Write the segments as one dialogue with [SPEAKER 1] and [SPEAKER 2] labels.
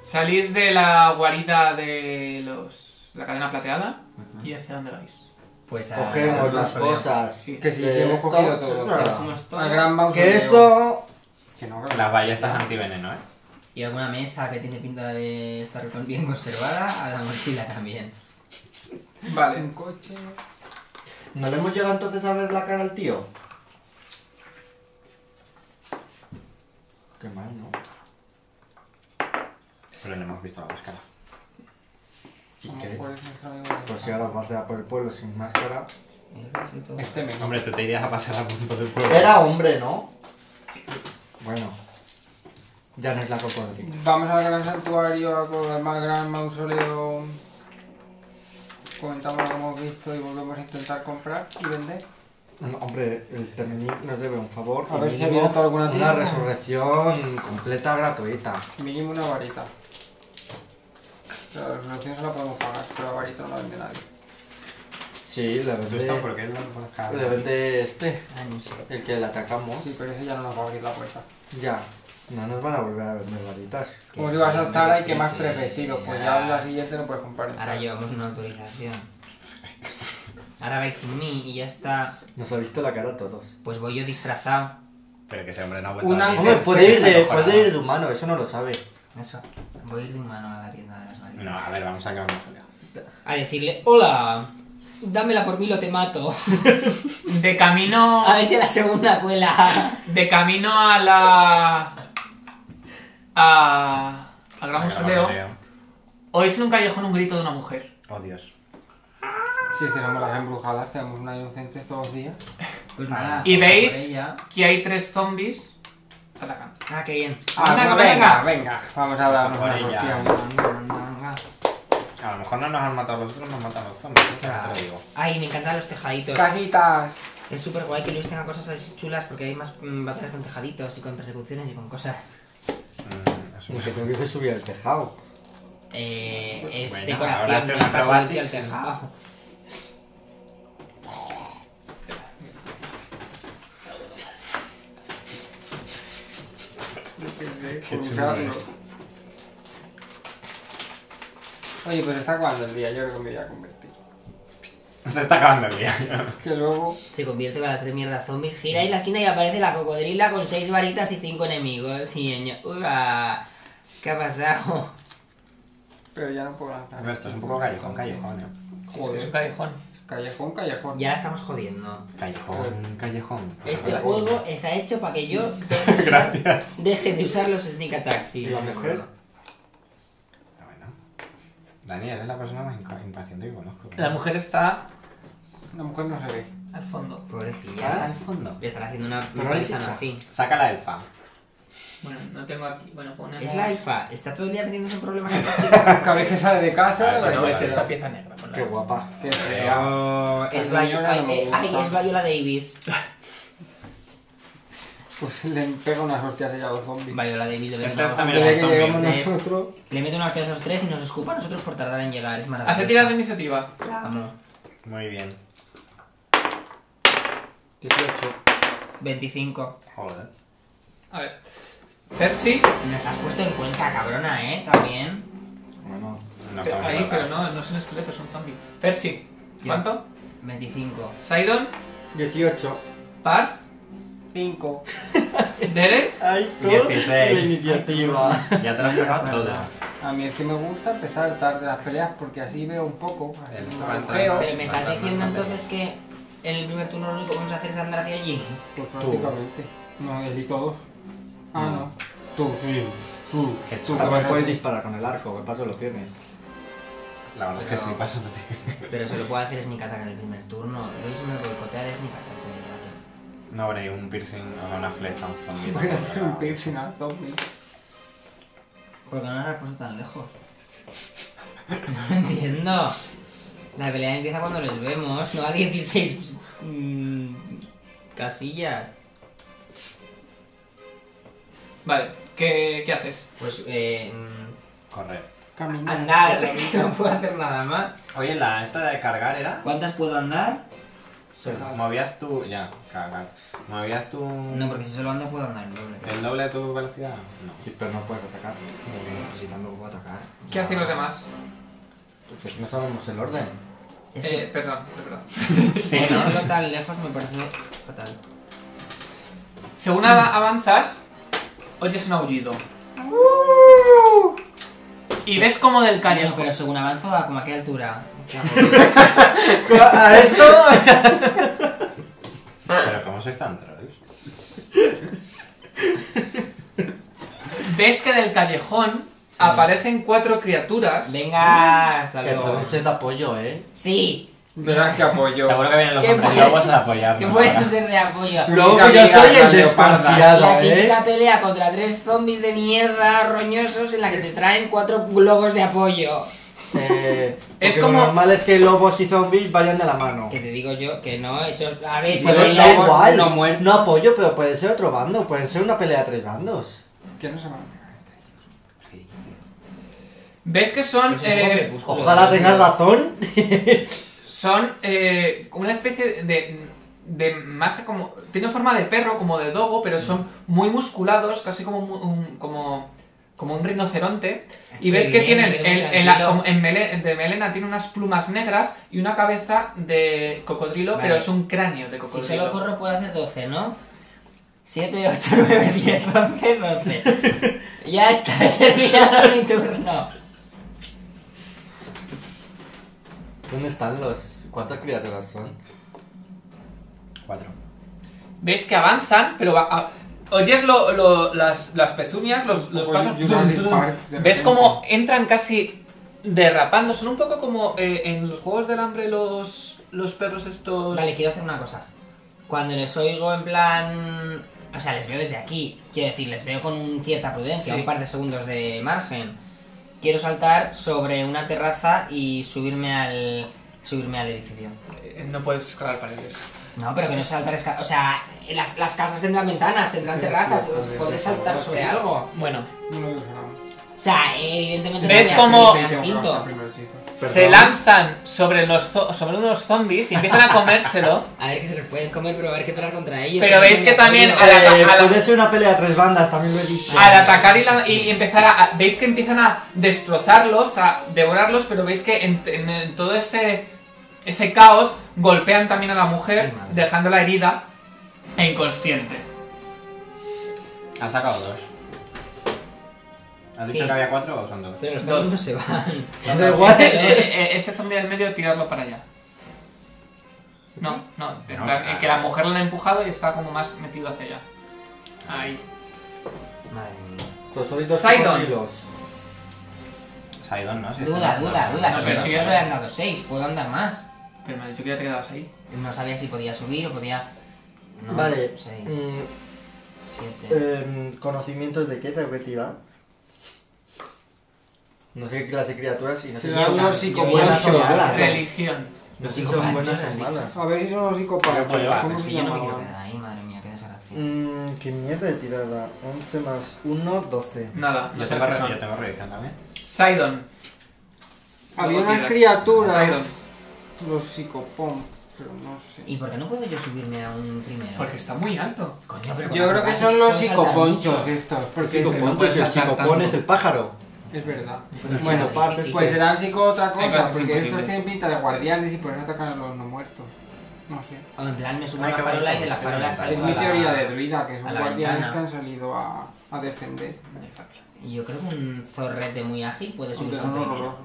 [SPEAKER 1] Salís de la guarida de los la cadena plateada y hacia dónde vais.
[SPEAKER 2] Pues a-
[SPEAKER 3] Cogemos
[SPEAKER 2] a-
[SPEAKER 3] las
[SPEAKER 2] a-
[SPEAKER 3] cosas.
[SPEAKER 1] Sí.
[SPEAKER 3] Que
[SPEAKER 4] Que
[SPEAKER 3] si
[SPEAKER 4] si se hemos
[SPEAKER 3] esto-
[SPEAKER 4] cogido todo.
[SPEAKER 3] claro.
[SPEAKER 4] ¿Cómo es todo?
[SPEAKER 2] Al gran Bowser
[SPEAKER 3] Que
[SPEAKER 2] de-
[SPEAKER 3] eso.
[SPEAKER 4] Que no,
[SPEAKER 5] Las ballestas antiveneno, ¿eh?
[SPEAKER 2] Y alguna mesa que tiene pinta de estar con- bien conservada, a la mochila también.
[SPEAKER 1] Vale.
[SPEAKER 4] Un coche.
[SPEAKER 3] ¿No le hemos llegado entonces a ver la cara al tío?
[SPEAKER 4] Qué mal, ¿no?
[SPEAKER 5] Pero le hemos visto la máscara.
[SPEAKER 3] ¿Y
[SPEAKER 4] ¿Cómo
[SPEAKER 3] qué?
[SPEAKER 4] puedes mostrar algo de-
[SPEAKER 3] Pues si ahora pasea por el pueblo sin máscara.
[SPEAKER 4] Este menú.
[SPEAKER 5] Hombre, tú te irías a pasar al punto del pueblo.
[SPEAKER 3] Era hombre, ¿no? Bueno. Ya no es la cocodrilo.
[SPEAKER 4] Vamos al gran santuario, al más gran mausoleo. Comentamos lo que hemos visto y volvemos a intentar comprar y vender.
[SPEAKER 3] Mm, Hombre, el Temenik nos debe un favor.
[SPEAKER 4] A
[SPEAKER 3] y
[SPEAKER 4] ver si ha
[SPEAKER 3] mínimo
[SPEAKER 4] abierto alguna
[SPEAKER 3] Una
[SPEAKER 4] tienda.
[SPEAKER 3] resurrección completa gratuita.
[SPEAKER 4] Mínimo una varita. La resolución se la podemos pagar, pero la varita no la vende nadie.
[SPEAKER 3] Sí, le
[SPEAKER 5] ¿Tú estás
[SPEAKER 3] vende,
[SPEAKER 5] porque es la máscara?
[SPEAKER 3] le vende este,
[SPEAKER 2] Ah, no sé.
[SPEAKER 3] el que le atacamos.
[SPEAKER 4] Sí, pero ese ya no nos va a abrir la puerta.
[SPEAKER 3] Ya, no nos van a volver a vender varitas.
[SPEAKER 4] Como si vas a Zara y quemas
[SPEAKER 2] que-
[SPEAKER 4] tres vestidos, pues ya la siguiente no puedes comprar.
[SPEAKER 2] Ahora llevamos una autorización. Ahora vais sin mí y ya está.
[SPEAKER 3] Nos ha visto la cara a todos.
[SPEAKER 2] Pues voy yo disfrazado.
[SPEAKER 5] Pero que ese hombre no ha vuelto
[SPEAKER 4] Una-
[SPEAKER 5] a venir.
[SPEAKER 3] Hombre,
[SPEAKER 4] sí
[SPEAKER 3] puede
[SPEAKER 5] que
[SPEAKER 3] ir,
[SPEAKER 5] está
[SPEAKER 3] de,
[SPEAKER 5] cojonado.
[SPEAKER 3] puede ir de humano, eso no lo sabe.
[SPEAKER 2] Eso. Voy a ir de humano a la tienda de las marinas.
[SPEAKER 5] No, a ver, vamos a quedar mausoleo.
[SPEAKER 2] A decirle, hola, dámela por mí lo te mato.
[SPEAKER 1] De camino
[SPEAKER 2] A ver si a la segunda cuela.
[SPEAKER 1] de camino a la a al gran mausoleo oís en un callejón un grito de una mujer.
[SPEAKER 5] Oh, Dios.
[SPEAKER 4] Si es que somos las embrujadas, tenemos una inocente todos los días.
[SPEAKER 2] Pues nada.
[SPEAKER 1] ¿Y
[SPEAKER 2] por
[SPEAKER 1] veis?
[SPEAKER 2] ella.
[SPEAKER 1] Que hay tres zombies atacando.
[SPEAKER 2] Ah, qué bien.
[SPEAKER 4] Ah,
[SPEAKER 2] Anda,
[SPEAKER 4] pues venga, venga. Vamos a darnos
[SPEAKER 5] por
[SPEAKER 4] una
[SPEAKER 5] ella.
[SPEAKER 4] hostia.
[SPEAKER 2] Anda, anda, anda.
[SPEAKER 5] A lo mejor no nos han matado a nosotros, nos matan a los zombies. ¿eh? Ya Te lo digo.
[SPEAKER 2] Ay, me encantan los tejaditos.
[SPEAKER 4] Casitas.
[SPEAKER 2] Es súper guay que Luis tenga cosas así chulas porque hay más mm, batallas con tejaditos y con persecuciones y con cosas.
[SPEAKER 5] Mm, es
[SPEAKER 3] Ni
[SPEAKER 5] un-
[SPEAKER 3] que tengo que subir al tejado.
[SPEAKER 2] Eh, es
[SPEAKER 5] Bueno,
[SPEAKER 2] decoración
[SPEAKER 5] ahora hace
[SPEAKER 2] no
[SPEAKER 5] un
[SPEAKER 2] es para subirse al
[SPEAKER 5] acrobatis y-
[SPEAKER 2] tejado.
[SPEAKER 4] Por
[SPEAKER 5] chulo
[SPEAKER 4] usarlo.
[SPEAKER 5] es.
[SPEAKER 4] Oye, pero está acabando el día, yo creo que me voy a convertir.
[SPEAKER 5] Se está acabando el día.
[SPEAKER 4] Que luego.
[SPEAKER 2] Se convierte para tres mierda zombies, gira ahí la esquina y aparece la cocodrila con seis varitas y cinco enemigos. Y ño- ¡Uva! ¿Qué ha pasado?
[SPEAKER 4] Pero ya no puedo lanzar.
[SPEAKER 5] Hombre, esto es un poco callejón, callejón, ¿eh?
[SPEAKER 1] Sí, es que es un callejón.
[SPEAKER 4] Callejón, callejón.
[SPEAKER 2] Ya la estamos jodiendo.
[SPEAKER 5] Callejón, callejón.
[SPEAKER 2] Este
[SPEAKER 5] Callejón.
[SPEAKER 2] juego está hecho para que yo deje de usar, deje de usar los sneak attacks.
[SPEAKER 3] ¿Y la mujer?
[SPEAKER 5] Ah, bueno. Daniel es la persona más inca- impaciente que conozco.
[SPEAKER 1] La mujer está
[SPEAKER 4] La mujer no se ve.
[SPEAKER 1] al fondo.
[SPEAKER 2] Pobrecilla,
[SPEAKER 5] está
[SPEAKER 2] está-
[SPEAKER 5] al fondo.
[SPEAKER 2] le están haciendo una
[SPEAKER 3] Pero no hay
[SPEAKER 2] paliza no
[SPEAKER 3] ficha.
[SPEAKER 2] así.
[SPEAKER 5] Saca la elfa.
[SPEAKER 1] Bueno, no tengo aquí. Bueno, ponemos
[SPEAKER 2] Es la elfa, está todo el día metiéndose en problemas con esta chica.
[SPEAKER 4] Cada vez que sale de casa.
[SPEAKER 5] Ah,
[SPEAKER 4] la
[SPEAKER 1] Bueno,
[SPEAKER 4] lleva
[SPEAKER 1] es
[SPEAKER 4] de-
[SPEAKER 1] esta pieza negra. con la-
[SPEAKER 3] Qué guapa.
[SPEAKER 4] Que-
[SPEAKER 2] Es
[SPEAKER 4] La
[SPEAKER 2] Viola,
[SPEAKER 4] señora no me
[SPEAKER 2] ay, eh,
[SPEAKER 4] gusta.
[SPEAKER 2] ay, es Viola Davis.
[SPEAKER 4] Pues le pega unas hostias ella a los zombies.
[SPEAKER 2] Viola Davis, le
[SPEAKER 5] Esta
[SPEAKER 2] mete
[SPEAKER 5] también
[SPEAKER 4] Desde
[SPEAKER 5] Pero
[SPEAKER 4] que
[SPEAKER 5] son
[SPEAKER 4] llegamos
[SPEAKER 2] zombies, ¿eh?
[SPEAKER 4] nosotros.
[SPEAKER 2] Le mete unos tres a esos tres y nos escupa a nosotros por tardar en llegar. Es maravilloso.
[SPEAKER 1] Hace tiras de iniciativa.
[SPEAKER 2] Amo.
[SPEAKER 5] Muy bien.
[SPEAKER 3] 18.
[SPEAKER 2] 25.
[SPEAKER 5] Joder.
[SPEAKER 1] A ver. Percy,
[SPEAKER 2] Nos has puesto en cuenta, cabrona, ¿eh? También.
[SPEAKER 3] Bueno,
[SPEAKER 5] No
[SPEAKER 1] pe-
[SPEAKER 5] estamos
[SPEAKER 1] ahí,
[SPEAKER 5] preparados.
[SPEAKER 1] pero no, no son esqueletos, son zombies. Percy, ¿cuánto?
[SPEAKER 2] 25.
[SPEAKER 1] Sidon,
[SPEAKER 3] 18.
[SPEAKER 1] Parth,
[SPEAKER 4] 5.
[SPEAKER 1] Derek,
[SPEAKER 3] Ay,
[SPEAKER 5] tú, 16. la
[SPEAKER 3] iniciativa.
[SPEAKER 5] Ya te lo has pegado todo.
[SPEAKER 4] A mí es que me gusta empezar tarde las peleas porque así veo un poco.
[SPEAKER 5] Él
[SPEAKER 4] Así
[SPEAKER 5] se
[SPEAKER 4] me
[SPEAKER 5] va a
[SPEAKER 4] golpeo.
[SPEAKER 5] entrar.
[SPEAKER 2] Pero me estás
[SPEAKER 5] Bastante
[SPEAKER 2] diciendo
[SPEAKER 5] material.
[SPEAKER 2] entonces que en el primer turno lo único que vamos a hacer es andar hacia allí.
[SPEAKER 4] Pues prácticamente. No, él y todos. Ah, no. Tú, sí. Tú,
[SPEAKER 5] Que
[SPEAKER 4] tú,
[SPEAKER 5] tú
[SPEAKER 3] También
[SPEAKER 4] bueno,
[SPEAKER 3] puedes disparar con el arco, de paso lo tienes.
[SPEAKER 5] La verdad es que sí,
[SPEAKER 2] No.
[SPEAKER 5] pasa tío.
[SPEAKER 2] Pero se lo puede hacer Sneak Attack en el primer turno. Luis me boicotear es Sneak Attack todo el rato.
[SPEAKER 5] No habré un piercing o una flecha a un zombie.
[SPEAKER 4] Voy a hacer un
[SPEAKER 5] No.
[SPEAKER 4] piercing al zombie.
[SPEAKER 2] Porque no nos has puesto tan lejos. No lo entiendo. La pelea empieza cuando les vemos, no a 16 mm, casillas.
[SPEAKER 1] Vale, ¿qué, qué haces?
[SPEAKER 2] Pues eh, mm,
[SPEAKER 5] Correr.
[SPEAKER 4] Caminar.
[SPEAKER 2] andar, no puedo hacer nada más.
[SPEAKER 5] Oye, la esta de cargar era.
[SPEAKER 2] ¿Cuántas puedo andar?
[SPEAKER 5] Pero Movías tú. Ya, cagar. Movías tú.
[SPEAKER 2] No, porque si solo ando puedo andar el doble.
[SPEAKER 5] ¿El doble de tu velocidad? No.
[SPEAKER 3] Sí, pero no puedes atacar.
[SPEAKER 2] Eh, pues si tampoco puedo atacar.
[SPEAKER 1] ¿Qué hacen los demás?
[SPEAKER 3] Pues es que no sabemos el orden.
[SPEAKER 2] Es que
[SPEAKER 1] Eh, perdón, perdón.
[SPEAKER 2] sí. ponerlo tan lejos me parece fatal.
[SPEAKER 1] Según av- avanzas, oyes un aullido. Y ves como del
[SPEAKER 2] Pero,
[SPEAKER 1] callejón.
[SPEAKER 2] ¡Uh! pero según avanzo, ¿a como a qué altura?
[SPEAKER 3] ¿A esto?
[SPEAKER 5] Pero ¿cómo sois tan trolls?
[SPEAKER 1] Ves que del callejón aparecen cuatro criaturas.
[SPEAKER 2] Venga, hasta
[SPEAKER 3] Que
[SPEAKER 2] luego.
[SPEAKER 3] aproveche de apoyo, ¿eh?
[SPEAKER 2] Sí,
[SPEAKER 4] Verás que apoyo.
[SPEAKER 5] Seguro que vienen los
[SPEAKER 2] ¿Qué
[SPEAKER 5] hombres
[SPEAKER 2] puede-
[SPEAKER 5] lobos a apoyarnos.
[SPEAKER 2] que puede
[SPEAKER 5] ahora.
[SPEAKER 2] ser de apoyo.
[SPEAKER 4] Sí,
[SPEAKER 3] No,
[SPEAKER 4] mis
[SPEAKER 3] que yo
[SPEAKER 4] amigas,
[SPEAKER 3] soy el
[SPEAKER 4] las
[SPEAKER 3] desconfiado,
[SPEAKER 2] La
[SPEAKER 3] ¿eh?
[SPEAKER 2] típica pelea contra tres zombies de mierda roñosos en la que te traen cuatro globos de apoyo.
[SPEAKER 3] Eh,
[SPEAKER 1] Es
[SPEAKER 3] es
[SPEAKER 1] como-
[SPEAKER 3] como... Lo normal es que lobos y zombies vayan de la mano.
[SPEAKER 2] Que te digo yo que no, eso a ver, si
[SPEAKER 3] Pero
[SPEAKER 2] los
[SPEAKER 3] da
[SPEAKER 2] lobos
[SPEAKER 3] igual.
[SPEAKER 2] no muerden.
[SPEAKER 3] No apoyo, pero puede ser otro bando. Pueden ser una pelea de tres bandos.
[SPEAKER 4] Que no se van a pegar entre ellos.
[SPEAKER 1] Ves que son.
[SPEAKER 2] Es un
[SPEAKER 1] eh,
[SPEAKER 2] poco crepúsculo,
[SPEAKER 3] Ojalá
[SPEAKER 2] ¿no?
[SPEAKER 3] tengas razón.
[SPEAKER 1] son eh, una especie de. de masa como. Tienen forma de perro, como de dogo, pero son muy musculados, casi como mu- un, como, como un rinoceronte. Y
[SPEAKER 2] Qué
[SPEAKER 1] ves que
[SPEAKER 2] bien,
[SPEAKER 1] tienen.
[SPEAKER 2] bien,
[SPEAKER 1] el-
[SPEAKER 2] bien,
[SPEAKER 1] el- la-
[SPEAKER 2] tranquilo.
[SPEAKER 1] como en mele- de melena tiene unas plumas negras y una cabeza de cocodrilo,
[SPEAKER 2] Vale.
[SPEAKER 1] pero es un cráneo de
[SPEAKER 2] Si
[SPEAKER 1] cocodrilo.
[SPEAKER 2] solo corro puedo hacer 12, ¿no? 7, 8, 9, 10, 11, 12. ya está terminado mi turno.
[SPEAKER 3] ¿Dónde están los...? ¿Cuántas criaturas son?
[SPEAKER 5] Cuatro.
[SPEAKER 1] Ves que avanzan, pero va- a- oyes lo- lo- las, las pezuñas, los, los
[SPEAKER 4] Como
[SPEAKER 1] pasos.
[SPEAKER 4] Jurassic
[SPEAKER 1] tum, tum.
[SPEAKER 4] Park, de
[SPEAKER 1] Ves
[SPEAKER 4] repente.
[SPEAKER 1] como entran casi derrapando. Son un poco como eh, en los juegos del hambre los, los perros estos.
[SPEAKER 2] Vale, quiero hacer una cosa. Cuando les oigo en plan... O sea, les veo desde aquí. Quiero decir, les veo con cierta prudencia,
[SPEAKER 1] Sí.
[SPEAKER 2] un par de segundos de margen. Quiero saltar sobre una terraza y subirme al... Subirme al edificio.
[SPEAKER 1] Eh, No puedes escalar paredes.
[SPEAKER 2] No, pero que no saltar... esca- O sea, las, las casas tendrán ventanas, tendrán terrazas. pues
[SPEAKER 4] Estás bien,
[SPEAKER 2] Podré
[SPEAKER 4] estás
[SPEAKER 2] saltar
[SPEAKER 4] bien.
[SPEAKER 2] sobre algo.
[SPEAKER 1] Bueno,
[SPEAKER 4] No lo veo sonando.
[SPEAKER 2] O sea, evidentemente...
[SPEAKER 1] ¿Ves
[SPEAKER 2] voy a
[SPEAKER 1] cómo-
[SPEAKER 2] subirme al
[SPEAKER 4] Tengo que
[SPEAKER 2] quinto.
[SPEAKER 4] bajar primero el hechizo.
[SPEAKER 1] se lanzan sobre, los zo- sobre unos zombies y empiezan a comérselo.
[SPEAKER 2] A ver que se los pueden comer, pero a ver qué pelar contra ellos.
[SPEAKER 1] Pero veis que también
[SPEAKER 2] No,
[SPEAKER 1] a la-
[SPEAKER 3] Eh,
[SPEAKER 1] a la-
[SPEAKER 3] Puede ser una pelea de tres bandas, también lo he dicho.
[SPEAKER 1] al atacar y, la- y empezar a, a- Veis que empiezan a destrozarlos, a devorarlos, pero veis que en, en- en todo ese, ese caos golpean también a la mujer,
[SPEAKER 2] Ay, madre.
[SPEAKER 1] dejándola herida e inconsciente.
[SPEAKER 5] Han sacado dos. ¿Has
[SPEAKER 2] Sí.
[SPEAKER 5] dicho que había cuatro o son dos?
[SPEAKER 2] Pero los
[SPEAKER 1] Dos.
[SPEAKER 2] dos no se van.
[SPEAKER 3] Da igual.
[SPEAKER 1] Ese, eh, eh, ese zombie del medio, tirarlo para allá. No, no, en
[SPEAKER 5] No,
[SPEAKER 1] plan, eh,
[SPEAKER 5] claro.
[SPEAKER 1] que la mujer la ha empujado y está como más metido hacia allá. Ahí.
[SPEAKER 2] Madre mía.
[SPEAKER 3] Los solitos
[SPEAKER 1] Sidon.
[SPEAKER 3] cocodrilos.
[SPEAKER 5] Saidon, ¿no? Si
[SPEAKER 2] Duda,
[SPEAKER 5] están-
[SPEAKER 2] duda, duda.
[SPEAKER 1] No,
[SPEAKER 2] que
[SPEAKER 1] pero
[SPEAKER 2] yo
[SPEAKER 1] sí.
[SPEAKER 2] solo he andado seis, puedo andar más.
[SPEAKER 1] Pero me has dicho que ya te quedabas ahí.
[SPEAKER 2] No sabía si podía subir o podía. No,
[SPEAKER 3] vale.
[SPEAKER 2] Seis,
[SPEAKER 3] mm,
[SPEAKER 2] siete.
[SPEAKER 3] eh, ¿Conocimientos de qué? ¿De objetividad? No sé qué clase de criaturas y no sé
[SPEAKER 4] Sí,
[SPEAKER 3] si son
[SPEAKER 4] no,
[SPEAKER 3] buenas
[SPEAKER 4] sí,
[SPEAKER 3] o
[SPEAKER 4] como
[SPEAKER 3] malas.
[SPEAKER 4] he dicho,
[SPEAKER 3] No
[SPEAKER 1] Religión.
[SPEAKER 3] sé si son buenas
[SPEAKER 2] Los
[SPEAKER 3] o malas.
[SPEAKER 4] A ver si son los psicópatas.
[SPEAKER 5] Pero, pues,
[SPEAKER 4] ¿Cómo
[SPEAKER 2] Es
[SPEAKER 4] se
[SPEAKER 2] que yo no me quiero
[SPEAKER 4] llamaban?
[SPEAKER 2] quedar ahí, madre mía, qué desgracia.
[SPEAKER 3] Mmm, qué mierda de tirada. 11 más 1, 12.
[SPEAKER 1] Nada, no
[SPEAKER 5] Yo
[SPEAKER 1] sé
[SPEAKER 5] tengo,
[SPEAKER 1] qué
[SPEAKER 5] re- yo
[SPEAKER 1] son.
[SPEAKER 5] tengo revisión también.
[SPEAKER 1] Sidon.
[SPEAKER 4] Había
[SPEAKER 1] Luego
[SPEAKER 4] una
[SPEAKER 1] tiras.
[SPEAKER 4] criatura.
[SPEAKER 1] Sidon.
[SPEAKER 4] Los psicopom. Pero no sé.
[SPEAKER 2] ¿Y por qué no puedo yo subirme a un primero?
[SPEAKER 1] Porque está muy alto.
[SPEAKER 2] Coño, pero
[SPEAKER 4] Yo
[SPEAKER 2] cuando
[SPEAKER 4] creo que
[SPEAKER 2] vas
[SPEAKER 4] son
[SPEAKER 2] puedo
[SPEAKER 4] los
[SPEAKER 2] saltar
[SPEAKER 4] psicoponchos
[SPEAKER 2] mucho.
[SPEAKER 4] estos.
[SPEAKER 3] El
[SPEAKER 4] Porque
[SPEAKER 3] chico
[SPEAKER 4] se-
[SPEAKER 3] poncho es el
[SPEAKER 1] saltar
[SPEAKER 3] chico
[SPEAKER 1] tanto.
[SPEAKER 3] pon, es el pájaro.
[SPEAKER 4] es verdad.
[SPEAKER 2] Pero sí,
[SPEAKER 4] Bueno,
[SPEAKER 2] sí,
[SPEAKER 3] pasa este.
[SPEAKER 2] sí,
[SPEAKER 3] es
[SPEAKER 4] Pues
[SPEAKER 3] que-
[SPEAKER 4] serán psico otra
[SPEAKER 1] Sí, claro,
[SPEAKER 4] cosa,
[SPEAKER 1] es
[SPEAKER 4] porque estos
[SPEAKER 1] imposible.
[SPEAKER 4] tienen pinta de guardianes y por eso atacan a los no muertos. No sé.
[SPEAKER 2] O en plan, me subo a
[SPEAKER 5] Ay,
[SPEAKER 2] la
[SPEAKER 5] qué
[SPEAKER 2] farola y
[SPEAKER 5] bonito,
[SPEAKER 2] de la
[SPEAKER 5] pues,
[SPEAKER 2] farola
[SPEAKER 5] es
[SPEAKER 2] salgo
[SPEAKER 4] Es
[SPEAKER 2] a
[SPEAKER 4] mi
[SPEAKER 2] la-
[SPEAKER 4] teoría de druida, que son
[SPEAKER 2] a la
[SPEAKER 4] guardianes
[SPEAKER 2] ventana.
[SPEAKER 4] que han salido a, a defender.
[SPEAKER 2] Y Yo creo que un zorrete muy ágil puede
[SPEAKER 4] Aunque
[SPEAKER 2] subir a
[SPEAKER 4] son
[SPEAKER 2] un primero.
[SPEAKER 4] horrorosos.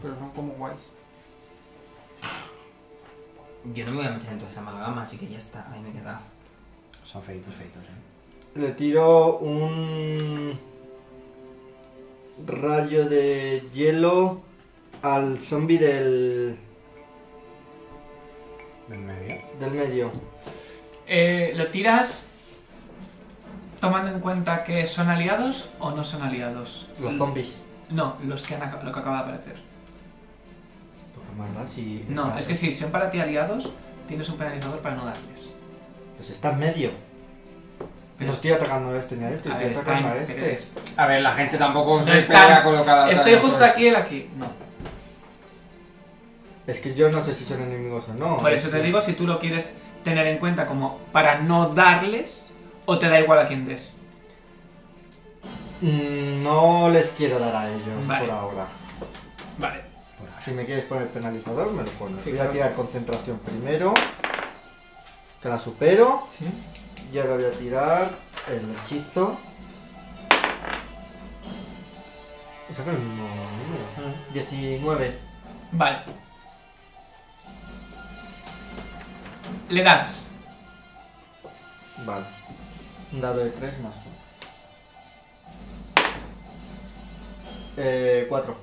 [SPEAKER 4] Pero son como guays.
[SPEAKER 2] Yo no me voy a meter en toda esa amalgama, así que ya está, ahí me he quedado.
[SPEAKER 5] Son feitos, feitos, ¿eh?
[SPEAKER 3] Le tiro un rayo de hielo al zombie del,
[SPEAKER 5] Del medio.
[SPEAKER 3] del medio.
[SPEAKER 1] Eh, ¿Lo tiras tomando en cuenta que son aliados o no son aliados?
[SPEAKER 3] Los zombies.
[SPEAKER 1] No, los que han aca- lo que acaba de aparecer.
[SPEAKER 3] Porque más da si
[SPEAKER 1] No,
[SPEAKER 3] está-
[SPEAKER 1] es que si son para ti aliados, tienes un penalizador para no darles.
[SPEAKER 3] Pues está en medio.
[SPEAKER 1] Pero-
[SPEAKER 3] no estoy atacando a este ni a este,
[SPEAKER 1] A
[SPEAKER 3] estoy
[SPEAKER 1] ver, está
[SPEAKER 3] atacando a
[SPEAKER 1] en-
[SPEAKER 3] este.
[SPEAKER 1] pero es-
[SPEAKER 4] A ver, la gente tampoco
[SPEAKER 1] No
[SPEAKER 4] se
[SPEAKER 1] están-
[SPEAKER 4] pues. espera colocada.
[SPEAKER 1] Estoy justo aquí, él aquí. No.
[SPEAKER 3] Es que yo no sé si son enemigos o no.
[SPEAKER 1] Por eso te digo si tú lo quieres tener en cuenta como para no darles o te da igual a quién des.
[SPEAKER 3] Mm, No les quiero dar a ellos
[SPEAKER 1] Vale.
[SPEAKER 3] por ahora.
[SPEAKER 1] Vale.
[SPEAKER 3] Si me quieres poner penalizador, me lo pones.
[SPEAKER 1] Sí,
[SPEAKER 3] Voy
[SPEAKER 1] claro.
[SPEAKER 3] a tirar concentración primero. Que la supero.
[SPEAKER 1] Sí.
[SPEAKER 3] Y ahora voy a tirar el hechizo. Y Saca el mismo número. 19.
[SPEAKER 1] Vale. Le das.
[SPEAKER 3] Vale. Un dado de 3 más 1. Eh, 4.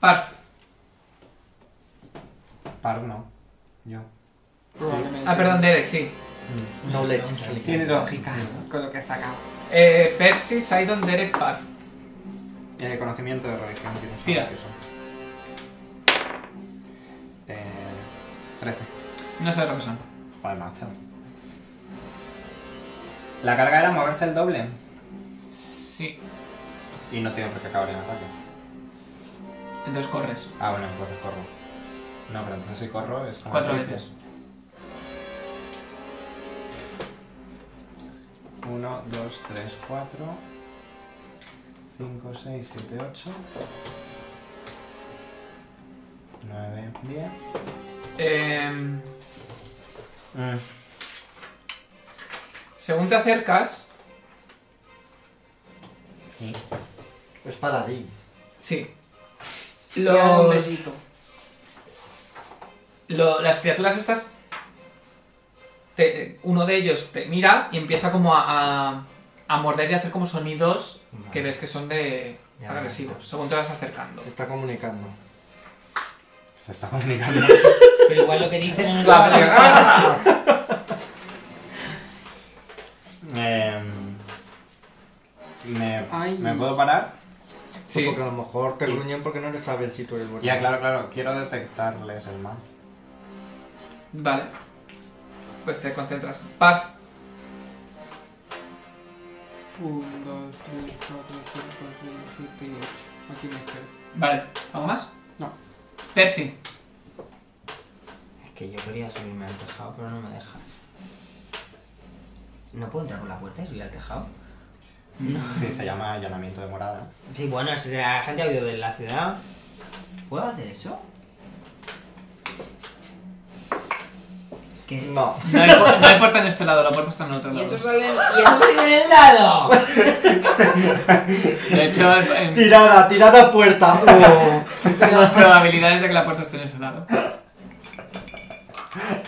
[SPEAKER 1] Parf.
[SPEAKER 5] Paro no. Yo.
[SPEAKER 4] Probablemente.
[SPEAKER 1] Ah, perdón, Derek, sí.
[SPEAKER 3] No le
[SPEAKER 4] Tiene lógica con lo que he sacado.
[SPEAKER 1] Eh, Pepsi, Sidon, Derek, Parf.
[SPEAKER 5] Eh, conocimiento de religión. quiero
[SPEAKER 1] Tira.
[SPEAKER 5] saber qué son. Eh, 13.
[SPEAKER 1] No sabes lo que son.
[SPEAKER 5] Joder, macho. La carga era moverse el doble.
[SPEAKER 1] Sí.
[SPEAKER 5] Y no tiene por qué acabar en ataque.
[SPEAKER 1] Entonces corres.
[SPEAKER 5] Ah, bueno, entonces corro. No, pero entonces si corro es como.
[SPEAKER 1] Cuatro
[SPEAKER 5] tres.
[SPEAKER 1] veces.
[SPEAKER 5] Uno, dos, tres, cuatro. Cinco, seis, siete, ocho. Nueve, diez.
[SPEAKER 1] Eh,
[SPEAKER 5] Mm.
[SPEAKER 1] según te acercas.
[SPEAKER 5] Sí.
[SPEAKER 3] Es paladín.
[SPEAKER 1] Sí.
[SPEAKER 4] Le hago un
[SPEAKER 1] Los.
[SPEAKER 4] besito.
[SPEAKER 1] lo- las criaturas estas, te- uno de ellos te mira y empieza como a, a- a morder y a hacer como sonidos que ves que son de
[SPEAKER 3] Ya,
[SPEAKER 1] agresivos, según te vas acercando.
[SPEAKER 3] Se está comunicando.
[SPEAKER 5] Se está comunicando.
[SPEAKER 2] Pero igual lo que dicen es
[SPEAKER 1] Claro.
[SPEAKER 5] Em, me,
[SPEAKER 4] Ay.
[SPEAKER 5] ¿Me puedo parar?
[SPEAKER 3] Sí.
[SPEAKER 1] Sí.
[SPEAKER 3] Porque a lo mejor te
[SPEAKER 5] Y-
[SPEAKER 3] gruñen porque no le saben si tú eres bueno.
[SPEAKER 5] Ya, claro, claro. Quiero detectarles el mal.
[SPEAKER 1] Vale. Pues te concentras. Paz.
[SPEAKER 4] Un, dos, tres, cuatro, cinco, seis, siete y ocho. Aquí me quedo.
[SPEAKER 1] Vale. ¿Algo más?
[SPEAKER 4] No.
[SPEAKER 1] Percy.
[SPEAKER 2] Es que yo quería subirme al tejado, pero no me deja. No puedo entrar por la puerta y subir al tejado.
[SPEAKER 5] Sí, se llama allanamiento de morada.
[SPEAKER 2] Sí, bueno, si la gente ha huido de la ciudad. ¿Puedo hacer eso? ¿Qué?
[SPEAKER 3] No.
[SPEAKER 1] No hay, pu- no hay puerta en este lado, la puerta está en el otro
[SPEAKER 2] Y
[SPEAKER 1] lado.
[SPEAKER 2] eso sale en, y eso sale en el dado.
[SPEAKER 1] De hecho, en-
[SPEAKER 3] Tirada, tirada a puerta. Oh.
[SPEAKER 1] las probabilidades de que la puerta esté en ese lado.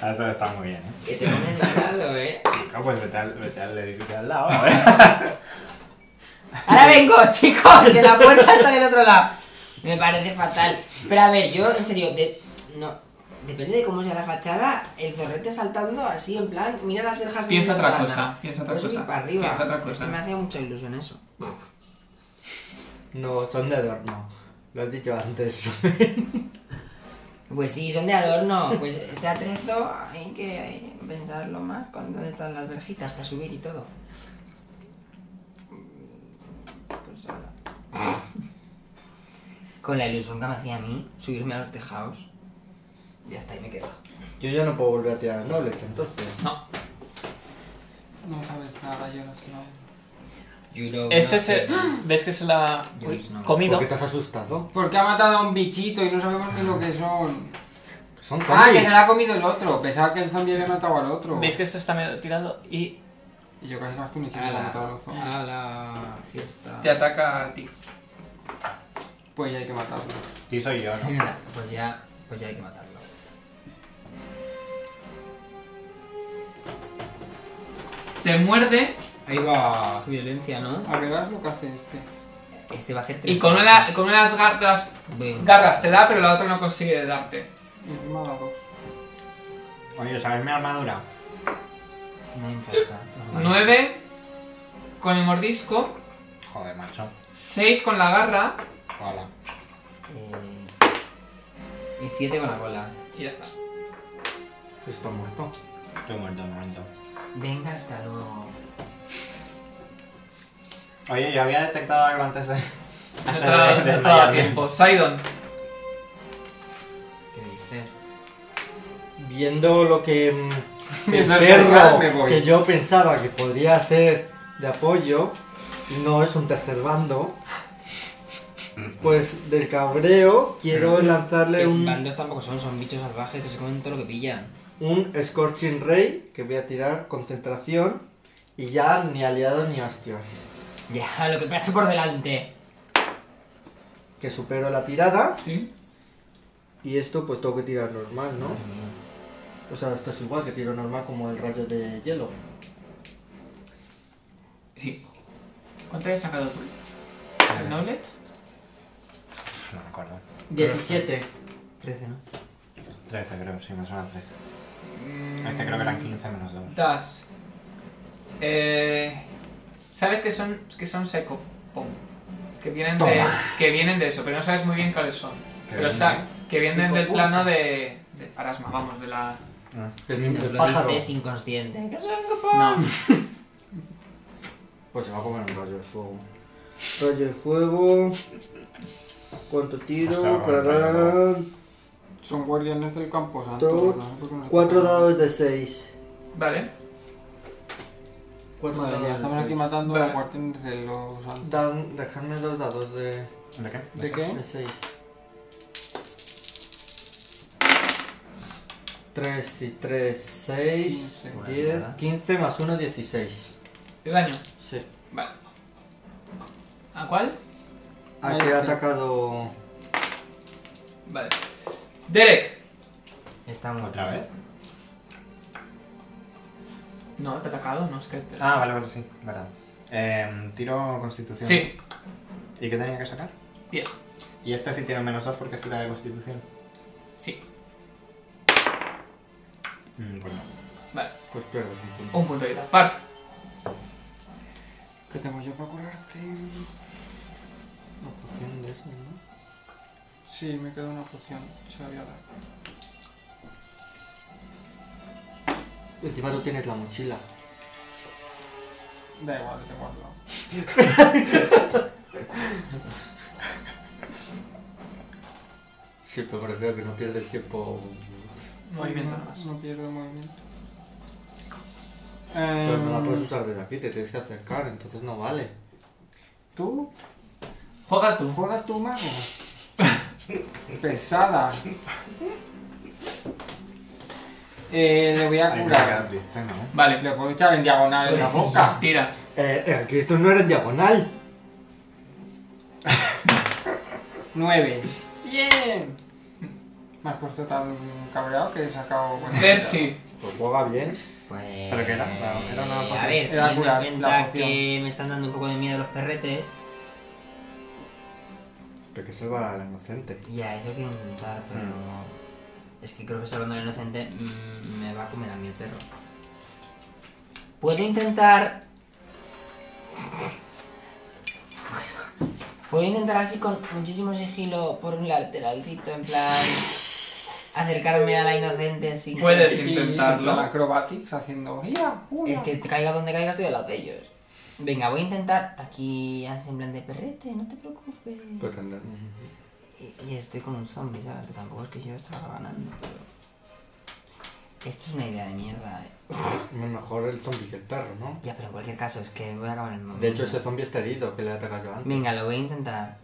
[SPEAKER 5] Ah, Eso está muy bien, ¿eh?
[SPEAKER 2] Que te ponen el dado, eh.
[SPEAKER 5] Chico, pues vete al, vete al edificio al lado. a
[SPEAKER 2] Ahora vengo, chicos, que la puerta está en el otro lado. Me parece fatal. Pero a ver, yo en serio, de- no. Depende de cómo sea la fachada, el zorrete saltando así en plan, mira las verjas de
[SPEAKER 1] Piensa
[SPEAKER 2] mi
[SPEAKER 1] otra
[SPEAKER 2] ventana.
[SPEAKER 1] cosa, piensa otra
[SPEAKER 2] Puedo subir
[SPEAKER 1] cosa,
[SPEAKER 2] para arriba.
[SPEAKER 1] piensa otra
[SPEAKER 2] Es
[SPEAKER 1] cosa.
[SPEAKER 2] que me hacía mucha ilusión eso.
[SPEAKER 3] No, son de adorno. Lo has dicho antes.
[SPEAKER 2] Pues sí, son de adorno. Pues este atrezo hay que pensarlo más con dónde están las verjitas para subir y todo. Pues ahora. Con la ilusión que me hacía a mí subirme a los tejados. Ya está, y me quedo.
[SPEAKER 3] Yo ya no puedo volver a tirar nobles, entonces.
[SPEAKER 1] No.
[SPEAKER 4] No sabes nada, yo no sé.
[SPEAKER 2] You know
[SPEAKER 1] Este es
[SPEAKER 2] nothing.
[SPEAKER 1] el. ¿Ves que se la ha
[SPEAKER 2] Yo no.
[SPEAKER 1] comido?
[SPEAKER 3] ¿Por qué te has asustado?
[SPEAKER 4] Porque ha matado a un bichito y no sabemos ni lo que son.
[SPEAKER 3] Que son
[SPEAKER 4] Ah, que
[SPEAKER 3] zombies.
[SPEAKER 4] se la ha comido el otro. Pensaba que el zombie había matado al otro.
[SPEAKER 1] ¿Veis que esto está medio tirado y
[SPEAKER 4] Y yo casi gasto un hechizo
[SPEAKER 2] A
[SPEAKER 3] Ah.
[SPEAKER 4] para
[SPEAKER 2] la,
[SPEAKER 4] matar al zombie.
[SPEAKER 2] a la fiesta.
[SPEAKER 1] te ataca a ti?
[SPEAKER 4] Pues ya hay que matarlo.
[SPEAKER 5] Sí, soy yo, ¿no?
[SPEAKER 2] Pues ya, pues ya hay que matarlo.
[SPEAKER 1] Te muerde
[SPEAKER 2] Ahí va. Qué violencia, ¿no?
[SPEAKER 4] A verás lo que hace este.
[SPEAKER 2] Este va a hacer tres
[SPEAKER 1] Y con una, con una de las gar- de las
[SPEAKER 2] cosas. Venga.
[SPEAKER 1] garras te da, pero la otra no consigue darte.
[SPEAKER 4] Y encima da dos.
[SPEAKER 5] Oye, ¿sabes mi armadura?
[SPEAKER 2] No importa. normal.
[SPEAKER 1] 9 con el mordisco,
[SPEAKER 5] Joder, macho.
[SPEAKER 1] 6 con la garra
[SPEAKER 5] Hola.
[SPEAKER 2] Eh, y 7 con la cola.
[SPEAKER 1] y ya está.
[SPEAKER 3] Está muerto.
[SPEAKER 5] Estoy muerto un momento.
[SPEAKER 2] Venga, hasta luego.
[SPEAKER 5] Oye, yo había detectado algo antes de.
[SPEAKER 1] No
[SPEAKER 5] antes
[SPEAKER 1] te da, no te da
[SPEAKER 5] desmayarme.
[SPEAKER 1] tiempo. Sidon,
[SPEAKER 3] viendo lo que mm, el
[SPEAKER 4] Mientras
[SPEAKER 3] perro
[SPEAKER 4] regalas, me voy.
[SPEAKER 3] que yo pensaba que podría ser de apoyo no es un tercer bando, pues del cabreo quiero lanzarle
[SPEAKER 2] Los
[SPEAKER 3] un,
[SPEAKER 2] bandos tampoco son, son bichos salvajes que se comen todo lo que pillan.
[SPEAKER 3] un Scorching Ray que voy a tirar concentración y ya ni aliado ni hostias.
[SPEAKER 2] Ya, lo que pase por delante.
[SPEAKER 3] Que supero la tirada
[SPEAKER 1] Sí.
[SPEAKER 3] y esto pues tengo que tirar normal, ¿no?
[SPEAKER 2] Madre mía.
[SPEAKER 3] O sea, esto es igual que tiro normal como el rayo de hielo.
[SPEAKER 1] Sí. ¿Cuánto has sacado tú? ¿El knowledge?
[SPEAKER 5] Pff, No me acuerdo.
[SPEAKER 3] 17.
[SPEAKER 2] 13, ¿no?
[SPEAKER 5] 13 creo, sí, me suena 13.
[SPEAKER 1] Mm,
[SPEAKER 5] Es que creo que eran 15 menos 2.
[SPEAKER 1] Das. Eh, Sabes que son, que son seco. pom, Que vienen, de,
[SPEAKER 5] Toma.
[SPEAKER 1] que vienen de eso, pero no sabes muy bien cuáles son. Pero
[SPEAKER 5] vienen
[SPEAKER 1] sa- que vienen del
[SPEAKER 3] Psicopunches.
[SPEAKER 1] plano de, de Farasma, vamos, de la...
[SPEAKER 5] Ah.
[SPEAKER 2] Nos lo
[SPEAKER 3] pájaro.
[SPEAKER 2] dices inconsciente. ¿Qué son?
[SPEAKER 1] No.
[SPEAKER 3] Pues se va a comer un rayo de fuego. Rayo de fuego. ¿Cuánto
[SPEAKER 5] Pues se va
[SPEAKER 3] tiro?
[SPEAKER 5] a comer un rayo de
[SPEAKER 3] Carán.
[SPEAKER 4] Son guardianes del campo santo.
[SPEAKER 3] Dos,
[SPEAKER 4] no sé por qué no se
[SPEAKER 3] Cuatro
[SPEAKER 4] tocan.
[SPEAKER 3] dados de seis.
[SPEAKER 1] Vale.
[SPEAKER 3] Cuatro
[SPEAKER 4] Madre mía,
[SPEAKER 3] dados
[SPEAKER 4] estamos
[SPEAKER 3] de
[SPEAKER 4] aquí
[SPEAKER 3] seis.
[SPEAKER 4] matando
[SPEAKER 1] Vale.
[SPEAKER 4] a guardianes de los santos.
[SPEAKER 3] Dan, dejadme dos dados de,
[SPEAKER 5] ¿De qué?
[SPEAKER 4] ¿De
[SPEAKER 3] de
[SPEAKER 4] qué?
[SPEAKER 3] seis. Tres y tres, seis,
[SPEAKER 4] Quince.
[SPEAKER 3] diez,
[SPEAKER 2] Buena
[SPEAKER 3] quince más uno, dieciséis.
[SPEAKER 1] ¿De daño?
[SPEAKER 3] Sí.
[SPEAKER 1] Vale. ¿A cuál?
[SPEAKER 3] ¿A
[SPEAKER 4] Ahí
[SPEAKER 3] qué ha
[SPEAKER 4] está.
[SPEAKER 3] atacado?
[SPEAKER 1] Vale. Derek.
[SPEAKER 2] Estamos.
[SPEAKER 5] ¿Otra vez?
[SPEAKER 1] No, te he atacado, no es que... te-
[SPEAKER 5] Ah, vale, vale, sí, verdad. Eh, tiro constitución.
[SPEAKER 1] Sí,
[SPEAKER 5] ¿Y qué tenía que sacar?
[SPEAKER 1] 10.
[SPEAKER 5] Y este sí tiene menos 2 porque es tira de constitución.
[SPEAKER 1] Sí,
[SPEAKER 5] Mm, pues no.
[SPEAKER 1] vale.
[SPEAKER 3] Pues pierdes un punto.
[SPEAKER 1] Un punto de vida. Parf.
[SPEAKER 4] ¿Qué tengo yo para curarte?
[SPEAKER 3] Una poción de esas, ¿no?
[SPEAKER 4] Sí, me queda una poción. Se la voy a dar.
[SPEAKER 3] Encima tú tienes la mochila.
[SPEAKER 4] Da igual, te tengo al lado.
[SPEAKER 3] Sí, pero prefiero que no pierdes tiempo. Mm.
[SPEAKER 1] Movimiento
[SPEAKER 4] no,
[SPEAKER 1] nada más.
[SPEAKER 4] No pierdo movimiento.
[SPEAKER 3] Pero no la
[SPEAKER 4] Em,
[SPEAKER 3] puedes usar desde aquí, te tienes que acercar, entonces no vale.
[SPEAKER 4] ¿Tú?
[SPEAKER 1] Juega tú.
[SPEAKER 4] ¿Juegas tu mago? Pesada. Eh, le voy a
[SPEAKER 5] Ahí me he
[SPEAKER 4] curar.
[SPEAKER 5] quedado triste, ¿no?
[SPEAKER 1] Vale.
[SPEAKER 4] Le puedo echar en diagonal en la boca.
[SPEAKER 1] Tira.
[SPEAKER 3] Eh, eh, aquí esto no era en diagonal.
[SPEAKER 4] Nueve. Bien. Me has puesto tan cabreado que he sacado. buena idea.
[SPEAKER 1] Percy.
[SPEAKER 3] Pues juega bien.
[SPEAKER 2] Pues... eh,
[SPEAKER 5] ¿Pero qué era? La- era una poción.
[SPEAKER 2] A ver,
[SPEAKER 4] Era
[SPEAKER 2] teniendo
[SPEAKER 4] curar,
[SPEAKER 2] en
[SPEAKER 4] la
[SPEAKER 2] cuenta
[SPEAKER 4] poción.
[SPEAKER 2] que me están dando un poco de miedo los perretes.
[SPEAKER 3] Pero que salva a la inocente.
[SPEAKER 2] Ya, eso quiero intentar, pero... Es que creo que salvando al inocente mm, me va a comer a mí el perro. Puedo intentar... Puedo intentar así con muchísimo sigilo por un lateralcito, en plan... Acercarme a la inocente así. que-
[SPEAKER 1] Puedes.
[SPEAKER 4] Y-
[SPEAKER 1] intentarlo.
[SPEAKER 4] y la Acrobatics haciendo. ¡Ya!
[SPEAKER 2] Es que te caiga donde caiga, estoy al lado de ellos. Venga, voy a intentar aquí en plan de perrete, no te preocupes.
[SPEAKER 3] Pues tendrá.
[SPEAKER 2] Y, y estoy con un zombie, ¿sabes? Que tampoco es que yo estaba ganando, pero... Esto es una idea de mierda. eh.
[SPEAKER 3] Mm, Mejor el zombie que el perro, ¿no?
[SPEAKER 2] Ya, pero en cualquier caso, es que voy a acabar el momento.
[SPEAKER 3] De hecho, ese zombie está herido que le ha atacado yo antes.
[SPEAKER 2] Venga, lo voy a intentar.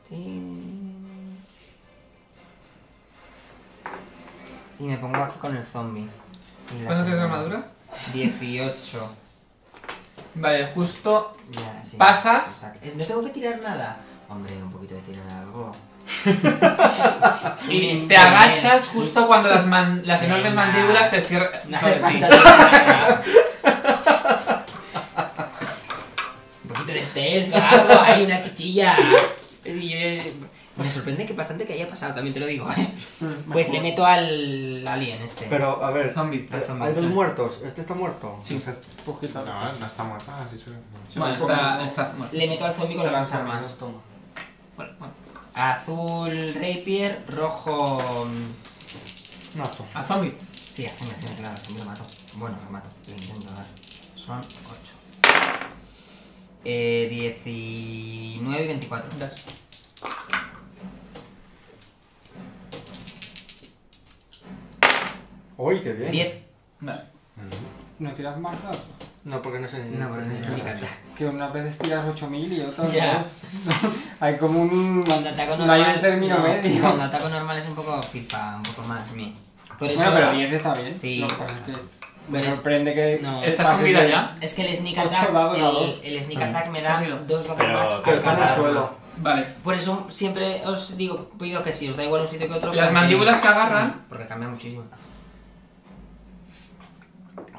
[SPEAKER 2] Y me pongo aquí con el zombie. Y la
[SPEAKER 1] ¿Cuánto tienes de
[SPEAKER 2] sombra.
[SPEAKER 1] armadura?
[SPEAKER 2] 18.
[SPEAKER 1] Vale, justo.
[SPEAKER 2] Ya, sí.
[SPEAKER 1] Pasas.
[SPEAKER 2] Exacto. Eh, No tengo que tirar nada. Hombre, un poquito de tirar algo.
[SPEAKER 1] Y te agachas justo cuando las, man- las enormes
[SPEAKER 2] Venga.
[SPEAKER 1] mandíbulas se cierran
[SPEAKER 2] No
[SPEAKER 1] sobre
[SPEAKER 2] hace
[SPEAKER 1] ti.
[SPEAKER 2] falta tirar nada. Un poquito de estrés, algo, hay una chichilla. Y, eh, Me sorprende que bastante que haya pasado, también te lo digo. ¿eh? Pues le meto al alien este.
[SPEAKER 3] Pero, a ver, eh,
[SPEAKER 1] Zombie.
[SPEAKER 2] Al zombie.
[SPEAKER 3] hay dos muertos. Este está muerto.
[SPEAKER 1] Sí.
[SPEAKER 5] Entonces-
[SPEAKER 4] Poquito.
[SPEAKER 5] No, no está muerta, has dicho. que-
[SPEAKER 1] Bueno,
[SPEAKER 4] Zombie.
[SPEAKER 1] está, está muerto.
[SPEAKER 2] Le meto al zombie con las dos armas.
[SPEAKER 3] Toma.
[SPEAKER 1] Bueno, bueno.
[SPEAKER 2] Azul rapier, rojo... mm,
[SPEAKER 3] Un azo.
[SPEAKER 1] A zombie.
[SPEAKER 2] Sí, azul, azul, claro, azul lo mato. Bueno, lo mato, lo intento dar. Son 8. Eh, 19 y 24.
[SPEAKER 1] Das.
[SPEAKER 3] Uy, qué bien.
[SPEAKER 2] 10.
[SPEAKER 1] Vale.
[SPEAKER 5] Ujú.
[SPEAKER 4] ¿No tiras más dados?
[SPEAKER 3] No, porque no sé ni.
[SPEAKER 2] No, pero no es
[SPEAKER 3] ni-
[SPEAKER 2] significante.
[SPEAKER 4] Que unas veces tiras 8000 y otras
[SPEAKER 2] Ya.
[SPEAKER 4] no. Hay como un...
[SPEAKER 2] Cuando ataco
[SPEAKER 4] no
[SPEAKER 2] normal.
[SPEAKER 4] hay un término
[SPEAKER 2] no,
[SPEAKER 4] medio.
[SPEAKER 2] Cuando ataco normal es un poco FIFA, un poco más mí. Por eso.
[SPEAKER 4] Bueno, pero 10 está bien.
[SPEAKER 2] Sí.
[SPEAKER 4] Lo que pasa es que
[SPEAKER 2] Pero
[SPEAKER 4] me
[SPEAKER 2] es-
[SPEAKER 4] sorprende que...
[SPEAKER 2] no.
[SPEAKER 4] pases
[SPEAKER 1] ¿Estás con vida
[SPEAKER 4] de-
[SPEAKER 1] ya?
[SPEAKER 2] Es que el sneak
[SPEAKER 4] Ocho
[SPEAKER 2] attack.
[SPEAKER 4] dados,
[SPEAKER 2] el-
[SPEAKER 4] dados.
[SPEAKER 2] El, sonido. attack me da
[SPEAKER 1] Sonido.
[SPEAKER 2] dos dados
[SPEAKER 5] Pero-
[SPEAKER 2] más.
[SPEAKER 3] Pero está en el
[SPEAKER 2] cada arma.
[SPEAKER 3] suelo.
[SPEAKER 1] Vale.
[SPEAKER 2] Por eso siempre os digo, pido que sí, os da igual un sitio que otro.
[SPEAKER 1] Las
[SPEAKER 2] porque-
[SPEAKER 1] mandíbulas que agarran.
[SPEAKER 2] Porque cambia muchísimo.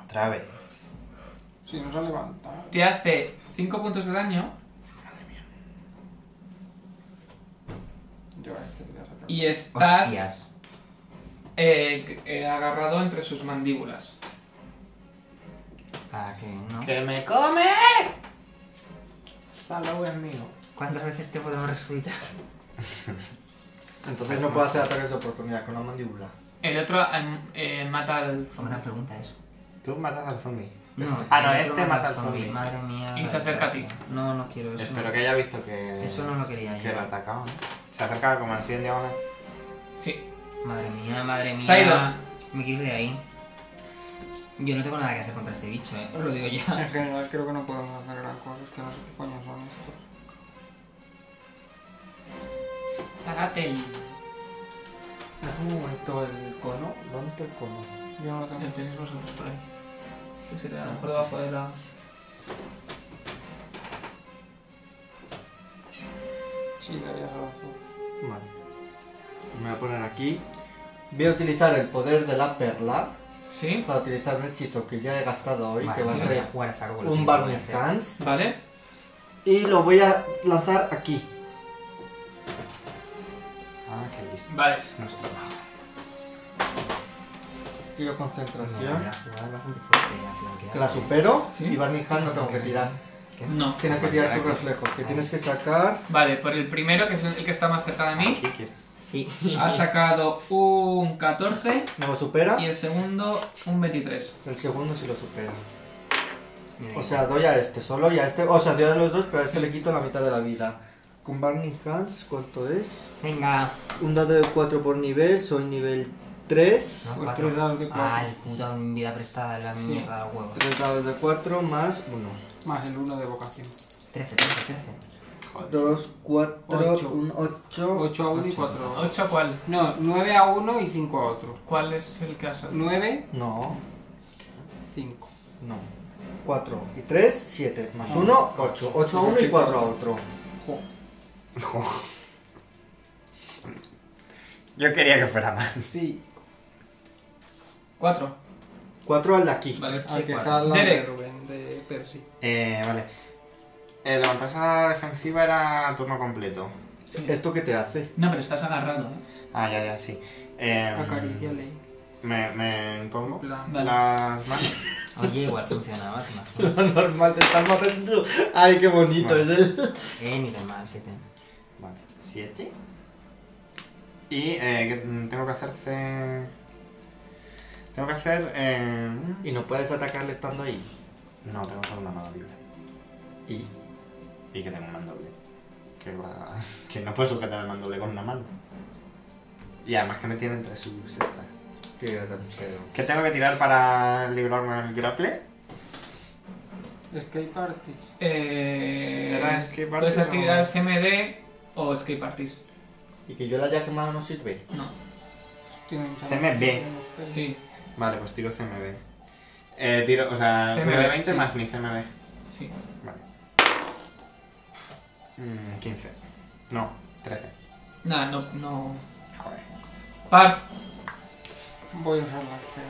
[SPEAKER 5] Otra vez.
[SPEAKER 4] Si no se ha levantado.
[SPEAKER 1] Te hace 5 puntos de daño
[SPEAKER 4] Yo a este le voy a sacar.
[SPEAKER 1] y estás
[SPEAKER 2] Hostias.
[SPEAKER 1] eh, eh, agarrado entre sus mandíbulas.
[SPEAKER 2] Ah, que no.
[SPEAKER 5] ¡Que me come!
[SPEAKER 3] Salud, es mío.
[SPEAKER 2] ¿Cuántas veces te podemos resucitar?
[SPEAKER 3] Entonces no puedo hacer ataques de oportunidad con la mandíbula.
[SPEAKER 1] El otro eh, eh, mata al zombie.
[SPEAKER 2] Buena pregunta eso.
[SPEAKER 5] Tú matas al zombie.
[SPEAKER 2] Ah,
[SPEAKER 5] no, este mata al zombie.
[SPEAKER 2] Madre mía.
[SPEAKER 1] Y se acerca a ti.
[SPEAKER 2] No, no quiero eso.
[SPEAKER 5] Espero
[SPEAKER 2] no.
[SPEAKER 5] que haya visto que.
[SPEAKER 2] Eso no lo quería yo.
[SPEAKER 5] Que lo ha atacado, ¿no? Se ha atacado como así en diagonal.
[SPEAKER 1] Sí.
[SPEAKER 2] Madre mía, madre mía.
[SPEAKER 1] Sidon.
[SPEAKER 2] Me quiero ir de ahí. Yo no tengo nada que hacer contra este bicho, eh. Os lo digo ya.
[SPEAKER 4] En general creo que no podemos hacer gran cosa. Es que no sé qué coño son estos.
[SPEAKER 1] Hágate el.
[SPEAKER 3] Haz un momento el cono. ¿Dónde está el cono?
[SPEAKER 4] Yo no lo tengo.
[SPEAKER 1] Lo tenéis vosotros por ahí. Sí, a lo mejor debajo de la.
[SPEAKER 4] Sí, darías al azul.
[SPEAKER 3] Vale. Me voy a poner aquí. Voy a utilizar el poder de la perla
[SPEAKER 1] Sí.
[SPEAKER 3] para utilizar un hechizo que ya he gastado hoy,
[SPEAKER 2] Vale,
[SPEAKER 3] que va
[SPEAKER 2] sí, voy a
[SPEAKER 3] a ser
[SPEAKER 2] jugar a saco con los
[SPEAKER 3] un
[SPEAKER 2] bichos,
[SPEAKER 3] Barney
[SPEAKER 2] voy a hacer.
[SPEAKER 3] Hans.
[SPEAKER 1] Vale.
[SPEAKER 3] Y lo voy a lanzar aquí.
[SPEAKER 5] Ah, qué listo.
[SPEAKER 1] Vale.
[SPEAKER 5] Es nuestro mago.
[SPEAKER 3] Tiro
[SPEAKER 2] No,
[SPEAKER 3] concentración.
[SPEAKER 2] voy a jugar bastante fuerte a flanquear.
[SPEAKER 3] Que la supero
[SPEAKER 1] Sí.
[SPEAKER 3] y Barney Hans no tengo que tirar.
[SPEAKER 2] ¿Qué?
[SPEAKER 1] No.
[SPEAKER 3] Tienes que tirar tus reflejos, que tienes que sacar.
[SPEAKER 1] Vale, por el primero, que es el que está más cerca de mí,
[SPEAKER 5] Aquí quiere.
[SPEAKER 2] Sí.
[SPEAKER 1] ha
[SPEAKER 3] Ah,
[SPEAKER 1] sacado un 14
[SPEAKER 3] No lo supera.
[SPEAKER 1] y el segundo un 23.
[SPEAKER 3] El segundo sí lo supera.
[SPEAKER 2] Mira,
[SPEAKER 3] O sea, doy a este solo y a este. O sea, doy a los dos, pero a este le quito la mitad de la vida. Con Barney Hans, ¿cuánto es?
[SPEAKER 2] Venga.
[SPEAKER 3] Un dado de 4 por nivel, soy nivel 3.
[SPEAKER 2] No,
[SPEAKER 4] Pues
[SPEAKER 2] cuatro.
[SPEAKER 4] tres dados de cuatro.
[SPEAKER 2] Ah, el puto vida prestada, la mierda de huevo.
[SPEAKER 3] 3 dados de 4 más 1.
[SPEAKER 4] Más el uno de vocación.
[SPEAKER 2] 13, 13, 13.
[SPEAKER 5] Joder.
[SPEAKER 3] 2, 4,
[SPEAKER 4] Ocho.
[SPEAKER 3] 1, 8.
[SPEAKER 4] 8 a 1 y 4 a otro.
[SPEAKER 1] 8 cuál?
[SPEAKER 4] No, 9 a 1 y 5 a otro.
[SPEAKER 1] ¿Cuál es el caso?
[SPEAKER 4] 9,
[SPEAKER 3] No,
[SPEAKER 4] 5.
[SPEAKER 3] no. 4 y 3, 7. Más
[SPEAKER 4] Ah.
[SPEAKER 3] 1, 8. 8 a 1 y 4 a otro.
[SPEAKER 5] Yo quería que fuera más.
[SPEAKER 4] Sí,
[SPEAKER 1] 4.
[SPEAKER 3] 4 al de aquí.
[SPEAKER 1] Vale.
[SPEAKER 4] al que
[SPEAKER 5] cuatro.
[SPEAKER 4] está al lado de
[SPEAKER 1] Derek.
[SPEAKER 4] Rubén, de Percy.
[SPEAKER 5] Eh, vale. Eh, levantarse a la defensiva era turno completo.
[SPEAKER 1] Sí.
[SPEAKER 3] ¿Esto qué te hace?
[SPEAKER 1] No, pero estás agarrado. ¿eh?
[SPEAKER 5] Ah, ya, ya, sí. Eh,
[SPEAKER 4] Acaríciale.
[SPEAKER 5] Me, me
[SPEAKER 4] En
[SPEAKER 5] impongo
[SPEAKER 4] plan,
[SPEAKER 1] Vale.
[SPEAKER 5] las manos.
[SPEAKER 2] Oye, igual funcionaba. te imaginas.
[SPEAKER 3] Lo normal, te estás matando. Ay, qué bonito
[SPEAKER 5] Vale.
[SPEAKER 3] es el.
[SPEAKER 2] Eh, ni tan mal, 7.
[SPEAKER 5] Vale, siete. Y eh, que- mm, tengo que hacerse... Tengo que hacer... eh,
[SPEAKER 3] Y no puedes atacarle estando ahí.
[SPEAKER 5] No, tengo solo una mano libre.
[SPEAKER 3] Y.
[SPEAKER 5] Y que tengo un mandoble. Que, va- que no puedo sujetar el mandoble con una mano. Y además que me tiene entre sus estas.
[SPEAKER 3] Tira también, pero-
[SPEAKER 5] ¿Qué tengo que tirar para librarme del grapple?
[SPEAKER 4] Escape Party.
[SPEAKER 1] Eh,
[SPEAKER 5] ¿Era Escape
[SPEAKER 1] Puedes
[SPEAKER 5] Artist o-
[SPEAKER 1] activar CMD o Escape Artist.
[SPEAKER 3] Y que yo la haya quemado no sirve.
[SPEAKER 1] No.
[SPEAKER 4] Tienen chance.
[SPEAKER 5] CMB.
[SPEAKER 1] Sí.
[SPEAKER 5] Vale, pues tiro CMB. Eh, tiro, o sea,
[SPEAKER 1] CMB,
[SPEAKER 5] 920
[SPEAKER 1] sí.
[SPEAKER 5] más mi CMB.
[SPEAKER 1] Sí.
[SPEAKER 5] Vale. Mm, 15. No, 13.
[SPEAKER 1] Nada, no, no.
[SPEAKER 5] Joder.
[SPEAKER 1] Parf.
[SPEAKER 4] Voy a usar la esfera.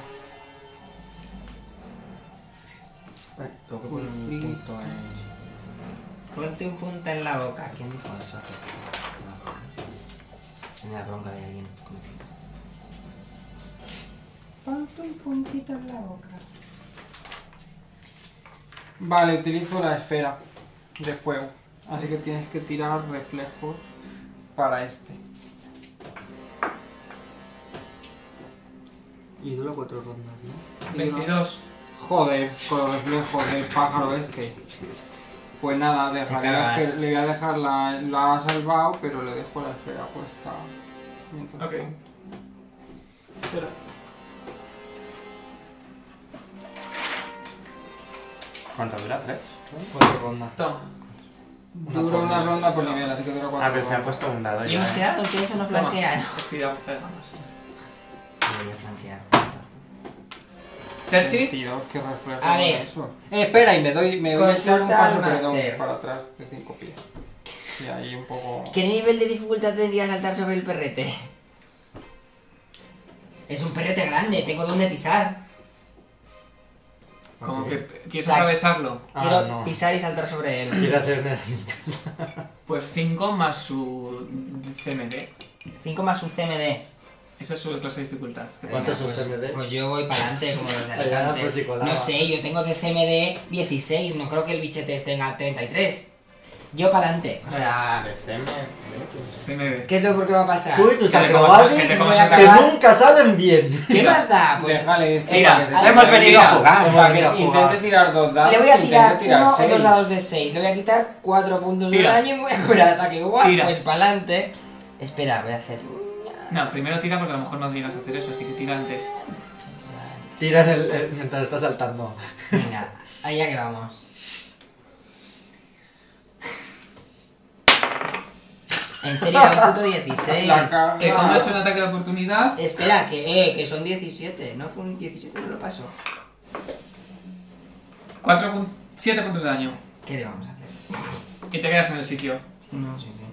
[SPEAKER 3] Ay, Tengo que poner un
[SPEAKER 4] Sí.
[SPEAKER 3] punto en.
[SPEAKER 2] Ponte un punta en la boca. ¿Quién dijo eso? En la bronca de alguien conocido. Ponte un puntito en la boca.
[SPEAKER 4] Vale, utilizo la esfera de fuego. Así que tienes que tirar reflejos para este.
[SPEAKER 3] Y dura 4 rondas, ¿no?
[SPEAKER 4] Y
[SPEAKER 1] 22.
[SPEAKER 4] Joder, con los reflejos del pájaro este. Pues nada, dejaré la
[SPEAKER 2] cagas.
[SPEAKER 4] esfera- le voy a dejar la, la ha salvado, pero le dejo la esfera puesta. Mientras
[SPEAKER 1] Ok.
[SPEAKER 4] tanto.
[SPEAKER 5] ¿Cuánto dura? ¿Tres?
[SPEAKER 3] Cuatro rondas.
[SPEAKER 1] Toma.
[SPEAKER 3] Una
[SPEAKER 4] Dura una
[SPEAKER 3] ronda.
[SPEAKER 4] ronda por nivel, así que dura cuatro.
[SPEAKER 5] Ah, pero se ha
[SPEAKER 4] rondas.
[SPEAKER 5] puesto un dado
[SPEAKER 2] Y
[SPEAKER 5] ya.
[SPEAKER 2] hemos
[SPEAKER 5] ¿eh?
[SPEAKER 2] quedado que eso no
[SPEAKER 1] Toma.
[SPEAKER 2] flanquea.
[SPEAKER 1] Cuidado, pega más.
[SPEAKER 2] Voy a flanquear.
[SPEAKER 1] Percy,
[SPEAKER 4] Tío, qué reflejo.
[SPEAKER 2] A ver.
[SPEAKER 4] eso. Eh, espera, y me doy, me voy a echar un
[SPEAKER 2] Consulta
[SPEAKER 4] paso
[SPEAKER 2] al
[SPEAKER 4] perdón,
[SPEAKER 2] máster.
[SPEAKER 4] para atrás de cinco pies. Y ahí un poco.
[SPEAKER 2] ¿Qué nivel de dificultad tendría saltar sobre el perrete? Es un perrete grande, tengo donde pisar.
[SPEAKER 1] como que quieres
[SPEAKER 2] Like.
[SPEAKER 1] atravesarlo.
[SPEAKER 3] Ah,
[SPEAKER 2] Quiero
[SPEAKER 3] no.
[SPEAKER 2] pisar y saltar sobre él.
[SPEAKER 3] Quiere hacer una sneak.
[SPEAKER 1] Pues 5 más su CMD.
[SPEAKER 2] 5 más un CMD.
[SPEAKER 1] Esa es su clase de dificultad.
[SPEAKER 3] ¿Cuánto
[SPEAKER 2] Venga,
[SPEAKER 3] es un
[SPEAKER 2] pues-
[SPEAKER 3] CMD?
[SPEAKER 2] Pues yo voy para adelante como los de
[SPEAKER 3] Allá,
[SPEAKER 2] Alicante.
[SPEAKER 3] pues, si colaba.
[SPEAKER 2] No sé, yo tengo de CMD 16, no creo que el bichete este tenga 33. Yo para adelante. O sea,
[SPEAKER 5] Vale, CM.
[SPEAKER 1] CMD.
[SPEAKER 2] ¿qué es lo peor que va a pasar?
[SPEAKER 3] Uy, tus
[SPEAKER 1] Que te comas- que te
[SPEAKER 3] acrobatics
[SPEAKER 1] comas
[SPEAKER 2] voy a
[SPEAKER 1] una-
[SPEAKER 3] que
[SPEAKER 2] acabar.
[SPEAKER 3] nunca salen bien.
[SPEAKER 2] ¿Qué más da? Pues
[SPEAKER 4] Déjale ir,
[SPEAKER 1] mira,
[SPEAKER 4] para que se-
[SPEAKER 2] hemos venido a
[SPEAKER 5] Ah, jugar.
[SPEAKER 4] Para
[SPEAKER 3] Hemos venido a
[SPEAKER 4] que
[SPEAKER 3] jugar.
[SPEAKER 4] intente tirar dos dados.
[SPEAKER 2] le voy a
[SPEAKER 4] intente
[SPEAKER 2] tirar uno o
[SPEAKER 4] seis. Eh,
[SPEAKER 2] dos dados de 6. Le voy a quitar 4 puntos de
[SPEAKER 1] Tira.
[SPEAKER 2] daño y me voy a cobrar ataque igual.
[SPEAKER 1] Tira.
[SPEAKER 2] Pues para adelante. Espera, voy a hacer.
[SPEAKER 1] No, primero tira porque a lo mejor no llegas a hacer eso, así que tira antes.
[SPEAKER 3] Tira en el, el- Eh, mientras está saltando.
[SPEAKER 2] Venga, allá que vamos. En serio, da un puto 16.
[SPEAKER 4] La caga.
[SPEAKER 2] Eh,
[SPEAKER 1] Que comas un ataque de oportunidad.
[SPEAKER 2] Espera, que, eh, que son 17. No fue un 17, no lo paso.
[SPEAKER 1] 4 7 puntos de daño.
[SPEAKER 2] ¿Qué le vamos a hacer?
[SPEAKER 1] Y te quedas en el sitio.
[SPEAKER 2] No, sí, sí.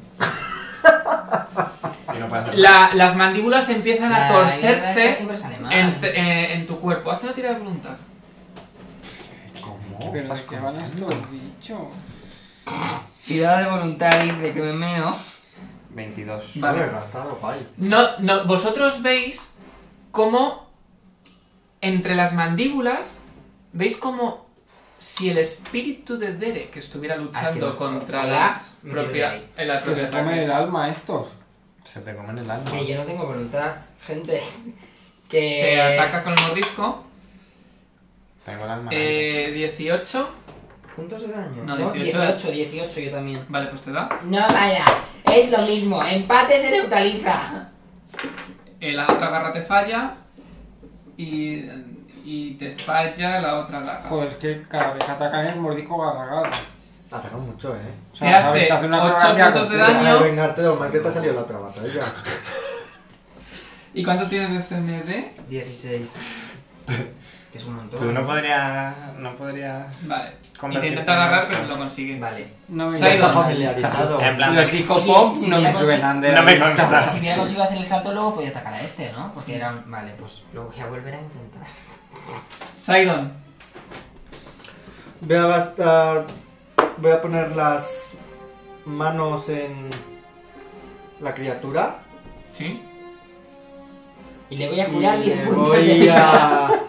[SPEAKER 5] Y no puede hacer
[SPEAKER 1] La- las mandíbulas empiezan a
[SPEAKER 2] La guerra esta
[SPEAKER 1] torcerse
[SPEAKER 2] siempre sale mal.
[SPEAKER 1] en, t- eh, en tu cuerpo. Haz una tira de voluntad.
[SPEAKER 5] nada. ¿Cómo?
[SPEAKER 4] Pero
[SPEAKER 5] ¿Estás
[SPEAKER 4] ¿de qué van
[SPEAKER 5] contando?
[SPEAKER 4] estos bichos?
[SPEAKER 2] Tirada de voluntad dice que me meo.
[SPEAKER 5] 22.
[SPEAKER 1] Vale.
[SPEAKER 3] Vale, gastado, pay.
[SPEAKER 1] No, no, vosotros veis cómo entre las mandíbulas veis como si el espíritu de Derek estuviera
[SPEAKER 2] que
[SPEAKER 1] luchando
[SPEAKER 2] nos-
[SPEAKER 1] contra
[SPEAKER 2] la-
[SPEAKER 1] la
[SPEAKER 2] me
[SPEAKER 1] propia,
[SPEAKER 2] liberé.
[SPEAKER 1] en la
[SPEAKER 4] Que
[SPEAKER 1] propia
[SPEAKER 4] Pues se come el
[SPEAKER 1] ataque.
[SPEAKER 4] alma estos.
[SPEAKER 5] Se te comen el alma.
[SPEAKER 2] Que yo no tengo voluntad, gente.
[SPEAKER 1] Te
[SPEAKER 2] Que.
[SPEAKER 1] ataca con el mordisco.
[SPEAKER 5] Tengo el alma.
[SPEAKER 1] Eh, 18.
[SPEAKER 2] ¿Puntos de daño?
[SPEAKER 1] No, 18.
[SPEAKER 2] 18, 18 yo también.
[SPEAKER 1] Vale, pues te da.
[SPEAKER 2] No, vaya, es lo mismo. Empates en Eutaliza.
[SPEAKER 1] Eh, la otra garra te falla. Y, y te falla la otra garra.
[SPEAKER 4] Joder, es que cada vez que atacan es mordisco garragado.
[SPEAKER 3] Atacan mucho, eh.
[SPEAKER 4] O
[SPEAKER 1] Te hace
[SPEAKER 4] ¿sabes? hace una
[SPEAKER 1] ocho
[SPEAKER 4] coreografía
[SPEAKER 1] puntos de
[SPEAKER 4] con-
[SPEAKER 1] daño.
[SPEAKER 3] Deja de vengarte del mal que te ha salido la otra batalla.
[SPEAKER 1] ¿Y cuánto tienes de CMD?
[SPEAKER 2] 16. que es un montón.
[SPEAKER 5] Tú no podrías. No podrías.
[SPEAKER 1] Vale. Y te
[SPEAKER 5] Convertirte
[SPEAKER 1] intenta
[SPEAKER 5] en
[SPEAKER 1] agarrar,
[SPEAKER 5] monstruo.
[SPEAKER 1] pero no lo consigue.
[SPEAKER 2] Vale.
[SPEAKER 4] No me
[SPEAKER 1] Se ha ido.
[SPEAKER 3] Está
[SPEAKER 4] llaman.
[SPEAKER 3] familiarizado.
[SPEAKER 5] En plan.
[SPEAKER 4] Los psicopops
[SPEAKER 2] Sí,
[SPEAKER 4] no
[SPEAKER 2] sí,
[SPEAKER 4] me
[SPEAKER 2] ya
[SPEAKER 4] suenan de
[SPEAKER 5] No
[SPEAKER 4] la
[SPEAKER 5] me
[SPEAKER 4] lista.
[SPEAKER 5] consta.
[SPEAKER 2] Si hubiera conseguido hacer el salto, luego podía atacar a este, ¿no? Porque era. un- Vale, pues lo voy a volver a intentar.
[SPEAKER 1] Sidon.
[SPEAKER 3] Voy a gastar. Voy a poner las manos en la criatura.
[SPEAKER 1] Sí.
[SPEAKER 2] Y le voy a
[SPEAKER 3] Y
[SPEAKER 2] curar 10
[SPEAKER 3] le
[SPEAKER 2] puntos de
[SPEAKER 3] voy
[SPEAKER 2] vida.
[SPEAKER 3] a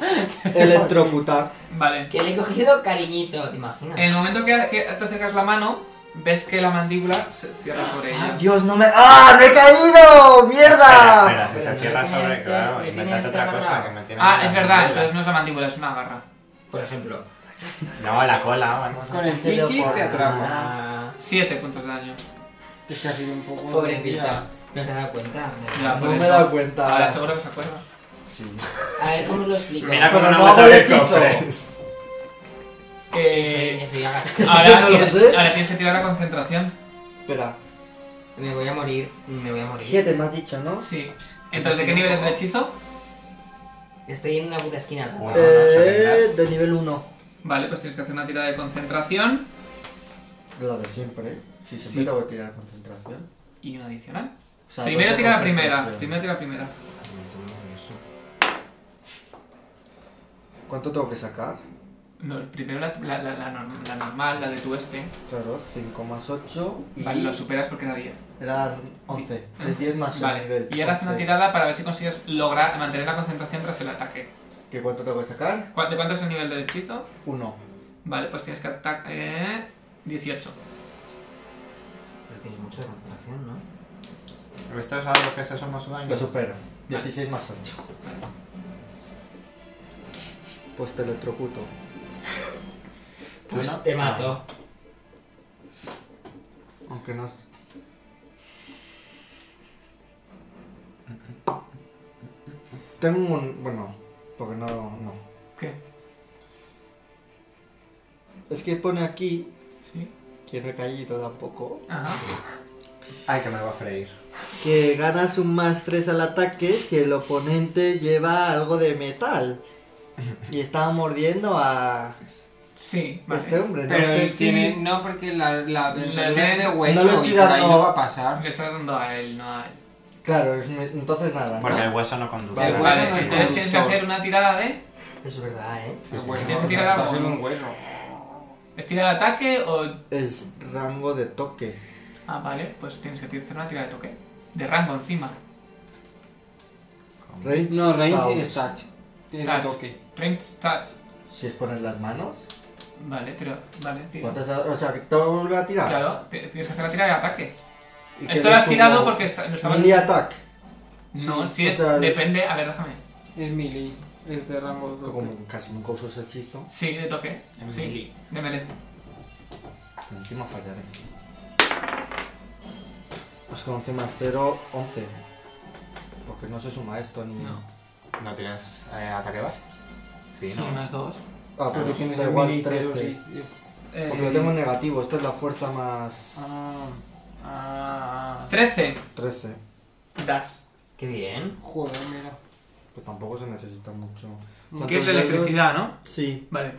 [SPEAKER 3] electrocutar.
[SPEAKER 1] Vale.
[SPEAKER 2] Que le he cogido cariñito, ¿te imaginas?
[SPEAKER 1] En el momento que, que te acercas la mano, ves que la mandíbula se cierra sobre ella.
[SPEAKER 3] Ah, Dios, no me. ¡Ah! ¡Me he caído!
[SPEAKER 5] Espera,
[SPEAKER 3] ¡Mierda!
[SPEAKER 5] espera, si
[SPEAKER 2] Pero
[SPEAKER 5] se
[SPEAKER 2] no
[SPEAKER 5] cierra
[SPEAKER 2] tiene
[SPEAKER 5] sobre.
[SPEAKER 2] este- no
[SPEAKER 5] Claro,
[SPEAKER 2] tiene
[SPEAKER 5] inventate
[SPEAKER 2] este
[SPEAKER 5] otra cosa
[SPEAKER 2] agarrado.
[SPEAKER 5] que me tiene.
[SPEAKER 1] Ah,
[SPEAKER 5] la
[SPEAKER 1] es verdad,
[SPEAKER 5] mandíbula.
[SPEAKER 1] entonces no es la mandíbula, es una garra.
[SPEAKER 2] Por ejemplo.
[SPEAKER 5] No, la cola, vamos.
[SPEAKER 4] Con el
[SPEAKER 2] Este
[SPEAKER 4] chichi te atrapa.
[SPEAKER 2] Ah,
[SPEAKER 1] Siete puntos de daño.
[SPEAKER 4] Es que ha sido un poco.
[SPEAKER 2] pobrecita. No se ha dado cuenta.
[SPEAKER 1] Ya,
[SPEAKER 3] No
[SPEAKER 1] por
[SPEAKER 3] me
[SPEAKER 1] eso.
[SPEAKER 3] he dado cuenta.
[SPEAKER 1] Ahora seguro que se acuerda.
[SPEAKER 5] Sí.
[SPEAKER 2] A ver cómo os lo explico.
[SPEAKER 5] Mira
[SPEAKER 3] Pero
[SPEAKER 5] cómo no
[SPEAKER 3] no
[SPEAKER 5] mata
[SPEAKER 3] hago el
[SPEAKER 5] de
[SPEAKER 3] hechizo.
[SPEAKER 5] cofres.
[SPEAKER 2] Estoy-
[SPEAKER 1] Eh,
[SPEAKER 2] estoy aga-
[SPEAKER 1] ahora,
[SPEAKER 3] no lo
[SPEAKER 1] tienes,
[SPEAKER 3] sé.
[SPEAKER 1] ahora tienes que tirar la concentración.
[SPEAKER 3] Espera.
[SPEAKER 2] Me voy a morir, me voy a morir.
[SPEAKER 3] Siete me has dicho, ¿no?
[SPEAKER 1] Sí. Entonces, ¿de qué nivel es el hechizo?
[SPEAKER 2] Estoy en una puta esquina.
[SPEAKER 5] Uy.
[SPEAKER 3] Eh, de nivel 1.
[SPEAKER 1] Vale, pues tienes que hacer una tirada de concentración
[SPEAKER 3] La de siempre. Si siempre
[SPEAKER 1] Sí.
[SPEAKER 3] te voy a tirar concentración.
[SPEAKER 1] y una adicional.
[SPEAKER 3] O sea,
[SPEAKER 1] primero
[SPEAKER 3] dos de
[SPEAKER 1] tira la primera.
[SPEAKER 3] concentración.
[SPEAKER 1] Primero tira la primera.
[SPEAKER 2] Estoy muy nervioso.
[SPEAKER 3] ¿Cuánto tengo que sacar?
[SPEAKER 1] No, primero la, la- la- la norm- la normal, la de tu este.
[SPEAKER 3] Claro, 5 más 8 y
[SPEAKER 1] Vale, lo superas porque da 10.
[SPEAKER 3] eran 11. Es 10 más el
[SPEAKER 1] Vale.
[SPEAKER 3] nivel.
[SPEAKER 1] Y ahora haz una
[SPEAKER 3] 11.
[SPEAKER 1] tirada para ver si consigues lograr mantener la concentración tras el ataque.
[SPEAKER 3] ¿Qué cuánto tengo que sacar?
[SPEAKER 1] ¿Cu- ¿De cuánto es el nivel del hechizo?
[SPEAKER 3] 1.
[SPEAKER 1] Vale, pues tienes que atacar. Eh, 18.
[SPEAKER 2] Pero tienes mucho de concentración, ¿no?
[SPEAKER 5] Esto es algo que se suma su daño.
[SPEAKER 3] Lo supero. 16 más 8. Pues te electrocuto.
[SPEAKER 5] ¿Tú no?
[SPEAKER 2] te
[SPEAKER 5] Ah.
[SPEAKER 2] mato.
[SPEAKER 3] Aunque no. es- Tengo un. Bueno, porque no. no.
[SPEAKER 1] ¿Qué?
[SPEAKER 3] Es que pone aquí
[SPEAKER 1] Sí.
[SPEAKER 3] que no he caído tampoco.
[SPEAKER 1] Ajá.
[SPEAKER 5] Ay, que me va a freír.
[SPEAKER 3] Que ganas un más 3 al ataque si el oponente lleva algo de metal. Y estaba mordiendo a
[SPEAKER 1] Sí, vale.
[SPEAKER 3] este hombre. No
[SPEAKER 4] Pero
[SPEAKER 3] sé
[SPEAKER 4] él
[SPEAKER 3] si-
[SPEAKER 4] tiene. No, porque la,
[SPEAKER 1] La
[SPEAKER 4] la dentadura es
[SPEAKER 1] de- no
[SPEAKER 4] de
[SPEAKER 1] lo
[SPEAKER 4] hueso
[SPEAKER 3] estoy
[SPEAKER 4] y por ahí
[SPEAKER 3] dando-
[SPEAKER 4] no va a pasar.
[SPEAKER 1] Le estás dando a él, no a él.
[SPEAKER 3] Claro, es me- entonces nada.
[SPEAKER 5] Porque
[SPEAKER 3] ¿no?
[SPEAKER 5] el hueso no conduce.
[SPEAKER 3] Vale,
[SPEAKER 5] ¿verdad?
[SPEAKER 1] Vale,
[SPEAKER 4] no es
[SPEAKER 1] entonces tienes que
[SPEAKER 4] conductor.
[SPEAKER 1] hacer una tirada de.
[SPEAKER 3] Es verdad, ¿eh?
[SPEAKER 4] El
[SPEAKER 5] sí.
[SPEAKER 4] hueso,
[SPEAKER 1] Tienes que
[SPEAKER 4] o sea,
[SPEAKER 1] tirar
[SPEAKER 4] está
[SPEAKER 1] algo.
[SPEAKER 4] solo un hueso.
[SPEAKER 1] ¿Es tirar ataque o.?
[SPEAKER 3] Es rango de toque.
[SPEAKER 1] Ah, vale, pues tienes que ti- hacer una tirada de toque. De rango encima.
[SPEAKER 3] Range
[SPEAKER 4] No, range
[SPEAKER 3] touch.
[SPEAKER 4] y touch. Tiene
[SPEAKER 1] Touch.
[SPEAKER 4] toque.
[SPEAKER 1] Range stats.
[SPEAKER 3] Si es poner las manos.
[SPEAKER 1] Vale, pero. Vale, tira.
[SPEAKER 3] ¿Cuántas? O sea, que todo vuelve a tirar.
[SPEAKER 1] Claro, te- tienes que hacer la tirada de ataque.
[SPEAKER 3] Y que
[SPEAKER 1] Esto lo has
[SPEAKER 3] es un
[SPEAKER 1] tirado
[SPEAKER 3] roll.
[SPEAKER 1] porque está- no estaba.
[SPEAKER 3] Melee attack.
[SPEAKER 1] No,
[SPEAKER 3] Sí,
[SPEAKER 1] si
[SPEAKER 3] o
[SPEAKER 1] es.
[SPEAKER 3] sea, el-
[SPEAKER 1] Depende. A ver, déjame.
[SPEAKER 4] Es melee. Es de rango
[SPEAKER 3] Pero
[SPEAKER 4] doble.
[SPEAKER 3] Como casi nunca uso ese hechizo.
[SPEAKER 1] Sí, de toque.
[SPEAKER 5] En
[SPEAKER 1] Sí,
[SPEAKER 5] melee.
[SPEAKER 1] de melee.
[SPEAKER 3] Encima fallaré. Pues con 11 más 0, 11. Porque no se suma esto ni.
[SPEAKER 1] No.
[SPEAKER 5] ¿No tienes eh, ataque base? Sí,
[SPEAKER 1] Sí,
[SPEAKER 5] no.
[SPEAKER 1] más dos.
[SPEAKER 3] Ah,
[SPEAKER 4] Pero
[SPEAKER 3] pues
[SPEAKER 4] tienes
[SPEAKER 3] da
[SPEAKER 4] el
[SPEAKER 3] igual
[SPEAKER 4] melee
[SPEAKER 3] 13.
[SPEAKER 4] cero, sí.
[SPEAKER 1] Eh,
[SPEAKER 3] Porque lo tengo en negativo. Esto es la fuerza más
[SPEAKER 4] Ah, ah, ah.
[SPEAKER 1] 13.
[SPEAKER 3] 13.
[SPEAKER 1] Das.
[SPEAKER 2] Qué bien.
[SPEAKER 4] Joder, mira.
[SPEAKER 3] Pues tampoco se necesita mucho.
[SPEAKER 1] Que
[SPEAKER 3] ¿Cuántos
[SPEAKER 1] es
[SPEAKER 3] dados?
[SPEAKER 1] electricidad, ¿no?
[SPEAKER 3] Sí,
[SPEAKER 1] Vale,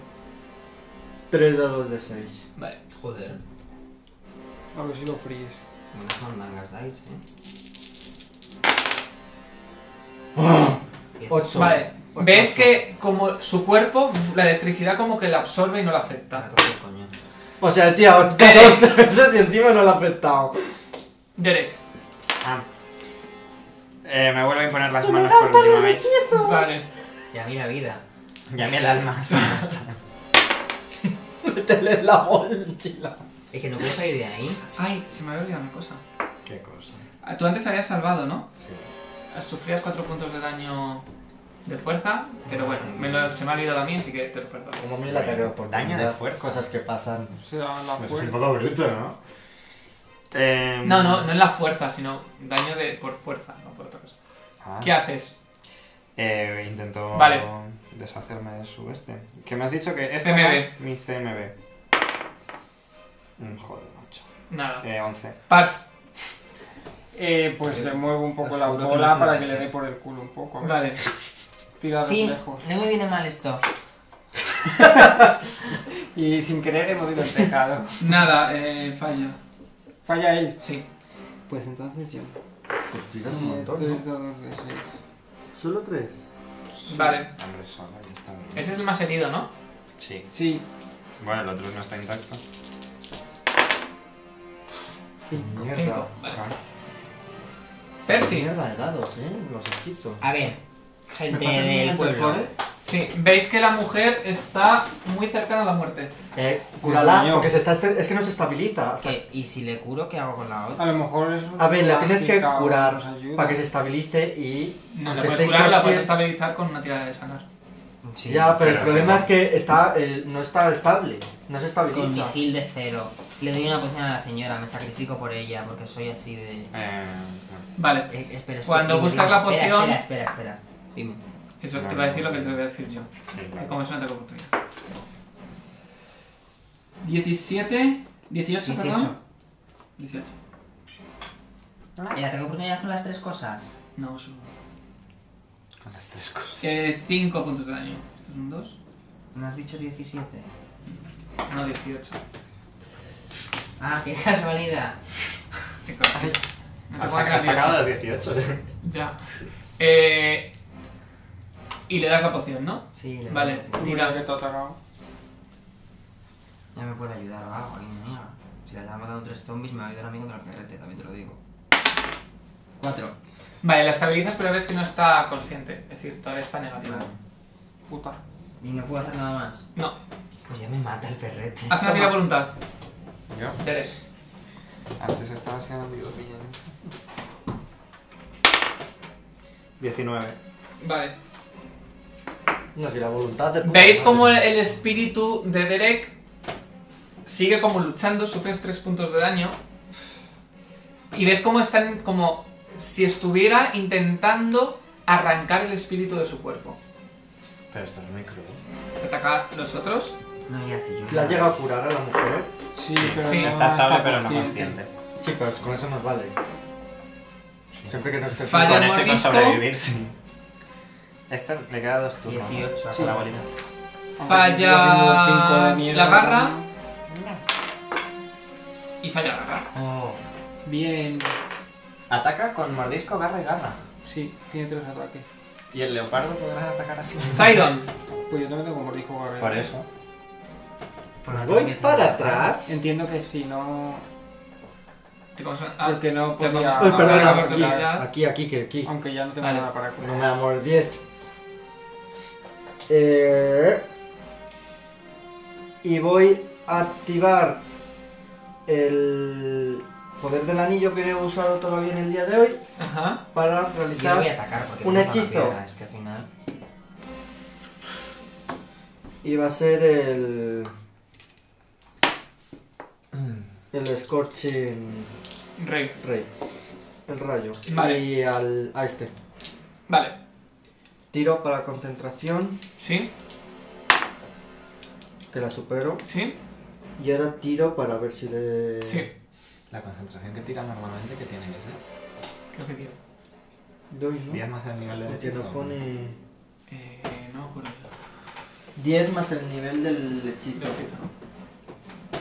[SPEAKER 3] 3 dados de 6.
[SPEAKER 1] vale.
[SPEAKER 2] Joder.
[SPEAKER 4] A ver si lo fríes.
[SPEAKER 2] Buenas mandangas dais, eh. Siete.
[SPEAKER 3] 8.
[SPEAKER 1] Vale, ves que como su cuerpo, uf, la electricidad como que la absorbe y no la afecta.
[SPEAKER 2] Catorce, coño.
[SPEAKER 3] O sea, tío, 14 veces y encima no lo ha afectado.
[SPEAKER 1] Derek,
[SPEAKER 5] Ah. Eh, me vuelvo a imponer las manos por última
[SPEAKER 1] ¿eh?
[SPEAKER 5] vez.
[SPEAKER 1] vale.
[SPEAKER 2] Y a mí la vida.
[SPEAKER 5] Llamé el alma.
[SPEAKER 3] Métele la mochila.
[SPEAKER 2] Es que no puedo salir de ahí.
[SPEAKER 1] Ay, se me había olvidado una cosa.
[SPEAKER 5] Qué cosa.
[SPEAKER 1] Ah, Tú antes habías salvado, ¿no?
[SPEAKER 5] Sí.
[SPEAKER 1] Sufrías 4 puntos de daño de fuerza, pero bueno, me lo- se me ha olvidado a mí, así que te lo perdono.
[SPEAKER 3] Como a mí la ataque de oportunidad.
[SPEAKER 5] Daño de fuerza.
[SPEAKER 3] Cosas que pasan.
[SPEAKER 4] O sea, la
[SPEAKER 5] Es un
[SPEAKER 4] fuerza.
[SPEAKER 5] poco bruto, ¿no? Eh,
[SPEAKER 1] No, no, no es la fuerza, sino daño de por fuerza, no por otra cosa.
[SPEAKER 5] Ah.
[SPEAKER 1] ¿Qué haces?
[SPEAKER 5] Eh, intento
[SPEAKER 1] Vale.
[SPEAKER 5] deshacerme de su este. Que me has dicho que es
[SPEAKER 1] CMB.
[SPEAKER 5] mi CMB. Mm, Joder, macho.
[SPEAKER 1] Nada.
[SPEAKER 5] Eh, 11.
[SPEAKER 1] Parf,
[SPEAKER 4] Eh, pues le muevo un poco
[SPEAKER 2] Os
[SPEAKER 4] la
[SPEAKER 2] juro que
[SPEAKER 4] bola
[SPEAKER 2] no se
[SPEAKER 4] para
[SPEAKER 2] me
[SPEAKER 4] que le
[SPEAKER 2] hace.
[SPEAKER 4] dé por el culo un poco. a ver.
[SPEAKER 1] vale.
[SPEAKER 4] Tira
[SPEAKER 2] Sí,
[SPEAKER 4] reflejos.
[SPEAKER 2] no me viene mal esto.
[SPEAKER 4] Y sin querer he movido el tejado.
[SPEAKER 1] Nada, eh, falla.
[SPEAKER 4] Falla él.
[SPEAKER 1] Sí.
[SPEAKER 4] Pues entonces yo.
[SPEAKER 3] Pues tiras un montón. ¿no?
[SPEAKER 4] Eh, Tres dados de seis.
[SPEAKER 3] Solo 3.
[SPEAKER 1] Vale.
[SPEAKER 5] Hombre, solo ahí está bien.
[SPEAKER 1] Ese es el más herido, ¿no?
[SPEAKER 5] Sí.
[SPEAKER 4] Sí.
[SPEAKER 5] Bueno, el otro no está intacto.
[SPEAKER 1] Cinco. Vale.
[SPEAKER 5] Ah.
[SPEAKER 1] Percy.
[SPEAKER 3] Mierda de dados, ¿eh? Los hechizos.
[SPEAKER 2] A ver, gente
[SPEAKER 3] pasas un
[SPEAKER 2] del
[SPEAKER 3] momento el
[SPEAKER 2] pueblo.
[SPEAKER 3] core?
[SPEAKER 1] Sí, veis que la mujer está muy cercana a la muerte.
[SPEAKER 3] Eh, cúrala,
[SPEAKER 4] Coño.
[SPEAKER 3] porque se está, es que no se estabiliza. hasta-
[SPEAKER 2] ¿Qué? ¿Y si le curo, qué hago con la otra?
[SPEAKER 4] A lo mejor es un
[SPEAKER 3] A ver, la tienes que
[SPEAKER 4] mágica o
[SPEAKER 3] curar
[SPEAKER 4] nos ayuda.
[SPEAKER 3] para que se estabilice y...
[SPEAKER 1] No la
[SPEAKER 3] aunque
[SPEAKER 1] puedes
[SPEAKER 3] esté
[SPEAKER 1] curar, la puedes
[SPEAKER 3] inconsciente-
[SPEAKER 1] estabilizar con una tirada de sanar.
[SPEAKER 2] Sí.
[SPEAKER 3] Ya, pero el
[SPEAKER 5] Pero
[SPEAKER 3] problema
[SPEAKER 5] sí.
[SPEAKER 3] es que está, eh, no está estable. No se
[SPEAKER 2] Con mi
[SPEAKER 3] estabiliza.
[SPEAKER 2] gil de cero. Le doy una poción a la señora, me sacrifico por ella, porque soy así de.
[SPEAKER 5] Eh, no.
[SPEAKER 1] Vale,
[SPEAKER 2] Eh, espera, es que-
[SPEAKER 1] Cuando
[SPEAKER 2] dime,
[SPEAKER 1] buscas
[SPEAKER 2] dime,
[SPEAKER 1] la
[SPEAKER 2] espera,
[SPEAKER 1] poción-
[SPEAKER 2] Espera, espera, espera. Dime.
[SPEAKER 1] eso te
[SPEAKER 5] Vale.
[SPEAKER 1] voy a decir lo que te voy a decir yo.
[SPEAKER 5] Sí,
[SPEAKER 1] que
[SPEAKER 5] claro.
[SPEAKER 1] Como es una ataque oportunidad. 17, 18, perdón.
[SPEAKER 2] 18.
[SPEAKER 1] 18.
[SPEAKER 2] ¿Y la tengo oportunidad con las tres cosas?
[SPEAKER 1] No, subo.
[SPEAKER 5] Con las tres cosas.
[SPEAKER 1] 5 puntos de daño. Esto es un 2.
[SPEAKER 2] ¿No has dicho 17?
[SPEAKER 1] No, 18.
[SPEAKER 2] Ah, qué casualidad.
[SPEAKER 1] Chicos. me tengo que
[SPEAKER 5] Has sac- has
[SPEAKER 1] cambiar
[SPEAKER 5] sacado
[SPEAKER 1] eso.
[SPEAKER 5] las 18.
[SPEAKER 1] Ya. Eh, y le das la poción, ¿no?
[SPEAKER 2] Sí, le doy
[SPEAKER 1] Vale.
[SPEAKER 2] la poción.
[SPEAKER 1] Tira.
[SPEAKER 4] Mira que te ha atacado.
[SPEAKER 2] Ya me puede ayudar o algo, alguien mía. Si las han matado tres zombies, me va a ayudar a mí contra el perrete, también te lo digo. Cuatro.
[SPEAKER 1] Vale, la estabilizas, pero ves que no está consciente. Es decir, todavía está negativa.
[SPEAKER 4] Puta.
[SPEAKER 2] Y no puedo hacer nada más. Ah,
[SPEAKER 1] No,
[SPEAKER 2] Pues ya me mata el perrete.
[SPEAKER 1] haz una tira de voluntad.
[SPEAKER 5] Yo,
[SPEAKER 1] Derek.
[SPEAKER 5] antes estaba siendo amigo bien. 19.
[SPEAKER 1] Vale.
[SPEAKER 3] No, si la voluntad de...
[SPEAKER 1] ¿Veis
[SPEAKER 3] como
[SPEAKER 1] cómo el, el espíritu de Derek sigue como luchando? Sufres 3 puntos de daño. Y ves cómo están como si estuviera intentando arrancar el espíritu de su cuerpo.
[SPEAKER 5] Pero esto es muy cruel.
[SPEAKER 1] Te ataca los otros.
[SPEAKER 2] No, ya sé, yo.
[SPEAKER 3] ¿La llega a curar a la mujer?
[SPEAKER 4] Sí,
[SPEAKER 5] pero
[SPEAKER 4] pero
[SPEAKER 1] sí,
[SPEAKER 4] no
[SPEAKER 5] Está estable, pero no
[SPEAKER 4] consciente.
[SPEAKER 5] consciente.
[SPEAKER 3] Sí, pero con eso nos vale. Siempre que no esté
[SPEAKER 1] Falla.
[SPEAKER 5] Con
[SPEAKER 1] el
[SPEAKER 5] eso y con
[SPEAKER 1] mordisco.
[SPEAKER 5] sobrevivir, sí. Esta Este le queda dos turnos.
[SPEAKER 2] 18.
[SPEAKER 5] Hasta la bolita.
[SPEAKER 4] Aunque
[SPEAKER 1] Falla
[SPEAKER 4] sí sigo haciendo un cinco de mierda.
[SPEAKER 1] la garra. Y falla la garra.
[SPEAKER 2] Oh,
[SPEAKER 4] Bien.
[SPEAKER 5] Ataca con mordisco, garra y garra.
[SPEAKER 4] Sí, tiene tres ataques.
[SPEAKER 5] Y el leopardo podrás atacar así.
[SPEAKER 1] Sidon.
[SPEAKER 4] Pues yo también tengo como dijo Gabriel.
[SPEAKER 5] Por eso.
[SPEAKER 2] por la
[SPEAKER 3] Voy
[SPEAKER 2] tarjeta.
[SPEAKER 3] para atrás.
[SPEAKER 4] Entiendo que si no.
[SPEAKER 1] Te vamos a- ah,
[SPEAKER 4] Porque no
[SPEAKER 1] te vamos
[SPEAKER 4] podía.
[SPEAKER 1] a-
[SPEAKER 3] Pues
[SPEAKER 1] Ah,
[SPEAKER 3] perdona,
[SPEAKER 1] la
[SPEAKER 3] aquí,
[SPEAKER 1] oportunidad.
[SPEAKER 3] aquí, aquí, que aquí.
[SPEAKER 4] Aunque ya no tengo
[SPEAKER 1] Vale.
[SPEAKER 4] nada para curar.
[SPEAKER 3] No me amor 10. Eh, y voy a activar el poder del anillo que no he usado todavía en el día de hoy
[SPEAKER 1] Ajá.
[SPEAKER 3] para
[SPEAKER 2] Yo voy a
[SPEAKER 3] realizar.
[SPEAKER 2] atacar porque
[SPEAKER 3] Un
[SPEAKER 2] no uso la
[SPEAKER 3] hechizo.
[SPEAKER 2] piedra, Es que al final.
[SPEAKER 3] Y va a ser el. El Scorching
[SPEAKER 1] Rey.
[SPEAKER 3] Ray. El rayo.
[SPEAKER 1] Vale.
[SPEAKER 3] Y al, a este.
[SPEAKER 1] Vale.
[SPEAKER 3] Tiro para concentración,
[SPEAKER 1] Sí,
[SPEAKER 3] que la supero.
[SPEAKER 1] sí,
[SPEAKER 3] Y ahora tiro para ver si le.
[SPEAKER 1] sí.
[SPEAKER 5] La concentración que tira normalmente que tiene que ser.
[SPEAKER 1] Creo que 10.
[SPEAKER 3] Doy, ¿no?
[SPEAKER 5] 10 más el nivel de
[SPEAKER 3] Porque no pone.
[SPEAKER 1] Eh, no, juro.
[SPEAKER 3] 10 más el nivel del hechizo.
[SPEAKER 1] De hechizo, ¿no?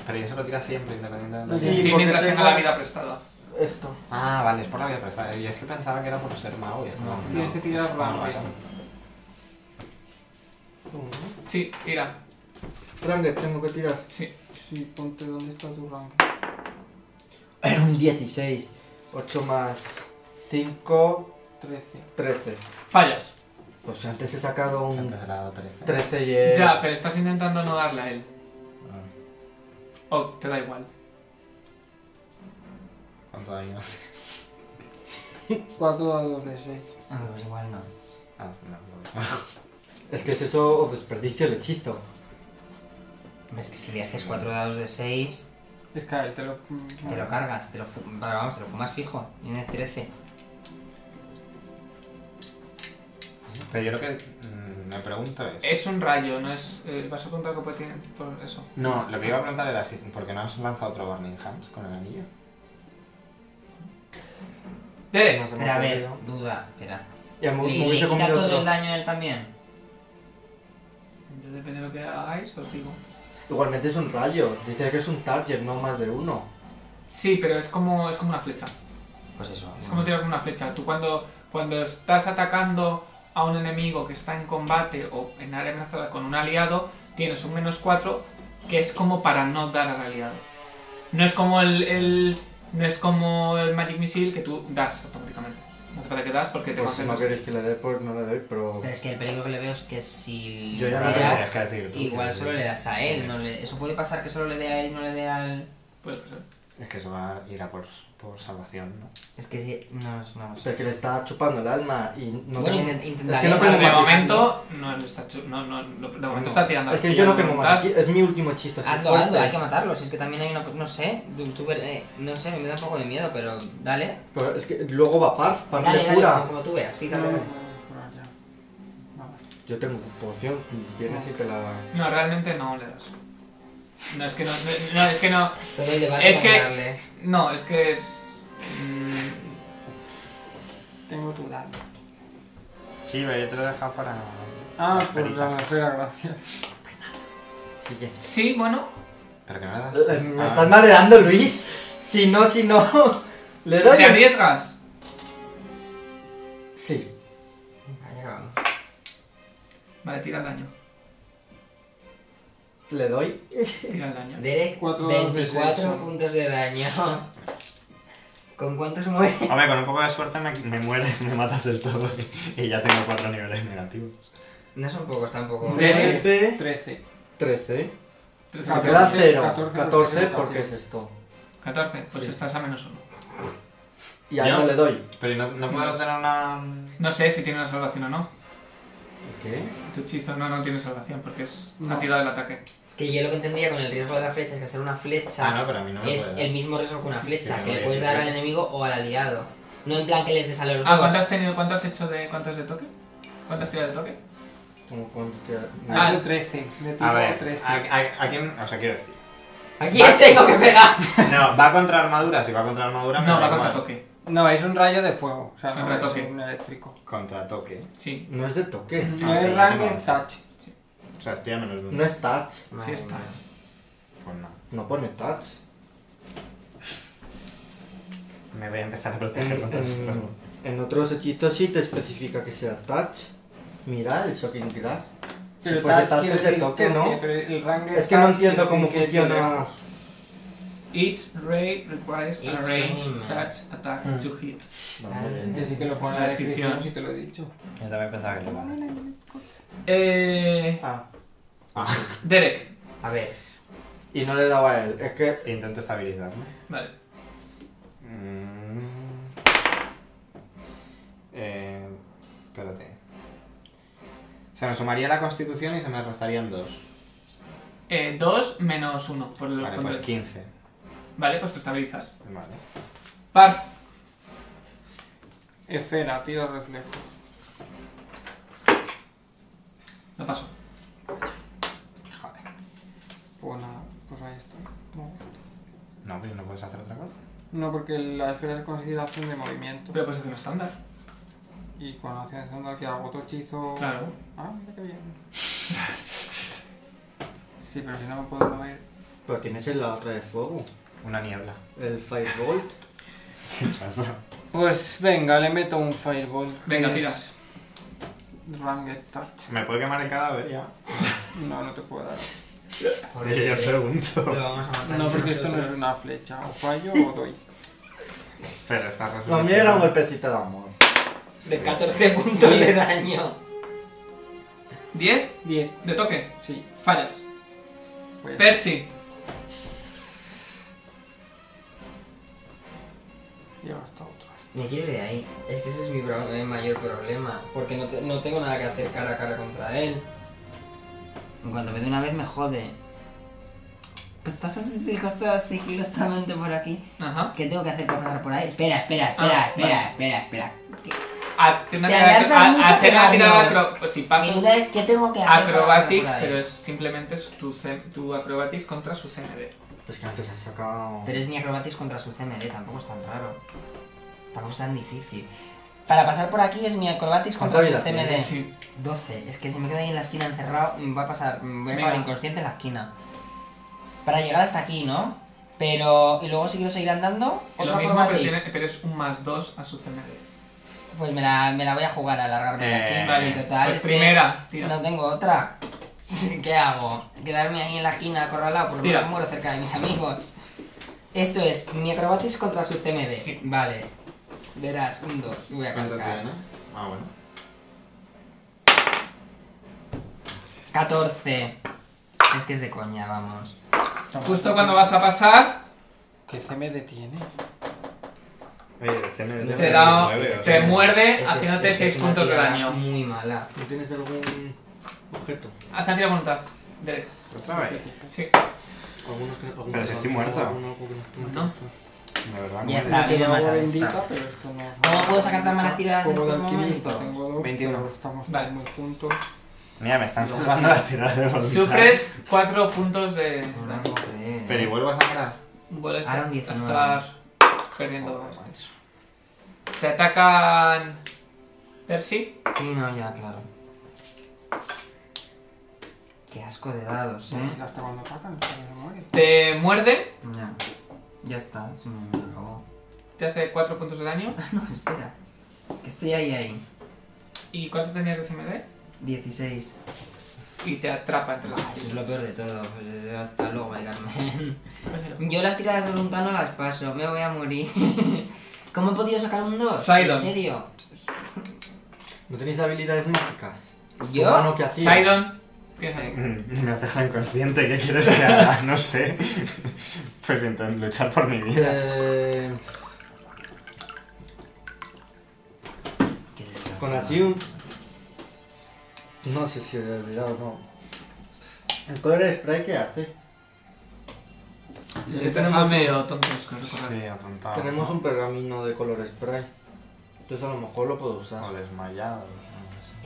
[SPEAKER 5] Pero y eso lo tira siempre, independientemente.
[SPEAKER 3] No,
[SPEAKER 5] de
[SPEAKER 1] Sí,
[SPEAKER 3] Sí, porque
[SPEAKER 1] mientras tenga
[SPEAKER 3] tengo-
[SPEAKER 1] la vida prestada.
[SPEAKER 3] Esto.
[SPEAKER 5] Ah, vale, es por la vida prestada. Yo es que pensaba que era por ser mago. y es como,
[SPEAKER 2] No,
[SPEAKER 5] no,
[SPEAKER 4] tienes que tirar
[SPEAKER 5] es
[SPEAKER 4] la
[SPEAKER 5] mago,
[SPEAKER 4] vida.
[SPEAKER 5] vale.
[SPEAKER 3] Uno.
[SPEAKER 1] Sí, tira.
[SPEAKER 3] Ranget, tengo que tirar.
[SPEAKER 1] Sí.
[SPEAKER 4] Sí, ponte dónde está tu rango.
[SPEAKER 3] Era un 16. 8 más 5,
[SPEAKER 4] 13.
[SPEAKER 3] 13.
[SPEAKER 1] Fallas.
[SPEAKER 3] Pues antes he sacado un
[SPEAKER 5] Antes era dado 13.
[SPEAKER 3] 13 y he-
[SPEAKER 1] Ya, pero estás intentando no darle a él.
[SPEAKER 5] Ah,
[SPEAKER 1] Oh, te da igual.
[SPEAKER 5] ¿Cuánto daño?
[SPEAKER 4] 4 dados de 6.
[SPEAKER 2] Ah, pues igual no.
[SPEAKER 5] Ah, no, no.
[SPEAKER 3] Es que es eso o desperdicio el hechizo.
[SPEAKER 2] Es que si le haces 4 dados de 6,
[SPEAKER 4] Es que a él te lo. mm,
[SPEAKER 2] te lo cargas, te lo, fu- vale, vamos, te lo fumas fijo. Tiene 13.
[SPEAKER 5] Pero yo lo que mm, me pregunto es...
[SPEAKER 2] Eh.
[SPEAKER 1] Es un rayo, no es. eh, vas a contar que puede tener por eso.
[SPEAKER 5] No, lo que iba a preguntar era si... ¿Por qué no has lanzado otro Burning Hands con el anillo?
[SPEAKER 1] Derek. Eh,
[SPEAKER 3] No se me
[SPEAKER 2] Espera, a
[SPEAKER 3] ha
[SPEAKER 2] ver,
[SPEAKER 3] ocurrido.
[SPEAKER 2] duda, espera.
[SPEAKER 3] Y a
[SPEAKER 2] ¿Le,
[SPEAKER 3] mí me
[SPEAKER 2] le
[SPEAKER 3] hubiese
[SPEAKER 2] quita
[SPEAKER 3] comido
[SPEAKER 2] todo
[SPEAKER 3] otro.
[SPEAKER 2] el daño a él también?
[SPEAKER 1] Yo depende de lo que hagáis, os digo.
[SPEAKER 3] Igualmente es un rayo. Dice que es un target, no más de uno.
[SPEAKER 1] Sí, pero es como, es como una flecha.
[SPEAKER 2] Pues eso.
[SPEAKER 1] Es como tirar con una flecha. Tú cuando, cuando estás atacando a un enemigo que está en combate o en área amenazada con un aliado, tienes un menos 4 que es como para no dar al aliado. No es como el, el- no es como el Magic Missile que tú das automáticamente. No te falta que das porque te
[SPEAKER 3] Pues si no
[SPEAKER 1] concentras.
[SPEAKER 3] queréis que le dé, pues no le doy, pero.
[SPEAKER 2] Pero es que el peligro que le veo es que si
[SPEAKER 3] Yo ya no
[SPEAKER 5] Pero lo
[SPEAKER 3] le
[SPEAKER 2] tiras,
[SPEAKER 5] tienes que decir tú,
[SPEAKER 2] igual
[SPEAKER 5] tienes que
[SPEAKER 2] solo le
[SPEAKER 5] decir.
[SPEAKER 2] das a él. no le- eso puede pasar que solo le dé a él y no le dé al...
[SPEAKER 1] Puede pasar.
[SPEAKER 5] Es que eso va a ir a por, por salvación, ¿no?
[SPEAKER 2] Es que si... No, no
[SPEAKER 3] O
[SPEAKER 2] sé.
[SPEAKER 3] sea, que le está chupando el alma y no
[SPEAKER 2] Bueno,
[SPEAKER 3] tengo...
[SPEAKER 2] intent-
[SPEAKER 3] es que no
[SPEAKER 2] intentaré,
[SPEAKER 3] tengo
[SPEAKER 1] Pero de
[SPEAKER 3] más
[SPEAKER 1] momento no lo está chu- no, no, no, de momento está tirando
[SPEAKER 3] Es que
[SPEAKER 1] las
[SPEAKER 3] yo no
[SPEAKER 1] tuyas,
[SPEAKER 3] tengo más.
[SPEAKER 1] estás-
[SPEAKER 3] Es mi último hechizo. así
[SPEAKER 2] Hazlo,
[SPEAKER 3] fuerte.
[SPEAKER 2] hazlo, hay que matarlo. Si es que también hay una... No sé, youtuber... eh, no sé, me da un poco de miedo, pero dale.
[SPEAKER 3] Pero es que luego va Parf, Parf
[SPEAKER 2] Dale,
[SPEAKER 3] le
[SPEAKER 2] dale,
[SPEAKER 3] cura.
[SPEAKER 2] como, como tú veas, sí,
[SPEAKER 4] No,
[SPEAKER 2] dale.
[SPEAKER 4] no,
[SPEAKER 2] dale.
[SPEAKER 4] no, no, ya. Vale.
[SPEAKER 3] Yo tengo poción, vienes y te la...
[SPEAKER 1] No, realmente no le das. No, es que no, no, es que no,
[SPEAKER 2] Te doy debate
[SPEAKER 1] Es
[SPEAKER 2] para
[SPEAKER 1] que-
[SPEAKER 2] darle.
[SPEAKER 1] no, es que es... mm,
[SPEAKER 4] Tengo tu dado.
[SPEAKER 5] Sí, pero yo te lo he dejado para...
[SPEAKER 4] Ah,
[SPEAKER 5] la
[SPEAKER 4] pues
[SPEAKER 5] ferita.
[SPEAKER 4] la esfera, gracias.
[SPEAKER 3] Sigue.
[SPEAKER 1] Sí, bueno,
[SPEAKER 5] Pero que no le das...
[SPEAKER 3] Eh, Me
[SPEAKER 5] Ah,
[SPEAKER 3] estás mareando, Luis. Si no, si no... Le doy...
[SPEAKER 1] ¿Te
[SPEAKER 3] el-
[SPEAKER 1] arriesgas?
[SPEAKER 3] Sí.
[SPEAKER 2] Venga,
[SPEAKER 1] Vale, tira el daño.
[SPEAKER 3] Le doy.
[SPEAKER 1] Tira el daño.
[SPEAKER 2] Derek,
[SPEAKER 4] Cuatro dados de
[SPEAKER 2] 24
[SPEAKER 4] seis.
[SPEAKER 2] puntos de daño. ¿Con cuántos muere?
[SPEAKER 5] Hombre, con un poco de suerte me, me mueres, me matas del todo y, ya tengo cuatro niveles negativos.
[SPEAKER 2] No son pocos tampoco.
[SPEAKER 1] De- Trece.
[SPEAKER 3] 13.
[SPEAKER 4] 13.
[SPEAKER 3] 13.
[SPEAKER 1] Tres-
[SPEAKER 3] Se
[SPEAKER 1] catorce.
[SPEAKER 3] queda 0.
[SPEAKER 4] 14,
[SPEAKER 3] 14,
[SPEAKER 4] porque-
[SPEAKER 3] porque es esto.
[SPEAKER 1] 14, pues
[SPEAKER 3] Sí.
[SPEAKER 1] estás a menos uno.
[SPEAKER 3] Y ahí
[SPEAKER 5] ¿Ya?
[SPEAKER 3] no le doy.
[SPEAKER 5] Pero ¿y no, no puedo tener una...
[SPEAKER 1] No sé si tiene una salvación o no.
[SPEAKER 3] ¿Qué?
[SPEAKER 1] Tu hechizo no, no tiene salvación porque es
[SPEAKER 4] No.
[SPEAKER 1] una tirada del ataque.
[SPEAKER 2] Es que yo lo que entendía con el riesgo de la flecha es que al ser una flecha
[SPEAKER 5] Ah, no, pero a mí no me
[SPEAKER 2] es
[SPEAKER 5] puede dar.
[SPEAKER 2] el mismo riesgo que una flecha,
[SPEAKER 5] Sí,
[SPEAKER 2] que le
[SPEAKER 5] sí,
[SPEAKER 2] puedes
[SPEAKER 5] sí,
[SPEAKER 2] dar
[SPEAKER 5] sí.
[SPEAKER 2] al enemigo o al aliado. No en plan que les des a los
[SPEAKER 1] Ah,
[SPEAKER 2] dos.
[SPEAKER 1] ¿cuánto has tenido? ¿Cuánto has hecho de. ¿Cuánto es de toque? ¿Cuántas tiras de toque?
[SPEAKER 3] ¿Cómo cuánto te da?
[SPEAKER 4] Ah, yo 13. De
[SPEAKER 5] A
[SPEAKER 4] tiro
[SPEAKER 5] ver,
[SPEAKER 4] 13.
[SPEAKER 5] ¿a, a- a quién? O sea, quiero decir.
[SPEAKER 2] ¿A quién tengo que pegar?
[SPEAKER 5] No, va contra armadura. Si va contra armadura, me
[SPEAKER 1] No,
[SPEAKER 5] da
[SPEAKER 1] va contra
[SPEAKER 5] igual.
[SPEAKER 1] toque.
[SPEAKER 4] No, es un rayo de fuego. O sea,
[SPEAKER 1] Contra
[SPEAKER 4] no es
[SPEAKER 1] toque.
[SPEAKER 4] un eléctrico.
[SPEAKER 5] Contra toque. Ah,
[SPEAKER 1] Sí,
[SPEAKER 3] No es de toque.
[SPEAKER 1] Ah,
[SPEAKER 4] No
[SPEAKER 5] sí,
[SPEAKER 4] es
[SPEAKER 5] yo
[SPEAKER 4] rango
[SPEAKER 5] tengo
[SPEAKER 4] es touch.
[SPEAKER 5] O sea, estoy a menos de un.
[SPEAKER 3] No es touch.
[SPEAKER 5] No,
[SPEAKER 1] sí está.
[SPEAKER 5] no. Pues no.
[SPEAKER 3] No pone touch.
[SPEAKER 5] Me voy a empezar a
[SPEAKER 3] En,
[SPEAKER 5] proteger contra el
[SPEAKER 3] en-
[SPEAKER 5] fuego.
[SPEAKER 3] eh, en otros hechizos sí te especifica que sea touch. Mira, el Shocking Grass. Si fuese touch
[SPEAKER 4] quiere
[SPEAKER 3] es de
[SPEAKER 4] decir
[SPEAKER 3] toque,
[SPEAKER 4] que-
[SPEAKER 3] ¿no?
[SPEAKER 4] que- pero el rango
[SPEAKER 3] Es que no
[SPEAKER 4] touch
[SPEAKER 3] entiendo
[SPEAKER 4] quiere
[SPEAKER 3] cómo
[SPEAKER 4] decir que es de
[SPEAKER 3] funciona.
[SPEAKER 4] lejos.
[SPEAKER 1] Each ray requires a
[SPEAKER 2] Each
[SPEAKER 1] range
[SPEAKER 2] ray, man.
[SPEAKER 1] touch attack
[SPEAKER 5] Mm.
[SPEAKER 1] to hit.
[SPEAKER 4] Que sí que lo pone
[SPEAKER 1] Es
[SPEAKER 4] en
[SPEAKER 1] la
[SPEAKER 4] la
[SPEAKER 1] descripción.
[SPEAKER 4] descripción, si te lo he dicho.
[SPEAKER 2] Yo también pensaba que lo iba a hacer.
[SPEAKER 1] Eh,
[SPEAKER 3] Ah,
[SPEAKER 1] Derek,
[SPEAKER 2] A ver,
[SPEAKER 3] y no le daba a él. Es que
[SPEAKER 5] Intento estabilizarme.
[SPEAKER 1] vale.
[SPEAKER 5] Mm. Eh, espérate. Se me sumaría la constitución y se me restarían dos.
[SPEAKER 1] Eh, 2 menos 1 por el
[SPEAKER 5] Vale,
[SPEAKER 1] control.
[SPEAKER 5] pues 15.
[SPEAKER 1] Vale, pues te estabilizas.
[SPEAKER 5] Vale.
[SPEAKER 1] Par.
[SPEAKER 4] Esfera, tiro reflejo.
[SPEAKER 1] No paso.
[SPEAKER 5] Joder.
[SPEAKER 4] Pues nada, pues ahí estoy. Como gusto.
[SPEAKER 5] No, pero no puedes hacer otra cosa.
[SPEAKER 4] No, porque la esfera es consideración de movimiento.
[SPEAKER 1] Pero puedes hacer un estándar.
[SPEAKER 4] Y con la acción estándar que hago otro hechizo.
[SPEAKER 1] Claro.
[SPEAKER 4] Ah, mira qué bien. Sí, pero si no me puedo mover.
[SPEAKER 3] Pero tienes el la otra de fuego.
[SPEAKER 5] Una niebla.
[SPEAKER 3] El Firebolt.
[SPEAKER 5] ¿Qué pasa?
[SPEAKER 4] Pues venga, le meto un fireball.
[SPEAKER 1] Venga, tira.
[SPEAKER 4] Es Ranged touch.
[SPEAKER 5] ¿Me puede quemar el cadáver ya?
[SPEAKER 4] No, no te puedo dar.
[SPEAKER 5] Porque yo
[SPEAKER 2] lo
[SPEAKER 5] pregunto.
[SPEAKER 2] vamos a matar.
[SPEAKER 4] No, porque
[SPEAKER 2] nosotros.
[SPEAKER 4] esto no es una flecha. O fallo o doy.
[SPEAKER 5] Pero está
[SPEAKER 3] No,
[SPEAKER 5] resolución.
[SPEAKER 3] mira, era un golpecito de amor.
[SPEAKER 2] De 14 puntos de daño.
[SPEAKER 1] 10
[SPEAKER 4] 10.
[SPEAKER 1] de toque.
[SPEAKER 4] Sí. pues,
[SPEAKER 1] Fallas.
[SPEAKER 4] voy a-
[SPEAKER 1] Percy.
[SPEAKER 4] Y ahora está otro.
[SPEAKER 2] Me quiero ir de ahí. Es que ese es mi pro- eh, mayor problema. Porque no, te- no tengo nada que hacer cara a cara contra él. En cuanto me de una vez me jode. Pues pasas sigilosamente por aquí.
[SPEAKER 1] Ajá.
[SPEAKER 2] ¿Qué tengo que hacer para pasar por ahí? Espera, espera,
[SPEAKER 4] Ah,
[SPEAKER 1] espera, espera,
[SPEAKER 2] espera, espera.
[SPEAKER 1] Hacer una
[SPEAKER 2] Te
[SPEAKER 1] tirada,
[SPEAKER 2] adelantas
[SPEAKER 1] a-
[SPEAKER 2] mucho,
[SPEAKER 1] a hacer una
[SPEAKER 2] te
[SPEAKER 1] tirada
[SPEAKER 2] dañas.
[SPEAKER 1] acro- pues si pasas
[SPEAKER 2] es qué tengo que
[SPEAKER 1] acrobatics, pero es simplemente es tu, C- tu acrobatics contra su CMD.
[SPEAKER 3] Es que antes has sacado.
[SPEAKER 2] Pero es mi acrobatics contra su CMD, tampoco es tan raro. Tampoco es tan difícil. Para pasar por aquí es mi acrobatics contra su
[SPEAKER 3] ¿Cuánta vida
[SPEAKER 2] CMD.
[SPEAKER 3] tienes?
[SPEAKER 1] Sí.
[SPEAKER 2] 12. Es que si me quedo ahí en la esquina encerrado, mm, va a pasar. mm, Voy a
[SPEAKER 1] Venga.
[SPEAKER 2] acabar inconsciente en la esquina. Para llegar hasta aquí, ¿no? Pero. Y luego si quiero seguir andando,
[SPEAKER 1] Lo
[SPEAKER 2] otro
[SPEAKER 1] mismo, pero,
[SPEAKER 2] acrobatics.
[SPEAKER 1] tiene- pero es un más 2 a su CMD.
[SPEAKER 2] Pues me la, me la voy a jugar a alargarme de
[SPEAKER 5] Eh,
[SPEAKER 2] aquí.
[SPEAKER 1] Vale,
[SPEAKER 2] sí, total,
[SPEAKER 1] pues
[SPEAKER 2] es que
[SPEAKER 1] primera, tira.
[SPEAKER 2] No tengo otra. ¿Qué hago? ¿Quedarme ahí en la esquina acorralado? Porque
[SPEAKER 1] Tira.
[SPEAKER 2] me muero cerca de mis amigos. Esto es mi acrobatics contra su CMD.
[SPEAKER 1] Sí.
[SPEAKER 2] Vale. Verás, un 2. Voy a
[SPEAKER 5] ¿Cuánto
[SPEAKER 2] cascar.
[SPEAKER 5] tiene? Ah, bueno.
[SPEAKER 2] 14. Es que es de coña, vamos.
[SPEAKER 1] Justo cuando vas a pasar,
[SPEAKER 4] ¿Qué se me detiene?
[SPEAKER 5] Oye, CMD
[SPEAKER 1] te, da-
[SPEAKER 5] 19,
[SPEAKER 1] te
[SPEAKER 5] o sea,
[SPEAKER 2] Es
[SPEAKER 1] muerde
[SPEAKER 2] que-
[SPEAKER 1] Eh, haciéndote
[SPEAKER 2] es que
[SPEAKER 1] 6
[SPEAKER 2] es una
[SPEAKER 1] puntos de
[SPEAKER 2] tirada
[SPEAKER 1] daño.
[SPEAKER 2] Muy mala.
[SPEAKER 3] ¿No tienes algún objeto?
[SPEAKER 1] Haz la tira voluntad. Derek.
[SPEAKER 5] Otra vez.
[SPEAKER 1] Sí.
[SPEAKER 3] ¿Alguno que- algún
[SPEAKER 5] Pero si estoy
[SPEAKER 3] objeto,
[SPEAKER 5] muerto.
[SPEAKER 3] alguno que no estoy
[SPEAKER 1] No.
[SPEAKER 3] muerto?
[SPEAKER 5] De verdad.
[SPEAKER 2] Ya
[SPEAKER 5] ¿cómo
[SPEAKER 2] está,
[SPEAKER 4] Yo
[SPEAKER 2] viene
[SPEAKER 4] tengo
[SPEAKER 2] Ah, más a
[SPEAKER 4] bendita,
[SPEAKER 2] esta.
[SPEAKER 4] pero esto no es.
[SPEAKER 2] ¿Cómo puedo sacar tan malas tiradas en
[SPEAKER 4] Juego de
[SPEAKER 2] estos
[SPEAKER 4] alquimista,
[SPEAKER 2] momentos?
[SPEAKER 4] Tengo dos,
[SPEAKER 5] 21.
[SPEAKER 4] pero Estamos
[SPEAKER 1] Vale.
[SPEAKER 4] muy juntos.
[SPEAKER 5] te- Mira, me están salvando las tiradas de voluntad.
[SPEAKER 1] Sufres 4 puntos de
[SPEAKER 2] No lo
[SPEAKER 1] daño.
[SPEAKER 2] puedo creer, ¿eh?
[SPEAKER 5] Pero y vuelvo a sangrar.
[SPEAKER 1] Vuelves a,
[SPEAKER 2] Ahora
[SPEAKER 1] a
[SPEAKER 2] un 19.
[SPEAKER 1] estar perdiendo
[SPEAKER 5] Joder,
[SPEAKER 1] bastante.
[SPEAKER 5] macho.
[SPEAKER 1] Te atacan Percy.
[SPEAKER 2] Sí, no, ya, claro. Qué asco de dados, ¿eh?
[SPEAKER 4] Y Hasta cuando atacan, se me muere.
[SPEAKER 1] Te muerde,
[SPEAKER 2] Ya. Ya está, se me me acabó.
[SPEAKER 1] te hace 4 puntos de daño.
[SPEAKER 2] No, espera. Que estoy ahí, ahí.
[SPEAKER 1] ¿Y cuánto tenías de CMD?
[SPEAKER 2] 16.
[SPEAKER 1] Y te atrapa entre las
[SPEAKER 2] Ah, Eso es lo peor de todo. Pues, eh, Hasta luego, Mari Carmen.
[SPEAKER 5] Pues
[SPEAKER 1] manos.
[SPEAKER 2] Yo las tiradas de voluntad no las paso, me voy a morir. ¿Cómo he podido sacar un 2?
[SPEAKER 1] Sidon.
[SPEAKER 2] ¿En serio?
[SPEAKER 3] ¿No tenéis habilidades mágicas?
[SPEAKER 2] ¿Yo?
[SPEAKER 3] Humano que hacía.
[SPEAKER 1] Sidon, ¿qué es ahí?
[SPEAKER 5] Mm, Me has dejado inconsciente, ¿qué quieres que haga? No sé. Pues intento luchar por mi vida.
[SPEAKER 3] Eh,
[SPEAKER 2] Qué desgracia.
[SPEAKER 3] con Asium. No sé si he olvidado o no. ¿El color de spray qué hace?
[SPEAKER 1] Les deja medio tontos con recordar.
[SPEAKER 5] Sí,
[SPEAKER 3] Ah,
[SPEAKER 5] atontado.
[SPEAKER 3] Tenemos un pergamino de color spray. Entonces a lo mejor lo puedo usar.
[SPEAKER 5] O desmayado. no sé.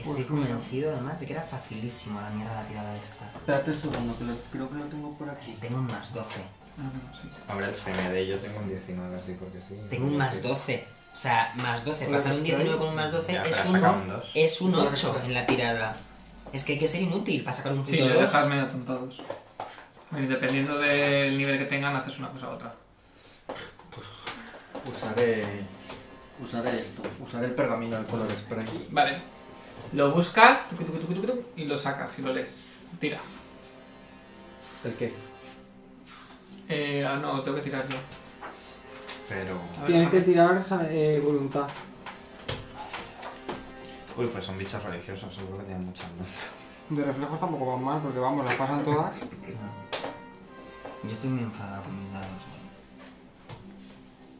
[SPEAKER 2] Estoy
[SPEAKER 4] Pues,
[SPEAKER 2] convencido además de que era facilísimo la mierda la tirada esta.
[SPEAKER 3] Espérate un segundo, que lo- creo que lo tengo por aquí.
[SPEAKER 2] Eh, Tengo un más 12.
[SPEAKER 4] Ah, no, sí.
[SPEAKER 5] Hombre, el CMD yo tengo un 19 así porque sí.
[SPEAKER 2] Tengo un más 12. O sea, más 12.
[SPEAKER 3] Pues
[SPEAKER 2] Pasar un
[SPEAKER 3] estoy-
[SPEAKER 2] 19 con un más 12
[SPEAKER 5] Ya, pero
[SPEAKER 2] es
[SPEAKER 5] has
[SPEAKER 2] un, eh,
[SPEAKER 5] sacado un dos.
[SPEAKER 2] es un
[SPEAKER 4] Claro que
[SPEAKER 2] 8
[SPEAKER 4] sí.
[SPEAKER 2] en la tirada. Es que hay que ser inútil para sacar un puto
[SPEAKER 1] Sí, le
[SPEAKER 2] 2.
[SPEAKER 1] dejas medio atontados. Bueno, y dependiendo del nivel que tengan, haces una cosa u otra.
[SPEAKER 3] Usaré. Usaré esto. Usaré el pergamino de colores por aquí.
[SPEAKER 1] Vale. Lo buscas tucu, tucu, tucu, tucu, y lo sacas y lo lees. Tira.
[SPEAKER 3] ¿El qué?
[SPEAKER 1] Eh, ah, no, tengo que tirar yo.
[SPEAKER 5] Pero.
[SPEAKER 1] A ver,
[SPEAKER 4] Tiene
[SPEAKER 1] déjame.
[SPEAKER 4] que tirar sa- eh, voluntad.
[SPEAKER 5] Uy, pues son bichos religiosos, seguro que tienen mucha luz.
[SPEAKER 4] De reflejos tampoco van mal, porque vamos, las pasan todas.
[SPEAKER 2] Yo estoy muy enfadado con mis dados.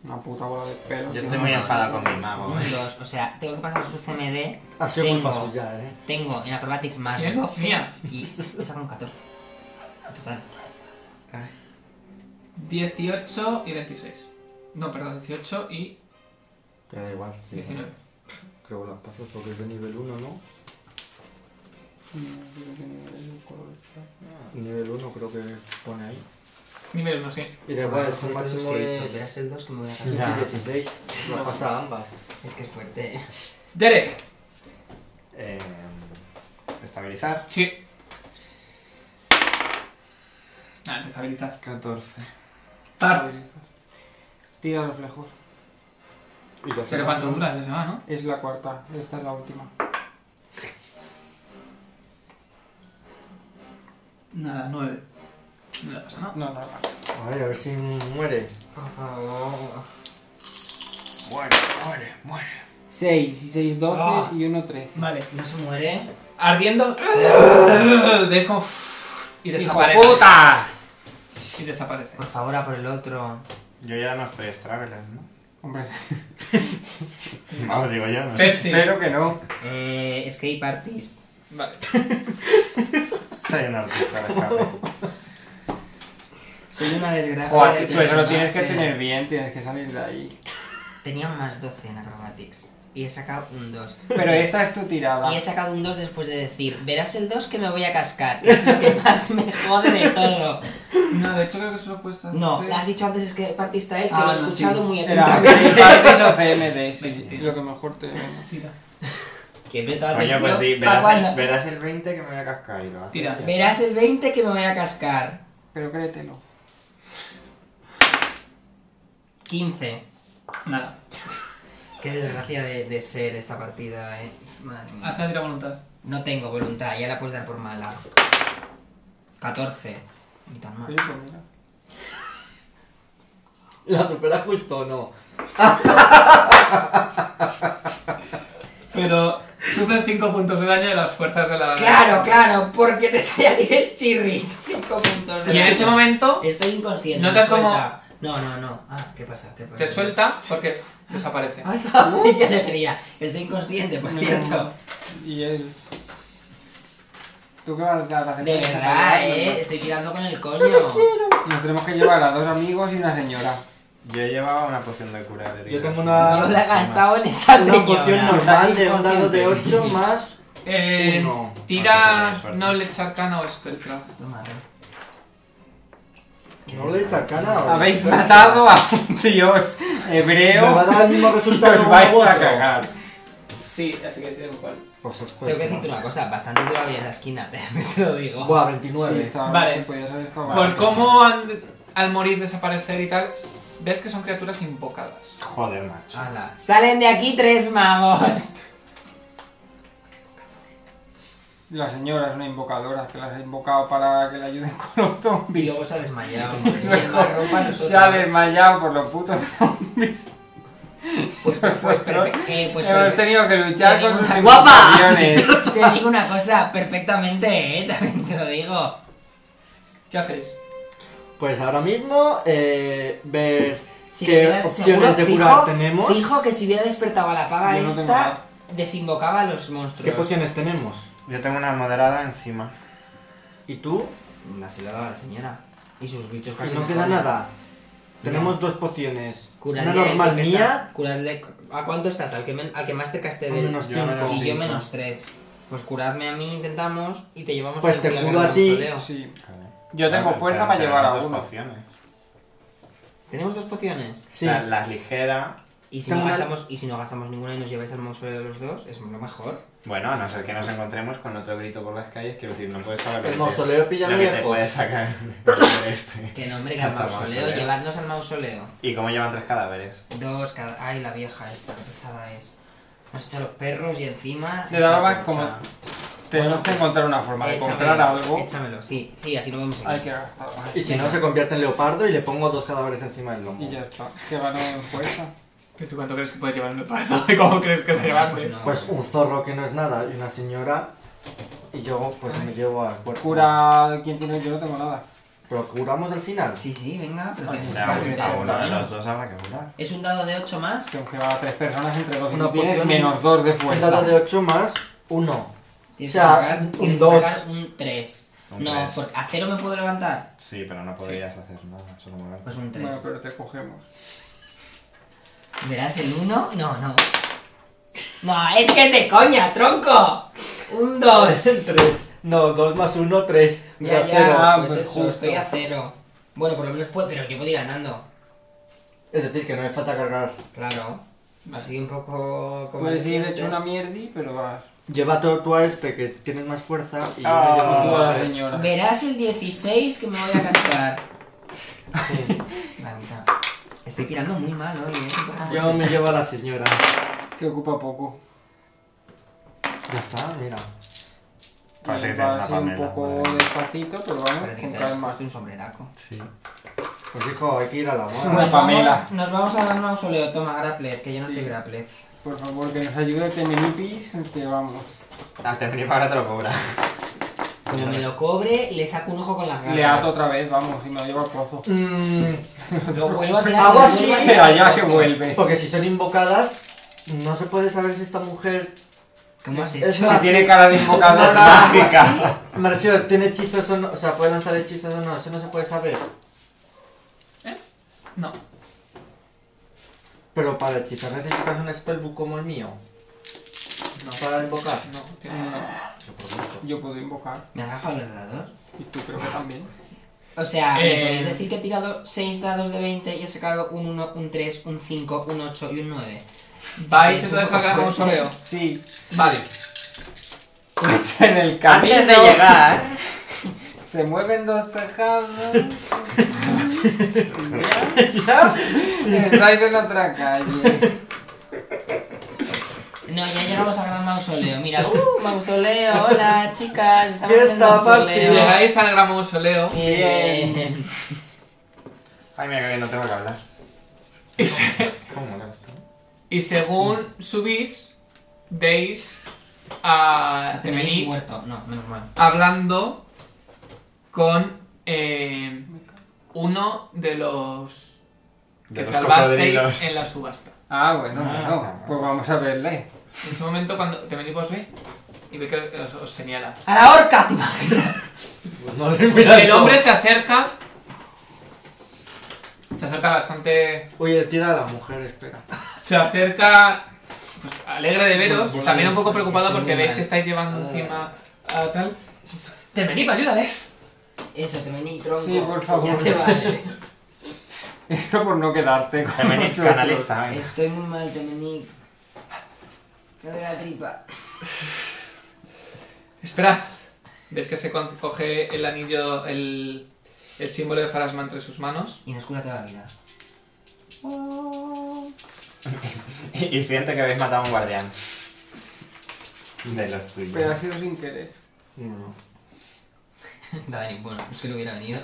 [SPEAKER 4] Una puta bola de pelo.
[SPEAKER 5] Yo estoy muy enfadado con mi mago. ¿eh?
[SPEAKER 2] Un 2. O sea, tengo que pasar su CMD.
[SPEAKER 3] Ha sido culpa
[SPEAKER 2] Tengo.
[SPEAKER 3] suya, eh.
[SPEAKER 2] Tengo en Acrobatics más
[SPEAKER 1] ¿Qué?
[SPEAKER 2] 12.
[SPEAKER 1] Mía.
[SPEAKER 2] Y he sacado un 14. Total.
[SPEAKER 1] 18 y 26. No, perdón, 18 y
[SPEAKER 3] Que da igual, sí.
[SPEAKER 1] 19.
[SPEAKER 3] Creo que lo pasas porque es de nivel 1, ¿no? Nivel 1 creo que pone ahí.
[SPEAKER 1] Nivel 1, sí.
[SPEAKER 3] Y da igual, es que el máximo
[SPEAKER 2] que he hecho.
[SPEAKER 3] pues, es.
[SPEAKER 2] Verás el 2 que me voy a
[SPEAKER 3] Sí, sí,
[SPEAKER 2] casar.
[SPEAKER 5] Ya.
[SPEAKER 3] 16. Lo pasa a ambas.
[SPEAKER 2] Es que es fuerte.
[SPEAKER 1] Derek.
[SPEAKER 5] Eh, estabilizar.
[SPEAKER 1] Sí. Ah, te estabilizas.
[SPEAKER 5] 14.
[SPEAKER 1] Tar.
[SPEAKER 4] Tira reflejos.
[SPEAKER 3] Y ya
[SPEAKER 1] Pero cuánto dura esa semana, ¿no?
[SPEAKER 4] Es la cuarta, esta es la última.
[SPEAKER 1] Nada, 9. No le pasa nada.
[SPEAKER 4] No, no, no.
[SPEAKER 3] A ver, a ver si muere.
[SPEAKER 2] Por favor.
[SPEAKER 5] Muere, muere, muere.
[SPEAKER 4] 6 y 6, 12
[SPEAKER 2] Ah.
[SPEAKER 4] y 1, 13.
[SPEAKER 1] Vale.
[SPEAKER 2] No se muere.
[SPEAKER 1] Ardiendo. Ves como. Y desaparece.
[SPEAKER 4] puta!
[SPEAKER 1] Y desaparece.
[SPEAKER 2] Por favor, a por el otro.
[SPEAKER 5] Yo ya no estoy Straveler, ¿no?
[SPEAKER 4] Hombre,
[SPEAKER 5] No, digo yo, no sé.
[SPEAKER 1] Pepsi.
[SPEAKER 4] espero que no.
[SPEAKER 2] Eh, escape Artist.
[SPEAKER 1] Vale.
[SPEAKER 5] Soy un artista de Harry.
[SPEAKER 2] Soy una desgracia. de
[SPEAKER 4] Joder, tú eso lo
[SPEAKER 2] personaje.
[SPEAKER 4] tienes que tener bien, tienes que salir de ahí.
[SPEAKER 2] Tenía un más 12 en Acrobatics. Y he sacado un 2.
[SPEAKER 4] Pero esta es tu tirada.
[SPEAKER 2] Y he sacado un 2 después de decir, verás el 2 que me voy a cascar. que es lo que más me jode de todo.
[SPEAKER 1] No, de hecho creo que solo puedes hacer.
[SPEAKER 2] No, has dicho antes es que partiste a él, que
[SPEAKER 1] Ah,
[SPEAKER 2] lo he
[SPEAKER 1] no,
[SPEAKER 2] escuchado
[SPEAKER 1] sí.
[SPEAKER 2] muy
[SPEAKER 4] Era
[SPEAKER 2] atentamente.
[SPEAKER 4] partes o CMD, sí,
[SPEAKER 1] Mentira.
[SPEAKER 4] lo que mejor te...
[SPEAKER 1] Tira.
[SPEAKER 2] Siempre estaba
[SPEAKER 5] Coño, pues
[SPEAKER 2] atento,
[SPEAKER 5] sí,
[SPEAKER 2] pa'
[SPEAKER 5] verás el,
[SPEAKER 2] cuando-
[SPEAKER 5] verás el 20 que me voy a cascar y lo haces.
[SPEAKER 1] Tira.
[SPEAKER 5] ya.
[SPEAKER 2] Verás el 20 que me voy a cascar.
[SPEAKER 4] Pero créetelo.
[SPEAKER 2] 15.
[SPEAKER 1] Nada.
[SPEAKER 2] Qué desgracia de, de ser esta partida, eh. Madre mía.
[SPEAKER 1] Haz la tira voluntad.
[SPEAKER 2] No tengo voluntad, ya la puedes dar por mala. 14. Ni tan mal.
[SPEAKER 4] Oye, pues mira.
[SPEAKER 3] ¿La supera justo o no?
[SPEAKER 1] Pero sufres 5 puntos de daño de las fuerzas de la.
[SPEAKER 2] Claro, claro, porque te sale a ti el chirrito. 5 puntos de
[SPEAKER 1] Y en ese
[SPEAKER 2] daño.
[SPEAKER 1] momento
[SPEAKER 2] Estoy inconsciente.
[SPEAKER 1] Notas
[SPEAKER 2] me
[SPEAKER 1] como-
[SPEAKER 2] suelta. No, no, no. Ah, ¿qué pasa? ¿Qué pasa?
[SPEAKER 1] te suelta porque desaparece.
[SPEAKER 2] ¡Ay, cabrón, qué alegría! Estoy inconsciente, por cierto.
[SPEAKER 4] Y él... ¿Tú qué vas a dar? ¿Hacer
[SPEAKER 2] De
[SPEAKER 4] cosas
[SPEAKER 2] verdad,
[SPEAKER 4] saludables?
[SPEAKER 2] eh. Estoy tirando con el coño. Yo
[SPEAKER 4] Nos tenemos que llevar a dos amigos y una señora.
[SPEAKER 5] Yo llevaba una poción de curar
[SPEAKER 3] Yo
[SPEAKER 5] heridas.
[SPEAKER 3] tengo una-
[SPEAKER 2] la he gastado en esta
[SPEAKER 3] Una poción
[SPEAKER 2] señora.
[SPEAKER 3] normal de un dado de 8 más.
[SPEAKER 1] Eh,
[SPEAKER 3] Uno.
[SPEAKER 5] Ah,
[SPEAKER 1] Tira
[SPEAKER 5] eso sería
[SPEAKER 1] Knowledge Arcana o Spellcraft.
[SPEAKER 2] Toma, eh.
[SPEAKER 3] No le sacan ahora.
[SPEAKER 4] Habéis matado a un dios
[SPEAKER 3] Me va a
[SPEAKER 4] hebreo.
[SPEAKER 3] dar el mismo resultado.
[SPEAKER 4] Os
[SPEAKER 3] como
[SPEAKER 4] vais a
[SPEAKER 3] vosotros.
[SPEAKER 4] cagar.
[SPEAKER 1] Sí, así que deciden cuál.
[SPEAKER 3] Pues estoy.
[SPEAKER 2] Tengo que decirte una cosa, bastante dura hoy en la esquina, te te lo digo.
[SPEAKER 3] Buah,
[SPEAKER 4] Sí,
[SPEAKER 3] 29.
[SPEAKER 4] estaba-
[SPEAKER 1] Vale.
[SPEAKER 4] podías haber estado
[SPEAKER 1] Por
[SPEAKER 4] mal.
[SPEAKER 1] cómo han- al morir, desaparecer y tal, ves que son criaturas invocadas.
[SPEAKER 5] Joder, macho.
[SPEAKER 2] Ala. Salen de aquí tres magos.
[SPEAKER 4] La señora es una invocadora, que las ha invocado para que le ayuden con los
[SPEAKER 2] Y
[SPEAKER 4] zombies.
[SPEAKER 2] luego se ha desmayado. madre mía, más ropa nosotros.
[SPEAKER 4] Se ha desmayado por los putos zombies.
[SPEAKER 2] Pues, pues, pues, perfecto. Eh, pues,
[SPEAKER 4] Hemos
[SPEAKER 2] perfecto.
[SPEAKER 4] tenido que luchar este
[SPEAKER 2] Te digo
[SPEAKER 4] con sus
[SPEAKER 2] una-
[SPEAKER 4] invocaciones.
[SPEAKER 2] Te digo una cosa, perfectamente, eh, también te lo digo.
[SPEAKER 1] ¿Qué hacéis?
[SPEAKER 3] Pues ahora mismo, eh, ver
[SPEAKER 2] Si
[SPEAKER 3] qué
[SPEAKER 2] hubiera- seguro,
[SPEAKER 3] opciones de curar
[SPEAKER 2] fijo-
[SPEAKER 3] tenemos.
[SPEAKER 2] Fijo que si hubiera despertado a la paga
[SPEAKER 4] Yo no tengo
[SPEAKER 2] esta,
[SPEAKER 4] nada.
[SPEAKER 2] desinvocaba a los
[SPEAKER 3] ¿Qué
[SPEAKER 2] monstruos.
[SPEAKER 3] pociones tenemos?
[SPEAKER 5] Yo tengo una moderada encima.
[SPEAKER 3] ¿Y tú?
[SPEAKER 2] La se la daba la señora. Y sus bichos
[SPEAKER 3] Pues
[SPEAKER 2] casi
[SPEAKER 3] no
[SPEAKER 2] me
[SPEAKER 3] queda
[SPEAKER 2] joden.
[SPEAKER 3] nada. Tenemos dos pociones.
[SPEAKER 2] Curarle
[SPEAKER 3] una
[SPEAKER 2] al
[SPEAKER 3] normal
[SPEAKER 2] que pesa-
[SPEAKER 3] mía
[SPEAKER 2] curarle- ¿A cuánto estás? Al que, men- al que más te caste
[SPEAKER 3] a
[SPEAKER 2] del.
[SPEAKER 3] menos
[SPEAKER 5] Yo a menos
[SPEAKER 2] Y yo
[SPEAKER 3] 5.
[SPEAKER 2] menos 3. Pues curadme a mí, intentamos, y te llevamos
[SPEAKER 3] Pues
[SPEAKER 2] al
[SPEAKER 3] te
[SPEAKER 2] tío que
[SPEAKER 3] curo
[SPEAKER 2] me
[SPEAKER 3] a ti.
[SPEAKER 2] mausoleo.
[SPEAKER 4] Sí.
[SPEAKER 5] Joder.
[SPEAKER 4] Yo tengo
[SPEAKER 5] Claro,
[SPEAKER 4] fuerza
[SPEAKER 5] pero
[SPEAKER 4] para
[SPEAKER 5] tenemos
[SPEAKER 4] llevar a
[SPEAKER 5] dos
[SPEAKER 4] uno.
[SPEAKER 5] pociones.
[SPEAKER 2] Tenemos dos pociones.
[SPEAKER 3] Sí.
[SPEAKER 5] O sea, las ligeras.
[SPEAKER 2] Y si,
[SPEAKER 3] Tengo
[SPEAKER 2] no
[SPEAKER 3] una-
[SPEAKER 2] gastamos, y si no gastamos ninguna y nos lleváis al mausoleo los dos, es lo mejor.
[SPEAKER 5] Bueno, a no ser que nos encontremos con otro grito por las calles, quiero decir, no puedes saber lo
[SPEAKER 3] El
[SPEAKER 5] que-
[SPEAKER 3] mausoleo
[SPEAKER 5] lo
[SPEAKER 3] pilla
[SPEAKER 5] que te
[SPEAKER 3] lejos.
[SPEAKER 5] puede sacar este.
[SPEAKER 2] Que no, hombre, que al
[SPEAKER 5] Hasta el
[SPEAKER 2] mausoleo,
[SPEAKER 5] mausoleo.
[SPEAKER 2] llevadnos al mausoleo.
[SPEAKER 5] ¿Y cómo llevan tres cadáveres?
[SPEAKER 2] Dos, cada... Ay, la vieja esta, qué pesada es. Nos echa los perros y encima...
[SPEAKER 4] Le daba más
[SPEAKER 2] Echa-
[SPEAKER 4] como-
[SPEAKER 5] O sea,
[SPEAKER 4] Tenemos
[SPEAKER 2] Bueno,
[SPEAKER 4] que
[SPEAKER 2] pues,
[SPEAKER 4] encontrar una forma de
[SPEAKER 2] échamelo,
[SPEAKER 4] comprar algo.
[SPEAKER 2] Échamelo, sí, sí, así lo vemos
[SPEAKER 4] Hay que gastar.
[SPEAKER 3] Y si no, se convierte en leopardo y le pongo dos cadáveres encima del lomo.
[SPEAKER 4] Y ya está. Que ganó en fuerza.
[SPEAKER 1] ¿Pero tú cuánto crees que puedes llevar un leopardo? ¿Y cómo crees que te levantes?
[SPEAKER 3] Pues un zorro que no es nada y una señora. Y yo, pues me llevo al cuerpo.
[SPEAKER 4] Cura, ¿quién tiene? Yo no tengo nada.
[SPEAKER 3] Pero curamos al final.
[SPEAKER 2] Sí, sí, venga,
[SPEAKER 3] Ah,
[SPEAKER 2] pero
[SPEAKER 4] Oye,
[SPEAKER 2] que
[SPEAKER 4] es
[SPEAKER 5] a
[SPEAKER 4] claro,
[SPEAKER 5] un-
[SPEAKER 4] que
[SPEAKER 5] a uno de
[SPEAKER 4] también.
[SPEAKER 5] los dos habrá que curar.
[SPEAKER 2] Es un dado de 8 más.
[SPEAKER 4] Tengo que llevar a tres personas entre dos.
[SPEAKER 3] Una
[SPEAKER 4] y tienes
[SPEAKER 3] poción.
[SPEAKER 4] menos dos de
[SPEAKER 3] Un
[SPEAKER 4] fuerza.
[SPEAKER 3] dado de 8 más 1.
[SPEAKER 2] Tienes
[SPEAKER 3] O sea,
[SPEAKER 2] que sacar
[SPEAKER 3] un
[SPEAKER 2] tienes que
[SPEAKER 3] dos.
[SPEAKER 2] sacar un 3.
[SPEAKER 5] Un
[SPEAKER 2] No, pues,
[SPEAKER 5] tres.
[SPEAKER 2] porque a cero me puedo levantar.
[SPEAKER 5] Sí, pero no podrías hacer nada, solo mover.
[SPEAKER 2] Pues un 3.
[SPEAKER 4] Bueno, pero te cogemos.
[SPEAKER 2] ¿Verás el 1? No, no. No, es que es de coña, tronco. Un 2.
[SPEAKER 3] 3. No, 2 más 1, 3.
[SPEAKER 2] Ya, ya,
[SPEAKER 4] Ah,
[SPEAKER 2] pues,
[SPEAKER 4] pues
[SPEAKER 2] eso,
[SPEAKER 4] justo.
[SPEAKER 2] estoy a cero. Bueno, por lo menos puedo, pero yo puedo ir ganando.
[SPEAKER 3] Es decir, que no me falta cargar.
[SPEAKER 2] Claro. Así un poco... como
[SPEAKER 4] Puedes ir
[SPEAKER 2] decirte.
[SPEAKER 4] hecho una mierdi, pero vas.
[SPEAKER 3] Lleva todo tú a este que tienes más fuerza. Y yo
[SPEAKER 5] Ah.
[SPEAKER 3] me llevo
[SPEAKER 4] Tú a
[SPEAKER 3] a
[SPEAKER 4] la
[SPEAKER 3] este.
[SPEAKER 4] señora.
[SPEAKER 2] Verás el 16 que me voy a gastar.
[SPEAKER 3] Sí.
[SPEAKER 2] La mitad. Estoy tirando muy mal hoy, ¿eh?
[SPEAKER 3] Yo me llevo a la señora.
[SPEAKER 4] Que ocupa poco.
[SPEAKER 3] Ya está, mira.
[SPEAKER 4] Y
[SPEAKER 5] Parece que
[SPEAKER 4] va
[SPEAKER 5] tiene una
[SPEAKER 4] así un
[SPEAKER 5] Pamela,
[SPEAKER 4] poco
[SPEAKER 5] madre mía.
[SPEAKER 4] despacito, pero vamos,
[SPEAKER 2] Parece que
[SPEAKER 4] con
[SPEAKER 2] te has
[SPEAKER 4] calma.
[SPEAKER 2] puesto un sombreraco.
[SPEAKER 5] Sí.
[SPEAKER 3] Pues hijo, hay que ir a la
[SPEAKER 4] Una
[SPEAKER 2] Nos
[SPEAKER 3] boda.
[SPEAKER 2] vamos,
[SPEAKER 4] Pamela.
[SPEAKER 2] nos vamos a dar un mausoleo. Toma, Grapple, que yo no
[SPEAKER 4] Sí.
[SPEAKER 2] soy Grapple.
[SPEAKER 4] Por favor, que nos ayude Temenipis, que vamos.
[SPEAKER 5] Ah, te venía para ahora te lo cobra.
[SPEAKER 2] Como me lo cobre, le saco un ojo con las garras.
[SPEAKER 4] Le ato otra vez, vamos, y me lo llevo al pozo.
[SPEAKER 3] Mm,
[SPEAKER 2] Lo vuelvo a tirar. lo
[SPEAKER 3] Hago así,
[SPEAKER 2] vuelvo a
[SPEAKER 4] Pero
[SPEAKER 2] tirar.
[SPEAKER 4] allá que vuelves.
[SPEAKER 3] porque si son invocadas, no se puede saber si esta mujer.
[SPEAKER 2] ¿Cómo has
[SPEAKER 3] Es
[SPEAKER 2] hecho?
[SPEAKER 4] Que
[SPEAKER 3] más-
[SPEAKER 4] tiene cara de
[SPEAKER 3] Nada.
[SPEAKER 5] Ah,
[SPEAKER 4] invocadora.
[SPEAKER 2] Hago así.
[SPEAKER 3] Me refiero, tiene hechizos o no. O sea, puede lanzar hechizos o no. Eso no se puede saber.
[SPEAKER 1] ¿Eh? No.
[SPEAKER 3] Pero para hechizar necesitas un spellbook como el mío.
[SPEAKER 1] No.
[SPEAKER 3] Para invocar.
[SPEAKER 1] No, tiene-
[SPEAKER 4] No, yo puedo invocar.
[SPEAKER 2] ¿Me has gafado los dados?
[SPEAKER 4] Y tú creo que también.
[SPEAKER 2] O sea, ¿me
[SPEAKER 1] Eh.
[SPEAKER 2] podéis decir que he tirado 6 dados de 20 y he sacado un 1, un 3, un 5, un 8 y un 9?
[SPEAKER 1] ¿Vais
[SPEAKER 2] Es un
[SPEAKER 1] entonces
[SPEAKER 2] poco
[SPEAKER 1] a ganar un
[SPEAKER 2] fuerte.
[SPEAKER 1] mausoleo?
[SPEAKER 4] Sí.
[SPEAKER 1] Vale.
[SPEAKER 4] Pues en el camino.
[SPEAKER 5] Antes de llegar.
[SPEAKER 4] Se mueven dos tejados. Estáis en otra calle.
[SPEAKER 2] No, ya llegamos al gran mausoleo. Mira, uh, mausoleo, hola chicas, estamos en el
[SPEAKER 3] Fiesta,
[SPEAKER 2] mausoleo.
[SPEAKER 3] party.
[SPEAKER 1] Llegáis al gran mausoleo
[SPEAKER 2] Eh, Bien.
[SPEAKER 5] Ay, mira que bien, no tengo que hablar.
[SPEAKER 1] y, se-
[SPEAKER 5] ¿Cómo mola esto?
[SPEAKER 1] y según subís, veis a
[SPEAKER 2] Temenip
[SPEAKER 1] Temenip
[SPEAKER 2] muerto, no, menos mal.
[SPEAKER 1] hablando con eh, uno de los que
[SPEAKER 5] De los
[SPEAKER 1] salvasteis
[SPEAKER 5] cocodrilos.
[SPEAKER 1] en la subasta.
[SPEAKER 4] Ah, bueno,
[SPEAKER 2] Ah.
[SPEAKER 4] bueno. Pues vamos a verle.
[SPEAKER 1] En ese momento cuando Temenip os ve y ve que os, os señala.
[SPEAKER 2] ¡A la horca, te imaginas!
[SPEAKER 3] Pues
[SPEAKER 1] El hombre se acerca. Se acerca bastante.
[SPEAKER 3] Oye, tira a la mujer, espera.
[SPEAKER 1] Se acerca. Pues alegre de veros.
[SPEAKER 2] Bueno,
[SPEAKER 1] también un
[SPEAKER 2] bueno,
[SPEAKER 1] poco preocupado
[SPEAKER 2] estoy
[SPEAKER 1] porque
[SPEAKER 2] muy
[SPEAKER 1] veis
[SPEAKER 2] mal.
[SPEAKER 1] que estáis llevando
[SPEAKER 2] Ah.
[SPEAKER 1] encima a tal. Temenip, ayúdales.
[SPEAKER 2] Eso, Temenip, tronco.
[SPEAKER 4] Sí, por favor.
[SPEAKER 2] Ya te vale.
[SPEAKER 4] Esto por no quedarte con
[SPEAKER 5] Te venís
[SPEAKER 4] nosotros.
[SPEAKER 5] canaliza, eh. venga.
[SPEAKER 2] Estoy muy mal, Temenip. Me duele la tripa.
[SPEAKER 1] Esperad. Ves que se con- coge el anillo, el, el símbolo de Farasma entre sus manos.
[SPEAKER 2] Y nos cura toda la vida.
[SPEAKER 5] Y, y siente que habéis matado a un guardián. De los suyos.
[SPEAKER 4] Pero ha sido sin querer.
[SPEAKER 3] No,
[SPEAKER 2] Dani, bueno, es que no hubiera venido.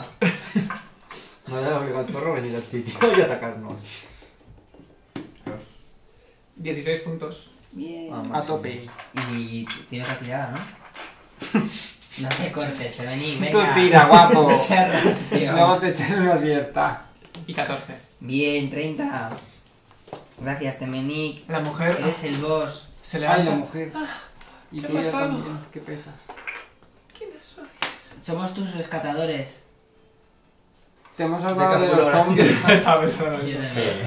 [SPEAKER 3] no era obligado al perro venir al sitio y atacarnos.
[SPEAKER 1] 16 puntos.
[SPEAKER 2] Bien.
[SPEAKER 3] Ah,
[SPEAKER 4] A
[SPEAKER 3] máximo.
[SPEAKER 4] tope.
[SPEAKER 2] Y tiene otra tirada, ¿no? No te cortes, Temenip, venga.
[SPEAKER 4] Tú tira, guapo.
[SPEAKER 2] No seas rancio.
[SPEAKER 4] Luego te echas una siesta.
[SPEAKER 1] Y 14.
[SPEAKER 2] Bien, 30. Gracias, Temenik.
[SPEAKER 1] La mujer
[SPEAKER 2] Eres el boss.
[SPEAKER 1] se
[SPEAKER 4] Ay, la
[SPEAKER 1] levanta.
[SPEAKER 4] mujer. Y
[SPEAKER 1] ¿qué
[SPEAKER 4] tú
[SPEAKER 1] ha pasado?
[SPEAKER 4] también. ¿Qué pesas?
[SPEAKER 2] Somos tus rescatadores.
[SPEAKER 4] Te hemos salvado
[SPEAKER 3] Te
[SPEAKER 4] de los
[SPEAKER 3] calculo
[SPEAKER 4] zombies.
[SPEAKER 1] Estaba pensando en eso.
[SPEAKER 5] Sí.
[SPEAKER 2] De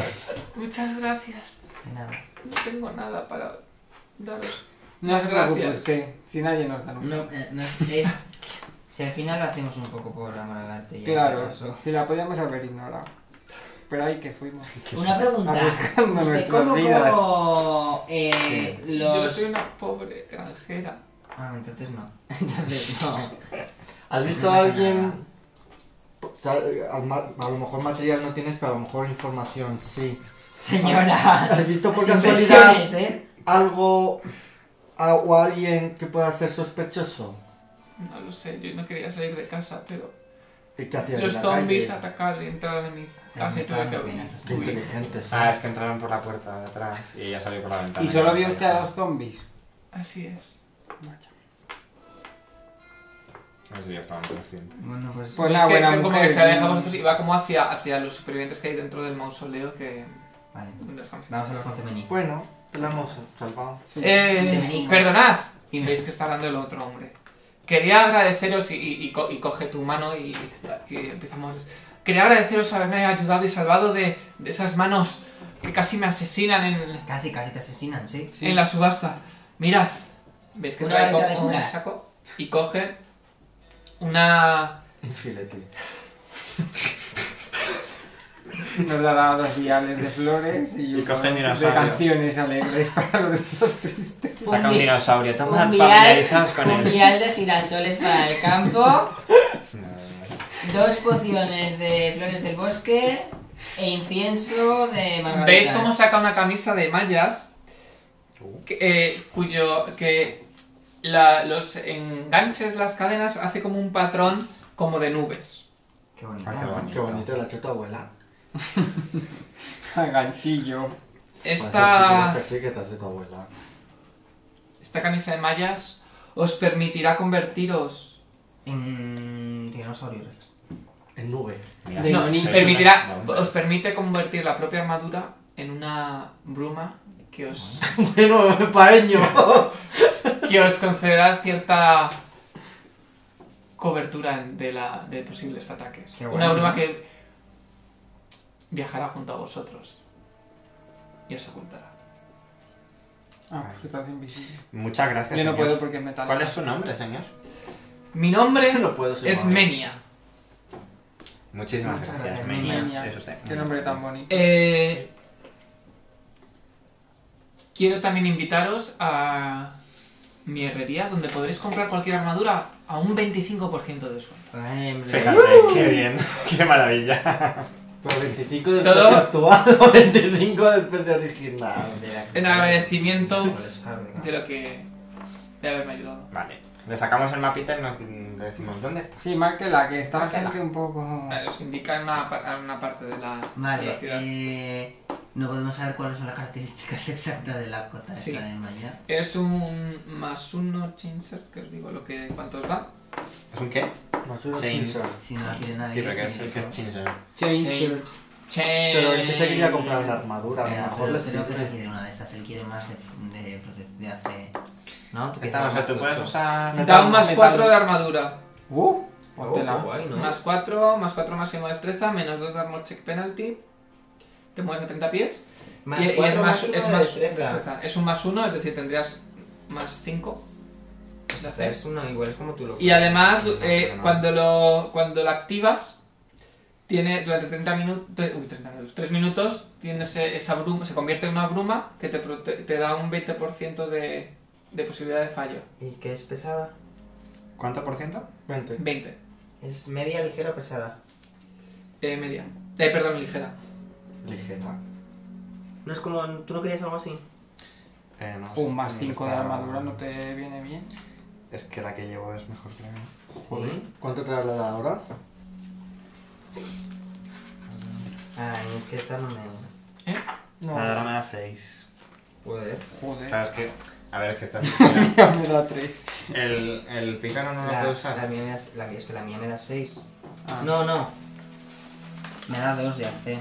[SPEAKER 1] Muchas gracias.
[SPEAKER 2] nada.
[SPEAKER 1] No tengo nada para daros.
[SPEAKER 4] No es
[SPEAKER 2] te
[SPEAKER 4] gracias.
[SPEAKER 2] preocupes.
[SPEAKER 4] Que si nadie nos da nunca.
[SPEAKER 2] No, eh, no es, es- Si al final lo hacemos un poco por amor al arte y
[SPEAKER 4] Claro,
[SPEAKER 2] a este caso.
[SPEAKER 4] si la podíamos haber ignorado. Pero ahí que fuimos.
[SPEAKER 2] Una pregunta.
[SPEAKER 4] Arriesgando
[SPEAKER 2] ¿Usted
[SPEAKER 4] nuestras
[SPEAKER 2] colocó,
[SPEAKER 4] vidas.
[SPEAKER 2] eh,
[SPEAKER 1] Yo
[SPEAKER 2] los...
[SPEAKER 1] soy una pobre granjera.
[SPEAKER 2] Ah, entonces no. Entonces no.
[SPEAKER 3] ¿Has
[SPEAKER 2] No
[SPEAKER 3] visto
[SPEAKER 2] pasa
[SPEAKER 3] a alguien?
[SPEAKER 2] nada.
[SPEAKER 3] O sea, al ma- a lo mejor material no tienes, pero a lo mejor información sí.
[SPEAKER 2] Señora.
[SPEAKER 3] ¿Has Ah, visto por
[SPEAKER 2] las
[SPEAKER 3] casualidad
[SPEAKER 2] impresiones, ¿eh?
[SPEAKER 3] algo a- o alguien que pueda ser sospechoso?
[SPEAKER 1] No lo sé, yo no quería salir de casa, pero
[SPEAKER 3] ¿Y qué hacías en
[SPEAKER 1] los
[SPEAKER 3] la
[SPEAKER 1] zombies
[SPEAKER 3] calle?
[SPEAKER 1] atacaron y entraron en mi
[SPEAKER 2] Ya
[SPEAKER 1] casa
[SPEAKER 2] me
[SPEAKER 1] y tuve
[SPEAKER 2] estaban
[SPEAKER 1] que
[SPEAKER 2] apenas así.
[SPEAKER 3] Qué
[SPEAKER 1] huir.
[SPEAKER 3] inteligentes.
[SPEAKER 5] Ah, es que entraron por la puerta de atrás y ella salió por la ventana.
[SPEAKER 4] Y solo vio este usted a los zombies.
[SPEAKER 1] Así es.
[SPEAKER 5] No sé si ya estaban conscientes.
[SPEAKER 2] Bueno, pues...
[SPEAKER 4] Pues
[SPEAKER 1] es
[SPEAKER 4] la
[SPEAKER 1] que,
[SPEAKER 4] buena
[SPEAKER 1] que como que
[SPEAKER 4] mujer.
[SPEAKER 1] se aleja vosotros y va como hacia, hacia los supervivientes que hay dentro del mausoleo que...
[SPEAKER 2] Vale.
[SPEAKER 1] donde estamos.
[SPEAKER 2] Vamos a hablar con Temení.
[SPEAKER 3] Bueno, la hemos salvado.
[SPEAKER 4] Sí.
[SPEAKER 1] Eh,
[SPEAKER 2] Bienvenido.
[SPEAKER 1] perdonad. Y veis que está hablando el otro hombre. Quería agradeceros y, y- y co- y coge tu mano y, y empieza a moverles. Quería agradeceros haberme ayudado y salvado de, de esas manos que casi me asesinan en,
[SPEAKER 2] Casi, casi te asesinan, ¿sí?
[SPEAKER 4] Sí.
[SPEAKER 1] en la subasta. Mirad, veis que
[SPEAKER 2] Una
[SPEAKER 1] trae
[SPEAKER 2] varita de
[SPEAKER 1] como un
[SPEAKER 2] curar.
[SPEAKER 1] saco y coge una.
[SPEAKER 3] Un filete.
[SPEAKER 4] Nos dará dos viales de flores y,
[SPEAKER 5] Y
[SPEAKER 4] uno
[SPEAKER 5] coge
[SPEAKER 4] de
[SPEAKER 5] dinosaurio.
[SPEAKER 4] canciones alegres para los dos tristes.
[SPEAKER 5] Saca un
[SPEAKER 2] vi-
[SPEAKER 5] dinosaurio. Toma,
[SPEAKER 2] un vial,
[SPEAKER 5] familiarizaos con
[SPEAKER 2] un
[SPEAKER 5] él.
[SPEAKER 2] vial de girasoles para el campo,
[SPEAKER 5] No, no, no.
[SPEAKER 2] dos pociones de flores del bosque e incienso de margaritas.
[SPEAKER 1] ¿Veis cómo saca una camisa de mallas? que- eh, cuyo. que la- los enganches, las cadenas, hace como un patrón como de nubes.
[SPEAKER 2] Qué bonito.
[SPEAKER 5] Ah, qué bonito.
[SPEAKER 3] Qué bonito la chota abuela.
[SPEAKER 4] A ganchillo.
[SPEAKER 1] Esta,
[SPEAKER 3] Parece que te hace tu abuela.
[SPEAKER 1] esta camisa de mallas os permitirá convertiros.
[SPEAKER 2] Mm, En Tiranosaurio Rex.
[SPEAKER 3] En nube.
[SPEAKER 5] Mira,
[SPEAKER 4] De-
[SPEAKER 1] no,
[SPEAKER 4] ni-
[SPEAKER 5] sois
[SPEAKER 1] permitirá,
[SPEAKER 5] una bomba.
[SPEAKER 1] os permite convertir la propia armadura en una bruma que os,
[SPEAKER 3] bueno, paeño.
[SPEAKER 1] que os concederá cierta cobertura de, la, de posibles ataques.
[SPEAKER 2] Qué
[SPEAKER 1] una
[SPEAKER 2] bueno.
[SPEAKER 1] bruma que viajará junto a vosotros y os ocultará.
[SPEAKER 4] Ah, pues que te hace invisible.
[SPEAKER 5] Muchas gracias.
[SPEAKER 4] Yo no
[SPEAKER 5] señor.
[SPEAKER 4] puedo porque es metal.
[SPEAKER 5] ¿Cuál es su nombre, señor?
[SPEAKER 1] Mi nombre
[SPEAKER 3] no puedo ser
[SPEAKER 1] es
[SPEAKER 3] malo.
[SPEAKER 1] Menia.
[SPEAKER 5] Muchísimas
[SPEAKER 2] Muchas
[SPEAKER 5] gracias,
[SPEAKER 2] gracias,
[SPEAKER 5] Menia.
[SPEAKER 4] Menia.
[SPEAKER 5] Es usted.
[SPEAKER 4] Qué nombre tan bonito.
[SPEAKER 1] Eh, quiero también invitaros a mi herrería, donde podréis comprar cualquier armadura a un 25% de descuento.
[SPEAKER 2] Ay, hombre.
[SPEAKER 5] Fíjate, qué bien, qué maravilla.
[SPEAKER 3] Pero 25 del
[SPEAKER 1] Todo-
[SPEAKER 3] precio actual, 25 del precio original.
[SPEAKER 2] De la-
[SPEAKER 1] En agradecimiento
[SPEAKER 2] Por eso, claro, venga.
[SPEAKER 1] De lo que... de haberme ayudado.
[SPEAKER 5] Vale, le sacamos el mapita y nos le decimos dónde está.
[SPEAKER 4] Sí, márquela, que está la
[SPEAKER 5] Márquela.
[SPEAKER 4] gente un poco.
[SPEAKER 1] Vale, os indica en una, par- en una parte de la, de
[SPEAKER 2] Vale,
[SPEAKER 1] la ciudad.
[SPEAKER 2] eh, no podemos saber cuáles son las características exactas de la cota
[SPEAKER 1] Sí.
[SPEAKER 2] esta de Maya.
[SPEAKER 1] Es un más uno insert, que os digo lo que cuánto os da.
[SPEAKER 5] ¿Es un qué?
[SPEAKER 3] Más uno
[SPEAKER 5] Sí.
[SPEAKER 3] chinchón.
[SPEAKER 2] Si no la quiere nadie.
[SPEAKER 5] Sí, pero que es
[SPEAKER 2] pues,
[SPEAKER 5] el que es Chinser.
[SPEAKER 4] Change
[SPEAKER 1] Sí.
[SPEAKER 4] shirt.
[SPEAKER 3] Pero él que se
[SPEAKER 1] Eh,
[SPEAKER 3] quería comprar una armadura, a
[SPEAKER 2] Espera,
[SPEAKER 3] lo mejor
[SPEAKER 2] Eh, pero
[SPEAKER 3] le
[SPEAKER 2] creo que no
[SPEAKER 3] sirve.
[SPEAKER 2] quiere una de estas, él quiere más de, de, prote- de hace... ¿No? Tú
[SPEAKER 5] Esta no sé, tú puedes usar.
[SPEAKER 1] Da un más
[SPEAKER 4] Metal.
[SPEAKER 1] 4 de armadura.
[SPEAKER 4] Uh,
[SPEAKER 2] Oh, qué
[SPEAKER 4] póntela.
[SPEAKER 2] guay, ¿no?
[SPEAKER 1] Más 4, más 4 máximo destreza, menos 2 de armor check penalty. Te mueves a 30 pies. Y- y es
[SPEAKER 2] cuatro,
[SPEAKER 1] más-
[SPEAKER 2] uno
[SPEAKER 1] es
[SPEAKER 2] de
[SPEAKER 1] más
[SPEAKER 2] destreza.
[SPEAKER 1] destreza. Es un más uno, es decir, tendrías más 5.
[SPEAKER 2] Pues esta es una, igual es como tú lo
[SPEAKER 1] Y además,
[SPEAKER 5] No,
[SPEAKER 1] eh,
[SPEAKER 5] pero no.
[SPEAKER 1] cuando lo cuando lo activas, tiene durante 30 minutos, uy, 30 minutos, 3 minutos, tienes eh, esa bruma, se convierte en una bruma que te, prote- te da un 20% de, de posibilidad de fallo.
[SPEAKER 2] ¿Y qué es pesada?
[SPEAKER 5] ¿Cuánto por ciento?
[SPEAKER 3] Vente.
[SPEAKER 1] 20,
[SPEAKER 2] ¿Es media, ligera pesada?
[SPEAKER 1] eh, media. Eh, perdón, ligera.
[SPEAKER 3] Ligera.
[SPEAKER 2] No es como... ¿Tú no querías algo así?
[SPEAKER 5] Eh, no,
[SPEAKER 4] Un
[SPEAKER 5] es-
[SPEAKER 4] más 5 de
[SPEAKER 5] está-
[SPEAKER 4] armadura no te viene bien.
[SPEAKER 5] Es que la que llevo es mejor que la mía.
[SPEAKER 2] Joder.
[SPEAKER 3] ¿Cuánto te da la ahora?
[SPEAKER 2] Ay, Ah, es que esta no me...
[SPEAKER 3] No.
[SPEAKER 5] La de ahora me da 6.
[SPEAKER 2] Joder.
[SPEAKER 4] Joder.
[SPEAKER 5] Claro, es que. A ver, es que está.
[SPEAKER 4] Me da 3.
[SPEAKER 5] el, el pícaro no lo
[SPEAKER 2] La, la
[SPEAKER 5] puede usar.
[SPEAKER 2] mía me da, la, es que la mía me da 6.
[SPEAKER 4] Ah.
[SPEAKER 2] No, no. Me da 2 de AC.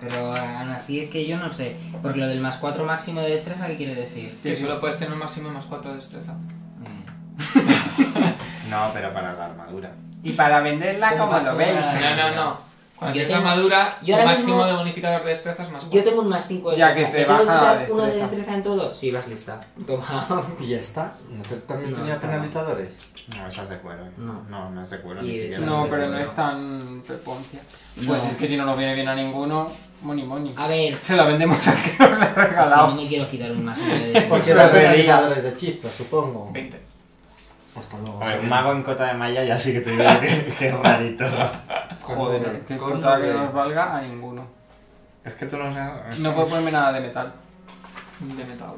[SPEAKER 2] Pero aún así es que yo no sé. Porque lo del más 4 máximo de destreza, ¿qué quiere decir?
[SPEAKER 1] Que solo puedes tener máximo más 4 de destreza.
[SPEAKER 2] Mm.
[SPEAKER 5] No, pero para la armadura.
[SPEAKER 4] Y para venderla,
[SPEAKER 2] Como
[SPEAKER 4] como lo
[SPEAKER 2] para-
[SPEAKER 4] veis.
[SPEAKER 1] No, no, no. Cuando
[SPEAKER 2] Yo
[SPEAKER 1] tienes la
[SPEAKER 2] tengo-
[SPEAKER 1] madura,
[SPEAKER 2] yo
[SPEAKER 1] el
[SPEAKER 2] ahora
[SPEAKER 1] máximo
[SPEAKER 2] mismo-
[SPEAKER 1] de bonificador de destrezas más
[SPEAKER 2] Yo
[SPEAKER 1] cuatro.
[SPEAKER 2] tengo un más 5 de
[SPEAKER 4] Ya que te baja la
[SPEAKER 2] quitar uno de
[SPEAKER 4] destreza.
[SPEAKER 2] destreza en todo? Sí, vas lista. Toma.
[SPEAKER 3] Y ya está. ¿No te- también
[SPEAKER 2] No,
[SPEAKER 3] tenía
[SPEAKER 2] está
[SPEAKER 3] penalizadores?
[SPEAKER 5] No, esa es de cuero.
[SPEAKER 2] No.
[SPEAKER 5] no, no es de cuero
[SPEAKER 2] Y
[SPEAKER 5] ni
[SPEAKER 2] de
[SPEAKER 5] siquiera.
[SPEAKER 2] hecho
[SPEAKER 4] No,
[SPEAKER 5] de
[SPEAKER 4] pero
[SPEAKER 5] cuero.
[SPEAKER 4] no es tan preponcia.
[SPEAKER 2] No.
[SPEAKER 4] Pues es que si no nos viene bien a ninguno, moni moni.
[SPEAKER 2] A ver, es
[SPEAKER 4] Se la vendemos al que nos la ha
[SPEAKER 2] que no
[SPEAKER 4] regalado.
[SPEAKER 2] me quiero quitar un más 5 de
[SPEAKER 3] Porque
[SPEAKER 2] destreza.
[SPEAKER 3] eran
[SPEAKER 4] Superpenalidad.
[SPEAKER 3] penalizadores de chistes, supongo.
[SPEAKER 1] 20.
[SPEAKER 3] Hasta luego.
[SPEAKER 5] A ver, un mago en cota de malla ya sí que te digo que, que es rarito.
[SPEAKER 4] Joder,
[SPEAKER 3] Cornudo,
[SPEAKER 4] que
[SPEAKER 3] cornudo.
[SPEAKER 4] importa que nos valga a ninguno.
[SPEAKER 5] Es que tú no sabes.
[SPEAKER 4] No puedo ponerme nada de metal.
[SPEAKER 1] De metal.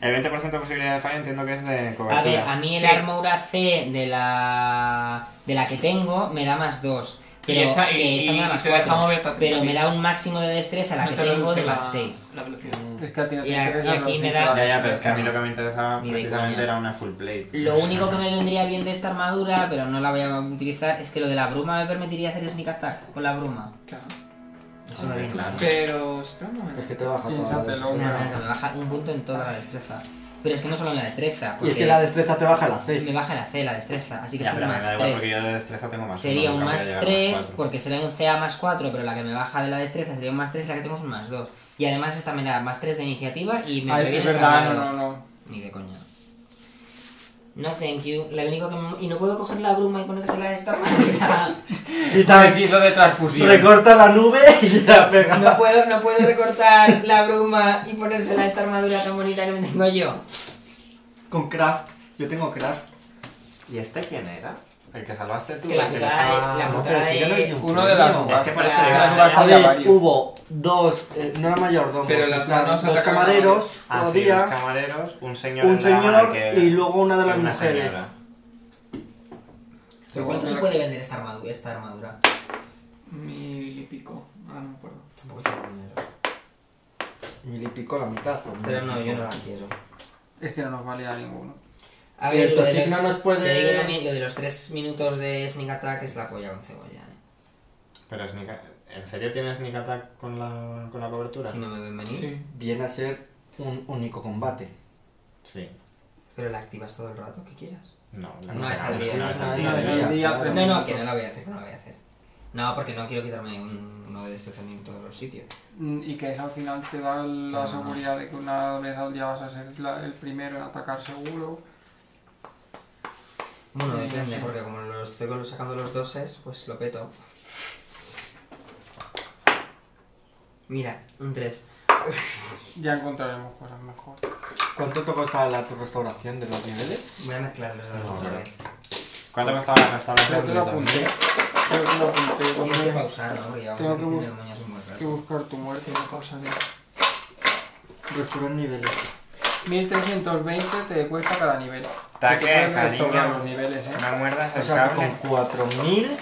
[SPEAKER 5] El 20% de posibilidad de fallo entiendo que es de cobertura.
[SPEAKER 2] A ver, a mí el
[SPEAKER 1] Sí.
[SPEAKER 2] armadura C de la de la que tengo me da más 2. Pero
[SPEAKER 1] y esa, y,
[SPEAKER 2] que esta me da
[SPEAKER 1] y
[SPEAKER 2] más
[SPEAKER 1] te deja
[SPEAKER 2] 4.
[SPEAKER 1] mover tanto
[SPEAKER 2] Pero
[SPEAKER 1] que
[SPEAKER 2] me da un máximo de destreza la
[SPEAKER 1] no
[SPEAKER 2] que
[SPEAKER 1] te
[SPEAKER 2] tengo de
[SPEAKER 1] reduce
[SPEAKER 2] más 6.
[SPEAKER 1] La velocidad.
[SPEAKER 4] Es que a ti no te
[SPEAKER 2] Y a-
[SPEAKER 4] interesa
[SPEAKER 2] y aquí me
[SPEAKER 4] los
[SPEAKER 2] da-
[SPEAKER 5] Ya,
[SPEAKER 4] cinturones.
[SPEAKER 5] ya, pero es que a mí lo que me interesaba
[SPEAKER 2] Ni de
[SPEAKER 5] precisamente
[SPEAKER 2] coña.
[SPEAKER 5] era una full plate.
[SPEAKER 2] Lo único que me vendría bien de esta armadura, pero no la voy a utilizar, es que lo de la bruma me permitiría hacer sneak attack con la bruma.
[SPEAKER 1] Claro.
[SPEAKER 2] Eso me
[SPEAKER 5] Hombre,
[SPEAKER 2] viene
[SPEAKER 5] claro.
[SPEAKER 2] bien.
[SPEAKER 1] Pero, espera un momento.
[SPEAKER 3] Es que te baja toda la
[SPEAKER 4] Piénsatelo.
[SPEAKER 2] Me
[SPEAKER 3] destreza.
[SPEAKER 2] da- me baja un punto en toda la destreza. Pero es que no solo en la destreza,
[SPEAKER 3] Y
[SPEAKER 2] porque
[SPEAKER 3] es que la destreza te baja la C.
[SPEAKER 2] me baja la C, la destreza, así que
[SPEAKER 5] Ya,
[SPEAKER 2] es un
[SPEAKER 5] pero me da
[SPEAKER 2] más
[SPEAKER 5] igual porque
[SPEAKER 2] 3.
[SPEAKER 5] yo de destreza tengo más.
[SPEAKER 2] Sería
[SPEAKER 5] uno,
[SPEAKER 2] un
[SPEAKER 5] nunca voy a
[SPEAKER 2] más
[SPEAKER 5] llegar a
[SPEAKER 2] 3,
[SPEAKER 5] cuatro.
[SPEAKER 2] porque sería un CA más 4, pero la que me baja de la destreza sería un más 3 y la que tengo es un más 2. Y además esta me da más 3 de iniciativa y me
[SPEAKER 4] Ay,
[SPEAKER 2] previene
[SPEAKER 4] es verdad, no,
[SPEAKER 2] salvado.
[SPEAKER 4] no, no.
[SPEAKER 2] Ni de coña. No, thank you. Lo único que me- Y no puedo coger la bruma y ponérsela a esta manera.
[SPEAKER 4] Un
[SPEAKER 3] Quita,
[SPEAKER 4] hechizo de transfusión.
[SPEAKER 3] recorta la nube y se la pega.
[SPEAKER 2] No puedo, no puedo recortar la bruma y ponérsela a esta armadura tan bonita que me tengo yo.
[SPEAKER 3] Con craft. Yo tengo craft.
[SPEAKER 5] ¿Y este quién era? El que salvaste
[SPEAKER 2] Es
[SPEAKER 5] tú.
[SPEAKER 2] que la
[SPEAKER 5] el le
[SPEAKER 2] putada
[SPEAKER 5] estaba-
[SPEAKER 2] es- la
[SPEAKER 3] No,
[SPEAKER 2] putada
[SPEAKER 3] pero sí que no es un
[SPEAKER 4] Uno de las
[SPEAKER 3] premio.
[SPEAKER 5] Es que por eso este
[SPEAKER 2] Ah,
[SPEAKER 5] yo
[SPEAKER 2] la
[SPEAKER 5] estaba-
[SPEAKER 3] A
[SPEAKER 4] Había
[SPEAKER 3] ver,
[SPEAKER 4] varios.
[SPEAKER 3] hubo dos, eh, no era mayordomo,
[SPEAKER 1] Pero las manos
[SPEAKER 3] dos
[SPEAKER 1] atacaron a-
[SPEAKER 3] camareros,
[SPEAKER 5] Ah, sí, los
[SPEAKER 3] había
[SPEAKER 5] camareros, un señor.
[SPEAKER 3] un
[SPEAKER 5] en la
[SPEAKER 3] señor
[SPEAKER 5] hamaca que-
[SPEAKER 3] y luego una de las
[SPEAKER 5] una
[SPEAKER 3] mujeres.
[SPEAKER 5] señora.
[SPEAKER 2] ¿Por cuánto se puede vender esta armadura? Esta armadura?
[SPEAKER 1] Mil y pico. Ahora no me acuerdo.
[SPEAKER 2] Tampoco está dinero.
[SPEAKER 3] Mil y pico la mitad. o mil
[SPEAKER 2] Pero
[SPEAKER 3] y
[SPEAKER 2] no,
[SPEAKER 3] pico.
[SPEAKER 2] yo no la quiero.
[SPEAKER 4] Es que no nos vale a ninguno.
[SPEAKER 2] A
[SPEAKER 3] Y el
[SPEAKER 2] lo de
[SPEAKER 3] Tocino
[SPEAKER 2] los-
[SPEAKER 3] nos puede-
[SPEAKER 2] Te digo también, lo de los 3 minutos de sneak attack es la polla con cebolla, eh.
[SPEAKER 5] Pero Sneak ¿En serio tienes Sneak Attack con la, con la cobertura?
[SPEAKER 2] Si no me ven venir.
[SPEAKER 1] Sí.
[SPEAKER 3] Viene a ser un único combate.
[SPEAKER 5] Sí.
[SPEAKER 2] Pero la activas todo el rato que quieras.
[SPEAKER 5] No, la
[SPEAKER 2] No,
[SPEAKER 5] cosa
[SPEAKER 2] es al
[SPEAKER 5] era-
[SPEAKER 2] día,
[SPEAKER 5] era
[SPEAKER 2] no,
[SPEAKER 5] al
[SPEAKER 2] es al
[SPEAKER 5] día.
[SPEAKER 4] día. Al día,
[SPEAKER 3] claro.
[SPEAKER 4] tres
[SPEAKER 2] No, no, que no la voy a hacer, no la voy a hacer. No, porque no quiero quitarme un- uno de estos en todos los sitios.
[SPEAKER 4] Mm, Y que eso al final te da la seguridad de que una vez al día vas a ser la- el primero en atacar seguro.
[SPEAKER 2] Bueno,
[SPEAKER 4] Sí,
[SPEAKER 2] depende,
[SPEAKER 4] sí.
[SPEAKER 2] porque como lo estoy con- sacando los doses, pues lo peto. Mira, un 3.
[SPEAKER 4] Ya encontraremos cosas mejor.
[SPEAKER 3] ¿Cuánto te costaba la tu restauración de los niveles?
[SPEAKER 2] Voy a mezclar los dados
[SPEAKER 5] No,
[SPEAKER 2] otra
[SPEAKER 5] pero-
[SPEAKER 2] vez.
[SPEAKER 5] ¿Cuánto costaba la restauración?
[SPEAKER 4] Creo que lo
[SPEAKER 5] Luis?
[SPEAKER 4] apunté. Creo que lo apunté.
[SPEAKER 2] Tengo que
[SPEAKER 4] Vamos
[SPEAKER 2] pausar, ¿no? Porque ya
[SPEAKER 4] Tengo
[SPEAKER 2] vamos
[SPEAKER 4] que
[SPEAKER 2] a
[SPEAKER 4] bus-
[SPEAKER 2] hacer moñas un buen
[SPEAKER 4] a- que
[SPEAKER 2] rato.
[SPEAKER 4] buscar tu muerte.
[SPEAKER 1] Una cosa de...
[SPEAKER 3] Restaurar niveles.
[SPEAKER 4] 1320 te cuesta cada nivel. Que
[SPEAKER 5] Taque,
[SPEAKER 4] te puedes
[SPEAKER 5] cariño.
[SPEAKER 4] restaurar los niveles, eh.
[SPEAKER 5] No muerdas
[SPEAKER 3] O
[SPEAKER 5] el
[SPEAKER 3] sea, que
[SPEAKER 5] cable.
[SPEAKER 3] con 4000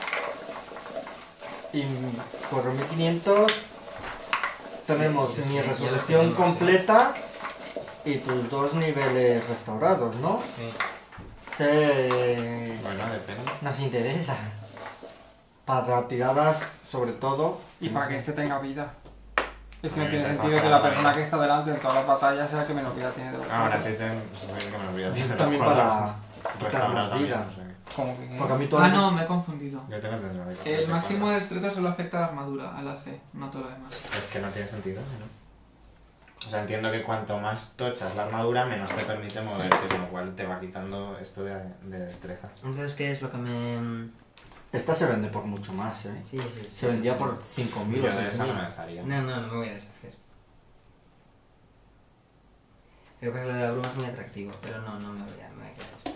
[SPEAKER 3] y 4500 tenemos
[SPEAKER 2] Sí, sí,
[SPEAKER 3] mi
[SPEAKER 2] ya lo
[SPEAKER 3] resolución
[SPEAKER 2] tenemos, sí.
[SPEAKER 3] completa y tus dos niveles restaurados, ¿no?
[SPEAKER 2] Sí.
[SPEAKER 3] Que
[SPEAKER 5] Bueno, depende.
[SPEAKER 3] nos interesa. Para tiradas, sobre todo.
[SPEAKER 4] Y para que este tenga vida. Es que no
[SPEAKER 5] Ahí
[SPEAKER 4] tiene
[SPEAKER 5] te
[SPEAKER 4] sentido
[SPEAKER 5] saca
[SPEAKER 4] que
[SPEAKER 5] la
[SPEAKER 4] la persona
[SPEAKER 5] vida.
[SPEAKER 4] que está delante en todas las batallas sea la que menos vida tiene de los
[SPEAKER 5] Ahora
[SPEAKER 4] cuatro.
[SPEAKER 5] sí te supongo que me lo voy a tirar.
[SPEAKER 3] También para.
[SPEAKER 5] Restaurar
[SPEAKER 3] quitarnos
[SPEAKER 5] también.
[SPEAKER 3] vida.
[SPEAKER 5] o sea que-
[SPEAKER 4] Como que...
[SPEAKER 3] Porque a mí todo
[SPEAKER 1] Ah, no, me he confundido.
[SPEAKER 5] Yo tengo entendido que-
[SPEAKER 1] El
[SPEAKER 5] que-
[SPEAKER 1] máximo de destreza solo afecta a la armadura, a la C, no a todo lo demás.
[SPEAKER 5] Es que no tiene sentido, ¿no? O sea, entiendo que cuanto más tochas la armadura, menos te permite moverte, con lo cual te va quitando esto de, de destreza.
[SPEAKER 2] Entonces, ¿qué es lo que me...? mm,
[SPEAKER 3] Esta se vende por mucho más, ¿eh?
[SPEAKER 2] Sí, sí, sí.
[SPEAKER 3] Se vendía por 5000 o
[SPEAKER 5] Yo de esa no me
[SPEAKER 3] 6000.
[SPEAKER 5] desharía.
[SPEAKER 2] No, no, no me voy a deshacer. Creo que lo de la bruma es muy atractivo, pero no, no me voy a, me voy a quedar esta.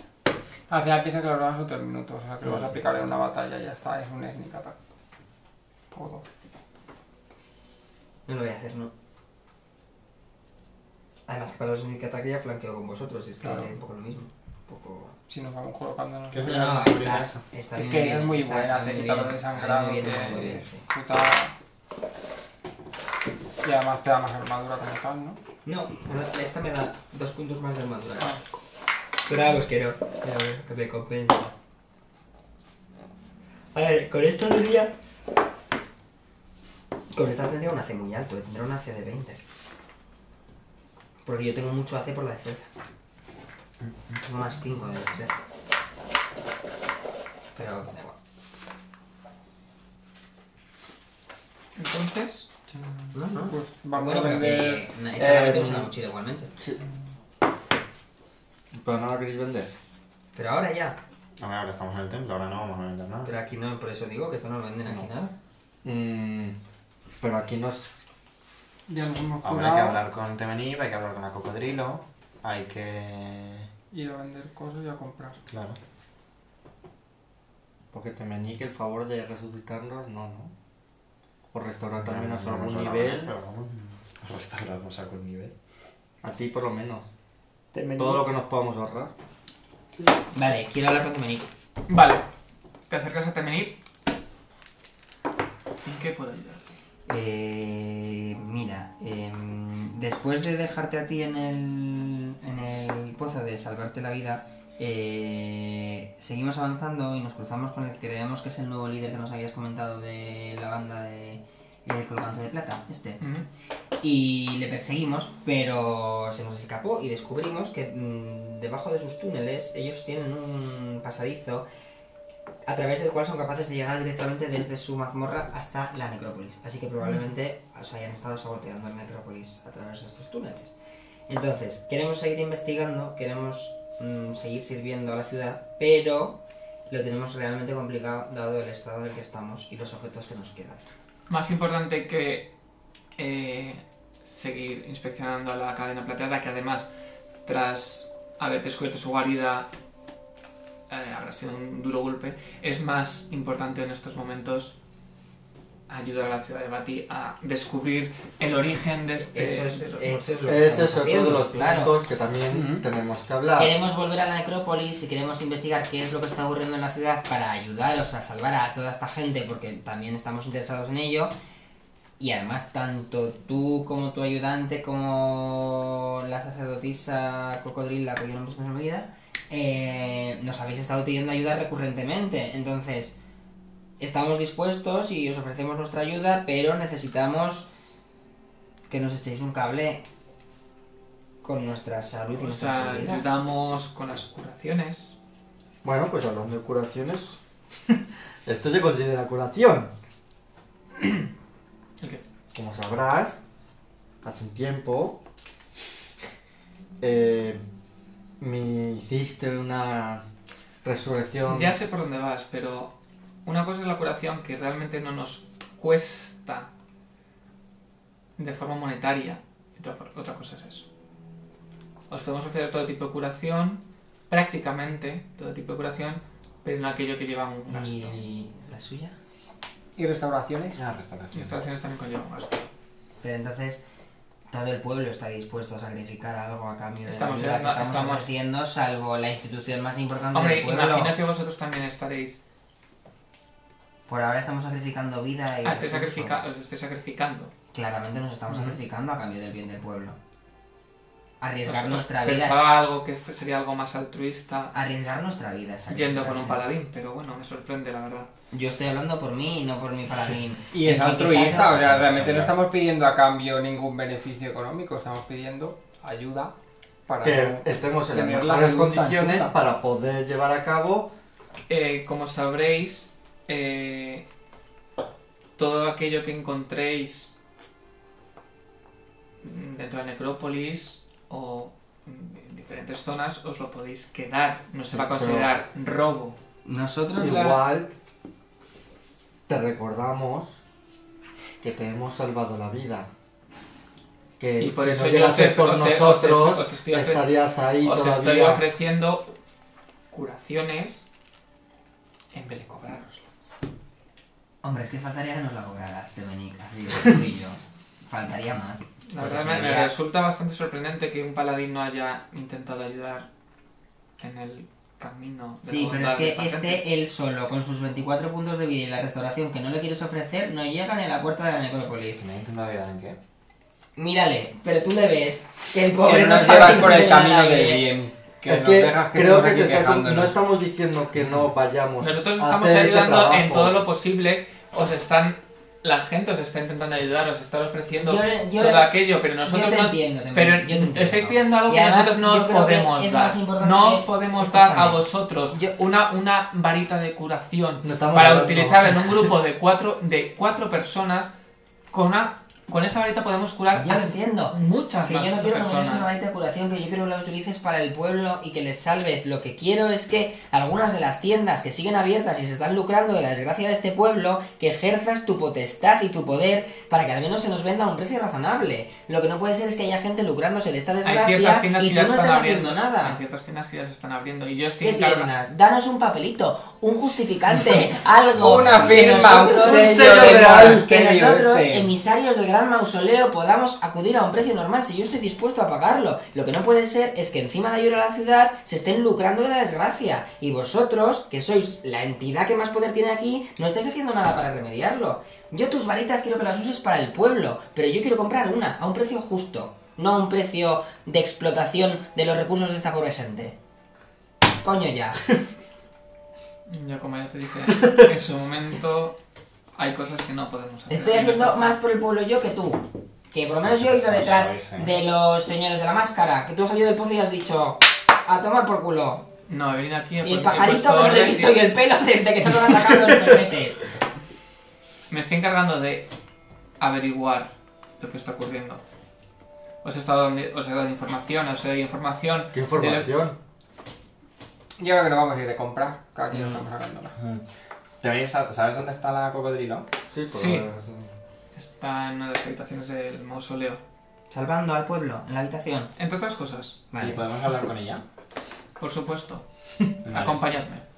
[SPEAKER 4] Al final piensa que lo grabas son 3 minutos, o sea que lo vas a aplicar en una batalla y ya está, es un sneak attack. O dos.
[SPEAKER 2] No lo voy a hacer, no. Además, que para los sneak attack ya flanqueo con vosotros, y es que
[SPEAKER 4] Claro.
[SPEAKER 2] es un poco lo mismo. Un poco...
[SPEAKER 4] Si nos vamos colocando
[SPEAKER 5] ¿Qué?
[SPEAKER 4] en
[SPEAKER 5] Es
[SPEAKER 2] No,
[SPEAKER 5] una
[SPEAKER 2] no,
[SPEAKER 5] mejor
[SPEAKER 2] está,
[SPEAKER 5] idea.
[SPEAKER 2] está
[SPEAKER 4] Es
[SPEAKER 2] bien,
[SPEAKER 4] que es muy
[SPEAKER 2] está-
[SPEAKER 4] buena,
[SPEAKER 2] está
[SPEAKER 4] te
[SPEAKER 2] muy
[SPEAKER 4] quita lo
[SPEAKER 2] bien,
[SPEAKER 4] de
[SPEAKER 2] está
[SPEAKER 4] sangrado,
[SPEAKER 2] muy bien, está muy
[SPEAKER 4] que
[SPEAKER 2] bien,
[SPEAKER 4] es
[SPEAKER 2] sí.
[SPEAKER 4] puta... Y además te da más armadura como tal, ¿no?
[SPEAKER 2] No, esta me da dos puntos más de armadura.
[SPEAKER 4] Ah.
[SPEAKER 2] Pero vamos, que no. Pero bueno, que me compensa. A ver, con esta tendría. Con esta tendría un AC muy alto, eh, tendría un AC de 20. Porque yo tengo mucho AC por la destreza. Tengo más 5 de destreza. Pero da igual.
[SPEAKER 1] Entonces.
[SPEAKER 3] No, no.
[SPEAKER 4] Pues va a
[SPEAKER 2] Bueno, pero
[SPEAKER 4] vender-
[SPEAKER 2] que esta la
[SPEAKER 1] eh,
[SPEAKER 2] metemos en la
[SPEAKER 1] mm.
[SPEAKER 2] mochila igualmente.
[SPEAKER 3] Pero no la queréis vender.
[SPEAKER 2] Pero ahora ya.
[SPEAKER 5] Hombre, ahora estamos en el templo, ahora no vamos a vender nada.
[SPEAKER 2] Pero aquí no, por eso digo que esto no lo venden aquí nada.
[SPEAKER 3] Mm, pero aquí no es-
[SPEAKER 4] Ya nos hemos
[SPEAKER 5] Ahora hay que
[SPEAKER 4] curado.
[SPEAKER 5] hablar con Temenib, hay que hablar con la cocodrilo, hay que...
[SPEAKER 4] Ir a vender cosas y a comprar.
[SPEAKER 5] Claro.
[SPEAKER 3] Porque te meñique el favor de resucitarnos, no, ¿no? O restaurar
[SPEAKER 5] No,
[SPEAKER 3] también
[SPEAKER 5] no,
[SPEAKER 3] a
[SPEAKER 5] no,
[SPEAKER 3] algún
[SPEAKER 5] no, no,
[SPEAKER 3] nivel.
[SPEAKER 5] Pero vamos a restaurarnos a algún nivel.
[SPEAKER 3] A ti por lo menos.
[SPEAKER 6] Temenib.
[SPEAKER 3] Todo lo que nos podamos ahorrar.
[SPEAKER 2] Vale, quiero hablar con Dominique.
[SPEAKER 1] Vale. Te acercas a Temenir. ¿En qué puedo ayudarte?
[SPEAKER 2] Eh, mira, em, después de dejarte a ti en el, en el pozo de salvarte la vida, eh, seguimos avanzando y nos cruzamos con el que creemos que es el nuevo líder que nos habías comentado de la banda de el colgante de plata, este.
[SPEAKER 1] Ujú.
[SPEAKER 2] Y le perseguimos, pero se nos escapó y descubrimos que mm, debajo de sus túneles ellos tienen un pasadizo a través del cual son capaces de llegar directamente desde su mazmorra hasta la necrópolis. Así que probablemente os hayan estado saboteando la necrópolis a través de estos túneles. Entonces, queremos seguir investigando, queremos mm, seguir sirviendo a la ciudad, pero lo tenemos realmente complicado dado el estado en el que estamos y los objetos que nos quedan.
[SPEAKER 1] Más importante que eh, seguir inspeccionando a la cadena plateada, que además, tras haber descubierto su guarida, eh, habrá sido un duro golpe. Es más importante en estos momentos ayudar a la ciudad de Bati a descubrir el origen de este.
[SPEAKER 2] Eso es, eh,
[SPEAKER 1] de los-
[SPEAKER 2] eso es lo que
[SPEAKER 3] Ese
[SPEAKER 2] estamos
[SPEAKER 3] es otro
[SPEAKER 2] haciendo,
[SPEAKER 3] de los
[SPEAKER 2] claro.
[SPEAKER 3] puntos que también
[SPEAKER 1] Ujú.
[SPEAKER 3] tenemos que hablar.
[SPEAKER 2] Queremos volver a la necrópolis y queremos investigar qué es lo que está ocurriendo en la ciudad para ayudaros a salvar a toda esta gente porque también estamos interesados en ello. Y además tanto tú como tu ayudante como la sacerdotisa cocodrila que yo no me se me olvida, eh, nos habéis estado pidiendo ayuda recurrentemente. Entonces, estamos dispuestos y os ofrecemos nuestra ayuda, pero necesitamos que nos echéis un cable con nuestra salud y
[SPEAKER 1] O
[SPEAKER 2] nuestra
[SPEAKER 1] sea,
[SPEAKER 2] seguridad.
[SPEAKER 1] ayudamos con las curaciones.
[SPEAKER 3] Bueno, pues hablando de curaciones. Esto se considera curación.
[SPEAKER 1] ¿El qué?
[SPEAKER 3] Como sabrás, hace un tiempo eh, me hiciste una resurrección.
[SPEAKER 1] Ya sé por dónde vas, pero una cosa es la curación que realmente no nos cuesta de forma monetaria. y Otra, otra cosa es eso. Os podemos ofrecer todo tipo de curación, prácticamente todo tipo de curación, pero no aquello que lleva un gasto.
[SPEAKER 2] ¿Y la suya?
[SPEAKER 4] ¿Y restauraciones?
[SPEAKER 5] Ya,
[SPEAKER 1] Y
[SPEAKER 5] Ah, restauración.
[SPEAKER 1] instalaciones también conllevan un gasto.
[SPEAKER 2] Pero entonces, todo el pueblo está dispuesto a sacrificar algo a cambio de
[SPEAKER 1] Estamos
[SPEAKER 2] la ayuda
[SPEAKER 1] en
[SPEAKER 2] que
[SPEAKER 1] una-
[SPEAKER 2] estamos,
[SPEAKER 1] estamos-
[SPEAKER 2] ofreciendo, salvo la institución más importante
[SPEAKER 1] Hombre,
[SPEAKER 2] del pueblo.
[SPEAKER 1] imagino que vosotros también estaréis.
[SPEAKER 2] Por ahora estamos sacrificando vida y
[SPEAKER 1] Ah, estáis
[SPEAKER 2] recursos.
[SPEAKER 1] sacrifica- os estáis sacrificando.
[SPEAKER 2] Claramente nos estamos
[SPEAKER 1] Ujú.
[SPEAKER 2] sacrificando a cambio del bien del pueblo.
[SPEAKER 1] Os-
[SPEAKER 2] Arriesgar
[SPEAKER 1] os
[SPEAKER 2] nuestra vida... es-
[SPEAKER 1] Pensaba algo que f- sería algo más altruista
[SPEAKER 2] Arriesgar nuestra vida, es
[SPEAKER 1] yendo con un
[SPEAKER 2] sacrificarse.
[SPEAKER 1] paladín, pero bueno, me sorprende la verdad.
[SPEAKER 2] Yo estoy hablando por mí y no por mi paladín.
[SPEAKER 4] Y es
[SPEAKER 2] Lo que
[SPEAKER 4] altruista,
[SPEAKER 2] pasa- pues,
[SPEAKER 4] o sea, realmente
[SPEAKER 5] sí,
[SPEAKER 4] no
[SPEAKER 5] claro.
[SPEAKER 4] estamos pidiendo a cambio ningún beneficio económico, estamos pidiendo ayuda para...
[SPEAKER 3] Que
[SPEAKER 4] no-
[SPEAKER 3] estemos en las
[SPEAKER 4] Tener la
[SPEAKER 3] mejores
[SPEAKER 4] salud tan
[SPEAKER 3] condiciones
[SPEAKER 4] chuta.
[SPEAKER 3] para poder llevar a cabo.
[SPEAKER 1] Eh, como sabréis, eh, todo aquello que encontréis mm, dentro de la necrópolis o mm, en diferentes zonas os lo podéis quedar. No se
[SPEAKER 3] Sí,
[SPEAKER 1] va a
[SPEAKER 3] pero-
[SPEAKER 1] considerar robo.
[SPEAKER 2] Nosotros... la-
[SPEAKER 3] Igual te recordamos que te hemos salvado la vida. Que
[SPEAKER 1] Y por
[SPEAKER 3] si
[SPEAKER 1] eso
[SPEAKER 3] no
[SPEAKER 1] yo
[SPEAKER 3] llegas a
[SPEAKER 1] os
[SPEAKER 3] ser
[SPEAKER 1] he-
[SPEAKER 3] por
[SPEAKER 1] os he- os he-
[SPEAKER 3] nosotros,
[SPEAKER 1] os estoy ofre-
[SPEAKER 3] estarías ahí
[SPEAKER 1] Os
[SPEAKER 3] todavía.
[SPEAKER 1] estoy ofreciendo curaciones en vez de cobraroslo.
[SPEAKER 2] Hombre, es que faltaría que nos la cobraras, Temenic, así de sencillo. faltaría más.
[SPEAKER 1] La
[SPEAKER 2] Porque
[SPEAKER 1] verdad me, me
[SPEAKER 2] sería-
[SPEAKER 1] resulta bastante sorprendente que un paladín no haya intentado ayudar en el camino. de
[SPEAKER 2] Sí,
[SPEAKER 1] la
[SPEAKER 2] pero
[SPEAKER 1] bondad
[SPEAKER 2] es
[SPEAKER 1] de
[SPEAKER 2] que
[SPEAKER 1] esta gente.
[SPEAKER 2] este, él solo, con sus 24 puntos de vida y la restauración que no le quieres ofrecer, no llega ni a la puerta de la necrópolis.
[SPEAKER 5] ¿Me ha intentado ayudar en qué?
[SPEAKER 2] Mírale, pero tú le ves que el pobre
[SPEAKER 4] Que no nos
[SPEAKER 2] sabe
[SPEAKER 4] llevas por el
[SPEAKER 2] caminar
[SPEAKER 4] camino
[SPEAKER 2] al
[SPEAKER 4] de
[SPEAKER 2] aire.
[SPEAKER 4] bien. Que
[SPEAKER 3] es
[SPEAKER 4] nos
[SPEAKER 3] que
[SPEAKER 4] dejas que
[SPEAKER 3] creo
[SPEAKER 4] estemos
[SPEAKER 3] que
[SPEAKER 4] aquí
[SPEAKER 3] te estás con- no
[SPEAKER 4] quejándonos.
[SPEAKER 3] estamos diciendo que no vayamos.
[SPEAKER 1] Nosotros
[SPEAKER 3] a
[SPEAKER 1] estamos
[SPEAKER 3] hacer este
[SPEAKER 1] ayudando en
[SPEAKER 3] trabajo.
[SPEAKER 1] todo lo posible. Os están. La gente os está intentando ayudar, os está ofreciendo
[SPEAKER 2] Yo le- yo
[SPEAKER 1] todo
[SPEAKER 2] le-
[SPEAKER 1] aquello, pero nosotros
[SPEAKER 2] yo te
[SPEAKER 1] no.
[SPEAKER 2] entiendo, te
[SPEAKER 1] pero
[SPEAKER 2] entiendo, yo te entiendo.
[SPEAKER 1] estáis pidiendo algo
[SPEAKER 2] Y
[SPEAKER 1] que
[SPEAKER 2] además,
[SPEAKER 1] nosotros no
[SPEAKER 2] yo
[SPEAKER 1] os
[SPEAKER 2] creo que
[SPEAKER 1] podemos
[SPEAKER 2] es
[SPEAKER 1] dar.
[SPEAKER 2] más importante
[SPEAKER 1] no
[SPEAKER 2] que-
[SPEAKER 1] os podemos dar a
[SPEAKER 2] escúchame.
[SPEAKER 1] vosotros
[SPEAKER 2] Yo-
[SPEAKER 1] una, una varita de curación
[SPEAKER 3] No estamos
[SPEAKER 1] para
[SPEAKER 3] hablando-
[SPEAKER 1] utilizar en un grupo de cuatro, de cuatro personas con, una, con esa varita podemos curar
[SPEAKER 2] Ya lo
[SPEAKER 1] a
[SPEAKER 2] entiendo.
[SPEAKER 1] muchas
[SPEAKER 2] Que
[SPEAKER 1] más
[SPEAKER 2] yo no quiero que me des una
[SPEAKER 1] personas.
[SPEAKER 2] varita de curación, que yo quiero que la utilices para el pueblo y que les salves. Lo que quiero es que algunas de las tiendas que siguen abiertas y se están lucrando de la desgracia de este pueblo, que ejerzas tu potestad y tu poder para que al menos se nos venda a un precio razonable. Lo que no puede ser es que haya gente lucrándose de esta
[SPEAKER 1] Hay ciertas
[SPEAKER 2] desgracia
[SPEAKER 1] tiendas
[SPEAKER 2] y
[SPEAKER 1] que
[SPEAKER 2] tú
[SPEAKER 1] ya
[SPEAKER 2] no
[SPEAKER 1] están
[SPEAKER 2] estás
[SPEAKER 1] abriendo.
[SPEAKER 2] haciendo
[SPEAKER 1] Hay
[SPEAKER 2] nada.
[SPEAKER 1] ciertas tiendas que ya se están abriendo. Y yo estoy
[SPEAKER 2] ¿Qué
[SPEAKER 1] encarga-
[SPEAKER 2] tiendas? Danos un papelito, un justificante, algo.
[SPEAKER 4] Una
[SPEAKER 2] que
[SPEAKER 4] firma, un
[SPEAKER 2] nosotros-
[SPEAKER 4] sello de moral.
[SPEAKER 2] que
[SPEAKER 4] Qué
[SPEAKER 2] nosotros,
[SPEAKER 4] divertido.
[SPEAKER 2] emisarios del gran mausoleo, podamos acudir a un precio normal si yo estoy dispuesto a pagarlo. Lo que no puede ser es que encima de ayudar a la ciudad se estén lucrando de la desgracia. Y vosotros, que sois la entidad que más poder tiene aquí, no estáis haciendo nada para remediarlo. Yo tus varitas quiero que las uses para el pueblo, pero yo quiero comprar una a un precio justo, no a un precio de explotación de los recursos de esta pobre gente. Coño ya.
[SPEAKER 1] Yo, como ya te dije, en su momento hay cosas que no podemos hacer.
[SPEAKER 2] Estoy haciendo más por el pueblo yo que tú. Que por lo menos yo he ido detrás
[SPEAKER 5] eh.
[SPEAKER 2] de los señores de la máscara. Que tú has salido del pozo y has dicho, a tomar por culo.
[SPEAKER 1] No, he venido aquí. pues, he
[SPEAKER 2] Y el
[SPEAKER 1] pu- he puesto
[SPEAKER 2] pajarito que no le he
[SPEAKER 1] orden,
[SPEAKER 2] visto
[SPEAKER 1] tío.
[SPEAKER 2] y el pelo desde que no me han atacado los perretes.
[SPEAKER 1] Me estoy encargando de averiguar lo que está ocurriendo. Os he, estado dando- os he dado información, os he dado información.
[SPEAKER 5] ¿Qué
[SPEAKER 1] de
[SPEAKER 5] información?
[SPEAKER 4] Yo creo que nos vamos a ir de compra. Cada quien
[SPEAKER 1] Sí.
[SPEAKER 4] estamos sacándola.
[SPEAKER 5] ¿Tenéis- ¿Sabes dónde está la cocodrilo?
[SPEAKER 3] Sí, por
[SPEAKER 1] Sí.
[SPEAKER 3] lo-
[SPEAKER 1] lo- Está en una de las habitaciones del mausoleo.
[SPEAKER 2] Salvando al pueblo en la habitación.
[SPEAKER 1] Entre otras cosas,
[SPEAKER 5] ¿Y podemos hablar con ella?
[SPEAKER 1] por supuesto,
[SPEAKER 5] Vale.
[SPEAKER 1] acompañadme.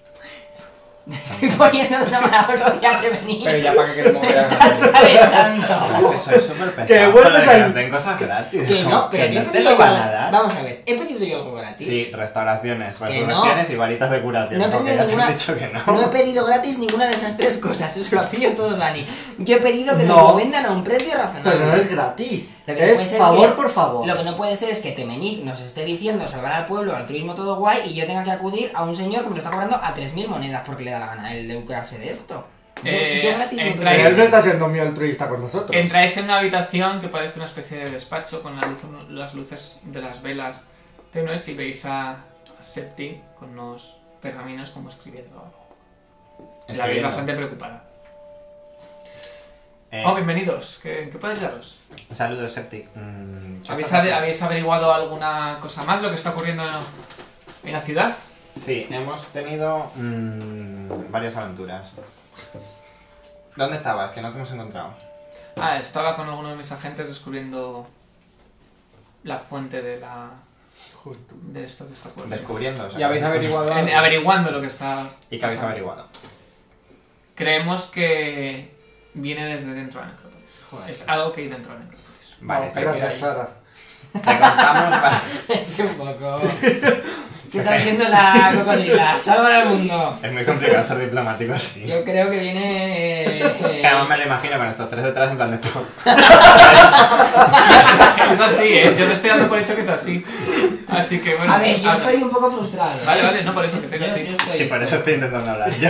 [SPEAKER 2] Estoy poniendo de una mala propia que venir.
[SPEAKER 4] Pero ya para qué queremos ver
[SPEAKER 2] Estás
[SPEAKER 4] a
[SPEAKER 2] reventando.
[SPEAKER 5] Que soy súper pesado.
[SPEAKER 3] Que vuelves
[SPEAKER 5] para que
[SPEAKER 3] al-
[SPEAKER 5] nos den cosas gratis.
[SPEAKER 2] Que no, pero yo he
[SPEAKER 5] no te
[SPEAKER 2] pedido
[SPEAKER 5] lo
[SPEAKER 2] yo
[SPEAKER 5] van a
[SPEAKER 2] algo.
[SPEAKER 5] dar.
[SPEAKER 2] Vamos a ver, he pedido yo algo gratis.
[SPEAKER 5] Sí, restauraciones,
[SPEAKER 2] no.
[SPEAKER 5] resurrecciones y varitas de curación.
[SPEAKER 2] No he
[SPEAKER 5] porque
[SPEAKER 2] pedido
[SPEAKER 5] ya te
[SPEAKER 2] ninguna.
[SPEAKER 5] he dicho que no.
[SPEAKER 2] No he pedido gratis ninguna de esas tres cosas. Eso lo ha pedido todo Dani. Yo he pedido que
[SPEAKER 3] No.
[SPEAKER 2] nos lo vendan a un precio razonable.
[SPEAKER 3] Pero no es gratis.
[SPEAKER 2] Lo que no
[SPEAKER 3] Es
[SPEAKER 2] puede ser
[SPEAKER 3] favor
[SPEAKER 2] que-
[SPEAKER 3] por favor.
[SPEAKER 2] Lo que no puede ser es que Temeñic nos esté diciendo salvar al pueblo, al turismo todo guay, y yo tenga que acudir a un señor que me lo está cobrando a 3.000 monedas porque le da la gana a él de lucrarse de esto. Yo,
[SPEAKER 1] Eh,
[SPEAKER 2] yo gratis no
[SPEAKER 1] entráis-
[SPEAKER 2] puedo.
[SPEAKER 3] Pero él no está siendo muy altruista con nosotros.
[SPEAKER 1] Entráis en una habitación que parece una especie de despacho con la luz- las luces de las velas tenues y veis a Septi con unos pergaminos como escribiendo algo. La veis
[SPEAKER 5] Escribiendo.
[SPEAKER 1] bastante preocupada.
[SPEAKER 5] Eh,
[SPEAKER 1] Oh, bienvenidos, ¿qué, qué puedo ayudaros?
[SPEAKER 5] Saludos, Septic. Mm, ¿qué
[SPEAKER 1] ¿Habéis, ave-
[SPEAKER 5] estás haciendo?
[SPEAKER 1] habéis averiguado alguna cosa más de lo que está ocurriendo en la ciudad?
[SPEAKER 5] Sí, hemos tenido mm, varias aventuras. ¿Dónde estabas? Que no te hemos encontrado.
[SPEAKER 1] Ah, estaba con alguno de mis agentes descubriendo la fuente de la de esto que está ocurriendo.
[SPEAKER 5] Descubriendo. o sea,
[SPEAKER 4] ¿Ya habéis
[SPEAKER 5] que-
[SPEAKER 4] averiguado
[SPEAKER 1] En-
[SPEAKER 4] algo?
[SPEAKER 1] averiguando lo que está.
[SPEAKER 5] ¿Y qué habéis
[SPEAKER 1] pasando.
[SPEAKER 5] averiguado?
[SPEAKER 1] Creemos que viene desde dentro de la necrópolis. Es algo que hay dentro de la necrópolis.
[SPEAKER 5] Vale,
[SPEAKER 3] Vamos,
[SPEAKER 5] se queda
[SPEAKER 3] gracias,
[SPEAKER 5] ahí.
[SPEAKER 3] Sara.
[SPEAKER 5] Te contamos. va-
[SPEAKER 2] Es un poco. ¿Qué está diciendo la cocodrila? ¡Salva al mundo!
[SPEAKER 5] Es muy complicado ser diplomático así.
[SPEAKER 1] Eh,
[SPEAKER 2] Yo creo que viene. eh,
[SPEAKER 5] Que además me lo imagino con estos tres detrás en plan de.
[SPEAKER 1] es así, ¿eh? Yo te estoy dando por hecho que es así. Así que bueno.
[SPEAKER 2] A ver, yo
[SPEAKER 1] habla.
[SPEAKER 2] estoy un poco frustrado.
[SPEAKER 1] Vale, vale, no por eso, que
[SPEAKER 2] Yo,
[SPEAKER 1] estoy
[SPEAKER 2] yo
[SPEAKER 1] así.
[SPEAKER 2] estoy-
[SPEAKER 5] Sí, por eso estoy intentando hablar yo.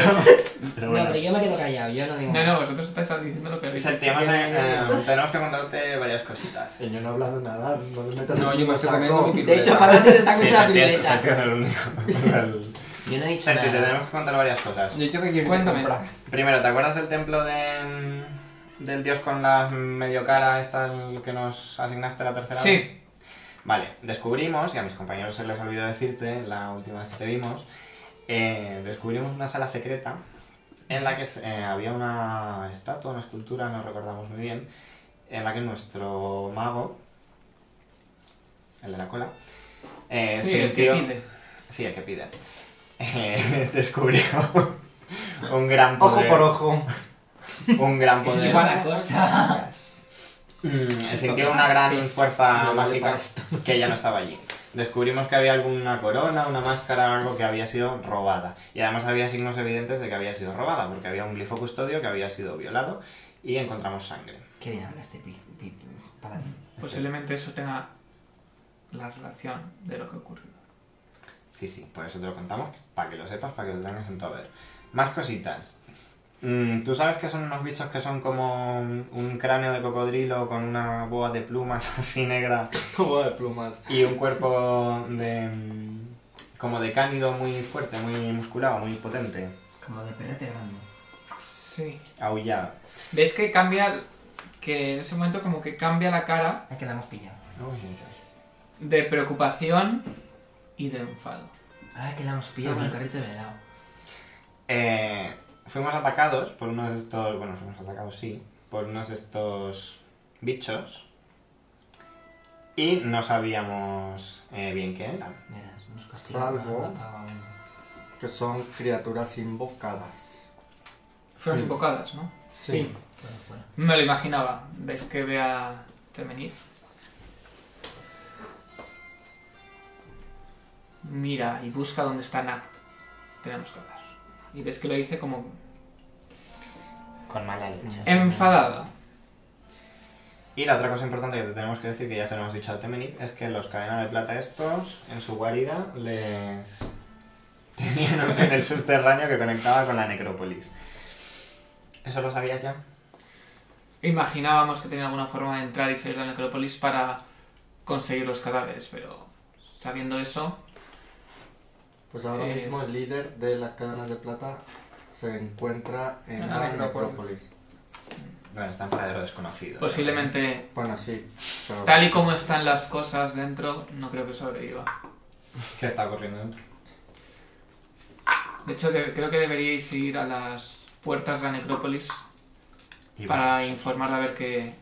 [SPEAKER 5] Pero
[SPEAKER 2] No,
[SPEAKER 5] bueno.
[SPEAKER 2] pero yo me quedo callado, yo no digo
[SPEAKER 1] No,
[SPEAKER 2] nada.
[SPEAKER 1] no, vosotros estáis diciendo lo que habéis
[SPEAKER 5] Santi, vamos a- eh, tenemos que contarte varias cositas.
[SPEAKER 3] Yo no he hablado nada, no le metas
[SPEAKER 4] No,
[SPEAKER 3] el
[SPEAKER 4] yo
[SPEAKER 3] mismo
[SPEAKER 4] me estoy
[SPEAKER 3] saco.
[SPEAKER 4] comiendo mi
[SPEAKER 2] De hecho,
[SPEAKER 4] piruleta.
[SPEAKER 2] para ti te está
[SPEAKER 5] Sí,
[SPEAKER 2] comiendo la
[SPEAKER 5] Santi es,
[SPEAKER 2] piruleta.
[SPEAKER 5] Santi es el único. El-
[SPEAKER 2] Yo no he dicho
[SPEAKER 5] Santi, te
[SPEAKER 2] nada.
[SPEAKER 5] tenemos que contar varias cosas.
[SPEAKER 4] Yo tengo que quiero
[SPEAKER 1] Cuéntame.
[SPEAKER 4] comprar.
[SPEAKER 5] Primero, ¿te acuerdas del templo de, mm, del dios con la medio cara, esta el que nos asignaste la tercera vez?
[SPEAKER 1] Sí,
[SPEAKER 5] Vale, descubrimos, y a mis compañeros se les olvidó decirte la última vez que te vimos, eh, descubrimos una sala secreta en la que se- eh, había una estatua, una escultura, no recordamos muy bien, en la que nuestro mago, el de la cola, eh,
[SPEAKER 1] sí, el que
[SPEAKER 5] sintió-
[SPEAKER 1] pide.
[SPEAKER 5] Sí, el que pide. Eh, descubrió un gran
[SPEAKER 3] Ojo
[SPEAKER 5] poder.
[SPEAKER 3] por ojo.
[SPEAKER 5] Un gran
[SPEAKER 2] Eso
[SPEAKER 5] poder.
[SPEAKER 2] es igual cosa.
[SPEAKER 5] Mm,
[SPEAKER 2] Sí,
[SPEAKER 5] sintió
[SPEAKER 2] tocaste.
[SPEAKER 5] una gran fuerza
[SPEAKER 3] No,
[SPEAKER 5] mágica
[SPEAKER 3] para
[SPEAKER 5] que ya no estaba allí. Descubrimos que había alguna corona, una máscara, algo que había sido robada. Y además había signos evidentes de que había sido robada, porque había un glifo custodio que había sido violado y encontramos sangre.
[SPEAKER 2] Qué bien habla este pi, pi- para mí.
[SPEAKER 1] Posiblemente eso tenga la relación de lo que ha ocurrido.
[SPEAKER 5] Sí, sí, por eso te lo contamos, para que lo sepas, para que lo tengas en tu haber. Más cositas. Mm, Tú sabes que son unos bichos que son como un cráneo de cocodrilo con una boa de plumas así negra
[SPEAKER 3] Como de plumas.
[SPEAKER 5] Y un cuerpo de. mm, como de cánido muy fuerte, muy musculado, muy potente.
[SPEAKER 2] Como de perrete grande.
[SPEAKER 1] Sí.
[SPEAKER 5] Aullado.
[SPEAKER 1] ¿Veis que cambia que en ese momento como que cambia la cara
[SPEAKER 2] Es que la hemos pillado.
[SPEAKER 5] Uy, uy, uy.
[SPEAKER 1] de preocupación y de enfado.
[SPEAKER 2] Ah, es que la hemos pillado con el carrito del helado.
[SPEAKER 5] Eh, fuimos atacados por unos de estos. Bueno, fuimos atacados, sí. Por unos de estos bichos. Y no sabíamos eh, bien qué eran.
[SPEAKER 2] Mira, nos costó.
[SPEAKER 3] Salvo. Que son criaturas invocadas.
[SPEAKER 1] Fueron
[SPEAKER 3] Sí.
[SPEAKER 1] invocadas, ¿no?
[SPEAKER 3] Sí.
[SPEAKER 2] Bueno, bueno.
[SPEAKER 1] Me lo imaginaba. ¿Veis que vea femenil? Mira y busca dónde está Nat. Tenemos que hablar. Y ves que lo dice como
[SPEAKER 5] Con mala leche.
[SPEAKER 1] enfadada.
[SPEAKER 5] Y la otra cosa importante que te tenemos que decir, que ya se lo hemos dicho a Temenip, es que los cadena de plata estos, en su guarida, les... Tenían un túnel subterráneo que conectaba con la necrópolis. ¿Eso lo sabías ya?
[SPEAKER 1] Imaginábamos que tenía alguna forma de entrar y salir de la necrópolis para conseguir los cadáveres, pero sabiendo eso,
[SPEAKER 3] Pues ahora
[SPEAKER 1] Eh.
[SPEAKER 3] mismo el líder de las cadenas de plata se encuentra en
[SPEAKER 1] En la
[SPEAKER 3] la
[SPEAKER 1] necrópolis.
[SPEAKER 3] necrópolis.
[SPEAKER 5] Bueno, está en paradero desconocido.
[SPEAKER 1] posiblemente,
[SPEAKER 3] Bueno, sí. pero-
[SPEAKER 1] tal y como están las cosas dentro, no creo que sobreviva.
[SPEAKER 5] ¿Qué está ocurriendo dentro?
[SPEAKER 1] De hecho, de- creo que deberíais ir a las puertas de la necrópolis
[SPEAKER 5] Y
[SPEAKER 1] para
[SPEAKER 5] vamos.
[SPEAKER 1] informar a ver qué,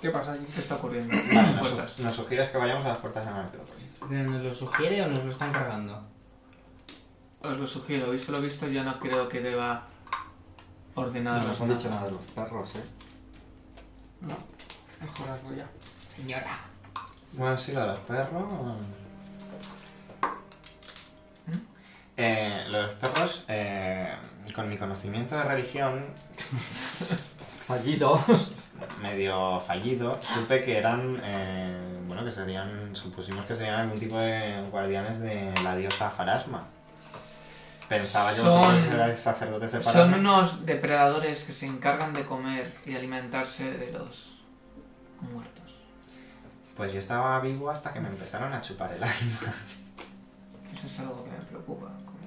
[SPEAKER 4] ¿Qué pasa allí?
[SPEAKER 1] qué está ocurriendo en
[SPEAKER 5] Vale,
[SPEAKER 1] las
[SPEAKER 5] nos,
[SPEAKER 1] puertas.
[SPEAKER 5] su- nos sugieres que vayamos a las puertas de la necrópolis.
[SPEAKER 2] ¿Pero nos lo sugiere o nos lo están cargando?
[SPEAKER 1] Os lo sugiero, visto lo visto, yo no creo que deba
[SPEAKER 3] No
[SPEAKER 1] ordenar
[SPEAKER 3] nos
[SPEAKER 1] las
[SPEAKER 3] han dicho nada de los perros, ¿eh?
[SPEAKER 1] No.
[SPEAKER 4] Mejor la suya.
[SPEAKER 2] Señora.
[SPEAKER 5] Bueno, sí, lo de los perros... ¿Mm? Eh, lo de los perros, eh, con mi conocimiento de religión,
[SPEAKER 3] Fallido.
[SPEAKER 5] medio fallido, supe que eran, eh, bueno, que serían, supusimos que serían algún tipo de guardianes de la diosa Farasma. Pensaba yo
[SPEAKER 1] Son-
[SPEAKER 5] vosotros que erais sacerdotes de Farasma.
[SPEAKER 1] Son unos depredadores que se encargan de comer y de alimentarse de los muertos.
[SPEAKER 5] Pues yo estaba vivo hasta que me empezaron a chupar el alma.
[SPEAKER 1] Eso es algo que me preocupa. como-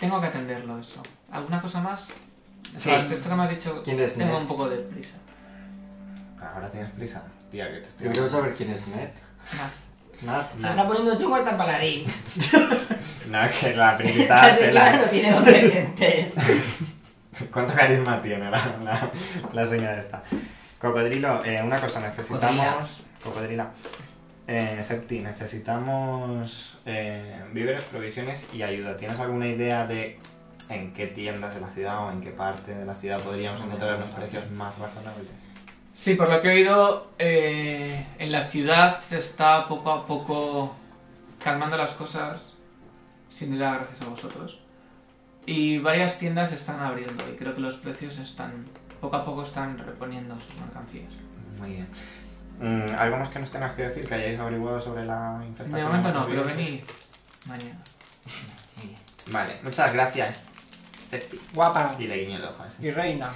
[SPEAKER 1] Tengo que atenderlo eso. ¿Alguna cosa más?
[SPEAKER 5] Sí.
[SPEAKER 1] Tras Esto que me has dicho,
[SPEAKER 3] ¿Quién es
[SPEAKER 1] tengo
[SPEAKER 3] Ned?
[SPEAKER 1] un poco de prisa.
[SPEAKER 5] Ahora tienes prisa, tía, que te estoy...
[SPEAKER 3] Yo quiero saber quién es Ned.
[SPEAKER 1] Nat,
[SPEAKER 3] Nat.
[SPEAKER 2] Se está poniendo chungo hasta el paladín.
[SPEAKER 5] No, es que la
[SPEAKER 2] Esta
[SPEAKER 5] principal
[SPEAKER 2] señora no tiene dependientes.
[SPEAKER 5] ¿Cuánto carisma tiene la, la- la señora esta? Cocodrilo, eh, una cosa, necesitamos... Cocodrila. Eh, Septi, necesitamos eh, víveres, provisiones y ayuda. ¿Tienes alguna idea de en qué tiendas de la ciudad o en qué parte de la ciudad podríamos encontrar unos precios más razonables?
[SPEAKER 1] Sí, por lo que he oído, eh, en la ciudad se está poco a poco calmando las cosas, sin duda gracias a vosotros. Y varias tiendas se están abriendo y creo que los precios están poco a poco están reponiendo sus mercancías.
[SPEAKER 5] Muy bien. Mm, ¿Algo más que nos tengas que decir que hayáis averiguado sobre la infestación?
[SPEAKER 1] De momento no,
[SPEAKER 5] otros
[SPEAKER 1] pero
[SPEAKER 5] virus?
[SPEAKER 1] venid mañana.
[SPEAKER 5] Vale, muchas gracias, Septi.
[SPEAKER 4] Guapa.
[SPEAKER 5] Y le guiño el ojo así.
[SPEAKER 4] Y reina.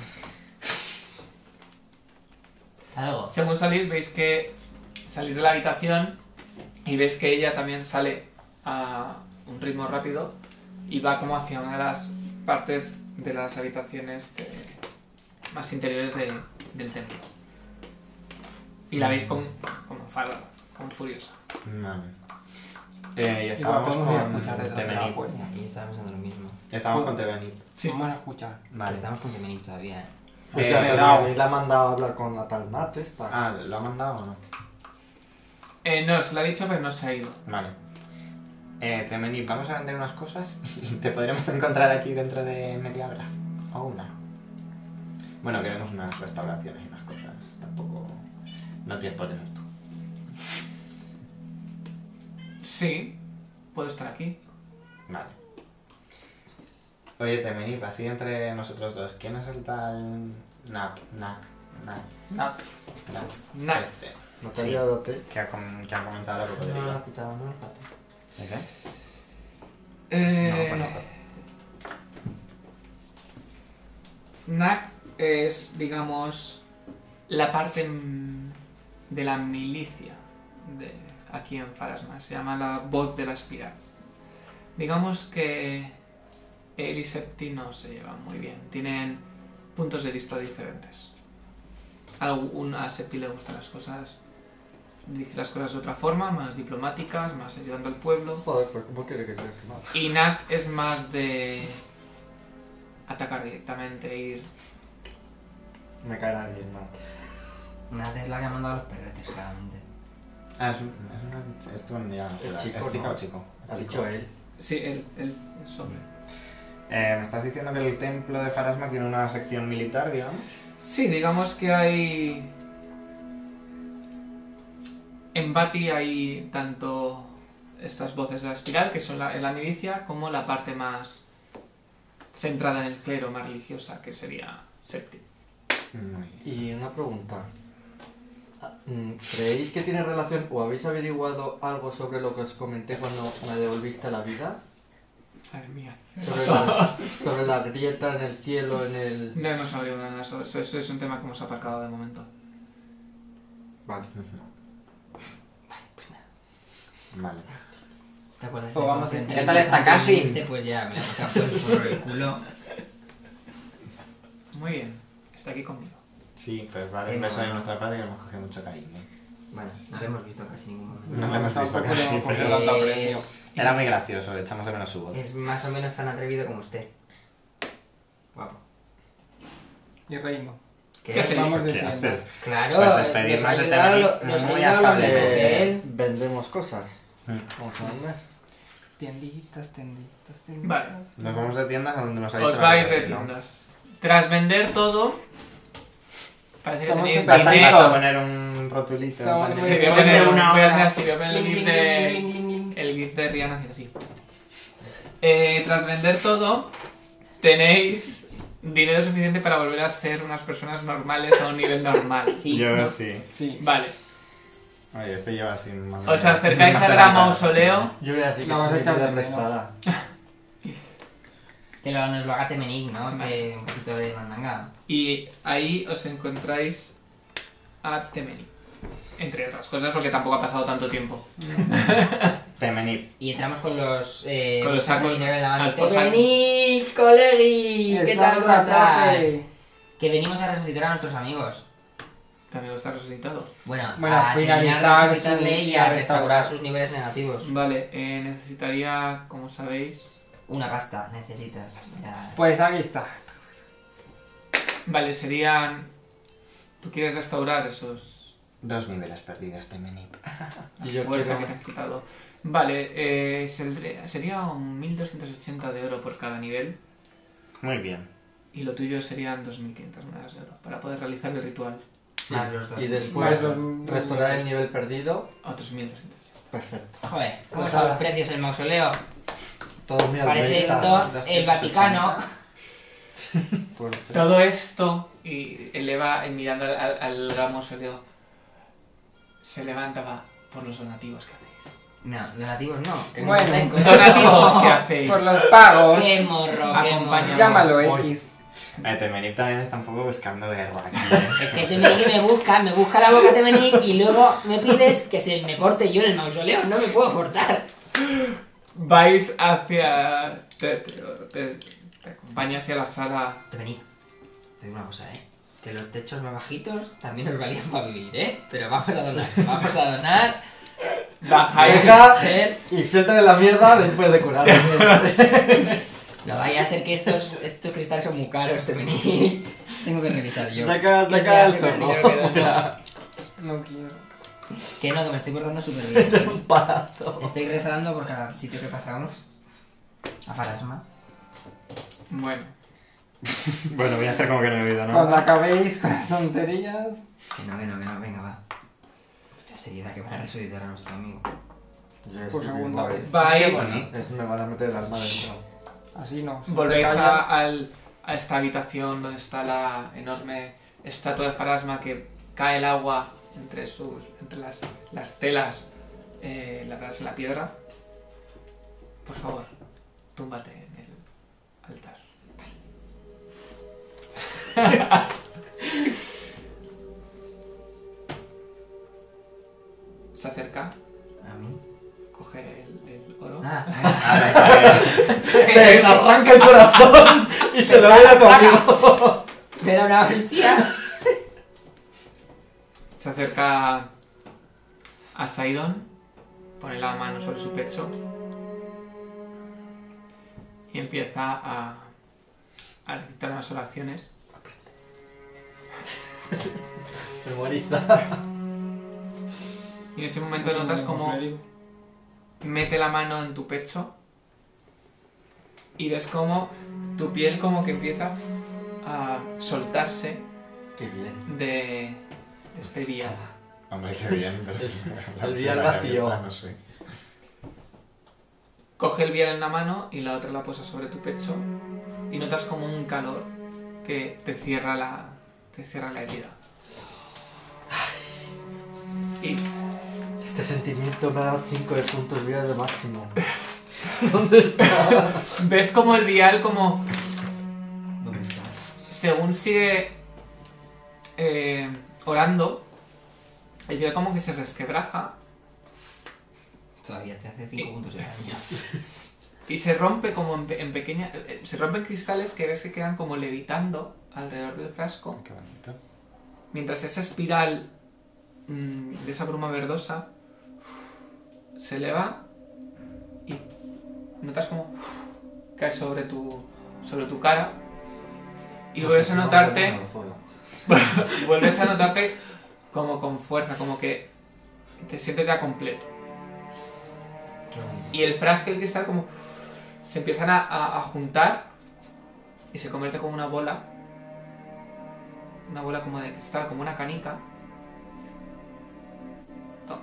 [SPEAKER 2] Algo.
[SPEAKER 1] Según salís, veis que salís de la habitación y veis que ella también sale a un ritmo rápido y va como hacia una de las partes de las habitaciones de- más interiores de- del templo. Y la veis con, como enfadada, como furiosa.
[SPEAKER 5] Vale. Eh, ya
[SPEAKER 4] Igual
[SPEAKER 5] estábamos
[SPEAKER 4] podemos ir a
[SPEAKER 5] con
[SPEAKER 4] escuchar detrás de la
[SPEAKER 5] Temenip.
[SPEAKER 4] puerta.
[SPEAKER 2] Yo estaba pensando lo mismo.
[SPEAKER 5] Ya estábamos con Temenip.
[SPEAKER 1] Sí.
[SPEAKER 4] Vamos a escuchar.
[SPEAKER 5] Vale. Ah,
[SPEAKER 2] Estamos con Temenip todavía, ¿eh?
[SPEAKER 3] Pues
[SPEAKER 5] Eh,
[SPEAKER 3] ya, pero
[SPEAKER 5] pesado.
[SPEAKER 3] David la ha mandado a hablar con la tal Nat esta.
[SPEAKER 5] Ah, ¿lo ha mandado o no?
[SPEAKER 1] Eh, no, se la ha dicho, pero no se ha ido.
[SPEAKER 5] Vale. Eh, Temenip, vamos a vender unas cosas y te podremos encontrar aquí dentro de media hora. O una. Bueno, queremos unas restauraciones y unas cosas. Tampoco... No tienes por qué ser tú.
[SPEAKER 1] Sí, puedo estar aquí.
[SPEAKER 5] Vale. Oye, Temenip, así entre nosotros dos, ¿quién es el tal... Nap, Nak, Nak,
[SPEAKER 1] No.
[SPEAKER 5] Nak?
[SPEAKER 1] Nak.
[SPEAKER 5] Este.
[SPEAKER 3] No te
[SPEAKER 5] Sí. Ah.
[SPEAKER 3] ha liado, te.
[SPEAKER 5] Que ha, com- que ha comentado la
[SPEAKER 3] No,
[SPEAKER 5] cocodrila.
[SPEAKER 3] la quitaba, no, la quitaba.
[SPEAKER 5] ¿De qué?
[SPEAKER 1] Eh,
[SPEAKER 5] No, con esto.
[SPEAKER 1] NAC es, digamos, la parte mm, de la milicia de aquí en Farasma. Se llama la voz de la espiral. Digamos que él y Septi no se llevan muy bien. Tienen puntos de vista diferentes. algún, a Septi le gustan las cosas. Dirige las cosas de otra forma, más diplomáticas, más ayudando al pueblo.
[SPEAKER 6] Joder, pero ¿cómo quiere que sea Germán?
[SPEAKER 1] Y Nat es más de atacar directamente, ir.
[SPEAKER 5] Me caerá bien, ¿no?
[SPEAKER 2] Nada es la que ha mandado a los perretes, claramente.
[SPEAKER 5] Ah, es, un, es una. Esto ya no sé,
[SPEAKER 6] El chico,
[SPEAKER 5] ¿Es chica
[SPEAKER 6] ¿no?
[SPEAKER 5] o chico?
[SPEAKER 6] Ha
[SPEAKER 5] Chico.
[SPEAKER 6] dicho él.
[SPEAKER 1] Sí, el, el, el sobre.
[SPEAKER 5] Eh, me estás diciendo que el templo de Farasma tiene una sección militar, digamos.
[SPEAKER 1] Sí, digamos que hay. En Bati hay tanto estas voces de la espiral, que son la, en la milicia, como la parte más centrada en el clero, más religiosa, que sería Septi.
[SPEAKER 5] Muy bien.
[SPEAKER 6] Y una pregunta. Ah, mm, ¿Creéis que tiene relación o habéis averiguado algo sobre lo que os comenté cuando me devolviste la vida?
[SPEAKER 1] Madre mía.
[SPEAKER 6] Sobre la, sobre la grieta en el cielo, en el...
[SPEAKER 1] No hemos hablado nada sobre eso, eso es un tema que hemos aparcado de momento.
[SPEAKER 6] Vale.
[SPEAKER 5] Vale.
[SPEAKER 2] ¿Te acuerdas
[SPEAKER 4] Pues vamos
[SPEAKER 2] cuando
[SPEAKER 4] a
[SPEAKER 2] te
[SPEAKER 4] intentar-
[SPEAKER 5] ¿Qué tal está
[SPEAKER 2] entrevistaste y
[SPEAKER 5] Cashin?
[SPEAKER 2] viniste? Pues ya, me la he pasado por por el culo.
[SPEAKER 1] Muy bien, está aquí conmigo.
[SPEAKER 5] Sí, pues dale un
[SPEAKER 2] Venga.
[SPEAKER 5] beso de nuestra parte que hemos cogido mucho cariño.
[SPEAKER 2] Bueno, no lo hemos visto casi en ningún momento.
[SPEAKER 5] No lo hemos visto
[SPEAKER 4] Tampoco
[SPEAKER 5] casi,
[SPEAKER 4] lo- porque
[SPEAKER 5] pero
[SPEAKER 4] lo- tanto aprecio.
[SPEAKER 2] Es-
[SPEAKER 5] era muy gracioso, le echamos de menos su voz.
[SPEAKER 2] Es más o menos tan atrevido como usted. Guapo.
[SPEAKER 4] Y reino.
[SPEAKER 2] ¿Qué
[SPEAKER 1] ¿Qué
[SPEAKER 2] es?
[SPEAKER 1] hacéis?
[SPEAKER 4] Vamos de
[SPEAKER 5] ¿Qué
[SPEAKER 4] tienda.
[SPEAKER 5] haces?
[SPEAKER 2] Claro,
[SPEAKER 5] Pues
[SPEAKER 2] nos ha
[SPEAKER 5] despedirnos de
[SPEAKER 2] ayudado
[SPEAKER 5] Tenerife,
[SPEAKER 2] lo- nos ha
[SPEAKER 5] muy
[SPEAKER 2] ayudado lo mismo
[SPEAKER 5] afable.
[SPEAKER 2] que
[SPEAKER 6] Eh,
[SPEAKER 2] él.
[SPEAKER 6] vendemos cosas.
[SPEAKER 5] Mm.
[SPEAKER 6] Vamos a vender.
[SPEAKER 4] Tienditas, tienditas, tienditas.
[SPEAKER 1] Vale.
[SPEAKER 5] Nos vamos de tiendas a donde nos ha dicho
[SPEAKER 1] Os
[SPEAKER 5] la
[SPEAKER 1] vais de
[SPEAKER 5] Caterina, ¿no?
[SPEAKER 1] tiendas. Tras vender todo, parece que
[SPEAKER 4] Somos
[SPEAKER 1] tenéis
[SPEAKER 5] Vas a, vas a
[SPEAKER 1] dinero.
[SPEAKER 5] poner un rotulito.
[SPEAKER 4] Somos
[SPEAKER 5] entonces-
[SPEAKER 1] Sí,
[SPEAKER 4] muy
[SPEAKER 1] voy a
[SPEAKER 4] Después
[SPEAKER 1] poner
[SPEAKER 4] de
[SPEAKER 1] un-
[SPEAKER 4] una
[SPEAKER 1] voy a hacer
[SPEAKER 4] hora.
[SPEAKER 1] así, voy a poner el
[SPEAKER 4] Ling,
[SPEAKER 1] gif
[SPEAKER 4] ling,
[SPEAKER 1] de-
[SPEAKER 4] ling, ling, ling, ling.
[SPEAKER 1] el gif de Rihanna haciendo así. Eh, tras vender todo, tenéis dinero suficiente para volver a ser unas personas normales a un nivel normal.
[SPEAKER 2] Sí.
[SPEAKER 5] Yo sí.
[SPEAKER 4] Sí.
[SPEAKER 1] Vale,
[SPEAKER 5] Oye, este lleva así más
[SPEAKER 1] os acercáis
[SPEAKER 5] más de
[SPEAKER 1] al
[SPEAKER 5] la
[SPEAKER 1] gran
[SPEAKER 5] mitad.
[SPEAKER 1] mausoleo.
[SPEAKER 6] Yo voy a decir que
[SPEAKER 4] La vas
[SPEAKER 6] es
[SPEAKER 4] a
[SPEAKER 6] mi
[SPEAKER 4] echar
[SPEAKER 6] vida
[SPEAKER 4] de menos.
[SPEAKER 6] prestada.
[SPEAKER 2] Que lo- nos lo haga Temenik, ¿no?
[SPEAKER 1] Vale.
[SPEAKER 2] Que un poquito de mandanga.
[SPEAKER 1] Y ahí os encontráis a Temeni. Entre otras cosas, porque tampoco ha pasado tanto tiempo.
[SPEAKER 5] Temení.
[SPEAKER 2] Y entramos con los... Eh,
[SPEAKER 1] Con los
[SPEAKER 2] bolsas de
[SPEAKER 1] sacos
[SPEAKER 2] dinero en la mano.
[SPEAKER 1] alforjas.
[SPEAKER 2] ¡Temenik, colegi! ¿Qué tal,
[SPEAKER 4] Estamos
[SPEAKER 2] cómo
[SPEAKER 4] a
[SPEAKER 2] estás?
[SPEAKER 4] tope.
[SPEAKER 2] Que venimos a resucitar a nuestros amigos.
[SPEAKER 1] También está resucitado.
[SPEAKER 2] Bueno,
[SPEAKER 4] Bueno,
[SPEAKER 2] a terminar de
[SPEAKER 4] finalizar
[SPEAKER 2] resucitarle
[SPEAKER 4] su-
[SPEAKER 2] y
[SPEAKER 4] y
[SPEAKER 2] a
[SPEAKER 4] a
[SPEAKER 2] restaurar
[SPEAKER 4] restaurar.
[SPEAKER 2] sus niveles negativos.
[SPEAKER 1] Vale, eh, necesitaría, como sabéis,
[SPEAKER 2] Una pasta, necesitas. Ya.
[SPEAKER 4] Pues aquí está.
[SPEAKER 1] Vale, serían. ¿Tú quieres restaurar esos
[SPEAKER 5] Dos niveles perdidos, Temení.
[SPEAKER 6] Y yo
[SPEAKER 1] fuerza
[SPEAKER 6] quiero-
[SPEAKER 1] que te han quitado? Vale, eh, saldría- sería un 1280 de oro por cada nivel
[SPEAKER 5] Muy bien.
[SPEAKER 1] y lo tuyo serían 2500 monedas de oro para poder realizar el ritual.
[SPEAKER 6] Sí.
[SPEAKER 2] Más los dos.
[SPEAKER 6] Ah, Y
[SPEAKER 4] Más
[SPEAKER 6] después
[SPEAKER 4] los-
[SPEAKER 6] restaurar el nivel perdido.
[SPEAKER 1] Otros 1200.
[SPEAKER 6] Perfecto.
[SPEAKER 2] Joder, ¿cómo
[SPEAKER 4] Pues
[SPEAKER 2] están los
[SPEAKER 4] ahora.
[SPEAKER 2] precios en el mausoleo?
[SPEAKER 6] Todo muy
[SPEAKER 2] Parece
[SPEAKER 6] altruista.
[SPEAKER 2] esto el Vaticano.
[SPEAKER 6] Por-
[SPEAKER 1] Todo esto, y eleva, y eh, mirando al, al, al gran mausoleo, se levantaba por los donativos que hacéis.
[SPEAKER 2] No, donativos no. que no
[SPEAKER 4] Bueno,
[SPEAKER 2] me den cosas.
[SPEAKER 1] Donativos que hacéis.
[SPEAKER 4] Por los pagos.
[SPEAKER 2] ¡Qué morro, qué
[SPEAKER 1] Acompaña.
[SPEAKER 2] morro!
[SPEAKER 4] Llámalo
[SPEAKER 6] Voy.
[SPEAKER 4] X.
[SPEAKER 5] Eh, Temení también está un poco buscando guerra aquí. ¿eh?
[SPEAKER 2] Es que Temenik me busca, me busca la boca Temenik y luego me pides que se me porte yo en el mausoleo. No me puedo portar.
[SPEAKER 1] Vais hacia. Te, te- te- te acompaña hacia la sala
[SPEAKER 2] Temenik, te digo una cosa, ¿eh? Que los techos más bajitos también nos valían para vivir, ¿eh? Pero vamos a donar, vamos a donar.
[SPEAKER 1] Bajáis.
[SPEAKER 6] Deja-
[SPEAKER 2] ser-
[SPEAKER 6] Y suelta de la mierda después de curar.
[SPEAKER 2] No vaya a ser que estos, estos cristales son muy caros, te vení. Tengo que revisar yo.
[SPEAKER 6] Saca-
[SPEAKER 2] ¿Qué se
[SPEAKER 6] saca
[SPEAKER 2] hace
[SPEAKER 6] el
[SPEAKER 2] con el
[SPEAKER 6] zorro.
[SPEAKER 2] dinero que dono?
[SPEAKER 4] No quiero.
[SPEAKER 2] Que no, que me estoy portando súper bien.
[SPEAKER 6] Un palazo.
[SPEAKER 2] Estoy rezando por cada sitio que pasamos. A Farasma.
[SPEAKER 1] Bueno,
[SPEAKER 5] bueno, voy a hacer como que no he oído,
[SPEAKER 4] Cuando
[SPEAKER 5] ¿no?
[SPEAKER 4] acabéis con las tonterías.
[SPEAKER 2] Que no, que no, que no, venga, va. Puta seriedad que van a resucitar a nuestro amigo.
[SPEAKER 4] Por segunda vez.
[SPEAKER 5] Qué
[SPEAKER 1] vais.
[SPEAKER 5] bonito.
[SPEAKER 6] Eso me van a meter el alma dentro.
[SPEAKER 4] Así no. si
[SPEAKER 1] Volvéis
[SPEAKER 4] te
[SPEAKER 1] a,
[SPEAKER 4] callas,
[SPEAKER 1] al- a esta habitación donde está la enorme estatua de Farasma que cae el agua entre, sus, entre las, las telas eh, labradas en la piedra. Por favor, túmbate en el altar. Se acerca,
[SPEAKER 2] ¿A mí?
[SPEAKER 1] coge el, el oro.
[SPEAKER 2] Ah,
[SPEAKER 5] Ah, pensaba
[SPEAKER 6] Se arranca el corazón y se lo ve a tu amigo.
[SPEAKER 2] me da una hostia.
[SPEAKER 1] Se acerca a Saidon, pone la mano sobre su pecho y empieza a, a recitar unas oraciones.
[SPEAKER 6] Memoriza.
[SPEAKER 1] Y en ese momento notas como mete la mano en tu pecho y ves como tu piel como que empieza a soltarse
[SPEAKER 6] Qué bien.
[SPEAKER 1] de, de este día.
[SPEAKER 5] Hombre, qué bien. pero sí, la
[SPEAKER 6] el día
[SPEAKER 5] piel
[SPEAKER 6] vacío.
[SPEAKER 5] abierta, No sé.
[SPEAKER 1] Coge el vial en la mano y la otra la posa sobre tu pecho y notas como un calor que te cierra la, te cierra la herida. Y
[SPEAKER 6] Este sentimiento me ha dado 5 de puntos vida de máximo.
[SPEAKER 1] ves como el vial como
[SPEAKER 6] ¿Dónde está?
[SPEAKER 1] según sigue eh, orando, el vial como que se resquebraja
[SPEAKER 2] Todavía te hace 5 puntos de daño.
[SPEAKER 1] y se rompe como en, pe- en pequeña, eh, se rompen cristales que ves que quedan como levitando alrededor del frasco.
[SPEAKER 5] Qué bonito.
[SPEAKER 1] Mientras esa espiral mm, de esa bruma verdosa se eleva y notas como cae sobre tu, sobre tu cara y vuelves a notarte, vuelves a notarte como con fuerza, como que te sientes ya completo. Y el frasco y el cristal como se empiezan a, a- a juntar y se convierte como una bola una bola como de cristal, como una canica. Toma.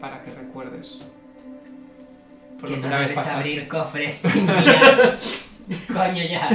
[SPEAKER 1] Para que recuerdes. Por
[SPEAKER 2] Que
[SPEAKER 1] lo que
[SPEAKER 2] no
[SPEAKER 1] una vez
[SPEAKER 2] debes
[SPEAKER 1] pasaste.
[SPEAKER 2] abrir cofres sin mirar. Coño, ya.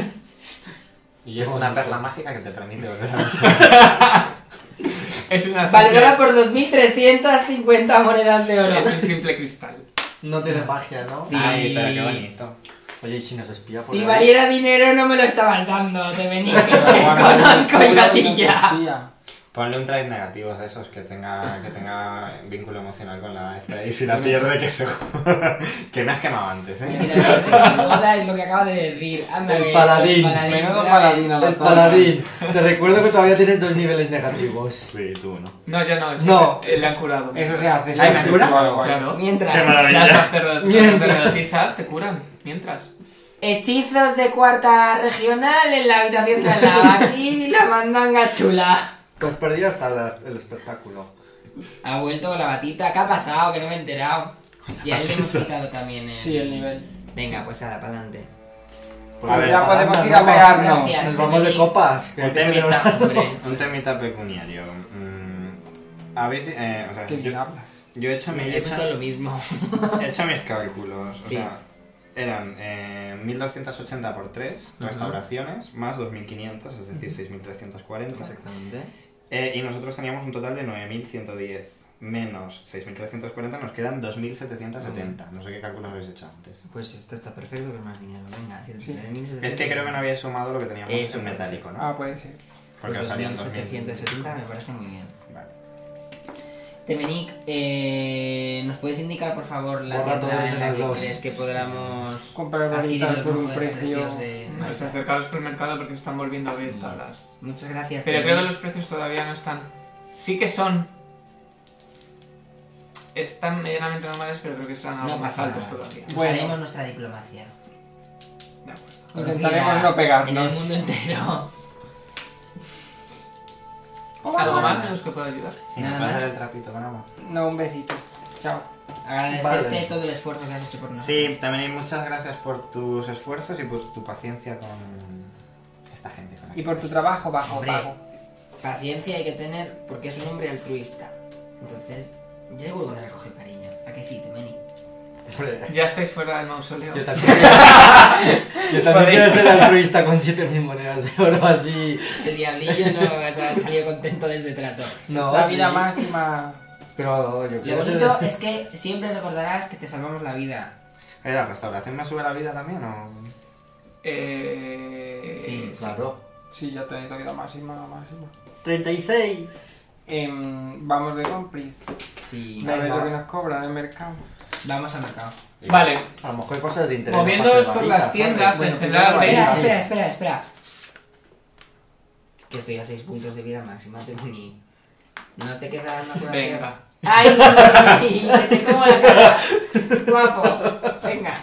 [SPEAKER 5] Y es una perla mágica que te permite volver a ver.
[SPEAKER 1] Es una
[SPEAKER 2] Valorada
[SPEAKER 1] simple,
[SPEAKER 2] por 2.350 monedas de oro.
[SPEAKER 1] es un simple cristal.
[SPEAKER 6] No tiene magia, ¿no?
[SPEAKER 2] Sí.
[SPEAKER 5] Ay, pero qué bonito.
[SPEAKER 6] Oye, ¿y si nos espía por
[SPEAKER 2] Si
[SPEAKER 6] ahí?
[SPEAKER 2] valiera dinero no me lo estabas dando, te venía que te conozco y a ti ya.
[SPEAKER 5] Ponle un trait negativo de esos que tenga, que tenga vínculo emocional con la esta. Y si la pierde, que se joda. Que me has quemado antes,
[SPEAKER 2] Y si
[SPEAKER 5] ¿eh?
[SPEAKER 2] la verdad es que se joda, es lo que acabo de decir. Anda,
[SPEAKER 6] El
[SPEAKER 2] que-
[SPEAKER 6] paladín.
[SPEAKER 4] Menudo
[SPEAKER 2] clave.
[SPEAKER 4] paladín a la
[SPEAKER 6] El
[SPEAKER 4] torre.
[SPEAKER 6] paladín. Te recuerdo que todavía tienes dos niveles negativos.
[SPEAKER 5] Sí, tú, ¿no?
[SPEAKER 1] No, ya no, es
[SPEAKER 6] No.
[SPEAKER 1] eh, le han curado.
[SPEAKER 4] Eso se hace.
[SPEAKER 5] Ay,
[SPEAKER 4] se
[SPEAKER 5] ¿me cura?
[SPEAKER 4] hace algo ahí.
[SPEAKER 1] Claro.
[SPEAKER 5] Qué
[SPEAKER 2] Mientras,
[SPEAKER 5] maravilla.
[SPEAKER 1] Las sacerdotisas
[SPEAKER 6] Mientras.
[SPEAKER 1] sacerdotisas te curan. Mientras.
[SPEAKER 2] hechizos de cuarta regional en la habitación de al lado. Aquí la mandanga chula.
[SPEAKER 6] Te has perdido Pues hasta la- el espectáculo.
[SPEAKER 2] Ha vuelto con la batita. ¿Qué ha pasado? Que no me he enterado. Y a él le hemos quitado también el...
[SPEAKER 4] Sí, el nivel.
[SPEAKER 2] Venga, pues ahora, para adelante.
[SPEAKER 5] A ver,
[SPEAKER 4] ya podemos ir a
[SPEAKER 6] Nos
[SPEAKER 4] pegarnos.
[SPEAKER 2] Gracias.
[SPEAKER 6] Nos vamos de copas. que hay
[SPEAKER 5] Un
[SPEAKER 6] que celebrar.
[SPEAKER 5] temita,
[SPEAKER 2] Hombre.
[SPEAKER 5] un temita pecuniario. Mm, habéis, eh, o sea,
[SPEAKER 4] Qué bien
[SPEAKER 5] yo,
[SPEAKER 4] hablas.
[SPEAKER 5] yo he hecho, mi- he
[SPEAKER 2] Yo
[SPEAKER 5] hecho-
[SPEAKER 2] pienso lo mismo.
[SPEAKER 5] he hecho mis cálculos. O
[SPEAKER 2] Sí.
[SPEAKER 5] sea, eran eh, 1280 por 3
[SPEAKER 2] Ajá.
[SPEAKER 5] restauraciones, más 2500, es decir, 6340.
[SPEAKER 2] Exactamente.
[SPEAKER 5] Eh, y nosotros teníamos un total de 9110 menos 6340, nos quedan 2770. No sé qué cálculos habéis hecho antes.
[SPEAKER 2] Pues esto está perfecto, que es más dinero. Venga, si
[SPEAKER 4] Sí.
[SPEAKER 5] Es que creo que no habíais sumado lo que teníamos
[SPEAKER 2] Eso
[SPEAKER 5] en
[SPEAKER 2] puede pues
[SPEAKER 5] metálico, ¿no?
[SPEAKER 4] Ah, puede ser.
[SPEAKER 5] Porque os salían 2770.
[SPEAKER 2] 2770 me parece muy bien.
[SPEAKER 5] Vale.
[SPEAKER 2] Temenic, eh, ¿nos puedes indicar por favor la
[SPEAKER 6] Borra todo
[SPEAKER 2] tienda en la
[SPEAKER 6] menos
[SPEAKER 2] que
[SPEAKER 6] dos.
[SPEAKER 2] crees que podamos
[SPEAKER 4] Comprar
[SPEAKER 2] adquirir los
[SPEAKER 4] varitas por un
[SPEAKER 2] mejores
[SPEAKER 4] precio.
[SPEAKER 2] precios de
[SPEAKER 1] No, Se acerca al supermercado porque están volviendo a abrir todas las.
[SPEAKER 2] Muchas gracias.
[SPEAKER 1] Pero creo que
[SPEAKER 2] Temenic.
[SPEAKER 1] los precios todavía no están. Sí que son. Están medianamente normales, pero creo que serán algo
[SPEAKER 2] No
[SPEAKER 1] más
[SPEAKER 2] pasa
[SPEAKER 1] altos
[SPEAKER 2] nada.
[SPEAKER 1] todavía.
[SPEAKER 2] Usaremos
[SPEAKER 4] Bueno.
[SPEAKER 2] nuestra diplomacia.
[SPEAKER 1] De acuerdo.
[SPEAKER 4] Intentaremos
[SPEAKER 2] Conocida
[SPEAKER 4] no pegarnos.
[SPEAKER 2] En el mundo entero.
[SPEAKER 1] ¿Algo más en los que pueda ayudar?
[SPEAKER 5] Si
[SPEAKER 2] Nada
[SPEAKER 5] me pasas
[SPEAKER 2] más.
[SPEAKER 5] el trapito con agua.
[SPEAKER 4] No, un besito. Chao.
[SPEAKER 2] Agradecerte
[SPEAKER 6] Vale.
[SPEAKER 2] todo el esfuerzo que has hecho por nosotros.
[SPEAKER 5] Sí, también hay muchas gracias por tus esfuerzos y por tu paciencia con esta gente. Con la
[SPEAKER 4] Y
[SPEAKER 5] que-
[SPEAKER 4] por tu trabajo bajo
[SPEAKER 2] Hombre.
[SPEAKER 4] pago.
[SPEAKER 2] Paciencia hay que tener porque es un hombre altruista. Entonces, yo seguro que le recoge cariño. ¿A que sí, Temeni?
[SPEAKER 6] Hombre,
[SPEAKER 1] Ya estáis fuera del mausoleo.
[SPEAKER 6] Yo también, yo también quiero ser altruista con 7000 monedas de oro así.
[SPEAKER 2] El diablillo no ha salido contento de este trato.
[SPEAKER 6] No,
[SPEAKER 4] La vida
[SPEAKER 6] sí,
[SPEAKER 4] máxima.
[SPEAKER 6] Pero yo
[SPEAKER 2] Lo
[SPEAKER 6] quiero
[SPEAKER 2] bonito
[SPEAKER 6] ser-
[SPEAKER 2] es que siempre recordarás que te salvamos la vida.
[SPEAKER 5] Eh, ¿La restauración me sube la vida también o...?
[SPEAKER 1] Eh...
[SPEAKER 2] Sí,
[SPEAKER 6] Claro.
[SPEAKER 4] Sí, ya tenéis la vida máxima, la máxima.
[SPEAKER 3] 36.
[SPEAKER 4] Em, vamos de compris.
[SPEAKER 2] Sí.
[SPEAKER 4] A ver
[SPEAKER 6] Venga.
[SPEAKER 4] lo que nos cobran en el mercado.
[SPEAKER 2] Vamos al mercado.
[SPEAKER 1] Vale,
[SPEAKER 6] A lo mejor hay cosas de interés.
[SPEAKER 1] moviéndoos por
[SPEAKER 6] Barbarita,
[SPEAKER 1] las tiendas
[SPEAKER 6] ¿sabes?
[SPEAKER 1] en general.
[SPEAKER 6] Bueno,
[SPEAKER 2] Espera,
[SPEAKER 1] veis-
[SPEAKER 6] sí.
[SPEAKER 2] espera, espera, espera. Que estoy a 6 puntos de vida máxima, Temeni. No te quedas una cura
[SPEAKER 1] Venga.
[SPEAKER 2] ciega. ¡Ay! ¡Que te como la cara! ¡Guapo! Venga.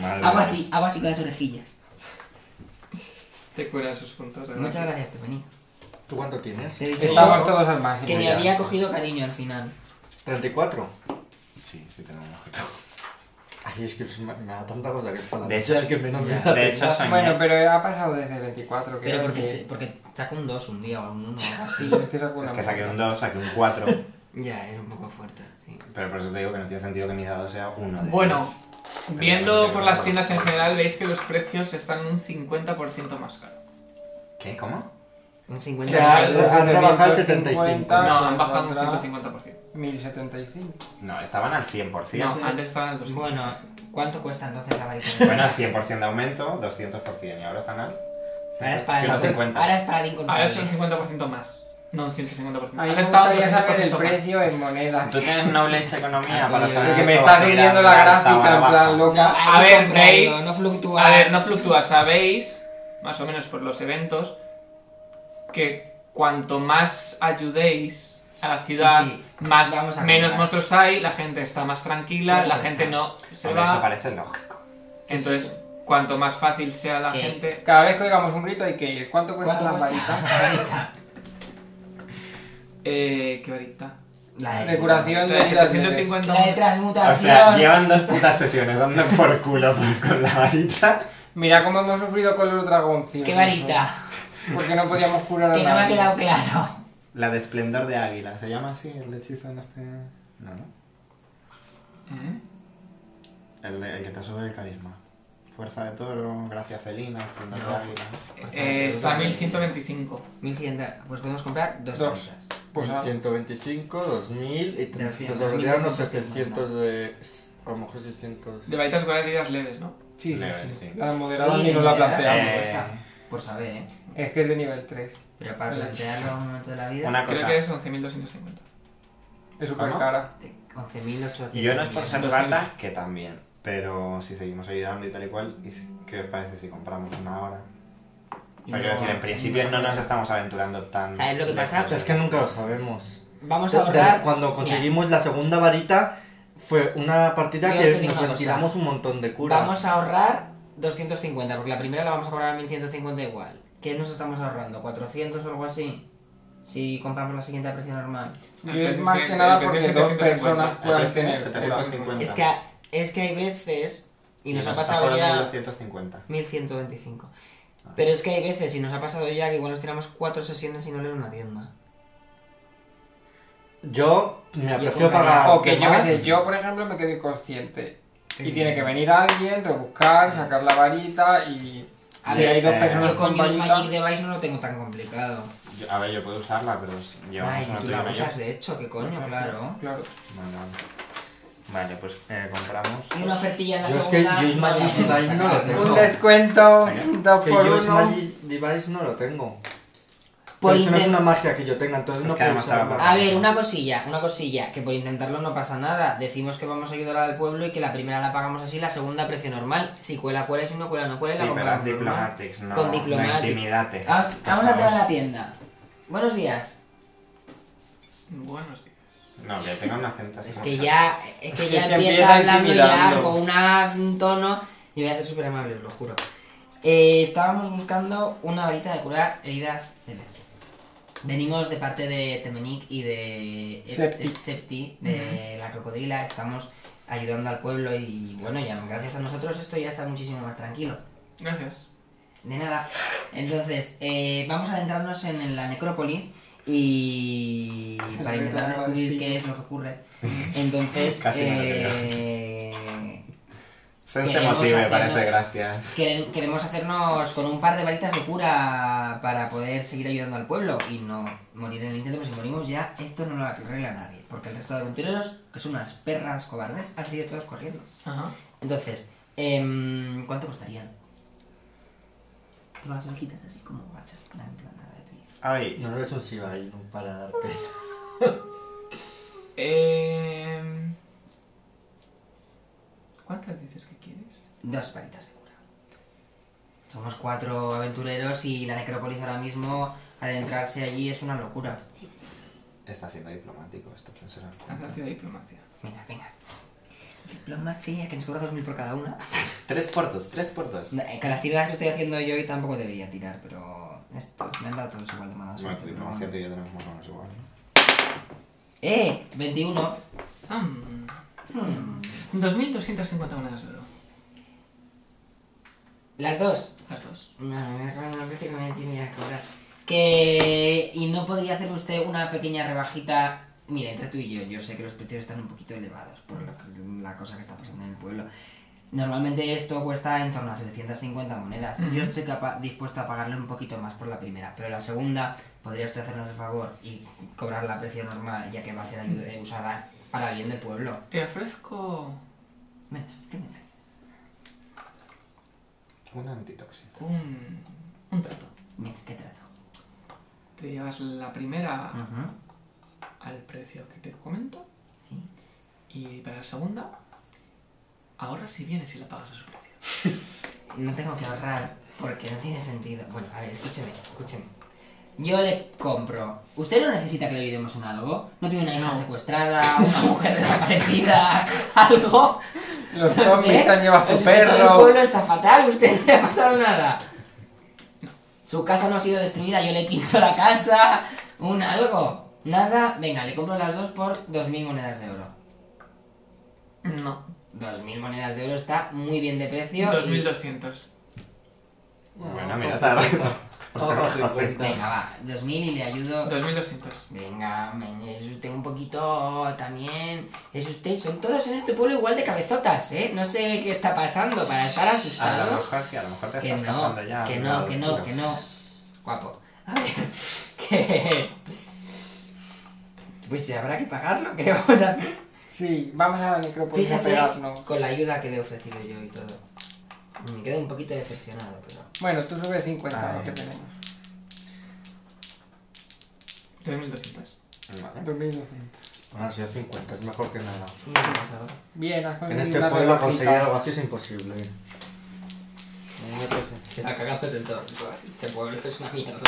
[SPEAKER 5] Madre
[SPEAKER 2] Hago así, hago así con las orejillas.
[SPEAKER 1] Te curan sus puntos de
[SPEAKER 2] Muchas
[SPEAKER 1] daño.
[SPEAKER 2] gracias, Stephanie.
[SPEAKER 6] ¿Tú cuánto tienes?
[SPEAKER 2] Te he dicho
[SPEAKER 4] Estamos todos al máximo.
[SPEAKER 2] que me
[SPEAKER 4] ya.
[SPEAKER 2] había cogido cariño al final.
[SPEAKER 6] 34.
[SPEAKER 5] Sí, sí tengo un objeto.
[SPEAKER 6] Ay, es que pues, me, me da tanta cosa que es para la
[SPEAKER 5] De
[SPEAKER 6] vista,
[SPEAKER 5] hecho,
[SPEAKER 6] es que menos me da
[SPEAKER 5] De hecho,
[SPEAKER 6] tanta.
[SPEAKER 5] soñé.
[SPEAKER 4] Bueno, pero ha pasado desde el 24, creo
[SPEAKER 2] Pero porque,
[SPEAKER 4] que...
[SPEAKER 2] te- porque saco un 2 un día o un 1 algo así.
[SPEAKER 4] Sí, es que saco una
[SPEAKER 5] es que
[SPEAKER 4] mano.
[SPEAKER 5] saqué un 2, saqué un 4,
[SPEAKER 2] ya, era un poco fuerte. Sí.
[SPEAKER 5] pero por eso te digo que no tiene sentido que mi dado sea 1.
[SPEAKER 1] Bueno, viendo por las tiendas en general, veis que los precios están un 50% más caros.
[SPEAKER 5] ¿Qué? ¿Cómo?
[SPEAKER 2] Un 50.
[SPEAKER 6] Ya,
[SPEAKER 1] han- han
[SPEAKER 6] rebajado el 75.
[SPEAKER 1] No,
[SPEAKER 4] Ah,
[SPEAKER 1] han bajado un
[SPEAKER 4] otra.
[SPEAKER 1] 150%.
[SPEAKER 4] 1075.
[SPEAKER 5] No, estaban al 100%.
[SPEAKER 1] No, antes estaban en el 200.
[SPEAKER 2] Bueno, ¿cuánto cuesta entonces la varita?
[SPEAKER 5] Bueno, al 100% de aumento, 200%, y ahora están al
[SPEAKER 2] Ahora es para el
[SPEAKER 5] 150.
[SPEAKER 2] Ahora es para el
[SPEAKER 1] Ahora es un
[SPEAKER 2] incontable.
[SPEAKER 1] 50% más. No, un 150%.
[SPEAKER 4] A mí
[SPEAKER 1] Ahora
[SPEAKER 4] me
[SPEAKER 1] estaba
[SPEAKER 4] gustaría saber el
[SPEAKER 1] 200% más.
[SPEAKER 4] precio en monedas.
[SPEAKER 5] Tú tienes knowledge economía
[SPEAKER 2] Ah,
[SPEAKER 5] para
[SPEAKER 2] coño,
[SPEAKER 5] saber
[SPEAKER 4] Es
[SPEAKER 5] si
[SPEAKER 4] que me
[SPEAKER 5] esto va
[SPEAKER 4] está
[SPEAKER 5] a ser
[SPEAKER 4] viniendo la
[SPEAKER 5] alta o
[SPEAKER 4] gráfica, en
[SPEAKER 5] baja.
[SPEAKER 4] plan loca.
[SPEAKER 2] Ahí
[SPEAKER 1] A ver,
[SPEAKER 2] comprarlo,
[SPEAKER 1] veis-
[SPEAKER 2] No fluctuar.
[SPEAKER 1] A ver, no fluctúa, sabéis, más o menos por los eventos, que cuanto más ayudéis a la ciudad,
[SPEAKER 2] Sí, sí.
[SPEAKER 1] más
[SPEAKER 2] Vamos a
[SPEAKER 1] menos
[SPEAKER 2] comprar.
[SPEAKER 1] monstruos hay, la gente está más tranquila,
[SPEAKER 2] Claro
[SPEAKER 1] la
[SPEAKER 2] que
[SPEAKER 1] gente
[SPEAKER 2] está.
[SPEAKER 1] no se
[SPEAKER 5] Hombre, Eso
[SPEAKER 1] va.
[SPEAKER 5] parece lógico.
[SPEAKER 1] Entonces, cuanto más fácil sea la
[SPEAKER 2] Que-
[SPEAKER 1] gente.
[SPEAKER 4] Cada vez que oigamos un grito hay que ir. ¿Cuánto cuesta
[SPEAKER 2] ¿Cuánto
[SPEAKER 4] la
[SPEAKER 2] cuesta
[SPEAKER 4] varita?
[SPEAKER 2] la varita?
[SPEAKER 1] Eh, qué varita.
[SPEAKER 2] La
[SPEAKER 4] De curación de
[SPEAKER 1] Entonces,
[SPEAKER 4] vidas libres.
[SPEAKER 1] 750.
[SPEAKER 2] La de
[SPEAKER 5] O
[SPEAKER 2] transmutación.
[SPEAKER 5] sea, llevan dos putas sesiones dando por culo por- con la varita.
[SPEAKER 4] Mira cómo hemos sufrido con los dragoncitos. ¿eh?
[SPEAKER 2] ¡Qué varita!
[SPEAKER 4] Porque no podíamos curar a
[SPEAKER 2] Que no me ha
[SPEAKER 4] nadie.
[SPEAKER 2] quedado claro.
[SPEAKER 5] La de esplendor de águila, ¿se llama así el hechizo en este...? No, ¿no?
[SPEAKER 1] ¿Eh?
[SPEAKER 5] El, de- el que te sube el carisma. Fuerza de toro, gracia felina, esplendor de
[SPEAKER 2] No.
[SPEAKER 5] águila.
[SPEAKER 1] Eh, está 1125.
[SPEAKER 2] 1100, pues podemos comprar dos,
[SPEAKER 4] Dos.
[SPEAKER 2] cosas.
[SPEAKER 4] Pues ah,
[SPEAKER 6] 125, 2000 y 300
[SPEAKER 2] 200,
[SPEAKER 6] de unos
[SPEAKER 2] 750.
[SPEAKER 6] 700 de... A lo mejor 600...
[SPEAKER 1] De varitas curar heridas leves, ¿no?
[SPEAKER 4] sí, sí,
[SPEAKER 5] Leve,
[SPEAKER 4] sí,
[SPEAKER 5] sí.
[SPEAKER 4] La moderada
[SPEAKER 2] Oye,
[SPEAKER 4] ni nos la
[SPEAKER 2] ¿de verdad?
[SPEAKER 4] planteamos.
[SPEAKER 5] Eh,
[SPEAKER 2] Por saber, ¿eh?
[SPEAKER 4] Es que es de nivel 3.
[SPEAKER 2] Pero para
[SPEAKER 4] Vale.
[SPEAKER 2] plantearlo en un momento de la vida.
[SPEAKER 5] Una
[SPEAKER 1] Creo
[SPEAKER 5] cosa,
[SPEAKER 1] que es 11.250.
[SPEAKER 4] Es súper
[SPEAKER 5] ¿Cómo?
[SPEAKER 4] cara.
[SPEAKER 2] de 11.800.
[SPEAKER 5] yo no es por ser
[SPEAKER 1] Entonces-
[SPEAKER 5] rata, que también. Pero si seguimos ayudando y tal y cual, ¿y si- ¿qué os parece si compramos una hora? O sea, quiero decir, en principio no nos estamos aventurando tan...
[SPEAKER 2] ¿Sabes lo que
[SPEAKER 5] lejos.
[SPEAKER 2] pasa?
[SPEAKER 6] Pues Es que nunca lo sabemos.
[SPEAKER 2] Vamos
[SPEAKER 6] De-
[SPEAKER 2] a
[SPEAKER 6] de-
[SPEAKER 2] ahorrar.
[SPEAKER 6] cuando
[SPEAKER 2] Mira,
[SPEAKER 6] conseguimos la segunda varita fue una partida
[SPEAKER 2] Yo te
[SPEAKER 6] que
[SPEAKER 2] digo
[SPEAKER 6] nos
[SPEAKER 2] una
[SPEAKER 6] retiramos un montón de curas.
[SPEAKER 2] Vamos a ahorrar 250, porque la primera la vamos a cobrar a 1150 igual. ¿Qué nos estamos ahorrando? ¿400 o algo así? Si compramos la siguiente a precio normal.
[SPEAKER 1] El
[SPEAKER 4] Yo es
[SPEAKER 1] precio
[SPEAKER 4] más
[SPEAKER 1] es-
[SPEAKER 4] que
[SPEAKER 1] el
[SPEAKER 4] nada
[SPEAKER 1] precio
[SPEAKER 4] porque
[SPEAKER 1] es
[SPEAKER 4] dos
[SPEAKER 1] 750.
[SPEAKER 4] personas
[SPEAKER 5] El precio
[SPEAKER 4] puedan
[SPEAKER 5] es
[SPEAKER 4] tener.
[SPEAKER 5] 750.
[SPEAKER 2] Es que, a- es que hay veces, y nos ha
[SPEAKER 5] está
[SPEAKER 2] pasado
[SPEAKER 5] cobrando Ah.
[SPEAKER 2] ya
[SPEAKER 5] 1250.
[SPEAKER 2] 1125. Pero es que hay veces, y nos ha pasado ya, que igual nos tiramos cuatro sesiones y no leer una tienda.
[SPEAKER 6] Yo me aprecio
[SPEAKER 2] compraría-
[SPEAKER 6] pagar.
[SPEAKER 4] O que
[SPEAKER 6] de
[SPEAKER 4] yo qué
[SPEAKER 6] más.
[SPEAKER 4] sé, yo por ejemplo me quedo inconsciente. Y
[SPEAKER 2] Mm.
[SPEAKER 4] tiene que venir alguien, rebuscar, sacar la varita y.
[SPEAKER 2] A
[SPEAKER 4] si
[SPEAKER 2] ver,
[SPEAKER 4] hay dos
[SPEAKER 5] eh,
[SPEAKER 4] personas
[SPEAKER 2] Yo con
[SPEAKER 4] con
[SPEAKER 2] Use
[SPEAKER 4] varita.
[SPEAKER 2] Magic Device no lo tengo tan complicado.
[SPEAKER 5] Yo- a ver, yo puedo usarla, pero s- llevamos
[SPEAKER 2] Ay,
[SPEAKER 5] una
[SPEAKER 2] tú
[SPEAKER 5] tuya
[SPEAKER 2] la
[SPEAKER 5] mayor.
[SPEAKER 2] usas de hecho, que coño, claro.
[SPEAKER 4] Claro.
[SPEAKER 5] Vale, vale. Vale, pues eh, compramos.
[SPEAKER 2] Y una ofertilla en la
[SPEAKER 6] Yo es que
[SPEAKER 2] segunda.
[SPEAKER 6] Use
[SPEAKER 2] no la
[SPEAKER 6] Magic
[SPEAKER 2] podemos
[SPEAKER 6] Device no lo
[SPEAKER 2] sacar.
[SPEAKER 6] tengo.
[SPEAKER 4] Un descuento, dos
[SPEAKER 6] Que
[SPEAKER 4] por
[SPEAKER 6] yo es
[SPEAKER 4] uno.
[SPEAKER 6] Magic Device no lo tengo.
[SPEAKER 2] Por
[SPEAKER 6] Por eso no es
[SPEAKER 2] inten-
[SPEAKER 6] una magia que yo tenga, entonces
[SPEAKER 5] Es
[SPEAKER 6] no
[SPEAKER 5] que
[SPEAKER 6] puedo
[SPEAKER 5] además
[SPEAKER 6] usarla.
[SPEAKER 5] estaba-
[SPEAKER 2] A ver, una cosilla, una cosilla, que por intentarlo no pasa nada. Decimos que vamos a ayudar al pueblo y que la primera la pagamos así, la segunda a precio normal. Si cuela, cuela, y si no cuela, no cuela,
[SPEAKER 5] Sí,
[SPEAKER 2] la
[SPEAKER 5] pero haz
[SPEAKER 2] compramos normal.
[SPEAKER 5] diplomatics, no.
[SPEAKER 2] Con diplomatics.
[SPEAKER 5] No intimidates.
[SPEAKER 2] Ah,
[SPEAKER 5] por
[SPEAKER 2] Vamos a entrar a
[SPEAKER 5] favor.
[SPEAKER 2] la tienda. Buenos días.
[SPEAKER 1] Buenos días.
[SPEAKER 5] No, que tenga un acento así
[SPEAKER 2] Es
[SPEAKER 5] como
[SPEAKER 2] que
[SPEAKER 5] chato.
[SPEAKER 2] ya, es que ya
[SPEAKER 4] Es que
[SPEAKER 2] empieza
[SPEAKER 4] empieza
[SPEAKER 2] hablando ya
[SPEAKER 4] intimidando.
[SPEAKER 2] con una- un tono. Y voy a ser súper amable, os lo juro. Eh, estábamos buscando una varita de curar heridas leves. Venimos de parte de Temenic y de Ep-
[SPEAKER 4] Septi.
[SPEAKER 2] Ep- Septi, de la cocodrila. Estamos ayudando al pueblo y bueno, ya gracias a nosotros esto ya está muchísimo más tranquilo.
[SPEAKER 1] Gracias.
[SPEAKER 2] De nada. Entonces, eh, vamos a adentrarnos en la necrópolis y
[SPEAKER 4] Se
[SPEAKER 2] para
[SPEAKER 4] me
[SPEAKER 2] intentar
[SPEAKER 4] acaba de
[SPEAKER 2] descubrir
[SPEAKER 4] decir.
[SPEAKER 2] qué es lo que ocurre. Entonces,
[SPEAKER 5] Casi me lo creo.
[SPEAKER 2] eh,
[SPEAKER 5] Sense
[SPEAKER 2] queremos
[SPEAKER 5] motive,
[SPEAKER 2] hacernos-
[SPEAKER 5] parece, gracias.
[SPEAKER 2] quere- queremos hacernos con un par de varitas de cura para poder seguir ayudando al pueblo y no morir en el intento, porque si morimos ya, esto no lo arregla nadie, porque el resto de aventureros, que son unas perras cobardes, han salido todos corriendo.
[SPEAKER 1] Ajá.
[SPEAKER 2] Entonces, em, ¿cuánto costarían? Tengo las orejitas así como gachas, en plan nada de pedir.
[SPEAKER 5] Ay,
[SPEAKER 6] No, no es un Sibai, no para dar pena.
[SPEAKER 1] Eh... ¿Cuántas dices que quieres?
[SPEAKER 2] Dos varitas de cura. Somos cuatro aventureros y la necrópolis ahora mismo, adentrarse allí es una locura.
[SPEAKER 5] Está siendo diplomático, está censurado.
[SPEAKER 1] Has nacido de diplomacia.
[SPEAKER 2] Venga, venga. Diplomacia, que nos cobra 2.000 por cada una.
[SPEAKER 5] Tres por dos, tres por dos.
[SPEAKER 2] No, eh, Con las tiradas que estoy haciendo yo hoy tampoco debería tirar, pero... Esto, me han dado todos igual de mala
[SPEAKER 5] Bueno,
[SPEAKER 2] suerte.
[SPEAKER 5] tu diplomacia tú y yo tenemos más o menos igual, ¿no?
[SPEAKER 2] ¡Eh! 21.
[SPEAKER 1] Ah, mm.
[SPEAKER 4] Hmm.
[SPEAKER 1] 2.250 monedas de oro.
[SPEAKER 2] Las dos.
[SPEAKER 1] Las dos.
[SPEAKER 2] No, no me acuerdo las veces que me tenía que cobrar. Que... ¿Y no podría hacer usted una pequeña rebajita? Mira, entre tú y yo, yo sé que los precios están un poquito elevados por lo que- la cosa que está pasando en el pueblo. Normalmente esto cuesta en torno a 750 monedas.
[SPEAKER 1] Ujú.
[SPEAKER 2] Yo estoy capa- dispuesto a pagarle un poquito más por la primera, pero la segunda podría usted hacernos el favor y cobrarla a precio normal, ya que va a ser ayuda- eh, usada para bien del pueblo.
[SPEAKER 1] Te ofrezco
[SPEAKER 2] Venga, ¿qué me parece?
[SPEAKER 5] Un antitóxico.
[SPEAKER 1] un, un trato.
[SPEAKER 2] Venga, ¿qué trato?
[SPEAKER 1] Te llevas la primera
[SPEAKER 2] Ujú.
[SPEAKER 1] al precio que te comento
[SPEAKER 2] Sí.
[SPEAKER 1] y para la segunda, ahora si vienes y la pagas a su precio.
[SPEAKER 2] No tengo que ahorrar porque no tiene sentido. Bueno, a ver, escúcheme, escúcheme. Yo le compro. ¿Usted no necesita que le ayudemos en algo? ¿No tiene una hija
[SPEAKER 1] No.
[SPEAKER 2] secuestrada? ¿Una mujer desaparecida? ¿Algo?
[SPEAKER 4] Los
[SPEAKER 2] No
[SPEAKER 4] zombies
[SPEAKER 2] sé.
[SPEAKER 4] te han llevado a
[SPEAKER 2] Es
[SPEAKER 4] su
[SPEAKER 2] que todo El
[SPEAKER 4] perro.
[SPEAKER 2] pueblo está fatal, usted no le ha pasado nada. Su casa no ha sido destruida, yo le pinto la casa. Un algo. Nada, venga, le compro las dos por 2.000 monedas de oro.
[SPEAKER 1] No,
[SPEAKER 2] 2.000 monedas de oro está muy bien de precio. y-
[SPEAKER 1] 2.200.
[SPEAKER 5] Bueno, mira, tarde.
[SPEAKER 6] Vamos a
[SPEAKER 2] Venga, va, 2.000 y le ayudo.
[SPEAKER 1] 2.200.
[SPEAKER 2] Venga, men, es usted un poquito también. Es usted, son todos en este pueblo igual de cabezotas, ¿eh? No sé qué está pasando para estar
[SPEAKER 5] A lo
[SPEAKER 2] asustado.
[SPEAKER 5] mejor, que a lo mejor te
[SPEAKER 2] Que
[SPEAKER 5] estás
[SPEAKER 2] Ah, no,
[SPEAKER 5] pasando ya.
[SPEAKER 2] que
[SPEAKER 5] al
[SPEAKER 2] no,
[SPEAKER 5] lado
[SPEAKER 2] que no,
[SPEAKER 5] oscuro.
[SPEAKER 2] que no. Guapo. A ver, que. Pues habrá que pagarlo, que vamos a hacer?
[SPEAKER 4] Sí, vamos a la necrópolis a
[SPEAKER 2] Fíjese,
[SPEAKER 4] pegarnos.
[SPEAKER 2] con la ayuda que le he ofrecido yo y todo. Me quedo un poquito decepcionado, pero.
[SPEAKER 4] Bueno, tú sube 50, lo
[SPEAKER 5] Ay.
[SPEAKER 4] que tenemos.
[SPEAKER 1] 2.200.
[SPEAKER 5] Vale.
[SPEAKER 4] 2200.
[SPEAKER 6] Bueno, si es 50, es mejor que nada.
[SPEAKER 4] Bien, has
[SPEAKER 6] En
[SPEAKER 4] conseguido
[SPEAKER 6] este
[SPEAKER 4] una
[SPEAKER 6] pueblo
[SPEAKER 4] rebajita.
[SPEAKER 6] conseguir algo así es imposible.
[SPEAKER 2] Se la cagaste en todo. Este pueblo es una mierda.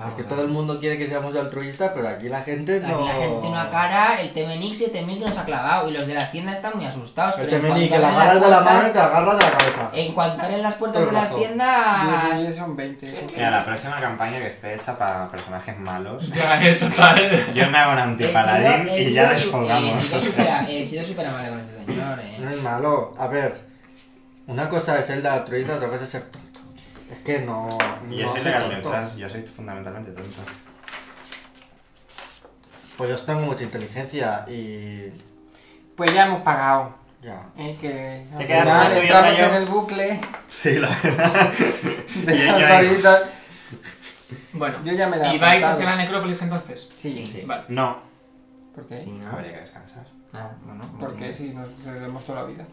[SPEAKER 6] Porque todo el mundo quiere que seamos altruistas, pero aquí la gente no.
[SPEAKER 2] Aquí la gente tiene una cara, el Temenix 7000 que nos ha clavado y los de las tiendas están muy asustados.
[SPEAKER 6] El
[SPEAKER 2] pero en
[SPEAKER 6] Temeni,
[SPEAKER 2] cuanto
[SPEAKER 6] que la
[SPEAKER 2] abren
[SPEAKER 6] agarras de la
[SPEAKER 2] puerta-
[SPEAKER 6] mano y te agarra de la cabeza.
[SPEAKER 2] En cuanto abren las puertas
[SPEAKER 6] Todo
[SPEAKER 2] de
[SPEAKER 6] el
[SPEAKER 2] las
[SPEAKER 6] rato.
[SPEAKER 1] Ah.
[SPEAKER 2] tiendas...
[SPEAKER 4] 10.000 Ah, son 20. eso.
[SPEAKER 5] Mira, la próxima campaña que esté hecha para personajes malos.
[SPEAKER 1] Ya, es total.
[SPEAKER 5] Yo me hago un antipaladín
[SPEAKER 2] He sido- he
[SPEAKER 5] y
[SPEAKER 2] sido
[SPEAKER 5] ya
[SPEAKER 2] su-
[SPEAKER 5] desfogamos.
[SPEAKER 2] He sido supera- he sido súper amable con este señor,
[SPEAKER 6] No
[SPEAKER 2] eh.
[SPEAKER 6] es malo. A ver, una cosa es ser de altruista, otra cosa es ser tonto. Es que no.
[SPEAKER 5] Y yo
[SPEAKER 6] no
[SPEAKER 5] soy
[SPEAKER 6] soy
[SPEAKER 5] legal
[SPEAKER 6] tonto.
[SPEAKER 5] neutral, yo soy fundamentalmente tonto.
[SPEAKER 6] Pues yo tengo mucha inteligencia y.
[SPEAKER 4] Pues ya hemos pagado.
[SPEAKER 6] Ya.
[SPEAKER 4] ¿eh? Que al
[SPEAKER 5] Te quedas
[SPEAKER 4] final
[SPEAKER 5] con tu y
[SPEAKER 4] entramos
[SPEAKER 5] otra
[SPEAKER 4] en
[SPEAKER 5] yo.
[SPEAKER 4] el bucle
[SPEAKER 5] Sí, la verdad.
[SPEAKER 4] de
[SPEAKER 5] Y yo
[SPEAKER 4] las
[SPEAKER 5] ya digo,
[SPEAKER 4] varitas.
[SPEAKER 1] Bueno,
[SPEAKER 4] Yo ya me la he
[SPEAKER 1] ¿y vais
[SPEAKER 4] apuntado.
[SPEAKER 1] hacia la necrópolis entonces?
[SPEAKER 4] Sí.
[SPEAKER 2] Sí.
[SPEAKER 1] Vale.
[SPEAKER 5] No,
[SPEAKER 4] ¿Por qué?
[SPEAKER 2] Sí, ¿no?
[SPEAKER 5] habría que descansar.
[SPEAKER 2] Ah, bueno,
[SPEAKER 4] ¿Por qué?
[SPEAKER 2] bueno.
[SPEAKER 4] Si nos perdemos toda la vida.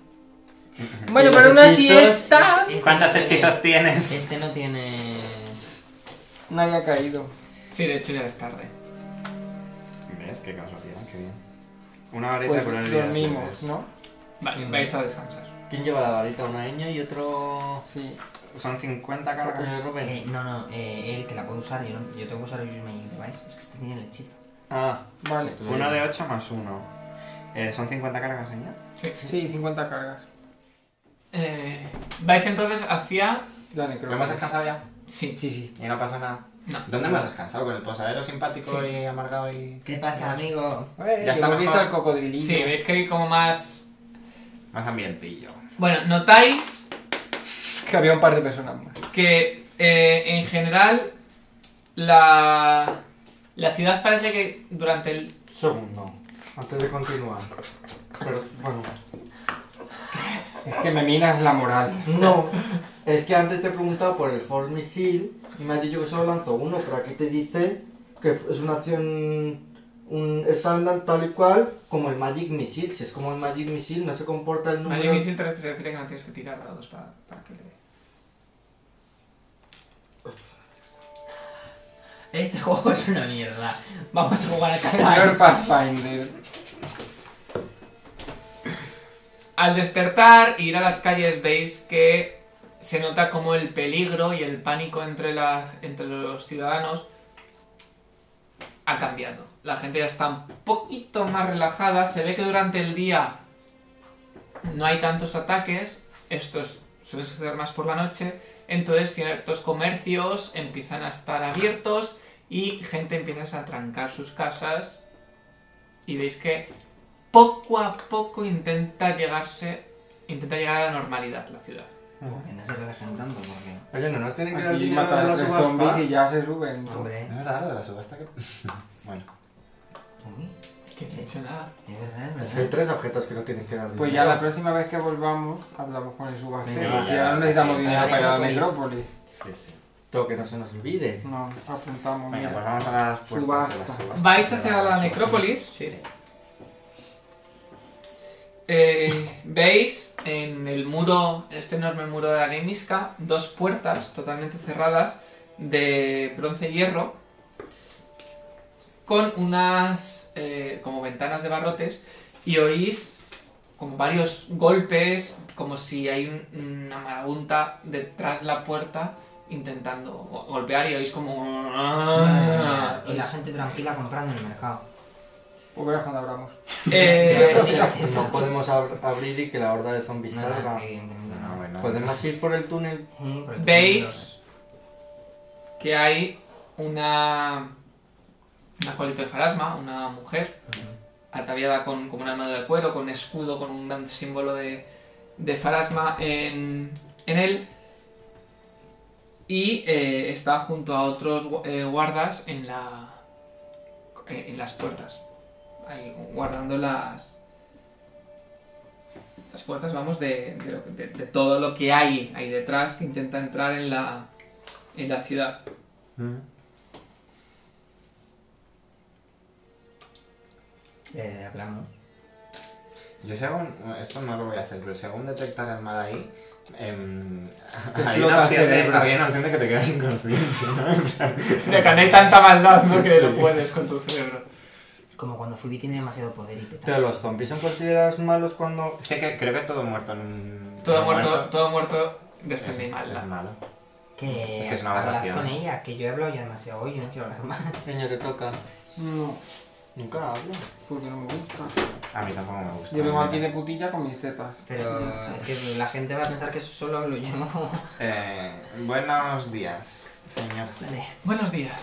[SPEAKER 6] Bueno, pero una siesta-
[SPEAKER 2] Este
[SPEAKER 5] ¿Cuántos
[SPEAKER 2] no tiene-
[SPEAKER 5] hechizos tienes?
[SPEAKER 2] Este no tiene...
[SPEAKER 4] Nadie ha caído.
[SPEAKER 1] Sí, de hecho ya es tarde.
[SPEAKER 5] ¿Ves? Qué casualidad, qué bien. Una horita
[SPEAKER 4] Pues
[SPEAKER 5] por el día.
[SPEAKER 4] dormimos, ¿no?
[SPEAKER 1] Vale,
[SPEAKER 6] Mm.
[SPEAKER 1] vais a descansar.
[SPEAKER 6] ¿Quién lleva la varita? Una niña y otro.
[SPEAKER 4] Sí.
[SPEAKER 5] Son 50
[SPEAKER 6] Eh,
[SPEAKER 5] cargas.
[SPEAKER 6] Rubén.
[SPEAKER 2] Eh, no, no, eh, él que la puede usar, yo, no, yo tengo que usar el Magic Device. Es que este tiene el hechizo.
[SPEAKER 6] Ah,
[SPEAKER 4] Vale.
[SPEAKER 5] Uno de 8 más uno. Eh, son 50 cargas, señor.
[SPEAKER 1] Sí.
[SPEAKER 4] Sí, 50 cargas.
[SPEAKER 1] Eh, vais entonces hacia...
[SPEAKER 4] La necrópolis.
[SPEAKER 5] ya?
[SPEAKER 1] Sí,
[SPEAKER 4] Sí, sí.
[SPEAKER 5] Y no pasa nada.
[SPEAKER 1] No.
[SPEAKER 5] ¿Dónde hemos descansado? Con el posadero simpático y amargado y.
[SPEAKER 2] ¿Qué pasa, amigo?
[SPEAKER 4] Eh,
[SPEAKER 5] Ya
[SPEAKER 4] ya
[SPEAKER 5] está
[SPEAKER 4] está visto
[SPEAKER 5] mejor.
[SPEAKER 4] el cocodrilillo.
[SPEAKER 1] sí, veis que hay como más...
[SPEAKER 5] Más ambientillo.
[SPEAKER 1] Bueno, notáis
[SPEAKER 4] que había un par de personas más.
[SPEAKER 1] que eh, en general la, la ciudad parece que durante el...
[SPEAKER 6] segundo. Antes de continuar. Pero, bueno.
[SPEAKER 4] Es que me minas la moral.
[SPEAKER 6] No, es que antes te he preguntado por el Force Missile y me has dicho que solo lanzó uno, pero aquí te dice que f- es una acción un estándar tal y cual como el Magic Missile. Si es como el Magic Missile, no se comporta el número.
[SPEAKER 1] Magic Missile te ref- se refiere que no tienes que tirar dados para, para que le dé.
[SPEAKER 2] Este juego es una mierda. Vamos a jugar al Catán.
[SPEAKER 4] Señor Pathfinder.
[SPEAKER 1] Al despertar y ir a las calles veis que se nota como el peligro y el pánico entre, la- entre los ciudadanos ha cambiado. La gente ya está un poquito más relajada. Se ve que durante el día no hay tantos ataques. Estos suelen suceder más por la noche. Entonces ciertos comercios empiezan a estar abiertos y gente empieza a trancar sus casas. Y veis que poco a poco intenta llegarse, intenta llegar a la normalidad la ciudad.
[SPEAKER 2] Que no se relajan tanto porque...
[SPEAKER 6] Oye, no nos tienen que dar
[SPEAKER 4] Aquí
[SPEAKER 6] dinero de
[SPEAKER 4] matan a
[SPEAKER 6] la
[SPEAKER 4] tres zombies
[SPEAKER 6] subasta.
[SPEAKER 4] y ya se suben.
[SPEAKER 2] Hombre,
[SPEAKER 5] Es verdad lo de la subasta que. bueno.
[SPEAKER 2] uy,
[SPEAKER 1] Que no he hecho nada.
[SPEAKER 2] es verdad, es
[SPEAKER 6] Es que hay
[SPEAKER 2] verdad.
[SPEAKER 6] tres objetos que nos tienen que dar
[SPEAKER 4] Pues ya la próxima vez que volvamos hablamos con el subastero.
[SPEAKER 5] Venga,
[SPEAKER 4] Si ya
[SPEAKER 5] ya,
[SPEAKER 4] no necesitamos
[SPEAKER 5] sí,
[SPEAKER 4] dinero
[SPEAKER 2] para
[SPEAKER 4] para ir a la
[SPEAKER 2] Necrópolis.
[SPEAKER 4] metrópolis.
[SPEAKER 5] Sí, sí.
[SPEAKER 6] Todo que no se nos olvide.
[SPEAKER 4] No, apuntamos.
[SPEAKER 5] Venga,
[SPEAKER 4] mira.
[SPEAKER 5] pues vamos a las puertas de la
[SPEAKER 4] Subasta.
[SPEAKER 5] subasta.
[SPEAKER 1] Vais
[SPEAKER 5] De
[SPEAKER 1] hacia la
[SPEAKER 5] subasta.
[SPEAKER 1] necrópolis.
[SPEAKER 5] Sí.
[SPEAKER 1] Eh, Veis en el muro, en este enorme muro de arenisca, dos puertas totalmente cerradas de bronce y hierro con unas eh, como ventanas de barrotes y oís como varios golpes, como si hay un- una marabunta detrás la puerta intentando go- golpear y oís como... Ah.
[SPEAKER 2] Y la gente tranquila comprando en el mercado.
[SPEAKER 4] Pues verás cuando abramos.
[SPEAKER 1] Eh,
[SPEAKER 6] No podemos ab- abrir y que la horda de zombies
[SPEAKER 2] Nada,
[SPEAKER 6] salga.
[SPEAKER 2] evidentemente
[SPEAKER 5] No,
[SPEAKER 2] no.
[SPEAKER 5] bueno.
[SPEAKER 1] Pues
[SPEAKER 6] Podemos ir por el túnel.
[SPEAKER 2] Sí, porque-
[SPEAKER 1] veis que hay una una colita de farasma, una mujer ataviada con como una armadura de cuero, con escudo, con un gran símbolo de, de farasma en, en él y eh, está junto a otros gu- eh, guardas en la en, en las puertas, ahí guardando las las puertas, vamos, de, de lo- de- de todo lo que hay ahí detrás que intenta entrar en la, en la ciudad.
[SPEAKER 5] Mm.
[SPEAKER 2] Eh, hablamos.
[SPEAKER 5] Yo según, esto no lo voy a hacer, pero según detectar el mal ahí, em, hay,
[SPEAKER 4] Explota
[SPEAKER 5] una opción de,
[SPEAKER 4] cerebro.
[SPEAKER 5] había una opción de que te quedas inconsciente, ¿no? En plan,
[SPEAKER 1] De que no hay tanta maldad, ¿no? Que no puedes con tu cerebro.
[SPEAKER 2] Como cuando Fubi tiene demasiado poder y
[SPEAKER 6] Pero
[SPEAKER 2] peta.
[SPEAKER 6] los zombies son considerados malos cuando.
[SPEAKER 5] Es que, que- creo que todo muerto en un...
[SPEAKER 1] Todo
[SPEAKER 5] en un
[SPEAKER 1] muerto, todo muerto después
[SPEAKER 5] es,
[SPEAKER 1] de
[SPEAKER 5] es
[SPEAKER 1] maldad.
[SPEAKER 5] malo.
[SPEAKER 2] Que,
[SPEAKER 5] Es que es una
[SPEAKER 2] hablad
[SPEAKER 5] aberración.
[SPEAKER 2] con ella, que yo he hablado ya demasiado hoy, yo no quiero hablar más.
[SPEAKER 6] Señor, te toca.
[SPEAKER 4] No,
[SPEAKER 6] Nunca hablo.
[SPEAKER 4] porque no me gusta.
[SPEAKER 5] A mí tampoco me gusta.
[SPEAKER 4] Yo vengo aquí de putilla con mis tetas. Ya
[SPEAKER 2] Pero
[SPEAKER 4] está.
[SPEAKER 2] es que la gente va a pensar que eso solo hablo yo.
[SPEAKER 5] Eh, buenos días, señor.
[SPEAKER 2] Vale.
[SPEAKER 1] Buenos días.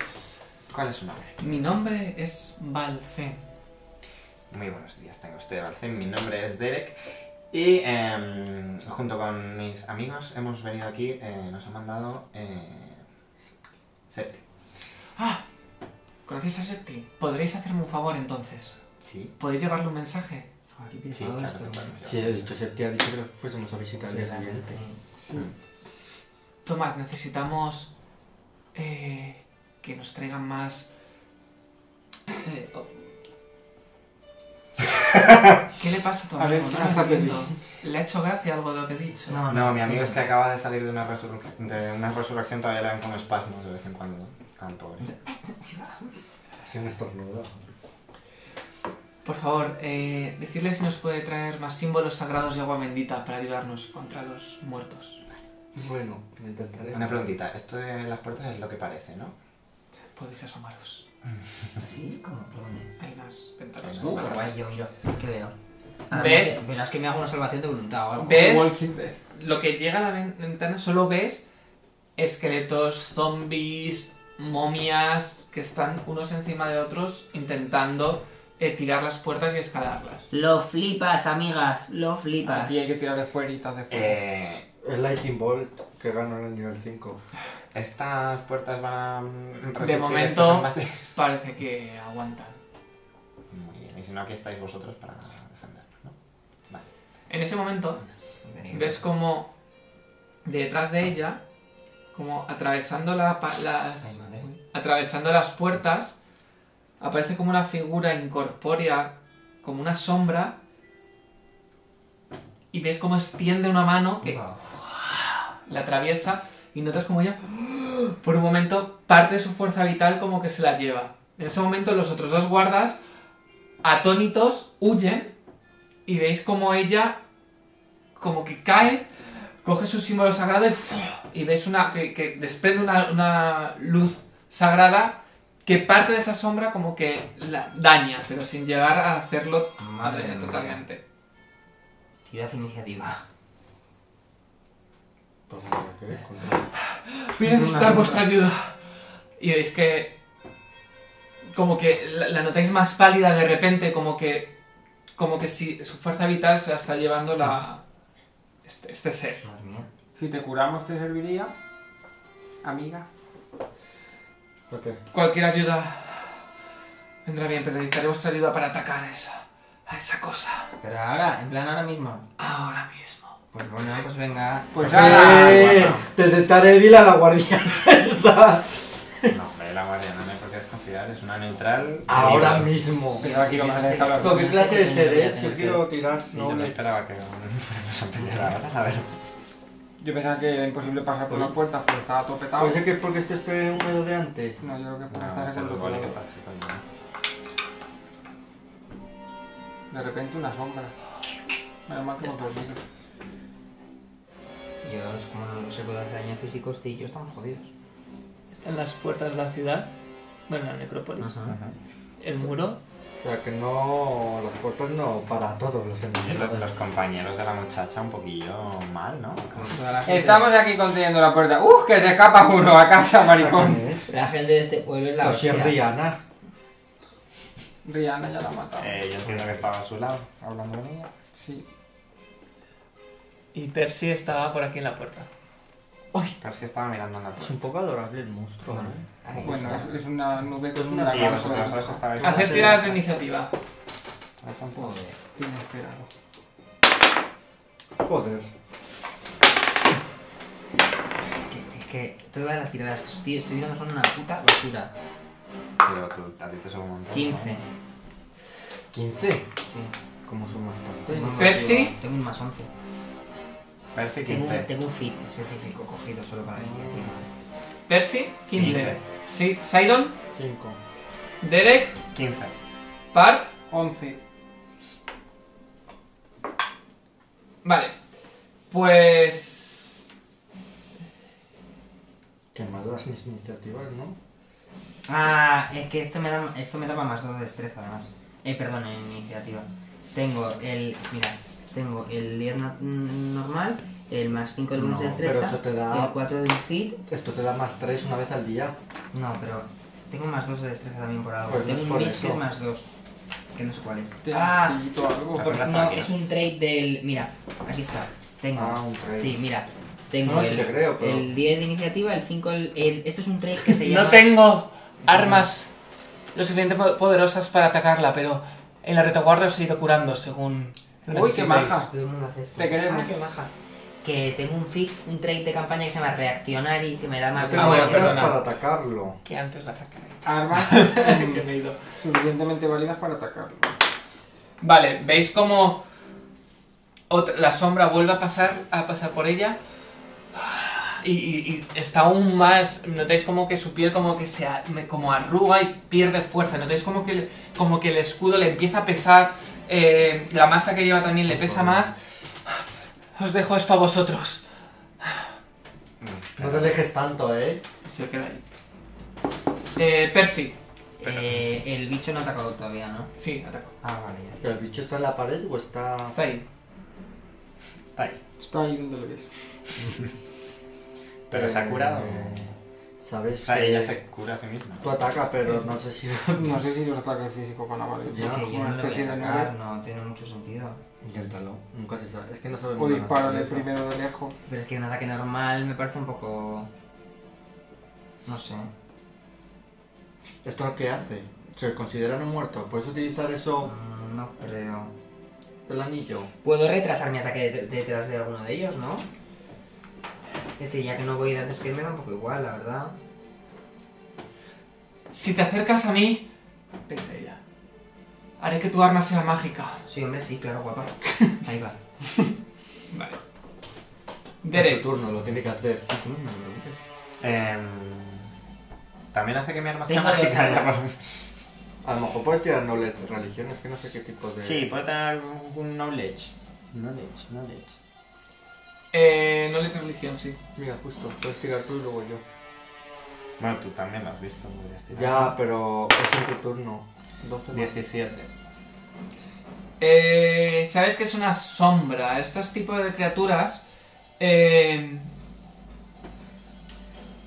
[SPEAKER 5] ¿Cuál es su nombre?
[SPEAKER 1] Mi nombre es Balfen.
[SPEAKER 5] Muy buenos días, tengo usted, Balcén. Mi nombre es Derek. Y em, junto con mis amigos hemos venido aquí, eh, nos han mandado... Eh, Septi.
[SPEAKER 1] Ah, ¿conocéis a Septi? ¿Podréis hacerme un favor entonces?
[SPEAKER 5] Sí.
[SPEAKER 1] ¿Podéis llevarle un mensaje?
[SPEAKER 2] Joder, qué
[SPEAKER 5] Sí,
[SPEAKER 2] pesado
[SPEAKER 5] claro
[SPEAKER 2] esto.
[SPEAKER 5] que podemos
[SPEAKER 6] Sí,
[SPEAKER 5] llevar.
[SPEAKER 6] el Septi ha dicho que lo fuésemos a visitar al
[SPEAKER 2] Sí,
[SPEAKER 6] día
[SPEAKER 2] la gente.
[SPEAKER 6] siguiente.
[SPEAKER 1] Tomad, necesitamos eh, que nos traigan más. eh, o- ¿Qué le pasa a tu
[SPEAKER 4] A ver,
[SPEAKER 1] amigo? No lo
[SPEAKER 4] hasta
[SPEAKER 1] entiendo. ¿Le ha hecho gracia algo de lo que he dicho?
[SPEAKER 2] No,
[SPEAKER 5] No, mi amigo es que acaba de salir de una, resurrec- de una resurrección, todavía le dan como espasmos de vez en cuando. Tan pobre.
[SPEAKER 6] Ha sido un estornudo.
[SPEAKER 1] Por favor, eh, decirle si nos puede traer más símbolos sagrados y agua bendita para ayudarnos contra los muertos.
[SPEAKER 6] Bueno, lo intentaré.
[SPEAKER 5] Una preguntita, esto de las puertas es lo que parece, ¿no?
[SPEAKER 1] Podéis asomaros.
[SPEAKER 2] Así, como, perdón.
[SPEAKER 1] Hay unas ventanas.
[SPEAKER 5] Uh,
[SPEAKER 2] Uh, qué guay, yo miro. ¿Qué veo? Ah,
[SPEAKER 1] ¿Ves?
[SPEAKER 2] mira, Verás que me hago una salvación de voluntad o algo.
[SPEAKER 1] ¿Ves?
[SPEAKER 4] Como Walking Dead.
[SPEAKER 1] Lo que llega a la ven- ventana solo ves esqueletos, zombies, momias que están unos encima de otros intentando eh, tirar las puertas y escalarlas.
[SPEAKER 2] Lo flipas, amigas, lo flipas.
[SPEAKER 4] Aquí hay que tirar de fueritas de fuera.
[SPEAKER 5] Eh,
[SPEAKER 6] El Lightning Bolt que ganó en el nivel 5.
[SPEAKER 5] ¿Estas puertas van a mm, resistir estos
[SPEAKER 1] momento-
[SPEAKER 5] combates?
[SPEAKER 1] Parece que aguantan.
[SPEAKER 5] Muy bien, y si no, aquí estáis vosotros para defendernos, ¿no?
[SPEAKER 1] En ese momento ves como detrás de ella, como atravesando la pa- las,
[SPEAKER 2] Ay, madre.
[SPEAKER 1] atravesando las puertas, aparece como una figura incorpórea, como una sombra, y ves como extiende una mano que la atraviesa y notas como ella, por un momento, parte de su fuerza vital como que se la lleva. En ese momento los otros dos guardas, atónitos, huyen y veis como ella como que cae coges un símbolo sagrado y, ¡fua! y ves una que, que desprende una, una luz sagrada que parte de esa sombra como que la daña, pero sin llegar a hacerlo
[SPEAKER 2] Madre
[SPEAKER 1] eh,
[SPEAKER 2] mía.
[SPEAKER 1] totalmente.
[SPEAKER 2] Tirad iniciativa.
[SPEAKER 3] Pues
[SPEAKER 1] Voy a necesitar vuestra ayuda. Y veis que como que la, la notáis más pálida de repente, como que como que si su fuerza vital se la está llevando la este, este ser.
[SPEAKER 2] Madre mía.
[SPEAKER 4] Si te curamos, ¿te serviría? Amiga.
[SPEAKER 3] ¿Por
[SPEAKER 6] Eh,
[SPEAKER 3] qué?
[SPEAKER 1] Cualquier ayuda vendrá bien, pero necesitaré vuestra ayuda para atacar a esa, a esa cosa.
[SPEAKER 2] Pero ahora, en plan ahora mismo.
[SPEAKER 1] Ahora mismo.
[SPEAKER 2] Pues bueno, pues venga.
[SPEAKER 4] Pues ahora.
[SPEAKER 3] Eh, desde Tareville a la guardiana está.
[SPEAKER 5] No, hombre, la guardiana no hay por qué desconfiar, es una neutral.
[SPEAKER 3] Ahora
[SPEAKER 5] Libre.
[SPEAKER 3] mismo.
[SPEAKER 4] Pensaba que íbamos a dejar hablar.
[SPEAKER 3] ¿Pero qué clase de
[SPEAKER 2] Sí,
[SPEAKER 3] ser
[SPEAKER 2] sí,
[SPEAKER 3] es?
[SPEAKER 2] sí,
[SPEAKER 3] Yo
[SPEAKER 2] sí.
[SPEAKER 3] quiero tirar
[SPEAKER 5] Sí, yo no
[SPEAKER 3] nobles.
[SPEAKER 5] esperaba que nos fuéramos a pelear ahora, la verdad.
[SPEAKER 4] Yo pensaba que era imposible pasar por las puertas, pero estaba todo petado.
[SPEAKER 3] Puede ser que es porque esto esté húmedo de antes.
[SPEAKER 4] No, yo creo que es porque
[SPEAKER 5] No,
[SPEAKER 4] está
[SPEAKER 5] es el
[SPEAKER 4] segundo
[SPEAKER 5] gole que
[SPEAKER 4] color.
[SPEAKER 5] está así, coño.
[SPEAKER 4] De repente una sombra. Menos mal que hemos dormido.
[SPEAKER 2] Dios, como no se puede hacer daño físico, este y yo estamos jodidos.
[SPEAKER 7] Están las puertas de la ciudad, bueno, la necrópolis,
[SPEAKER 5] Ajá.
[SPEAKER 7] el muro.
[SPEAKER 3] O sea que no. Las puertas no para todos los
[SPEAKER 5] Y
[SPEAKER 3] enemigos.
[SPEAKER 5] lo- Los compañeros de la muchacha un poquillo mal, ¿no?
[SPEAKER 2] Como toda la gente.
[SPEAKER 4] Estamos aquí consiguiendo la puerta. ¡Uf! Que se escapa uno a casa, maricón.
[SPEAKER 3] ¿Quién es?
[SPEAKER 2] La gente de este pueblo es la
[SPEAKER 3] O si
[SPEAKER 2] hostia.
[SPEAKER 3] es ¿eh? Rihanna.
[SPEAKER 4] Rihanna ya la ha matado.
[SPEAKER 5] Eh, yo entiendo que estaba a su lado, hablando con ella.
[SPEAKER 4] Sí.
[SPEAKER 7] Y Percy estaba por aquí en la puerta.
[SPEAKER 5] Pero sí estaba mirando en la
[SPEAKER 3] Es
[SPEAKER 5] puerta.
[SPEAKER 3] un poco adorable el monstruo.
[SPEAKER 2] Bueno,
[SPEAKER 3] ¿eh?
[SPEAKER 2] ahí
[SPEAKER 4] Bueno,
[SPEAKER 2] está.
[SPEAKER 4] es, es una nube con
[SPEAKER 3] Es
[SPEAKER 4] una
[SPEAKER 3] una
[SPEAKER 5] Y
[SPEAKER 3] Claro,
[SPEAKER 5] vosotros
[SPEAKER 4] sobre
[SPEAKER 5] dos
[SPEAKER 4] la hoja.
[SPEAKER 5] estabais...
[SPEAKER 1] Hacer tiradas de iniciativa.
[SPEAKER 2] Joder.
[SPEAKER 4] Tiene esperado.
[SPEAKER 3] Joder.
[SPEAKER 2] Que- Es que todas las tiradas que estoy, estoy mirando son una puta basura.
[SPEAKER 5] Pero tú, a ti te sube un montón. ¿no?
[SPEAKER 2] 15.
[SPEAKER 3] ¿15?
[SPEAKER 2] Sí.
[SPEAKER 3] ¿Cómo sumas tanto?
[SPEAKER 2] Tengo un
[SPEAKER 1] Percy.
[SPEAKER 2] motivo. Tengo un más 11.
[SPEAKER 5] Percy
[SPEAKER 2] Tengo, un-
[SPEAKER 5] 15.
[SPEAKER 2] tengo un fit específico cogido solo para la iniciativa.
[SPEAKER 1] Percy, 15. Sí, Sidon,
[SPEAKER 3] 5.
[SPEAKER 1] Derek,
[SPEAKER 5] 15.
[SPEAKER 1] Parf.
[SPEAKER 4] 11.
[SPEAKER 1] Vale. Pues.
[SPEAKER 3] Que más las mis iniciativas, ¿no?
[SPEAKER 2] Ah, es que esto me da, esto me daba más dos de destreza además. Eh, perdón, en iniciativa. Tengo el, mira, tengo el 10 na- normal, el más 5 del bonus
[SPEAKER 3] No,
[SPEAKER 2] de destreza,
[SPEAKER 3] pero eso te da-
[SPEAKER 2] el 4 del fit.
[SPEAKER 3] Esto te da más 3 una vez al día.
[SPEAKER 2] No, pero tengo más dos de destreza también por algo.
[SPEAKER 3] Pues no
[SPEAKER 2] tengo
[SPEAKER 3] es
[SPEAKER 2] un
[SPEAKER 3] por
[SPEAKER 2] miss que
[SPEAKER 3] eso.
[SPEAKER 2] es más 2, que no sé cuál es.
[SPEAKER 4] Tiene
[SPEAKER 2] Ah,
[SPEAKER 4] astillito o algo.
[SPEAKER 5] Por-
[SPEAKER 2] no,
[SPEAKER 5] Hasta aquí.
[SPEAKER 2] es un trait del, mira, aquí está. Tengo
[SPEAKER 3] Ah, un trade.
[SPEAKER 2] Sí, mira, tengo
[SPEAKER 3] No, sí
[SPEAKER 2] el,
[SPEAKER 3] te creo, pero-
[SPEAKER 2] el 10 de iniciativa, el 5, el, el- esto es un trade que se llama...
[SPEAKER 1] No tengo armas lo suficiente po- poderosas para atacarla, pero en la retaguardia os iré curando según. lo
[SPEAKER 4] Uy, qué
[SPEAKER 1] necesitéis.
[SPEAKER 4] maja.
[SPEAKER 2] Todo el mundo hace esto.
[SPEAKER 4] Te queremos.
[SPEAKER 2] Ah, qué maja. Que tengo un fit, un trade de campaña que se llama Reaccionary, que me da más...
[SPEAKER 3] Pero
[SPEAKER 1] Ah, bueno,
[SPEAKER 3] no
[SPEAKER 1] perdona.
[SPEAKER 3] para atacarlo.
[SPEAKER 1] Que antes la atacaré.
[SPEAKER 4] Armas
[SPEAKER 1] Que me he ido.
[SPEAKER 4] suficientemente válidas para atacarlo.
[SPEAKER 1] Vale, veis como la sombra vuelve a pasar, a pasar por ella y, y- y está aún más, notáis como que su piel como que se a- como arruga y pierde fuerza, notáis como que, el- como que el escudo le empieza a pesar, eh, la maza que lleva también le pesa más. Os dejo esto a vosotros.
[SPEAKER 3] No te alejes tanto, ¿eh?
[SPEAKER 1] Se queda ahí. Eh, Percy,
[SPEAKER 2] Eh, el bicho no ha atacado todavía, ¿no?
[SPEAKER 1] sí, ataco.
[SPEAKER 2] Ah, vale, ya
[SPEAKER 3] ¿El bicho está en la pared o está...?
[SPEAKER 1] Está ahí.
[SPEAKER 2] está ahí.
[SPEAKER 4] Está ahí donde lo ves.
[SPEAKER 5] Pero se ha curado.
[SPEAKER 3] Eh,
[SPEAKER 5] O
[SPEAKER 3] Sabes
[SPEAKER 5] sea,
[SPEAKER 3] que
[SPEAKER 5] ella se cura a sí misma.
[SPEAKER 3] tú ataca, pero no sé si...
[SPEAKER 4] No sé si los ataques físicos van a valer.
[SPEAKER 3] Ya,
[SPEAKER 2] Es que
[SPEAKER 4] como
[SPEAKER 2] yo Ah, no lo
[SPEAKER 4] una
[SPEAKER 2] voy
[SPEAKER 4] especie
[SPEAKER 2] a
[SPEAKER 4] de
[SPEAKER 2] atacar,
[SPEAKER 4] nube.
[SPEAKER 2] no tiene mucho sentido.
[SPEAKER 3] Inténtalo. Nunca se sabe. Es que no sabemos
[SPEAKER 4] O
[SPEAKER 3] nada de
[SPEAKER 4] dispárale
[SPEAKER 3] naturaleza.
[SPEAKER 4] primero de lejos.
[SPEAKER 2] Pero es que un ataque normal me parece un poco... No sé.
[SPEAKER 3] ¿Esto qué hace? ¿Se considera no muerto? ¿Puedes utilizar eso,
[SPEAKER 2] Mm, No creo.
[SPEAKER 3] el anillo?
[SPEAKER 2] Puedo retrasar mi ataque det- detrás de alguno de ellos, ¿no? Es que ya que no voy de antes que él, me da un poco igual, la verdad.
[SPEAKER 1] Si te acercas a mí, dice ella, haré que tu arma sea mágica.
[SPEAKER 2] Sí, hombre, sí, claro, guapa. Ahí va.
[SPEAKER 1] Vale.
[SPEAKER 3] Es su
[SPEAKER 1] Derek,
[SPEAKER 3] turno, lo tiene que hacer.
[SPEAKER 2] Sí, sí, no me lo dices.
[SPEAKER 5] Em, También hace que mi arma sea
[SPEAKER 2] Tengo dos
[SPEAKER 5] mágica. ya
[SPEAKER 2] armas.
[SPEAKER 5] por-
[SPEAKER 3] A lo mejor puedes tirar knowledge, religión, es que no sé qué tipo de...
[SPEAKER 5] Sí, puede tener algún knowledge. Knowledge, knowledge.
[SPEAKER 1] Eh, no le religión, sí.
[SPEAKER 3] Mira, justo, puedes tirar tú y luego yo.
[SPEAKER 5] Bueno, tú también lo has visto, podrías tirar.
[SPEAKER 3] Ya, pero es en tu turno. 12 más.
[SPEAKER 5] 17.
[SPEAKER 1] Eh, Sabes que es una sombra. Estos tipos de criaturas eh,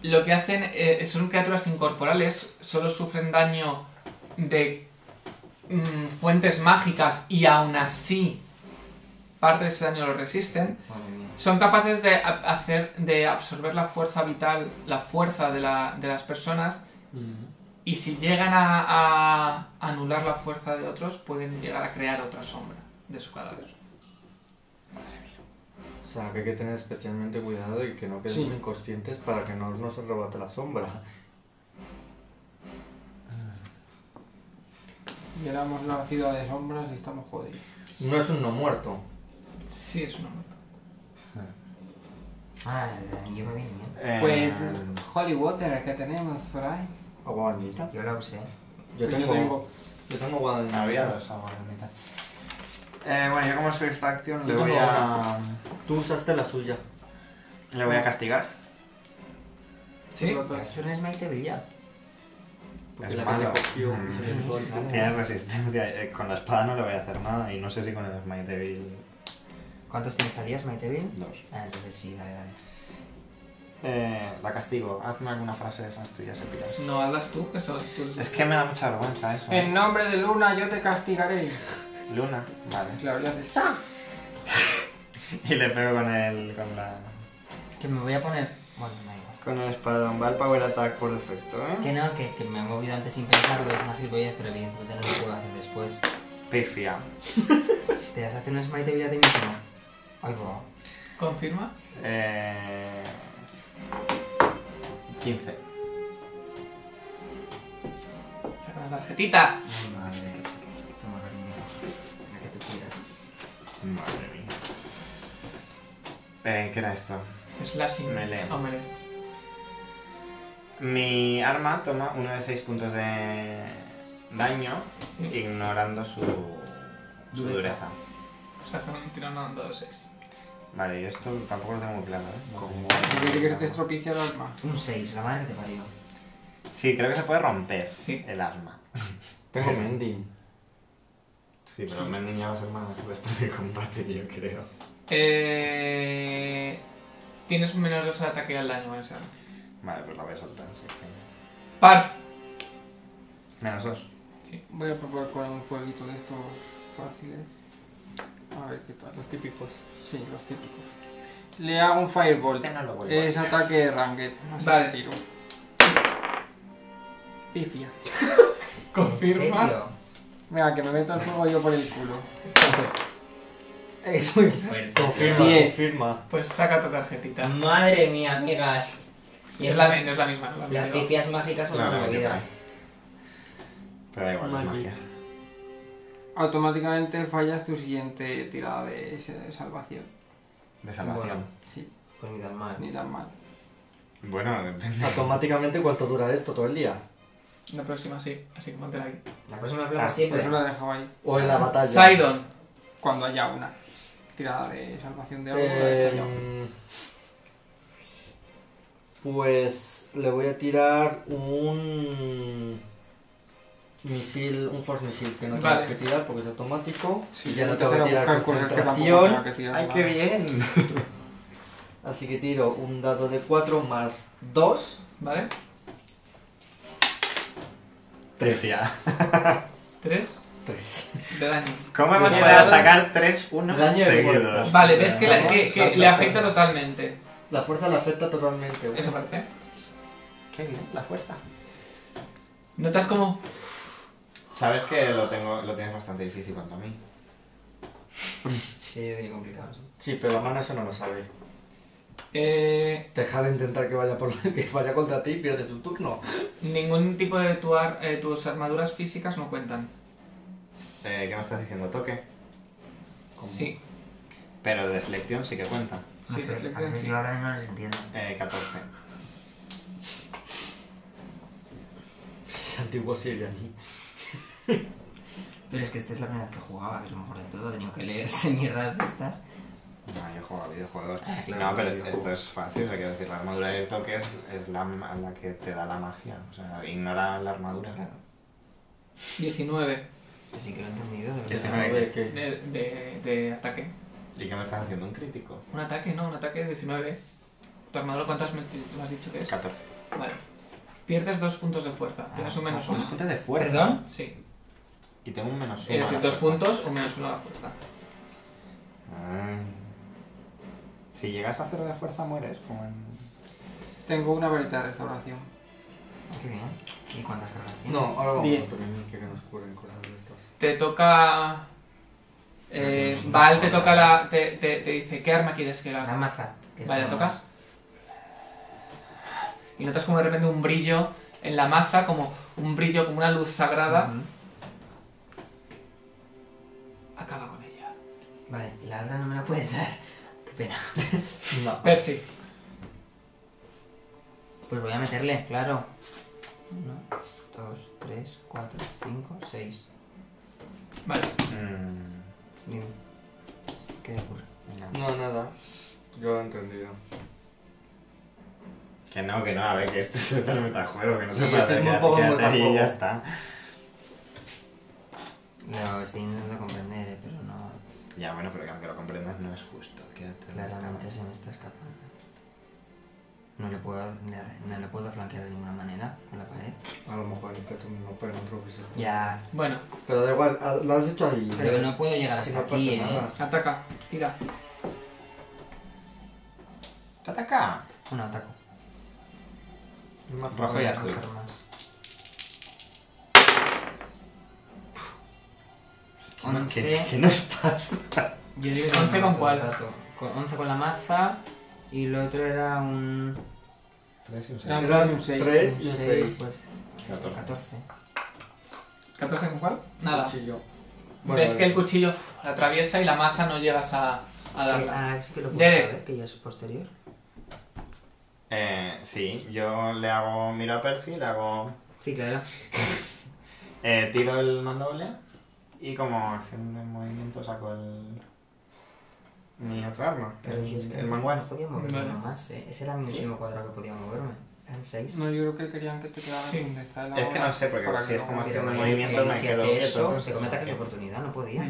[SPEAKER 1] lo que hacen eh, son criaturas incorporales, solo sufren daño de mm, fuentes mágicas y aún así parte de ese daño lo resisten.
[SPEAKER 2] Madre mía.
[SPEAKER 1] Son capaces de a- hacer, de absorber la fuerza vital, la fuerza de, la- de las personas y si llegan a, a anular la fuerza de otros, pueden llegar a crear otra sombra de su cadáver.
[SPEAKER 3] O sea, que hay que tener especialmente cuidado y que no quedemos inconscientes para que no nos arrebate la sombra.
[SPEAKER 4] Llegamos a la ciudad de sombras y estamos jodidos.
[SPEAKER 3] No es un no muerto.
[SPEAKER 1] Sí, es una muerte.
[SPEAKER 2] Ah, el anillo me viene bien.
[SPEAKER 5] Eh,
[SPEAKER 4] Pues Holy Water que tenemos por ahí.
[SPEAKER 3] Agua bendita.
[SPEAKER 2] Yo la usé.
[SPEAKER 4] Pues
[SPEAKER 3] Yo tengo, yo tengo, agua bendita.
[SPEAKER 5] Había dos ahora en mitad. Eh, bueno, yo como Swift Action le
[SPEAKER 3] Yo
[SPEAKER 5] voy
[SPEAKER 3] tengo
[SPEAKER 5] a.
[SPEAKER 3] Tú usaste la suya.
[SPEAKER 5] Le voy a castigar.
[SPEAKER 1] ¿Sí?
[SPEAKER 4] Por lo tanto,
[SPEAKER 2] Esto no es Maite Villa.
[SPEAKER 3] Porque
[SPEAKER 5] Es
[SPEAKER 3] la que
[SPEAKER 5] malo.
[SPEAKER 3] te cogió
[SPEAKER 5] Mm.
[SPEAKER 3] se le suelta.
[SPEAKER 5] Tiene resistencia. eh, con la espada no le voy a hacer nada. Y no sé si con el Smite Devil
[SPEAKER 2] ¿Cuántos tienes al día, Maite Villa?
[SPEAKER 5] 2.
[SPEAKER 2] Ah, entonces sí, dale, dale.
[SPEAKER 5] Eh, la castigo. Hazme alguna frase de esas tuyas épicas.
[SPEAKER 1] No, hablas tú, que son tú.
[SPEAKER 5] Es que me da mucha vergüenza eso. ¿eh?
[SPEAKER 4] En nombre de Luna yo te castigaré.
[SPEAKER 5] Luna. Vale.
[SPEAKER 4] Claro, le haces ¡ta!
[SPEAKER 5] Y le pego con el. con la.
[SPEAKER 2] Que me voy a poner. Bueno, da igual.
[SPEAKER 5] Con el espadón. Va el power attack por defecto,
[SPEAKER 2] Que
[SPEAKER 5] ¿eh?
[SPEAKER 2] no, que, que me he movido antes sin pensarlo, es una gilipollas, pero evidentemente no lo puedo hacer después.
[SPEAKER 5] Pifia.
[SPEAKER 2] ¿Te vas a hacer un smite vida a ti mismo? Ay, wow.
[SPEAKER 1] ¿Confirma?
[SPEAKER 5] Eh... 15.
[SPEAKER 1] Saca la tarjetita.
[SPEAKER 2] Ay, madre. Toma, cariño. La que tú quieras.
[SPEAKER 5] Madre mía. Eh, ¿Qué era esto?
[SPEAKER 1] Slashing.
[SPEAKER 5] Melee.
[SPEAKER 1] Ah, melee.
[SPEAKER 5] Mi arma toma uno de 6 puntos de daño,
[SPEAKER 1] Sí.
[SPEAKER 5] ignorando su, su
[SPEAKER 2] Dureza.
[SPEAKER 5] dureza.
[SPEAKER 1] O sea, son un tirón a un dado 6.
[SPEAKER 5] Vale, yo esto tampoco lo tengo muy claro, ¿eh?
[SPEAKER 4] Porque que se te estropicia el alma.
[SPEAKER 2] Un 6, la madre que te parió.
[SPEAKER 5] Sí, creo que se puede romper
[SPEAKER 1] Sí.
[SPEAKER 5] el arma.
[SPEAKER 3] Tengo mending.
[SPEAKER 5] Sí, pero me Mending ya va a ser más después del combate, yo creo.
[SPEAKER 1] Eh... Tienes menos 2 al ataque y al daño, bueno, o sea.
[SPEAKER 5] Vale, pues la voy a soltar. sí, sí.
[SPEAKER 1] Parf.
[SPEAKER 5] Menos 2.
[SPEAKER 4] Voy a probar con un fueguito de estos fáciles. A ver qué tal.
[SPEAKER 3] Los típicos.
[SPEAKER 4] Sí, los típicos. Le hago un Firebolt.
[SPEAKER 5] Este no lo vuelvo a
[SPEAKER 4] es ataque de Ranget. Así
[SPEAKER 1] Vale.
[SPEAKER 4] que tiro. Pifia.
[SPEAKER 2] ¿En
[SPEAKER 1] Confirma.
[SPEAKER 2] serio?
[SPEAKER 4] Mira, que me meto el fuego yo por el culo.
[SPEAKER 2] Es muy fuerte.
[SPEAKER 3] Confirma,
[SPEAKER 4] Diez.
[SPEAKER 3] confirma.
[SPEAKER 1] Pues saca tu tarjetita.
[SPEAKER 2] Mm. Madre mía, amigas.
[SPEAKER 1] Y es la, no es la misma, no es la
[SPEAKER 2] Las
[SPEAKER 1] misma.
[SPEAKER 2] pifias mágicas son
[SPEAKER 5] Claro,
[SPEAKER 2] una
[SPEAKER 5] la que
[SPEAKER 2] movida.
[SPEAKER 5] trae. Pero da igual, es
[SPEAKER 3] Magic.
[SPEAKER 5] magia.
[SPEAKER 4] Automáticamente fallas tu siguiente tirada de s- salvación.
[SPEAKER 5] De salvación.
[SPEAKER 4] Sí,
[SPEAKER 2] Pues ni tan mal.
[SPEAKER 4] ni tan mal.
[SPEAKER 5] Bueno, depende.
[SPEAKER 3] Automáticamente, ¿cuánto dura esto? ¿Todo el día?
[SPEAKER 1] La próxima sí, así que mantela ahí.
[SPEAKER 2] La próxima plaga
[SPEAKER 5] Ah,
[SPEAKER 4] Por
[SPEAKER 2] siempre.
[SPEAKER 4] eso la he dejado ahí.
[SPEAKER 3] ¿O
[SPEAKER 1] Ah,
[SPEAKER 3] en la batalla?
[SPEAKER 1] Sidon.
[SPEAKER 4] Cuando haya una tirada de salvación de algo, la he fallado.
[SPEAKER 3] Eh, pues le voy a tirar un misil, un force misil que no
[SPEAKER 1] Vale.
[SPEAKER 3] tengo que tirar porque es automático.
[SPEAKER 4] Sí,
[SPEAKER 3] y ya
[SPEAKER 4] yo
[SPEAKER 3] no
[SPEAKER 4] te
[SPEAKER 3] tengo que
[SPEAKER 4] voy a
[SPEAKER 3] tirar
[SPEAKER 4] buscar cosas que tampoco
[SPEAKER 3] concentración.
[SPEAKER 4] tenga que tirar
[SPEAKER 5] ¡Ay,
[SPEAKER 4] nada.
[SPEAKER 5] qué bien!
[SPEAKER 3] Así que tiro un dado de 4 más 2.
[SPEAKER 1] ¿Vale?
[SPEAKER 5] Pifia.
[SPEAKER 1] Tres
[SPEAKER 3] 3.
[SPEAKER 1] de daño.
[SPEAKER 5] ¿Cómo hemos
[SPEAKER 3] Daño
[SPEAKER 5] podido
[SPEAKER 3] de-
[SPEAKER 5] sacar tres unos
[SPEAKER 3] daño de
[SPEAKER 5] seguidos?
[SPEAKER 3] fuerza.
[SPEAKER 1] Vale, ves que, la-
[SPEAKER 3] Eh, Vamos a
[SPEAKER 1] que- que
[SPEAKER 3] sacar
[SPEAKER 1] le
[SPEAKER 3] la
[SPEAKER 1] afecta
[SPEAKER 3] fuerza.
[SPEAKER 1] totalmente.
[SPEAKER 3] La fuerza la afecta totalmente.
[SPEAKER 1] Eso
[SPEAKER 3] bueno.
[SPEAKER 1] parece.
[SPEAKER 5] ¡Qué bien, la fuerza!
[SPEAKER 1] Notas como
[SPEAKER 5] Sabes que lo, tengo, lo tienes bastante difícil contra mí.
[SPEAKER 2] Sí, es complicado. sí.
[SPEAKER 3] Sí, pero la mano eso no lo sabe.
[SPEAKER 1] eh,
[SPEAKER 3] Deja de intentar que vaya, por, que vaya contra ti y pierdes tu turno.
[SPEAKER 1] ningún tipo de tu ar- eh, tus armaduras físicas no cuentan.
[SPEAKER 5] Eh, ¿Qué me estás diciendo? Toque.
[SPEAKER 1] Sí,
[SPEAKER 5] Pero deflección sí que cuenta.
[SPEAKER 2] No
[SPEAKER 1] sí,
[SPEAKER 2] sé,
[SPEAKER 1] reflexión,
[SPEAKER 2] a veces
[SPEAKER 1] sí.
[SPEAKER 2] Yo ahora mismo no les entiendo.
[SPEAKER 5] Eh, 14.
[SPEAKER 3] Antiguo Siriani.
[SPEAKER 2] Pero es que esta es la primera vez que jugaba, que es lo mejor de todo. He tenido que leerse mierdas de estas.
[SPEAKER 5] No, yo juego a videojuegos.
[SPEAKER 1] Ah, claro,
[SPEAKER 5] no, pero es-
[SPEAKER 1] videojuego.
[SPEAKER 5] esto es fácil, o sea, quiero decir, la armadura de toque es, es la, ma- la que te da la magia. O sea, ignora la armadura.
[SPEAKER 1] 19
[SPEAKER 2] Que sí que lo he entendido, de verdad.
[SPEAKER 5] 19.
[SPEAKER 1] de, de- de ataque.
[SPEAKER 5] ¿Y qué me estás haciendo? ¿Un crítico?
[SPEAKER 1] Un ataque, no, un ataque 19. ¿Tu armadura cuánto has, meti- me has dicho que es?
[SPEAKER 5] 14.
[SPEAKER 1] Vale. Pierdes dos puntos de
[SPEAKER 3] Ah,
[SPEAKER 1] fuerza. Tienes un menos
[SPEAKER 5] Dos
[SPEAKER 1] uno.
[SPEAKER 5] Ah, puntos de fuerza.
[SPEAKER 2] ¿Perdón?
[SPEAKER 1] Sí.
[SPEAKER 5] Y tengo un menos 1.
[SPEAKER 1] Es decir, dos puntos o menos uno a la fuerza.
[SPEAKER 5] Si llegas a cero de fuerza, mueres. Como en...
[SPEAKER 4] Tengo una varita de restauración.
[SPEAKER 2] Qué bien. ¿Y cuántas cargas tiene?
[SPEAKER 6] No, ahora vamos
[SPEAKER 4] Diez.
[SPEAKER 6] a tener que nos curen cosas de estas.
[SPEAKER 1] Te toca. Eh, Val te toca la. Te, te, te dice, ¿qué arma quieres que
[SPEAKER 2] La
[SPEAKER 1] haga?
[SPEAKER 2] maza. que es
[SPEAKER 1] Vale,
[SPEAKER 2] la
[SPEAKER 1] toca.
[SPEAKER 2] más-
[SPEAKER 1] Y notas como de repente un brillo en la maza, como un brillo, como una luz sagrada.
[SPEAKER 2] Ujú.
[SPEAKER 1] Acaba con ella.
[SPEAKER 2] Vale, y la otra no me la puedes dar. Qué pena.
[SPEAKER 6] No.
[SPEAKER 1] Percy.
[SPEAKER 2] Pues voy a meterle, claro. Uno, dos, tres, cuatro, cinco, seis.
[SPEAKER 1] Vale.
[SPEAKER 5] Mm,
[SPEAKER 2] Dime. ¿Qué te ocurre?
[SPEAKER 5] no.
[SPEAKER 6] No, nada. Yo lo he entendido.
[SPEAKER 5] Que no, que no, a ver, que esto es el metajuego, que no
[SPEAKER 6] Sí,
[SPEAKER 5] se puede
[SPEAKER 6] este es
[SPEAKER 5] hacer.
[SPEAKER 6] un
[SPEAKER 5] Quédate,
[SPEAKER 6] poco
[SPEAKER 5] quédate ahí y
[SPEAKER 6] metajuego.
[SPEAKER 5] ya está.
[SPEAKER 2] Lo estoy intentando comprender, eh, pero no.
[SPEAKER 5] Ya, bueno, pero que aunque lo comprendas, no es justo. Quédate donde
[SPEAKER 2] Claramente
[SPEAKER 5] estabas.
[SPEAKER 2] se me está escapando. No le puedo, no le puedo flanquear de ninguna manera con la pared.
[SPEAKER 6] A lo mejor en este turno no, pero en otro que sí.
[SPEAKER 2] Ya.
[SPEAKER 1] Bueno,
[SPEAKER 6] Pero da igual, ah, lo has hecho ahí.
[SPEAKER 2] Pero que no puedo llegar
[SPEAKER 6] Si
[SPEAKER 2] hasta
[SPEAKER 6] no pasa
[SPEAKER 2] aquí, eh.
[SPEAKER 6] nada.
[SPEAKER 1] ataca. Tira.
[SPEAKER 5] ¡Te ataca!
[SPEAKER 2] Bueno, ataco.
[SPEAKER 6] Es más
[SPEAKER 5] Rojo y
[SPEAKER 6] fácil.
[SPEAKER 5] azul.
[SPEAKER 2] Dos armas.
[SPEAKER 5] ¿Qué,
[SPEAKER 2] Once.
[SPEAKER 5] qué nos pasa?
[SPEAKER 2] Yo digo
[SPEAKER 1] ¿Once
[SPEAKER 2] me
[SPEAKER 1] con
[SPEAKER 2] mato
[SPEAKER 1] cuál?
[SPEAKER 2] el rato. Con 11 con la maza y el otro era un
[SPEAKER 4] Era
[SPEAKER 6] Era
[SPEAKER 4] un seis.
[SPEAKER 6] 3 y
[SPEAKER 2] un
[SPEAKER 6] 6.
[SPEAKER 2] seis, pues.
[SPEAKER 5] 14.
[SPEAKER 2] 14.
[SPEAKER 1] ¿14 con cuál? Nada.
[SPEAKER 6] Cuchillo.
[SPEAKER 1] Ves que el cuchillo uf, la atraviesa y la maza no llegas a, a
[SPEAKER 2] Que-
[SPEAKER 1] darla.
[SPEAKER 2] Ah, sí que lo puedo
[SPEAKER 1] Derek.
[SPEAKER 2] saber, que ya es posterior.
[SPEAKER 5] Eh, sí, yo le hago. Miro a Percy, le hago.
[SPEAKER 2] Sí, claro.
[SPEAKER 5] Eh, tiro el mandoble y como acción de movimiento saco el. Mi otra arma.
[SPEAKER 2] Pero yo es que
[SPEAKER 5] el
[SPEAKER 2] no-
[SPEAKER 5] mangual.
[SPEAKER 2] No podía moverme
[SPEAKER 1] Vale.
[SPEAKER 2] más, eh. Ese era mi
[SPEAKER 5] Sí.
[SPEAKER 2] último cuadrado que podía moverme. Eran 6.
[SPEAKER 4] No, yo creo que querían que te quedaras
[SPEAKER 1] Sí.
[SPEAKER 4] donde está el
[SPEAKER 5] Es que no
[SPEAKER 4] agua
[SPEAKER 5] sé, porque
[SPEAKER 4] para
[SPEAKER 5] si
[SPEAKER 4] que
[SPEAKER 5] es
[SPEAKER 4] no-
[SPEAKER 5] como haciendo
[SPEAKER 2] él-
[SPEAKER 5] movimiento
[SPEAKER 2] él
[SPEAKER 5] me
[SPEAKER 2] si
[SPEAKER 5] quedo
[SPEAKER 2] hace
[SPEAKER 5] quieto,
[SPEAKER 2] eso,
[SPEAKER 5] entonces,
[SPEAKER 2] se come ataques de
[SPEAKER 5] ¿qué?
[SPEAKER 2] oportunidad, no podía.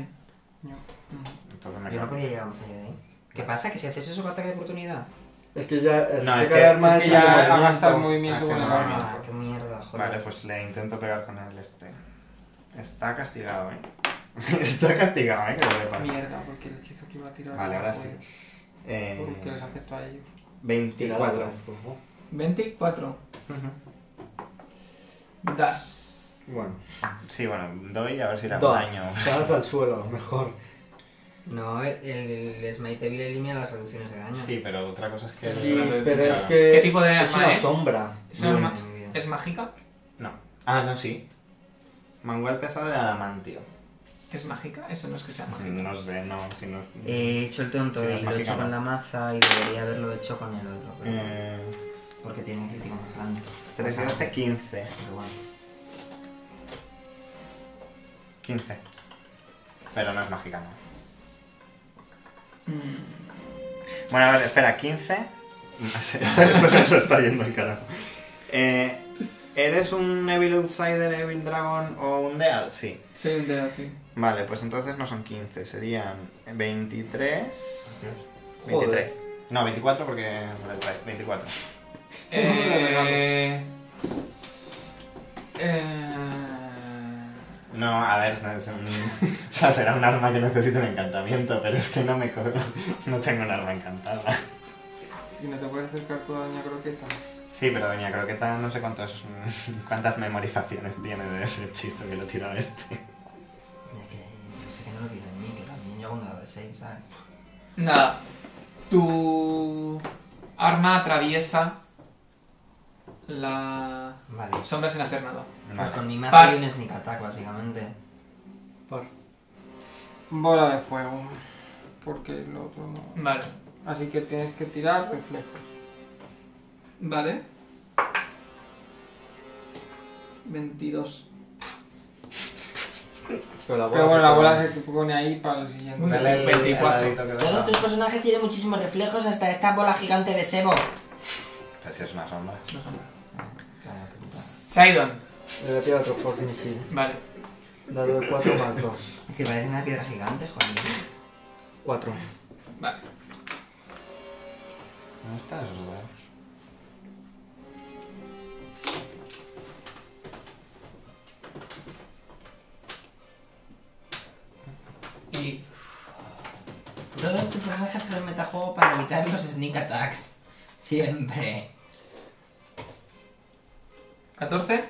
[SPEAKER 5] Entonces me
[SPEAKER 2] Yo no
[SPEAKER 5] quedo.
[SPEAKER 2] podía llegar más allá de ahí. ¿Qué pasa? ¿Que si haces eso con ataque de oportunidad?
[SPEAKER 6] Es que ya. Es
[SPEAKER 5] No,
[SPEAKER 6] que cada
[SPEAKER 5] es que-
[SPEAKER 6] arma
[SPEAKER 4] Es que
[SPEAKER 6] es
[SPEAKER 4] ya
[SPEAKER 6] un
[SPEAKER 4] ha gastado el
[SPEAKER 6] movimiento.
[SPEAKER 4] movimiento con
[SPEAKER 5] Acción de
[SPEAKER 4] el
[SPEAKER 5] movimiento.
[SPEAKER 4] arma.
[SPEAKER 2] Ah, qué mierda, joder.
[SPEAKER 5] Vale, pues le intento pegar con el este. Está castigado, ¿eh? Está castigado, ¿eh? Que lo sepas.
[SPEAKER 4] Mierda, porque el hechizo que iba a tirar.
[SPEAKER 5] Vale, ahora sí.
[SPEAKER 4] fue- Porque les
[SPEAKER 5] Eh,
[SPEAKER 4] acepto a ellos.
[SPEAKER 5] 24.
[SPEAKER 1] 24. Das.
[SPEAKER 6] Bueno,
[SPEAKER 5] Sí, bueno, doy a ver si le hago
[SPEAKER 6] dos.
[SPEAKER 5] daño.
[SPEAKER 6] Estabas al suelo, a lo mejor.
[SPEAKER 2] No, el, el Smite Evil elimina las reducciones de daño.
[SPEAKER 5] Sí, pero otra cosa es que.
[SPEAKER 6] Sí,
[SPEAKER 1] pero
[SPEAKER 6] pero es
[SPEAKER 5] claro.
[SPEAKER 6] que.
[SPEAKER 1] ¿Qué tipo de
[SPEAKER 6] Es
[SPEAKER 1] arma
[SPEAKER 6] una
[SPEAKER 1] es?
[SPEAKER 6] sombra.
[SPEAKER 1] ¿Es, una
[SPEAKER 2] No,
[SPEAKER 1] ma-
[SPEAKER 2] de mi vida.
[SPEAKER 1] ¿es mágica?
[SPEAKER 5] No. Ah, no, sí. Mangual pesado de adamantio.
[SPEAKER 1] ¿Es mágica? Eso no es que sea mágica.
[SPEAKER 5] No sé, no, si no.
[SPEAKER 2] He hecho el tonto y
[SPEAKER 5] Sí, es
[SPEAKER 2] lo he
[SPEAKER 5] mágica,
[SPEAKER 2] hecho con
[SPEAKER 5] ¿no?
[SPEAKER 2] la maza y debería haberlo hecho con el otro. pero-
[SPEAKER 5] Eh,
[SPEAKER 2] Porque tiene un crítico más grande.
[SPEAKER 5] 3 y 12, 15.
[SPEAKER 2] Pero bueno.
[SPEAKER 5] 15. Pero no es mágica, no.
[SPEAKER 1] Mm,
[SPEAKER 5] Bueno, a ver, espera, 15. No sé, esto, esto se nos está yendo al carajo. Eh, ¿Eres un Evil Outsider, Evil Dragon o un Dead? Sí.
[SPEAKER 1] Sí, un dedo, sí.
[SPEAKER 5] Vale, pues entonces no son 15, serían 23.
[SPEAKER 2] Dios.
[SPEAKER 5] 23. No, 24 porque. por el rey, 24.
[SPEAKER 1] Eh, eh,
[SPEAKER 5] No, a ver, no es un- o sea, será un arma que necesite un encantamiento, pero es que no me co- no tengo un arma encantada.
[SPEAKER 4] Y no te puedes acercar tú a Doña Croqueta.
[SPEAKER 5] Sí, pero Doña Croqueta no sé cuántos, cuántas memorizaciones tiene de ese hechizo que lo tiró este.
[SPEAKER 2] Ya que yo sé que no lo tiene en mí, que también yo hago un dado de 6, ¿sabes?
[SPEAKER 1] Nada. Tu arma atraviesa la
[SPEAKER 2] Vale.
[SPEAKER 1] sombra sin hacer nada.
[SPEAKER 2] Pues
[SPEAKER 5] Vale.
[SPEAKER 2] con mi maza
[SPEAKER 1] Par.
[SPEAKER 2] y un sneak attack, básicamente.
[SPEAKER 6] Por-
[SPEAKER 4] Bola de fuego. Porque el otro no.
[SPEAKER 1] Vale.
[SPEAKER 4] Así que tienes que tirar reflejos.
[SPEAKER 1] Vale. 22.
[SPEAKER 3] Pero la bola,
[SPEAKER 4] Pero bueno,
[SPEAKER 3] se
[SPEAKER 4] la bola
[SPEAKER 3] pone-
[SPEAKER 4] se pone ahí para el siguiente.
[SPEAKER 2] Muy
[SPEAKER 5] Dale
[SPEAKER 2] bien.
[SPEAKER 5] 24. que le
[SPEAKER 2] Todos
[SPEAKER 5] da.
[SPEAKER 2] tus personajes tienen muchísimos reflejos, hasta esta bola gigante de sebo.
[SPEAKER 5] Pero si es una sombra.
[SPEAKER 1] Sidon.
[SPEAKER 6] Eh,
[SPEAKER 3] Le voy a tirar otro Force Missile.
[SPEAKER 1] Vale.
[SPEAKER 3] Dado de 4 más 2.
[SPEAKER 2] Es que parece una piedra gigante, joder.
[SPEAKER 3] 4.
[SPEAKER 1] Vale.
[SPEAKER 5] No está esos dados.
[SPEAKER 1] Y
[SPEAKER 2] Todos tus personajes hacen metajuego para evitar los sneak attacks. Siempre.
[SPEAKER 1] 14.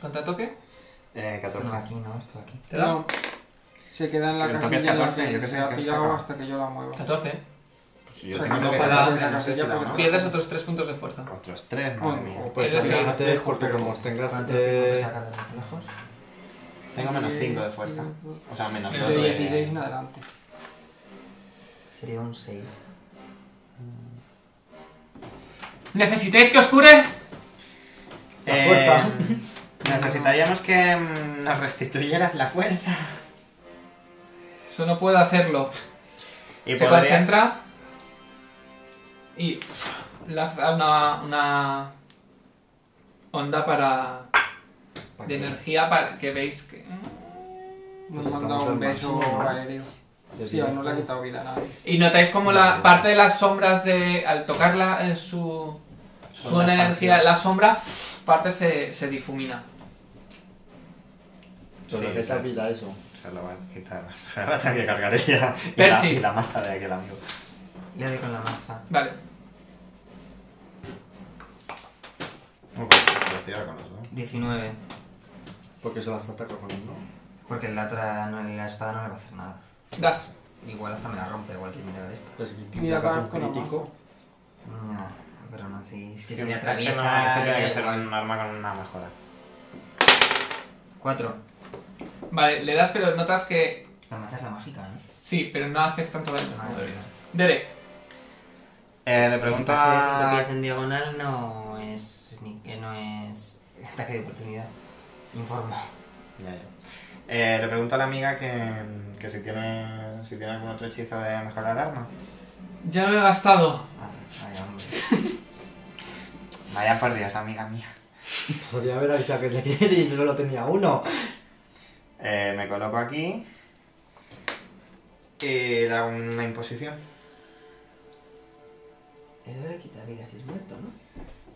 [SPEAKER 1] Contratoque.
[SPEAKER 5] Eh, 14.
[SPEAKER 2] No, aquí no, esto aquí.
[SPEAKER 1] ¿Te da?
[SPEAKER 4] No. Se queda en la
[SPEAKER 5] Que le
[SPEAKER 4] casilla
[SPEAKER 5] toques
[SPEAKER 4] en la
[SPEAKER 5] 14, yo que
[SPEAKER 4] se
[SPEAKER 5] sé,
[SPEAKER 4] ha
[SPEAKER 5] que se
[SPEAKER 4] pillado
[SPEAKER 5] saca.
[SPEAKER 4] hasta que yo la mueva.
[SPEAKER 1] 14.
[SPEAKER 5] Pues yo
[SPEAKER 4] O sea,
[SPEAKER 5] tengo
[SPEAKER 4] que no
[SPEAKER 5] que
[SPEAKER 4] te
[SPEAKER 5] pagar,
[SPEAKER 4] da esa
[SPEAKER 5] no sé si
[SPEAKER 4] casilla
[SPEAKER 5] la
[SPEAKER 4] porque
[SPEAKER 5] habrá.
[SPEAKER 4] te-
[SPEAKER 1] Pierdes otros 3 puntos de fuerza.
[SPEAKER 5] Otros tres, madre
[SPEAKER 4] Bueno,
[SPEAKER 5] mía.
[SPEAKER 3] Pues
[SPEAKER 1] Es decir,
[SPEAKER 3] aléjate, porque como tengas.
[SPEAKER 2] ¿Cuánto tengo que
[SPEAKER 3] Eh,
[SPEAKER 2] sacar de reflejos?
[SPEAKER 5] Tengo menos 5 de fuerza. O sea, menos
[SPEAKER 4] De
[SPEAKER 5] dos de-
[SPEAKER 4] 16 en adelante.
[SPEAKER 2] Sería un 6.
[SPEAKER 1] ¿Necesitáis que os cure?
[SPEAKER 3] La fuerza.
[SPEAKER 5] Eh, Necesitaríamos que mm, nos restituyeras la fuerza.
[SPEAKER 1] Eso no puedo hacerlo.
[SPEAKER 5] Y
[SPEAKER 1] Se
[SPEAKER 5] podrías-
[SPEAKER 1] concentra. Y lanza una, una onda para de energía para que veis que...
[SPEAKER 4] Nos
[SPEAKER 3] Pues
[SPEAKER 4] manda
[SPEAKER 3] estamos
[SPEAKER 4] un
[SPEAKER 3] al
[SPEAKER 4] beso
[SPEAKER 3] máximo, ¿no?
[SPEAKER 4] aéreo. Sí,
[SPEAKER 3] desvías
[SPEAKER 4] aún no le ha
[SPEAKER 3] todo.
[SPEAKER 4] quitado vida a nadie.
[SPEAKER 1] Y notáis como la parte de las sombras de... Al tocarla eh, su... Su
[SPEAKER 5] Onda
[SPEAKER 1] energía,
[SPEAKER 5] expansiva.
[SPEAKER 1] la sombra, parte se, se difumina.
[SPEAKER 3] Pero
[SPEAKER 5] Sí,
[SPEAKER 3] que
[SPEAKER 5] sí.
[SPEAKER 3] te vida eso.
[SPEAKER 5] Se lo va a quitar. Se lo va a tener que cargar ella. Y la,
[SPEAKER 1] Percy.
[SPEAKER 5] y la maza de aquel amigo.
[SPEAKER 2] Y haré con la maza.
[SPEAKER 1] Vale.
[SPEAKER 5] No, pues, pues tira con los dos.
[SPEAKER 2] 19.
[SPEAKER 3] Porque eso las ataca con el no.
[SPEAKER 2] Porque la otra, no, la espada no le va a hacer nada.
[SPEAKER 1] Das.
[SPEAKER 2] Igual hasta me la rompe, igual que mira de estas.
[SPEAKER 3] Pues si
[SPEAKER 4] Mira,
[SPEAKER 3] sacas
[SPEAKER 4] va
[SPEAKER 3] un
[SPEAKER 4] con la
[SPEAKER 3] crítico.
[SPEAKER 2] No, pero no, sí, es que
[SPEAKER 5] Sí,
[SPEAKER 2] se le
[SPEAKER 5] es que no,
[SPEAKER 2] atraviesa.
[SPEAKER 5] es que tiene que ser un arma con una mejora.
[SPEAKER 2] 4.
[SPEAKER 1] Vale, le das, pero notas que.
[SPEAKER 2] La maza es la mágica, ¿eh?
[SPEAKER 1] Sí, pero no haces tanto daño como
[SPEAKER 2] Madre
[SPEAKER 1] deberías.
[SPEAKER 2] mía.
[SPEAKER 1] Derek,
[SPEAKER 5] Eh, le
[SPEAKER 2] Un
[SPEAKER 5] pregunto
[SPEAKER 2] pase de cinco
[SPEAKER 5] a...
[SPEAKER 2] pies en diagonal no es, ni- eh, no es ataque de oportunidad. Informo.
[SPEAKER 5] Ya, ya. Eh, le pregunto a la amiga que, que si, tiene, si tiene algún otro hechizo de mejorar arma.
[SPEAKER 1] ya lo he gastado.
[SPEAKER 2] Ah, vaya hombre.
[SPEAKER 5] Vaya por Dios, amiga mía.
[SPEAKER 3] Podría haber avisado que tenía y solo tenía uno.
[SPEAKER 5] Eh, me coloco aquí. Y le hago una imposición.
[SPEAKER 2] Eso le quita vida si es muerto,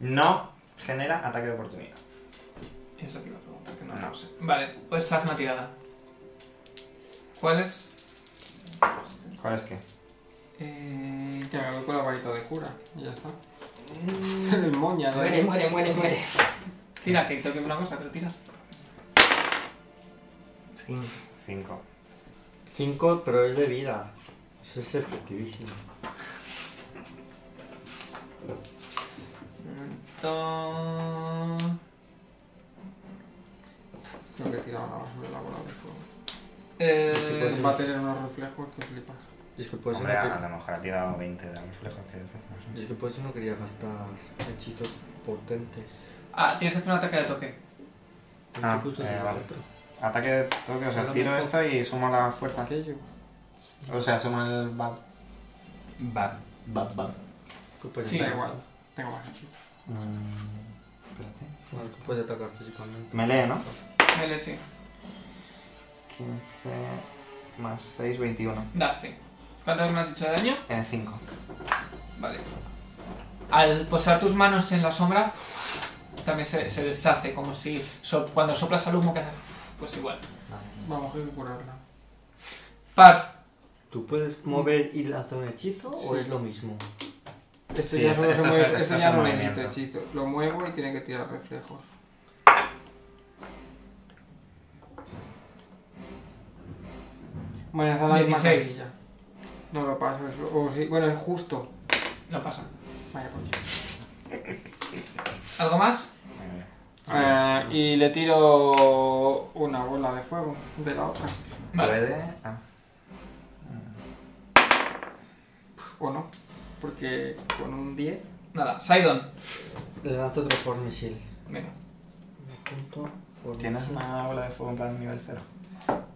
[SPEAKER 2] ¿no?
[SPEAKER 5] No genera ataque de oportunidad.
[SPEAKER 1] Es lo que iba a preguntar, que no,
[SPEAKER 5] No,
[SPEAKER 1] lo
[SPEAKER 5] no
[SPEAKER 1] sé.
[SPEAKER 5] sé.
[SPEAKER 1] Vale, pues haz una tirada. ¿Cuál es?
[SPEAKER 5] ¿Cuál es qué?
[SPEAKER 1] Eh,
[SPEAKER 4] Que me voy con la varita de cura. Y ya está.
[SPEAKER 5] Mm.
[SPEAKER 4] El moña, ¿no?
[SPEAKER 2] Muere, muere, muere, muere.
[SPEAKER 1] Tira, que toque una cosa, pero tira.
[SPEAKER 2] 5.
[SPEAKER 5] 5.
[SPEAKER 3] 5, pero es de vida. Eso es efectivísimo.
[SPEAKER 1] To-
[SPEAKER 4] Creo que tiraba la basura la bola de fuego.
[SPEAKER 1] Eh,
[SPEAKER 4] Va a tener unos reflejos que flipas.
[SPEAKER 3] Y es que por eso
[SPEAKER 5] Hombre, a,
[SPEAKER 3] no
[SPEAKER 5] a lo mejor ha tirado 20 de reflejos, quiero decir. no
[SPEAKER 3] quería-
[SPEAKER 5] sé.
[SPEAKER 3] y es que por eso no quería gastar hechizos potentes.
[SPEAKER 1] ah, tienes que hacer un ataque de toque.
[SPEAKER 5] Ah,
[SPEAKER 3] ¿Qué puso
[SPEAKER 5] eh,
[SPEAKER 3] ese
[SPEAKER 5] vale.
[SPEAKER 3] otro?
[SPEAKER 5] Ataque de toque, o sea, tiro esto y sumo la fuerza.
[SPEAKER 4] Aquello.
[SPEAKER 5] O sea, sumo el bab.
[SPEAKER 2] Va.
[SPEAKER 3] Bam, bam. ¿Qué puedes
[SPEAKER 1] Sí.
[SPEAKER 4] Da
[SPEAKER 3] hacer?
[SPEAKER 4] igual. Tengo más hechizos.
[SPEAKER 5] Mm, espérate.
[SPEAKER 3] Bueno, tú puedes atacar físicamente.
[SPEAKER 5] Melee, ¿no?
[SPEAKER 1] Vale, sí.
[SPEAKER 5] 15 más 6, 21.
[SPEAKER 1] Das, sí. ¿Cuántos me has hecho de daño?
[SPEAKER 5] Eh, 5.
[SPEAKER 1] Vale. Al posar tus manos en la sombra, también se, se deshace, como si so- cuando soplas al humo que hace, pues igual.
[SPEAKER 4] Vamos a ir a curarla.
[SPEAKER 1] Par,
[SPEAKER 3] ¿Tú
[SPEAKER 5] Mm.
[SPEAKER 3] puedes mover y lanzar un hechizo o es lo mismo?
[SPEAKER 4] Esto
[SPEAKER 5] Sí,
[SPEAKER 4] ya
[SPEAKER 5] este-
[SPEAKER 4] solo se
[SPEAKER 5] esto es-
[SPEAKER 4] mueve-
[SPEAKER 5] esto
[SPEAKER 4] esto
[SPEAKER 5] es
[SPEAKER 4] ya
[SPEAKER 5] un
[SPEAKER 4] no
[SPEAKER 5] movimiento.
[SPEAKER 4] necesita hechizo. Lo muevo y tiene que tirar reflejos. Bueno, está en la misma
[SPEAKER 1] 16.
[SPEAKER 4] casilla. No lo paso, es, o sí, bueno, es justo.
[SPEAKER 1] no pasa.
[SPEAKER 4] Vaya coño.
[SPEAKER 1] ¿Algo más?
[SPEAKER 4] Eh, y le tiro una bola de fuego de la otra.
[SPEAKER 1] Vale.
[SPEAKER 5] Puede. Ah,
[SPEAKER 4] ¿O no? Porque con un 10.
[SPEAKER 1] Nada, Sidon.
[SPEAKER 3] Le lanzo otro por misil.
[SPEAKER 1] Venga.
[SPEAKER 3] Me apunto. Force
[SPEAKER 5] ¿Tienes
[SPEAKER 3] Missile.
[SPEAKER 5] una bola de fuego en plan nivel 0?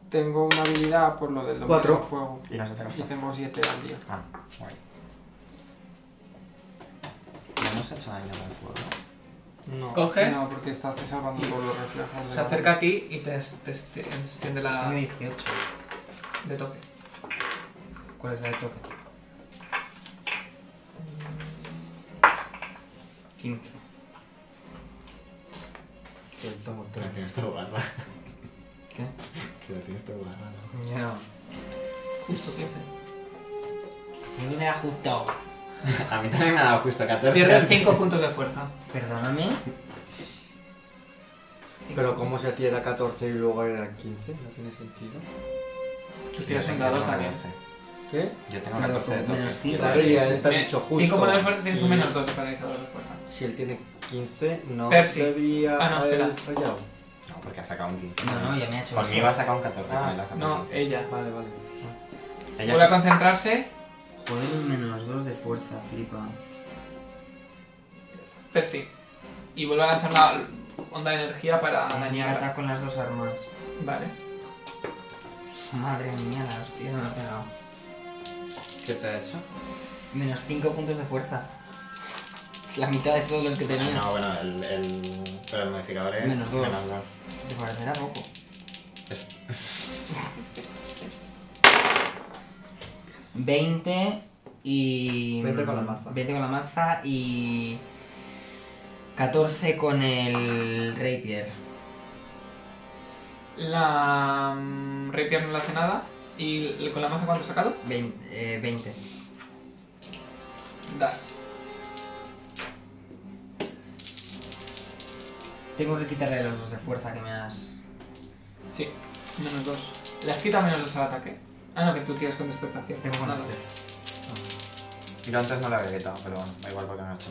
[SPEAKER 4] tengo una habilidad por lo del dominio
[SPEAKER 3] Cuatro.
[SPEAKER 4] del fuego.
[SPEAKER 5] Y no se te
[SPEAKER 4] Y
[SPEAKER 5] gasta.
[SPEAKER 4] tengo 7 al día.
[SPEAKER 5] Ah, guay. ¿Le hemos hecho daño con el fuego?
[SPEAKER 3] No.
[SPEAKER 1] Coge,
[SPEAKER 4] No, porque estás salvando todos los reflejos. de
[SPEAKER 1] se
[SPEAKER 4] la-
[SPEAKER 1] acerca a ti y te, es- te es- te extiende la
[SPEAKER 2] Tengo 18.
[SPEAKER 1] de toque.
[SPEAKER 2] ¿Cuál es la de toque? 15.
[SPEAKER 5] Que la tienes todo barra.
[SPEAKER 2] ¿Qué?
[SPEAKER 5] Que la tienes todo barra, ¿no?
[SPEAKER 2] Ya.
[SPEAKER 1] Justo 15.
[SPEAKER 2] A mí me da justo.
[SPEAKER 5] A mí también me ha dado justo 14.
[SPEAKER 1] Pierdes 5 puntos de fuerza.
[SPEAKER 2] Perdóname.
[SPEAKER 3] Pero como se tira 14 y luego era 15, no tiene sentido.
[SPEAKER 1] Tú tiras un dado también.
[SPEAKER 3] ¿Qué?
[SPEAKER 5] Yo tengo
[SPEAKER 2] Menos
[SPEAKER 5] 14 de toque.
[SPEAKER 2] menos cinco.
[SPEAKER 5] Yo
[SPEAKER 3] Claro,
[SPEAKER 5] también.
[SPEAKER 3] y él te ha dicho justo.
[SPEAKER 1] 5 puntos de fuerza tienes un
[SPEAKER 3] Y
[SPEAKER 1] menos 2 de paralizador de fuerza.
[SPEAKER 3] Si él tiene 15, no
[SPEAKER 1] Percy.
[SPEAKER 3] debería
[SPEAKER 1] Ah, no, espera.
[SPEAKER 3] haber fallado.
[SPEAKER 5] No, porque ha sacado un 15.
[SPEAKER 2] No, no, ya me ha hecho
[SPEAKER 5] Conmigo
[SPEAKER 2] eso.
[SPEAKER 5] ha sacado un 14.
[SPEAKER 3] Ah,
[SPEAKER 5] con él ha sacado un
[SPEAKER 1] No,
[SPEAKER 5] 15.
[SPEAKER 1] ella.
[SPEAKER 3] Vale, vale.
[SPEAKER 5] Ella-
[SPEAKER 1] Vuelve a concentrarse.
[SPEAKER 2] Joder, un menos 2 de fuerza, flipa.
[SPEAKER 1] Percy. Y vuelve a lanzar una onda de energía para
[SPEAKER 3] Ah,
[SPEAKER 1] dañarla.
[SPEAKER 2] Ataca con las dos armas.
[SPEAKER 1] Vale.
[SPEAKER 2] Madre mía, la hostia me ha pegado.
[SPEAKER 5] ¿Qué te ha hecho?
[SPEAKER 2] Menos 5 puntos de fuerza. Es la mitad de todos los que tenía.
[SPEAKER 5] Ah, No, bueno, el, el, pero el modificador es
[SPEAKER 2] Menos dos.
[SPEAKER 5] menos dos.
[SPEAKER 2] Te parecerá poco.
[SPEAKER 5] Es-
[SPEAKER 2] 20 y.
[SPEAKER 3] 20 con la maza.
[SPEAKER 2] 20 con la maza y. 14 con el rapier.
[SPEAKER 1] La mm, rapier no le hace nada. ¿Y l- con la maza cuánto has sacado?
[SPEAKER 2] 20. eh, 20.
[SPEAKER 1] Das.
[SPEAKER 2] Tengo que quitarle los dos de fuerza que me has.
[SPEAKER 1] Sí, menos 2. ¿Le has quitado menos 2 al ataque? Ah, no, que tú tienes con destreza, cierto.
[SPEAKER 2] Tengo con
[SPEAKER 1] Nada.
[SPEAKER 2] este.
[SPEAKER 5] Yo antes no la había quitado, pero bueno, da igual porque no lo he hecho.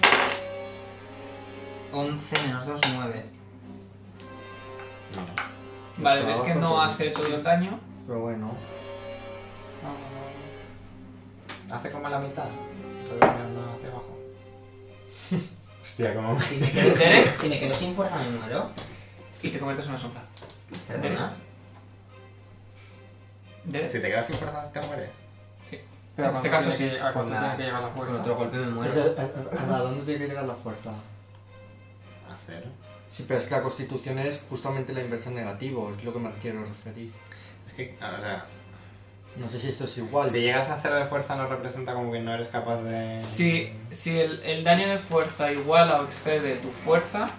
[SPEAKER 2] 11 menos 2, 9.
[SPEAKER 5] Vale.
[SPEAKER 1] Vale,
[SPEAKER 3] Está
[SPEAKER 1] ves que
[SPEAKER 3] bastante
[SPEAKER 1] no
[SPEAKER 2] pues,
[SPEAKER 3] bien.
[SPEAKER 1] hace todo el daño.
[SPEAKER 3] Pero bueno.
[SPEAKER 1] No, no, no.
[SPEAKER 5] Hace como la mitad, redondeando hacia abajo. Hostia, como.
[SPEAKER 2] Si me quedo sin,
[SPEAKER 1] ¿Eh?
[SPEAKER 2] si me quedo sin fuerza, me muero.
[SPEAKER 1] Y te conviertes en una sombra.
[SPEAKER 2] Perdona.
[SPEAKER 1] ¿Debes?
[SPEAKER 5] Si te quedas sin fuerza, te mueres.
[SPEAKER 4] Pero
[SPEAKER 1] En este
[SPEAKER 4] cuando
[SPEAKER 1] caso
[SPEAKER 4] tiene que- ¿A cuánto
[SPEAKER 2] nada.
[SPEAKER 4] tiene que llegar la
[SPEAKER 2] Con
[SPEAKER 4] fuerza?
[SPEAKER 2] otro golpe me
[SPEAKER 3] Pues,
[SPEAKER 2] muero.
[SPEAKER 3] ¿a- a, a- a dónde tiene que llegar la fuerza?
[SPEAKER 5] A cero.
[SPEAKER 3] Sí, pero es que la constitución es justamente la inversa en negativo, es lo que me quiero referir.
[SPEAKER 5] Es que, o sea,
[SPEAKER 3] No sé si esto es igual.
[SPEAKER 5] si llegas a cero de fuerza, no representa como que no eres capaz de.
[SPEAKER 1] Si, si el, el daño de fuerza iguala o excede tu fuerza,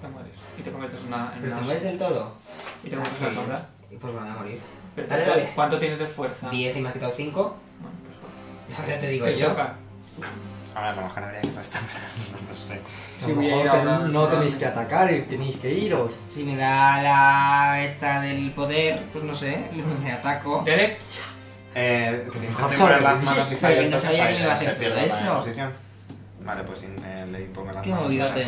[SPEAKER 1] te mueres. Y te conviertes en una, en
[SPEAKER 2] ¿Pero
[SPEAKER 1] una
[SPEAKER 2] te mueres del todo?
[SPEAKER 1] Y te conviertes en una sombra.
[SPEAKER 2] Pues me voy a morir.
[SPEAKER 1] Pero
[SPEAKER 2] Dale,
[SPEAKER 1] te-
[SPEAKER 2] dale.
[SPEAKER 1] ¿Cuánto tienes de fuerza?
[SPEAKER 2] 10 y me has quitado 5.
[SPEAKER 1] Bueno, pues bueno.
[SPEAKER 2] Ahora te digo
[SPEAKER 1] Ah. Te
[SPEAKER 2] yo.
[SPEAKER 1] toca.
[SPEAKER 5] Ahora, a lo mejor habría que restar. no lo sé.
[SPEAKER 3] A
[SPEAKER 4] Sí,
[SPEAKER 3] lo
[SPEAKER 4] voy a
[SPEAKER 3] mejor
[SPEAKER 4] ir
[SPEAKER 3] ten-
[SPEAKER 4] ahora,
[SPEAKER 3] no
[SPEAKER 4] ahora.
[SPEAKER 3] tenéis que atacar y tenéis que iros.
[SPEAKER 2] Si me da la esta del poder, pues no sé, me ataco.
[SPEAKER 1] Derek,
[SPEAKER 5] Eh, si
[SPEAKER 3] mejor
[SPEAKER 5] intentas poner
[SPEAKER 3] sobre-
[SPEAKER 5] las manos y pues,
[SPEAKER 2] Pero que
[SPEAKER 5] fallas,
[SPEAKER 2] no sabía que
[SPEAKER 5] fallas,
[SPEAKER 2] iba a hacer
[SPEAKER 5] se pierde
[SPEAKER 2] todo
[SPEAKER 5] la
[SPEAKER 2] eso.
[SPEAKER 5] posición. Vale, pues eh, le pongo las
[SPEAKER 2] Qué
[SPEAKER 5] manos.
[SPEAKER 2] movidote.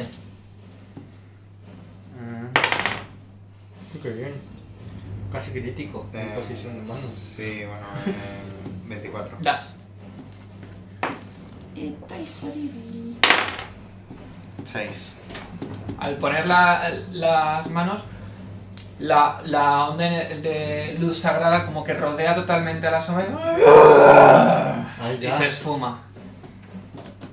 [SPEAKER 5] Mm,
[SPEAKER 3] Qué bien. Casi crítico.
[SPEAKER 5] eh,
[SPEAKER 3] en posición de mano.
[SPEAKER 5] Sí, bueno, eh, 24.
[SPEAKER 1] das.
[SPEAKER 5] 6.
[SPEAKER 1] Al poner la- las manos, la, la onda de, de luz sagrada como que rodea totalmente a la sombra
[SPEAKER 3] Ahí
[SPEAKER 1] y- y se esfuma.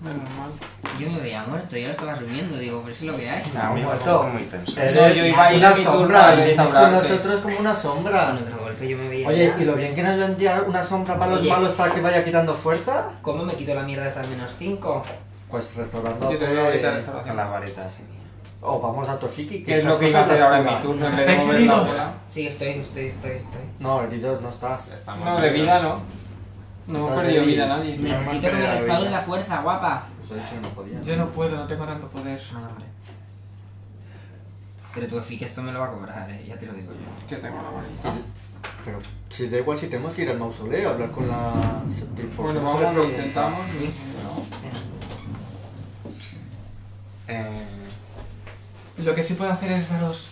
[SPEAKER 4] Menos mal.
[SPEAKER 2] Yo me veía muerto, yo lo estaba subiendo, digo, pero si lo que hay.
[SPEAKER 5] A mí me ha
[SPEAKER 3] muerto.
[SPEAKER 5] puesto muy tenso.
[SPEAKER 3] Eres
[SPEAKER 4] No, yo iba a ir
[SPEAKER 3] una
[SPEAKER 4] a mi turno
[SPEAKER 3] sombra,
[SPEAKER 4] a
[SPEAKER 3] vienes con
[SPEAKER 4] restaurarte.
[SPEAKER 3] nosotros como una
[SPEAKER 2] Con
[SPEAKER 3] sombra.
[SPEAKER 2] otro golpe yo me veía.
[SPEAKER 3] Oye,
[SPEAKER 2] ya.
[SPEAKER 3] ¿y lo bien que nos vendría una sombra para los
[SPEAKER 2] Oye.
[SPEAKER 3] malos para que vaya quitando fuerza?
[SPEAKER 2] ¿Cómo me quito la mierda hasta el menos 5?
[SPEAKER 3] Pues restaurando.
[SPEAKER 4] Yo te voy a quitar
[SPEAKER 3] eh,
[SPEAKER 5] Con
[SPEAKER 4] restauración.
[SPEAKER 5] las varitas, sí.
[SPEAKER 3] O vamos a Toshiki,
[SPEAKER 4] ¿Qué es
[SPEAKER 3] estas
[SPEAKER 4] lo que iba a
[SPEAKER 3] cosas
[SPEAKER 4] hacer
[SPEAKER 3] las
[SPEAKER 4] ahora en mi
[SPEAKER 3] cura.
[SPEAKER 4] turno? En vez de
[SPEAKER 1] ¿Estáis
[SPEAKER 4] mover la
[SPEAKER 1] heridos?
[SPEAKER 4] bola.
[SPEAKER 2] Sí, estoy, estoy, estoy, estoy.
[SPEAKER 3] No, el video no está.
[SPEAKER 5] Estamos
[SPEAKER 4] No, de vida
[SPEAKER 5] heridos.
[SPEAKER 4] no. No he
[SPEAKER 3] Estás
[SPEAKER 4] perdido
[SPEAKER 3] débil.
[SPEAKER 4] vida a nadie.
[SPEAKER 5] No hemos
[SPEAKER 2] Necesito que me
[SPEAKER 5] perdido la
[SPEAKER 2] restaures
[SPEAKER 5] vida.
[SPEAKER 2] la fuerza, guapa.
[SPEAKER 3] Pues de hecho no podía.
[SPEAKER 1] Yo no puedo, no tengo tanto poder.
[SPEAKER 2] No, hombre. Pero tu efic esto me lo va a cobrar, eh, ya te lo digo yo.
[SPEAKER 4] Yo tengo la varita.
[SPEAKER 3] Pero si da igual si tenemos que ir al mausoleo a hablar con la
[SPEAKER 4] Bueno, vamos, lo intentamos.
[SPEAKER 5] Eh,
[SPEAKER 1] Lo que sí puedo hacer es daros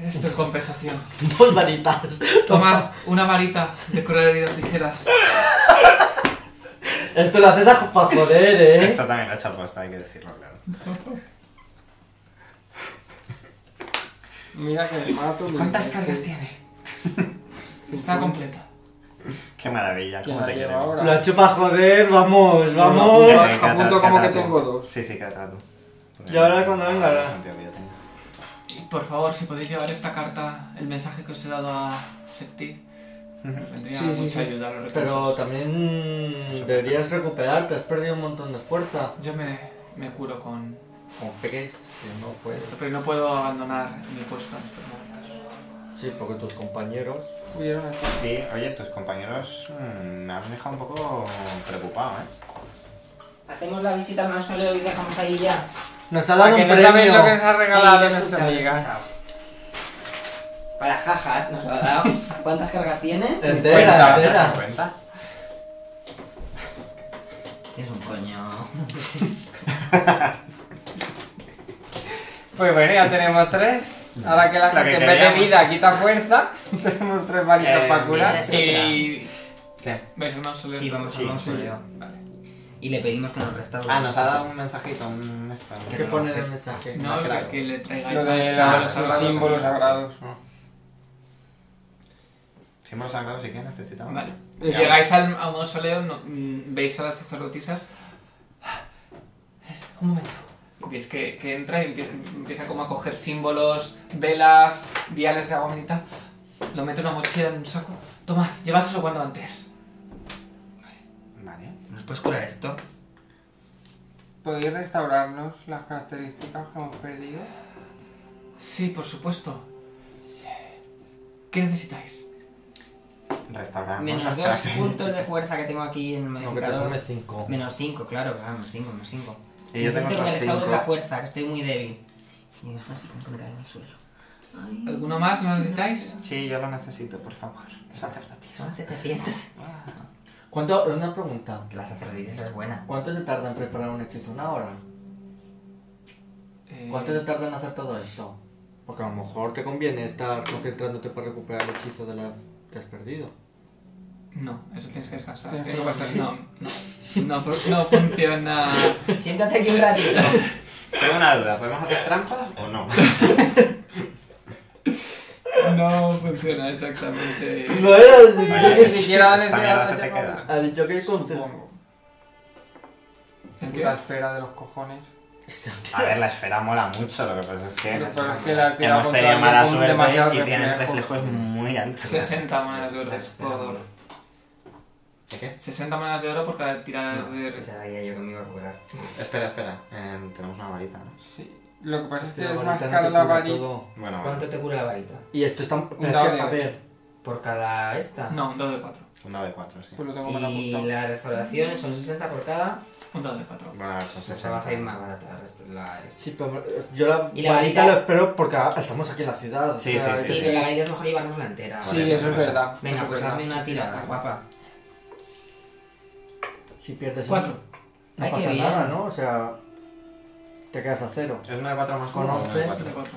[SPEAKER 1] esto en compensación.
[SPEAKER 3] Dos varitas.
[SPEAKER 1] Tomad una varita de curar heridas ligeras.
[SPEAKER 3] Esto lo haces para joder, eh.
[SPEAKER 5] Esta también la he hecho aposta, hay que decirlo, claro.
[SPEAKER 4] Mira que me mato.
[SPEAKER 5] ¿Cuántas cargas tiene?
[SPEAKER 1] Está completa.
[SPEAKER 5] Qué maravilla,
[SPEAKER 4] Que
[SPEAKER 5] cómo
[SPEAKER 4] la
[SPEAKER 5] te
[SPEAKER 4] llevo
[SPEAKER 5] queremos. eh,
[SPEAKER 4] ahora.
[SPEAKER 3] Lo ha hecho para joder, vamos, vamos.
[SPEAKER 5] Venga,
[SPEAKER 4] apunto como que
[SPEAKER 5] quédatela, quédatela tú.
[SPEAKER 4] tengo dos.
[SPEAKER 5] Sí, sí, quédatela tú.
[SPEAKER 3] Y ahora cuando venga, ahora.
[SPEAKER 5] El sentido que yo tenga.
[SPEAKER 1] Por favor, si podéis llevar esta carta, el mensaje que os he dado a Septi, nos vendría
[SPEAKER 4] Sí, sí,
[SPEAKER 1] mucha
[SPEAKER 4] sí.
[SPEAKER 1] ayuda a los
[SPEAKER 3] Pero
[SPEAKER 1] recursos.
[SPEAKER 3] también
[SPEAKER 5] supuesto.
[SPEAKER 3] deberías recuperarte, has perdido un montón de fuerza.
[SPEAKER 1] Yo me, me curo con
[SPEAKER 3] Con peques, que no puedes.
[SPEAKER 1] esto, pero no puedo abandonar mi puesto en este estos momentos.
[SPEAKER 3] Sí, porque tus compañeros.
[SPEAKER 4] Huyeron aquí.
[SPEAKER 5] Sí, oye, tus compañeros mm, me han dejado un poco preocupado, ¿eh?
[SPEAKER 2] Hacemos la visita al mausoleo y dejamos ahí ya.
[SPEAKER 3] Nos ha dado
[SPEAKER 4] que
[SPEAKER 3] un
[SPEAKER 4] no sabéis lo que nos
[SPEAKER 3] premio.
[SPEAKER 4] ha regalado
[SPEAKER 2] Sí,
[SPEAKER 4] nuestra
[SPEAKER 2] escucha,
[SPEAKER 4] amiga.
[SPEAKER 2] escucha. Para jajas nos ha dado. ¿Cuántas cargas tiene?
[SPEAKER 3] Entera, entera.
[SPEAKER 5] cuenta.
[SPEAKER 2] Es un coño.
[SPEAKER 4] Pues bueno, ya tenemos tres. Ahora que la
[SPEAKER 5] Lo que
[SPEAKER 4] gente en vez de
[SPEAKER 5] queríamos.
[SPEAKER 4] vida quita fuerza, tenemos tres varitas
[SPEAKER 5] Eh,
[SPEAKER 4] para curar.
[SPEAKER 2] mira, es-
[SPEAKER 1] Y...
[SPEAKER 5] ¿Qué?
[SPEAKER 1] ¿Veis el mausoleo?
[SPEAKER 2] Sí, vamos
[SPEAKER 5] Sí,
[SPEAKER 2] al mausoleo. Y le pedimos que nos restaure.
[SPEAKER 5] Ah, nos ha dado un mensajito, un esto.
[SPEAKER 2] ¿Qué
[SPEAKER 3] ¿Qué pone en el mensaje?
[SPEAKER 1] No,
[SPEAKER 5] Ah, claro.
[SPEAKER 1] que, que le traigáis
[SPEAKER 4] Lo de
[SPEAKER 1] más-
[SPEAKER 4] los símbolos sagrados.
[SPEAKER 5] Símbolos sagrados, ¿y qué necesitamos?
[SPEAKER 1] Vale.
[SPEAKER 4] Ya.
[SPEAKER 1] Llegáis al a un mausoleo, no- mm, veis a las sacerdotisas. Un momento. Y Veis que, que entra y empie- empieza como a coger símbolos, velas, diales de agua bendita. Lo mete en una mochila, en un saco. Tomad, llevádselo cuando antes.
[SPEAKER 5] Vale.
[SPEAKER 2] ¿Nos puedes curar esto?
[SPEAKER 4] ¿Podéis restaurarnos las características que hemos perdido?
[SPEAKER 1] Sí, por supuesto. ¿Qué necesitáis?
[SPEAKER 5] Restauramos.
[SPEAKER 2] Menos
[SPEAKER 5] las
[SPEAKER 2] dos
[SPEAKER 5] características.
[SPEAKER 2] puntos de fuerza que tengo aquí en el
[SPEAKER 3] No, que te sume
[SPEAKER 2] modificador.
[SPEAKER 3] 5.
[SPEAKER 2] Menos 5, claro, claro, menos 5, menos 5.
[SPEAKER 5] Y yo tengo
[SPEAKER 2] que
[SPEAKER 5] otros
[SPEAKER 2] me restaures la
[SPEAKER 5] cinco.
[SPEAKER 2] fuerza, que estoy muy débil. Y me dejas así como que me caigo en el suelo.
[SPEAKER 1] ¿Alguno más lo necesitáis?
[SPEAKER 5] Sí, yo lo necesito, por favor. Sacerdotis.
[SPEAKER 2] Son 700.
[SPEAKER 3] ¿Cuánto? Una pregunta.
[SPEAKER 2] Que la sacerdotis es buena.
[SPEAKER 3] ¿Cuánto se tarda en preparar un hechizo? ¿Una hora?
[SPEAKER 1] Eh,
[SPEAKER 3] ¿Cuánto te tarda en hacer todo esto? Porque a lo mejor te conviene estar concentrándote para recuperar el hechizo de la que has perdido.
[SPEAKER 1] No, eso tienes que descansar.
[SPEAKER 4] Tienes
[SPEAKER 1] Tienes que pasar.
[SPEAKER 4] que
[SPEAKER 1] No, no. No, fu- no funciona.
[SPEAKER 2] Siéntate aquí un ratito.
[SPEAKER 5] Tengo una duda, ¿podemos hacer trampas o no?
[SPEAKER 1] No funciona exactamente.
[SPEAKER 3] No era
[SPEAKER 5] Oye,
[SPEAKER 4] Ni siquiera
[SPEAKER 5] esta
[SPEAKER 4] le-
[SPEAKER 5] mierda
[SPEAKER 4] le-
[SPEAKER 5] se te
[SPEAKER 4] le-
[SPEAKER 5] queda.
[SPEAKER 3] Ha dicho que es
[SPEAKER 4] Supongo.
[SPEAKER 1] El que-
[SPEAKER 4] Puta esfera de los cojones.
[SPEAKER 5] A ver, la esfera mola mucho, lo que pasa es que...
[SPEAKER 4] Lo que pasa es que la he tirado
[SPEAKER 5] Eh, Hemos
[SPEAKER 4] contra
[SPEAKER 5] tenido
[SPEAKER 4] alguien
[SPEAKER 5] mala
[SPEAKER 4] con demasiados
[SPEAKER 5] suerte y tienen reflejos
[SPEAKER 4] reflejos.
[SPEAKER 5] muy altos.
[SPEAKER 1] 60 monedas de oro por...
[SPEAKER 5] ¿De qué?
[SPEAKER 1] 60 monedas de oro por cada tirada de...
[SPEAKER 2] Sabía yo que me iba a curar.
[SPEAKER 5] Espera, espera. Eh, tenemos una varita, ¿no?
[SPEAKER 4] Sí. Lo que pasa es que
[SPEAKER 3] la
[SPEAKER 4] es
[SPEAKER 3] varita
[SPEAKER 4] más
[SPEAKER 3] no te
[SPEAKER 4] cara la
[SPEAKER 3] cura
[SPEAKER 4] varita.
[SPEAKER 3] todo.
[SPEAKER 5] Bueno, bueno.
[SPEAKER 2] ¿Cuánto te cura la varita?
[SPEAKER 3] Y esto está... pero es que,
[SPEAKER 4] dado de
[SPEAKER 3] a
[SPEAKER 4] ocho.
[SPEAKER 3] ver,
[SPEAKER 2] Por cada esta.
[SPEAKER 1] No, un dado de 4.
[SPEAKER 5] Un dado de 4, sí.
[SPEAKER 4] Pues lo tengo mal
[SPEAKER 2] Y
[SPEAKER 4] apuntado.
[SPEAKER 2] la restauración son 60 por cada.
[SPEAKER 1] Un dado de 4.
[SPEAKER 5] Bueno, a ver, son
[SPEAKER 2] O sea, se va a
[SPEAKER 5] 60.
[SPEAKER 2] salir más barata la resta- la esta.
[SPEAKER 3] sí, pero eh, yo la
[SPEAKER 2] Y la
[SPEAKER 3] varita
[SPEAKER 2] varita-
[SPEAKER 3] la espero porque a- estamos aquí en la ciudad. o
[SPEAKER 5] Sí,
[SPEAKER 3] sea,
[SPEAKER 5] sí,
[SPEAKER 2] Sí, pero la varita es mejor llevárnosla entera.
[SPEAKER 5] Sí,
[SPEAKER 4] Sí,
[SPEAKER 5] Vale,
[SPEAKER 4] eso es
[SPEAKER 5] pues,
[SPEAKER 4] verdad.
[SPEAKER 2] Venga,
[SPEAKER 4] Eso
[SPEAKER 2] pues
[SPEAKER 4] es verdad.
[SPEAKER 2] hazme una tirada, guapa.
[SPEAKER 3] Si pierdes...
[SPEAKER 1] 4.
[SPEAKER 3] No
[SPEAKER 2] Ay, qué
[SPEAKER 3] pasa
[SPEAKER 2] bien.
[SPEAKER 3] nada, ¿no? O sea, te quedas a cero.
[SPEAKER 5] Es una de 4 más
[SPEAKER 3] Con
[SPEAKER 5] uno, una de
[SPEAKER 3] 11.
[SPEAKER 5] cuatro.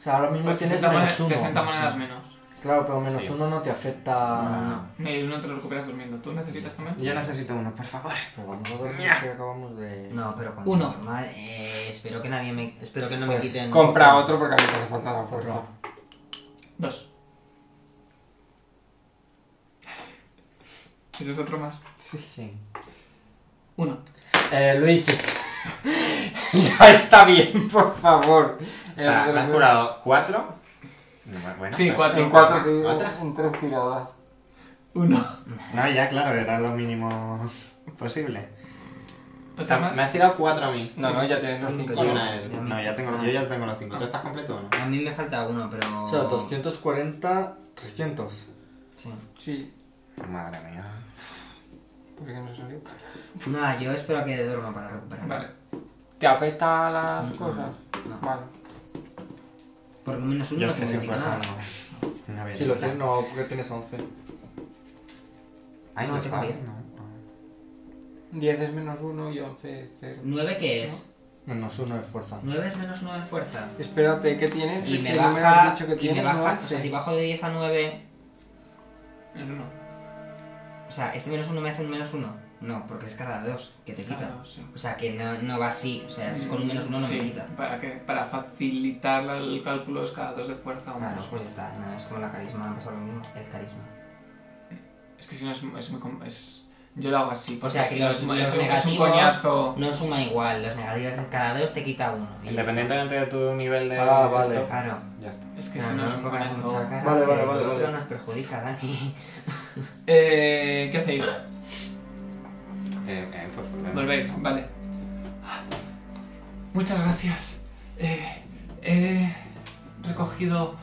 [SPEAKER 3] O sea, ahora mismo
[SPEAKER 1] Pues
[SPEAKER 3] tienes
[SPEAKER 1] 60, monedas,
[SPEAKER 3] menos uno.
[SPEAKER 1] 60 monedas
[SPEAKER 3] Sí.
[SPEAKER 1] menos.
[SPEAKER 3] Claro, pero menos
[SPEAKER 5] Sí.
[SPEAKER 3] uno no te afecta...
[SPEAKER 5] Ah,
[SPEAKER 1] No, Y uno te lo recuperas durmiendo. ¿Tú necesitas también?
[SPEAKER 5] Yo necesito uno, por favor.
[SPEAKER 3] Pero vamos a dormir
[SPEAKER 5] Mia.
[SPEAKER 3] que acabamos de...
[SPEAKER 2] No, pero cuando
[SPEAKER 1] Uno.
[SPEAKER 2] normal, eh, espero que nadie me. Espero que no me
[SPEAKER 3] Pues,
[SPEAKER 2] quiten.
[SPEAKER 4] Compra otro porque a mí me hace falta la fuerza.
[SPEAKER 3] Otro.
[SPEAKER 1] 2. Eso es otro más.
[SPEAKER 3] Sí, sí.
[SPEAKER 1] 1.
[SPEAKER 3] Eh, Luis,
[SPEAKER 4] ya está bien, por favor.
[SPEAKER 5] O sea, me has curado 4. Bueno,
[SPEAKER 1] Sí,
[SPEAKER 5] pues-
[SPEAKER 1] cuatro.
[SPEAKER 4] En cuatro te digo,
[SPEAKER 5] ¿Otra?
[SPEAKER 4] en tres tiradas.
[SPEAKER 1] 1.
[SPEAKER 5] No, ya, claro, era lo mínimo posible. O
[SPEAKER 1] ¿Otra
[SPEAKER 5] sea, me
[SPEAKER 1] más?
[SPEAKER 5] has tirado 4 a mí.
[SPEAKER 4] No, no, ya tienes los
[SPEAKER 5] Y
[SPEAKER 4] cinco.
[SPEAKER 2] Yo
[SPEAKER 4] ¿no?
[SPEAKER 5] una a él. No, ya tengo, yo ya tengo los 5. ¿Tú estás completo o no?
[SPEAKER 2] A mí me falta uno, pero.
[SPEAKER 3] o sea, 240, 300.
[SPEAKER 2] Sí.
[SPEAKER 4] Sí,
[SPEAKER 5] Madre mía.
[SPEAKER 4] porque no salió.
[SPEAKER 2] No, yo espero que duerma para recuperarme.
[SPEAKER 1] Vale.
[SPEAKER 4] ¿Te afecta a las cosas?
[SPEAKER 2] No.
[SPEAKER 4] Vale.
[SPEAKER 2] Por lo menos uno
[SPEAKER 5] Yo
[SPEAKER 2] no
[SPEAKER 5] es que sin
[SPEAKER 2] significa
[SPEAKER 5] fuerza
[SPEAKER 2] nada.
[SPEAKER 5] no. No había
[SPEAKER 3] Si lo
[SPEAKER 5] llegado.
[SPEAKER 3] tienes, no, porque tienes 11.
[SPEAKER 5] Ay,
[SPEAKER 2] No,
[SPEAKER 5] no
[SPEAKER 2] tengo
[SPEAKER 5] está.
[SPEAKER 2] diez.
[SPEAKER 5] No. no.
[SPEAKER 4] 10 es menos 1 y 11 es 0.
[SPEAKER 2] ¿Nueve qué es?
[SPEAKER 3] Menos uno de fuerza.
[SPEAKER 2] ¿Nueve es menos nueve de fuerza?
[SPEAKER 4] Espérate, ¿qué tienes?
[SPEAKER 2] Y
[SPEAKER 4] ¿Qué
[SPEAKER 2] me
[SPEAKER 4] número has
[SPEAKER 2] baja,
[SPEAKER 4] dicho que
[SPEAKER 2] y me
[SPEAKER 4] tienes?
[SPEAKER 2] baja, o
[SPEAKER 4] 11.
[SPEAKER 2] sea, si bajo de 10 a 9,
[SPEAKER 1] El 1.
[SPEAKER 2] O sea, este menos uno me hace un menos uno. No, porque es cada dos que te quita.
[SPEAKER 1] Claro, sí.
[SPEAKER 2] O sea, que no, no va así. O sea, es con un menos uno no
[SPEAKER 1] Sí,
[SPEAKER 2] me quita.
[SPEAKER 1] ¿Para qué? Para facilitar la- el cálculo es cada dos de fuerza o
[SPEAKER 2] Claro,
[SPEAKER 1] menos.
[SPEAKER 2] pues ya está. No, es como la carisma, me pasa lo mismo. El carisma.
[SPEAKER 1] Es que si no es, es muy... com- es- yo lo hago así.
[SPEAKER 2] O
[SPEAKER 1] porque
[SPEAKER 2] sea, si
[SPEAKER 1] no
[SPEAKER 2] los,
[SPEAKER 1] es,
[SPEAKER 2] los
[SPEAKER 1] es un- es un
[SPEAKER 2] negativos
[SPEAKER 1] coñazo.
[SPEAKER 2] no suma igual. Los negativos de cada dos te quita uno. y ya está.
[SPEAKER 5] Independientemente de tu nivel de.
[SPEAKER 3] Ah, vale.
[SPEAKER 5] esto,
[SPEAKER 2] Claro.
[SPEAKER 5] Ya está.
[SPEAKER 1] Es que
[SPEAKER 2] Claro,
[SPEAKER 1] si no,
[SPEAKER 2] no
[SPEAKER 1] es un
[SPEAKER 2] nos pongamos mucha
[SPEAKER 1] coñazo.
[SPEAKER 2] cara,
[SPEAKER 3] Vale, vale,
[SPEAKER 2] que
[SPEAKER 3] vale,
[SPEAKER 2] el otro
[SPEAKER 3] vale.
[SPEAKER 2] nos perjudica, Dani.
[SPEAKER 1] Eh, ¿Qué hacéis?
[SPEAKER 5] Eh, eh, pues volvemos.
[SPEAKER 1] Volvéis, vale. Muchas gracias. Eh, he recogido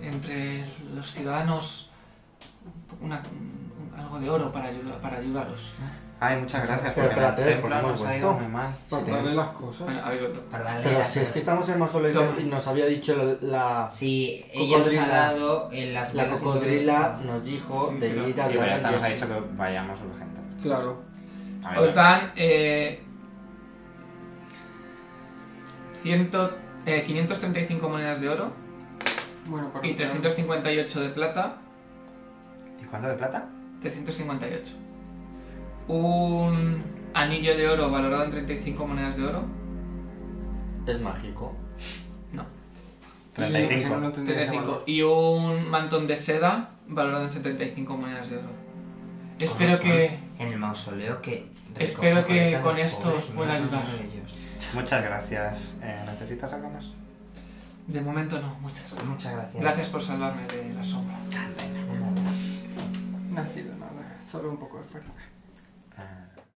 [SPEAKER 1] entre los ciudadanos una- algo de oro para, ayuda- para ayudaros.
[SPEAKER 5] Ay, muchas gracias,
[SPEAKER 3] Pero
[SPEAKER 5] Pues porque en el
[SPEAKER 3] espérate,
[SPEAKER 5] templo
[SPEAKER 3] porque
[SPEAKER 5] nos
[SPEAKER 3] hemos
[SPEAKER 5] ha ido
[SPEAKER 3] vuelto.
[SPEAKER 5] muy mal.
[SPEAKER 3] Para
[SPEAKER 2] Sí.
[SPEAKER 3] darle las cosas.
[SPEAKER 1] Bueno, habéis vuelto.
[SPEAKER 2] Para darle
[SPEAKER 3] Pero
[SPEAKER 2] la-
[SPEAKER 3] si es que estamos en mausoleo
[SPEAKER 1] Toma.
[SPEAKER 3] y nos había dicho la,
[SPEAKER 2] Si ella nos ha
[SPEAKER 3] Cocodrila.
[SPEAKER 2] dado en las
[SPEAKER 3] la
[SPEAKER 2] velas y
[SPEAKER 3] cocodrila,
[SPEAKER 2] todo eso.
[SPEAKER 3] nos dijo
[SPEAKER 1] Sí,
[SPEAKER 3] de
[SPEAKER 1] pero-
[SPEAKER 3] ir a
[SPEAKER 5] Sí, pero
[SPEAKER 3] hablar
[SPEAKER 5] esta
[SPEAKER 3] al
[SPEAKER 5] nos ha
[SPEAKER 3] día
[SPEAKER 5] dicho que vayamos urgente.
[SPEAKER 4] Claro.
[SPEAKER 5] A ver,
[SPEAKER 1] Os dan eh, ciento- eh, 535 monedas de oro
[SPEAKER 4] Bueno, por
[SPEAKER 1] y 358 de plata.
[SPEAKER 5] ¿Y cuánto de plata?
[SPEAKER 1] 358. Un anillo de oro valorado en 35 monedas de oro.
[SPEAKER 3] siguiente. Es mágico.
[SPEAKER 4] Sí, no
[SPEAKER 5] 35.
[SPEAKER 4] lo tendría que
[SPEAKER 1] 35.
[SPEAKER 4] guardar.
[SPEAKER 1] Y un mantón de seda valorado en 75 monedas de oro. Espero
[SPEAKER 2] Corazón,
[SPEAKER 1] que...
[SPEAKER 2] En el mausoleo que.
[SPEAKER 1] Espero
[SPEAKER 2] recoge
[SPEAKER 1] que
[SPEAKER 2] colectas
[SPEAKER 1] con
[SPEAKER 2] de los
[SPEAKER 1] esto os
[SPEAKER 2] pobres,
[SPEAKER 1] pueda
[SPEAKER 2] no de los
[SPEAKER 1] ayudar.
[SPEAKER 2] ellos.
[SPEAKER 5] Muchas gracias. Eh, ¿Necesitas algo más?
[SPEAKER 1] De momento no, muchas gracias.
[SPEAKER 2] Muchas gracias.
[SPEAKER 1] Gracias por salvarme de la sombra.
[SPEAKER 2] Nada, nada, nada.
[SPEAKER 4] No ha sido nada, solo un poco de fuerza.
[SPEAKER 5] Ah,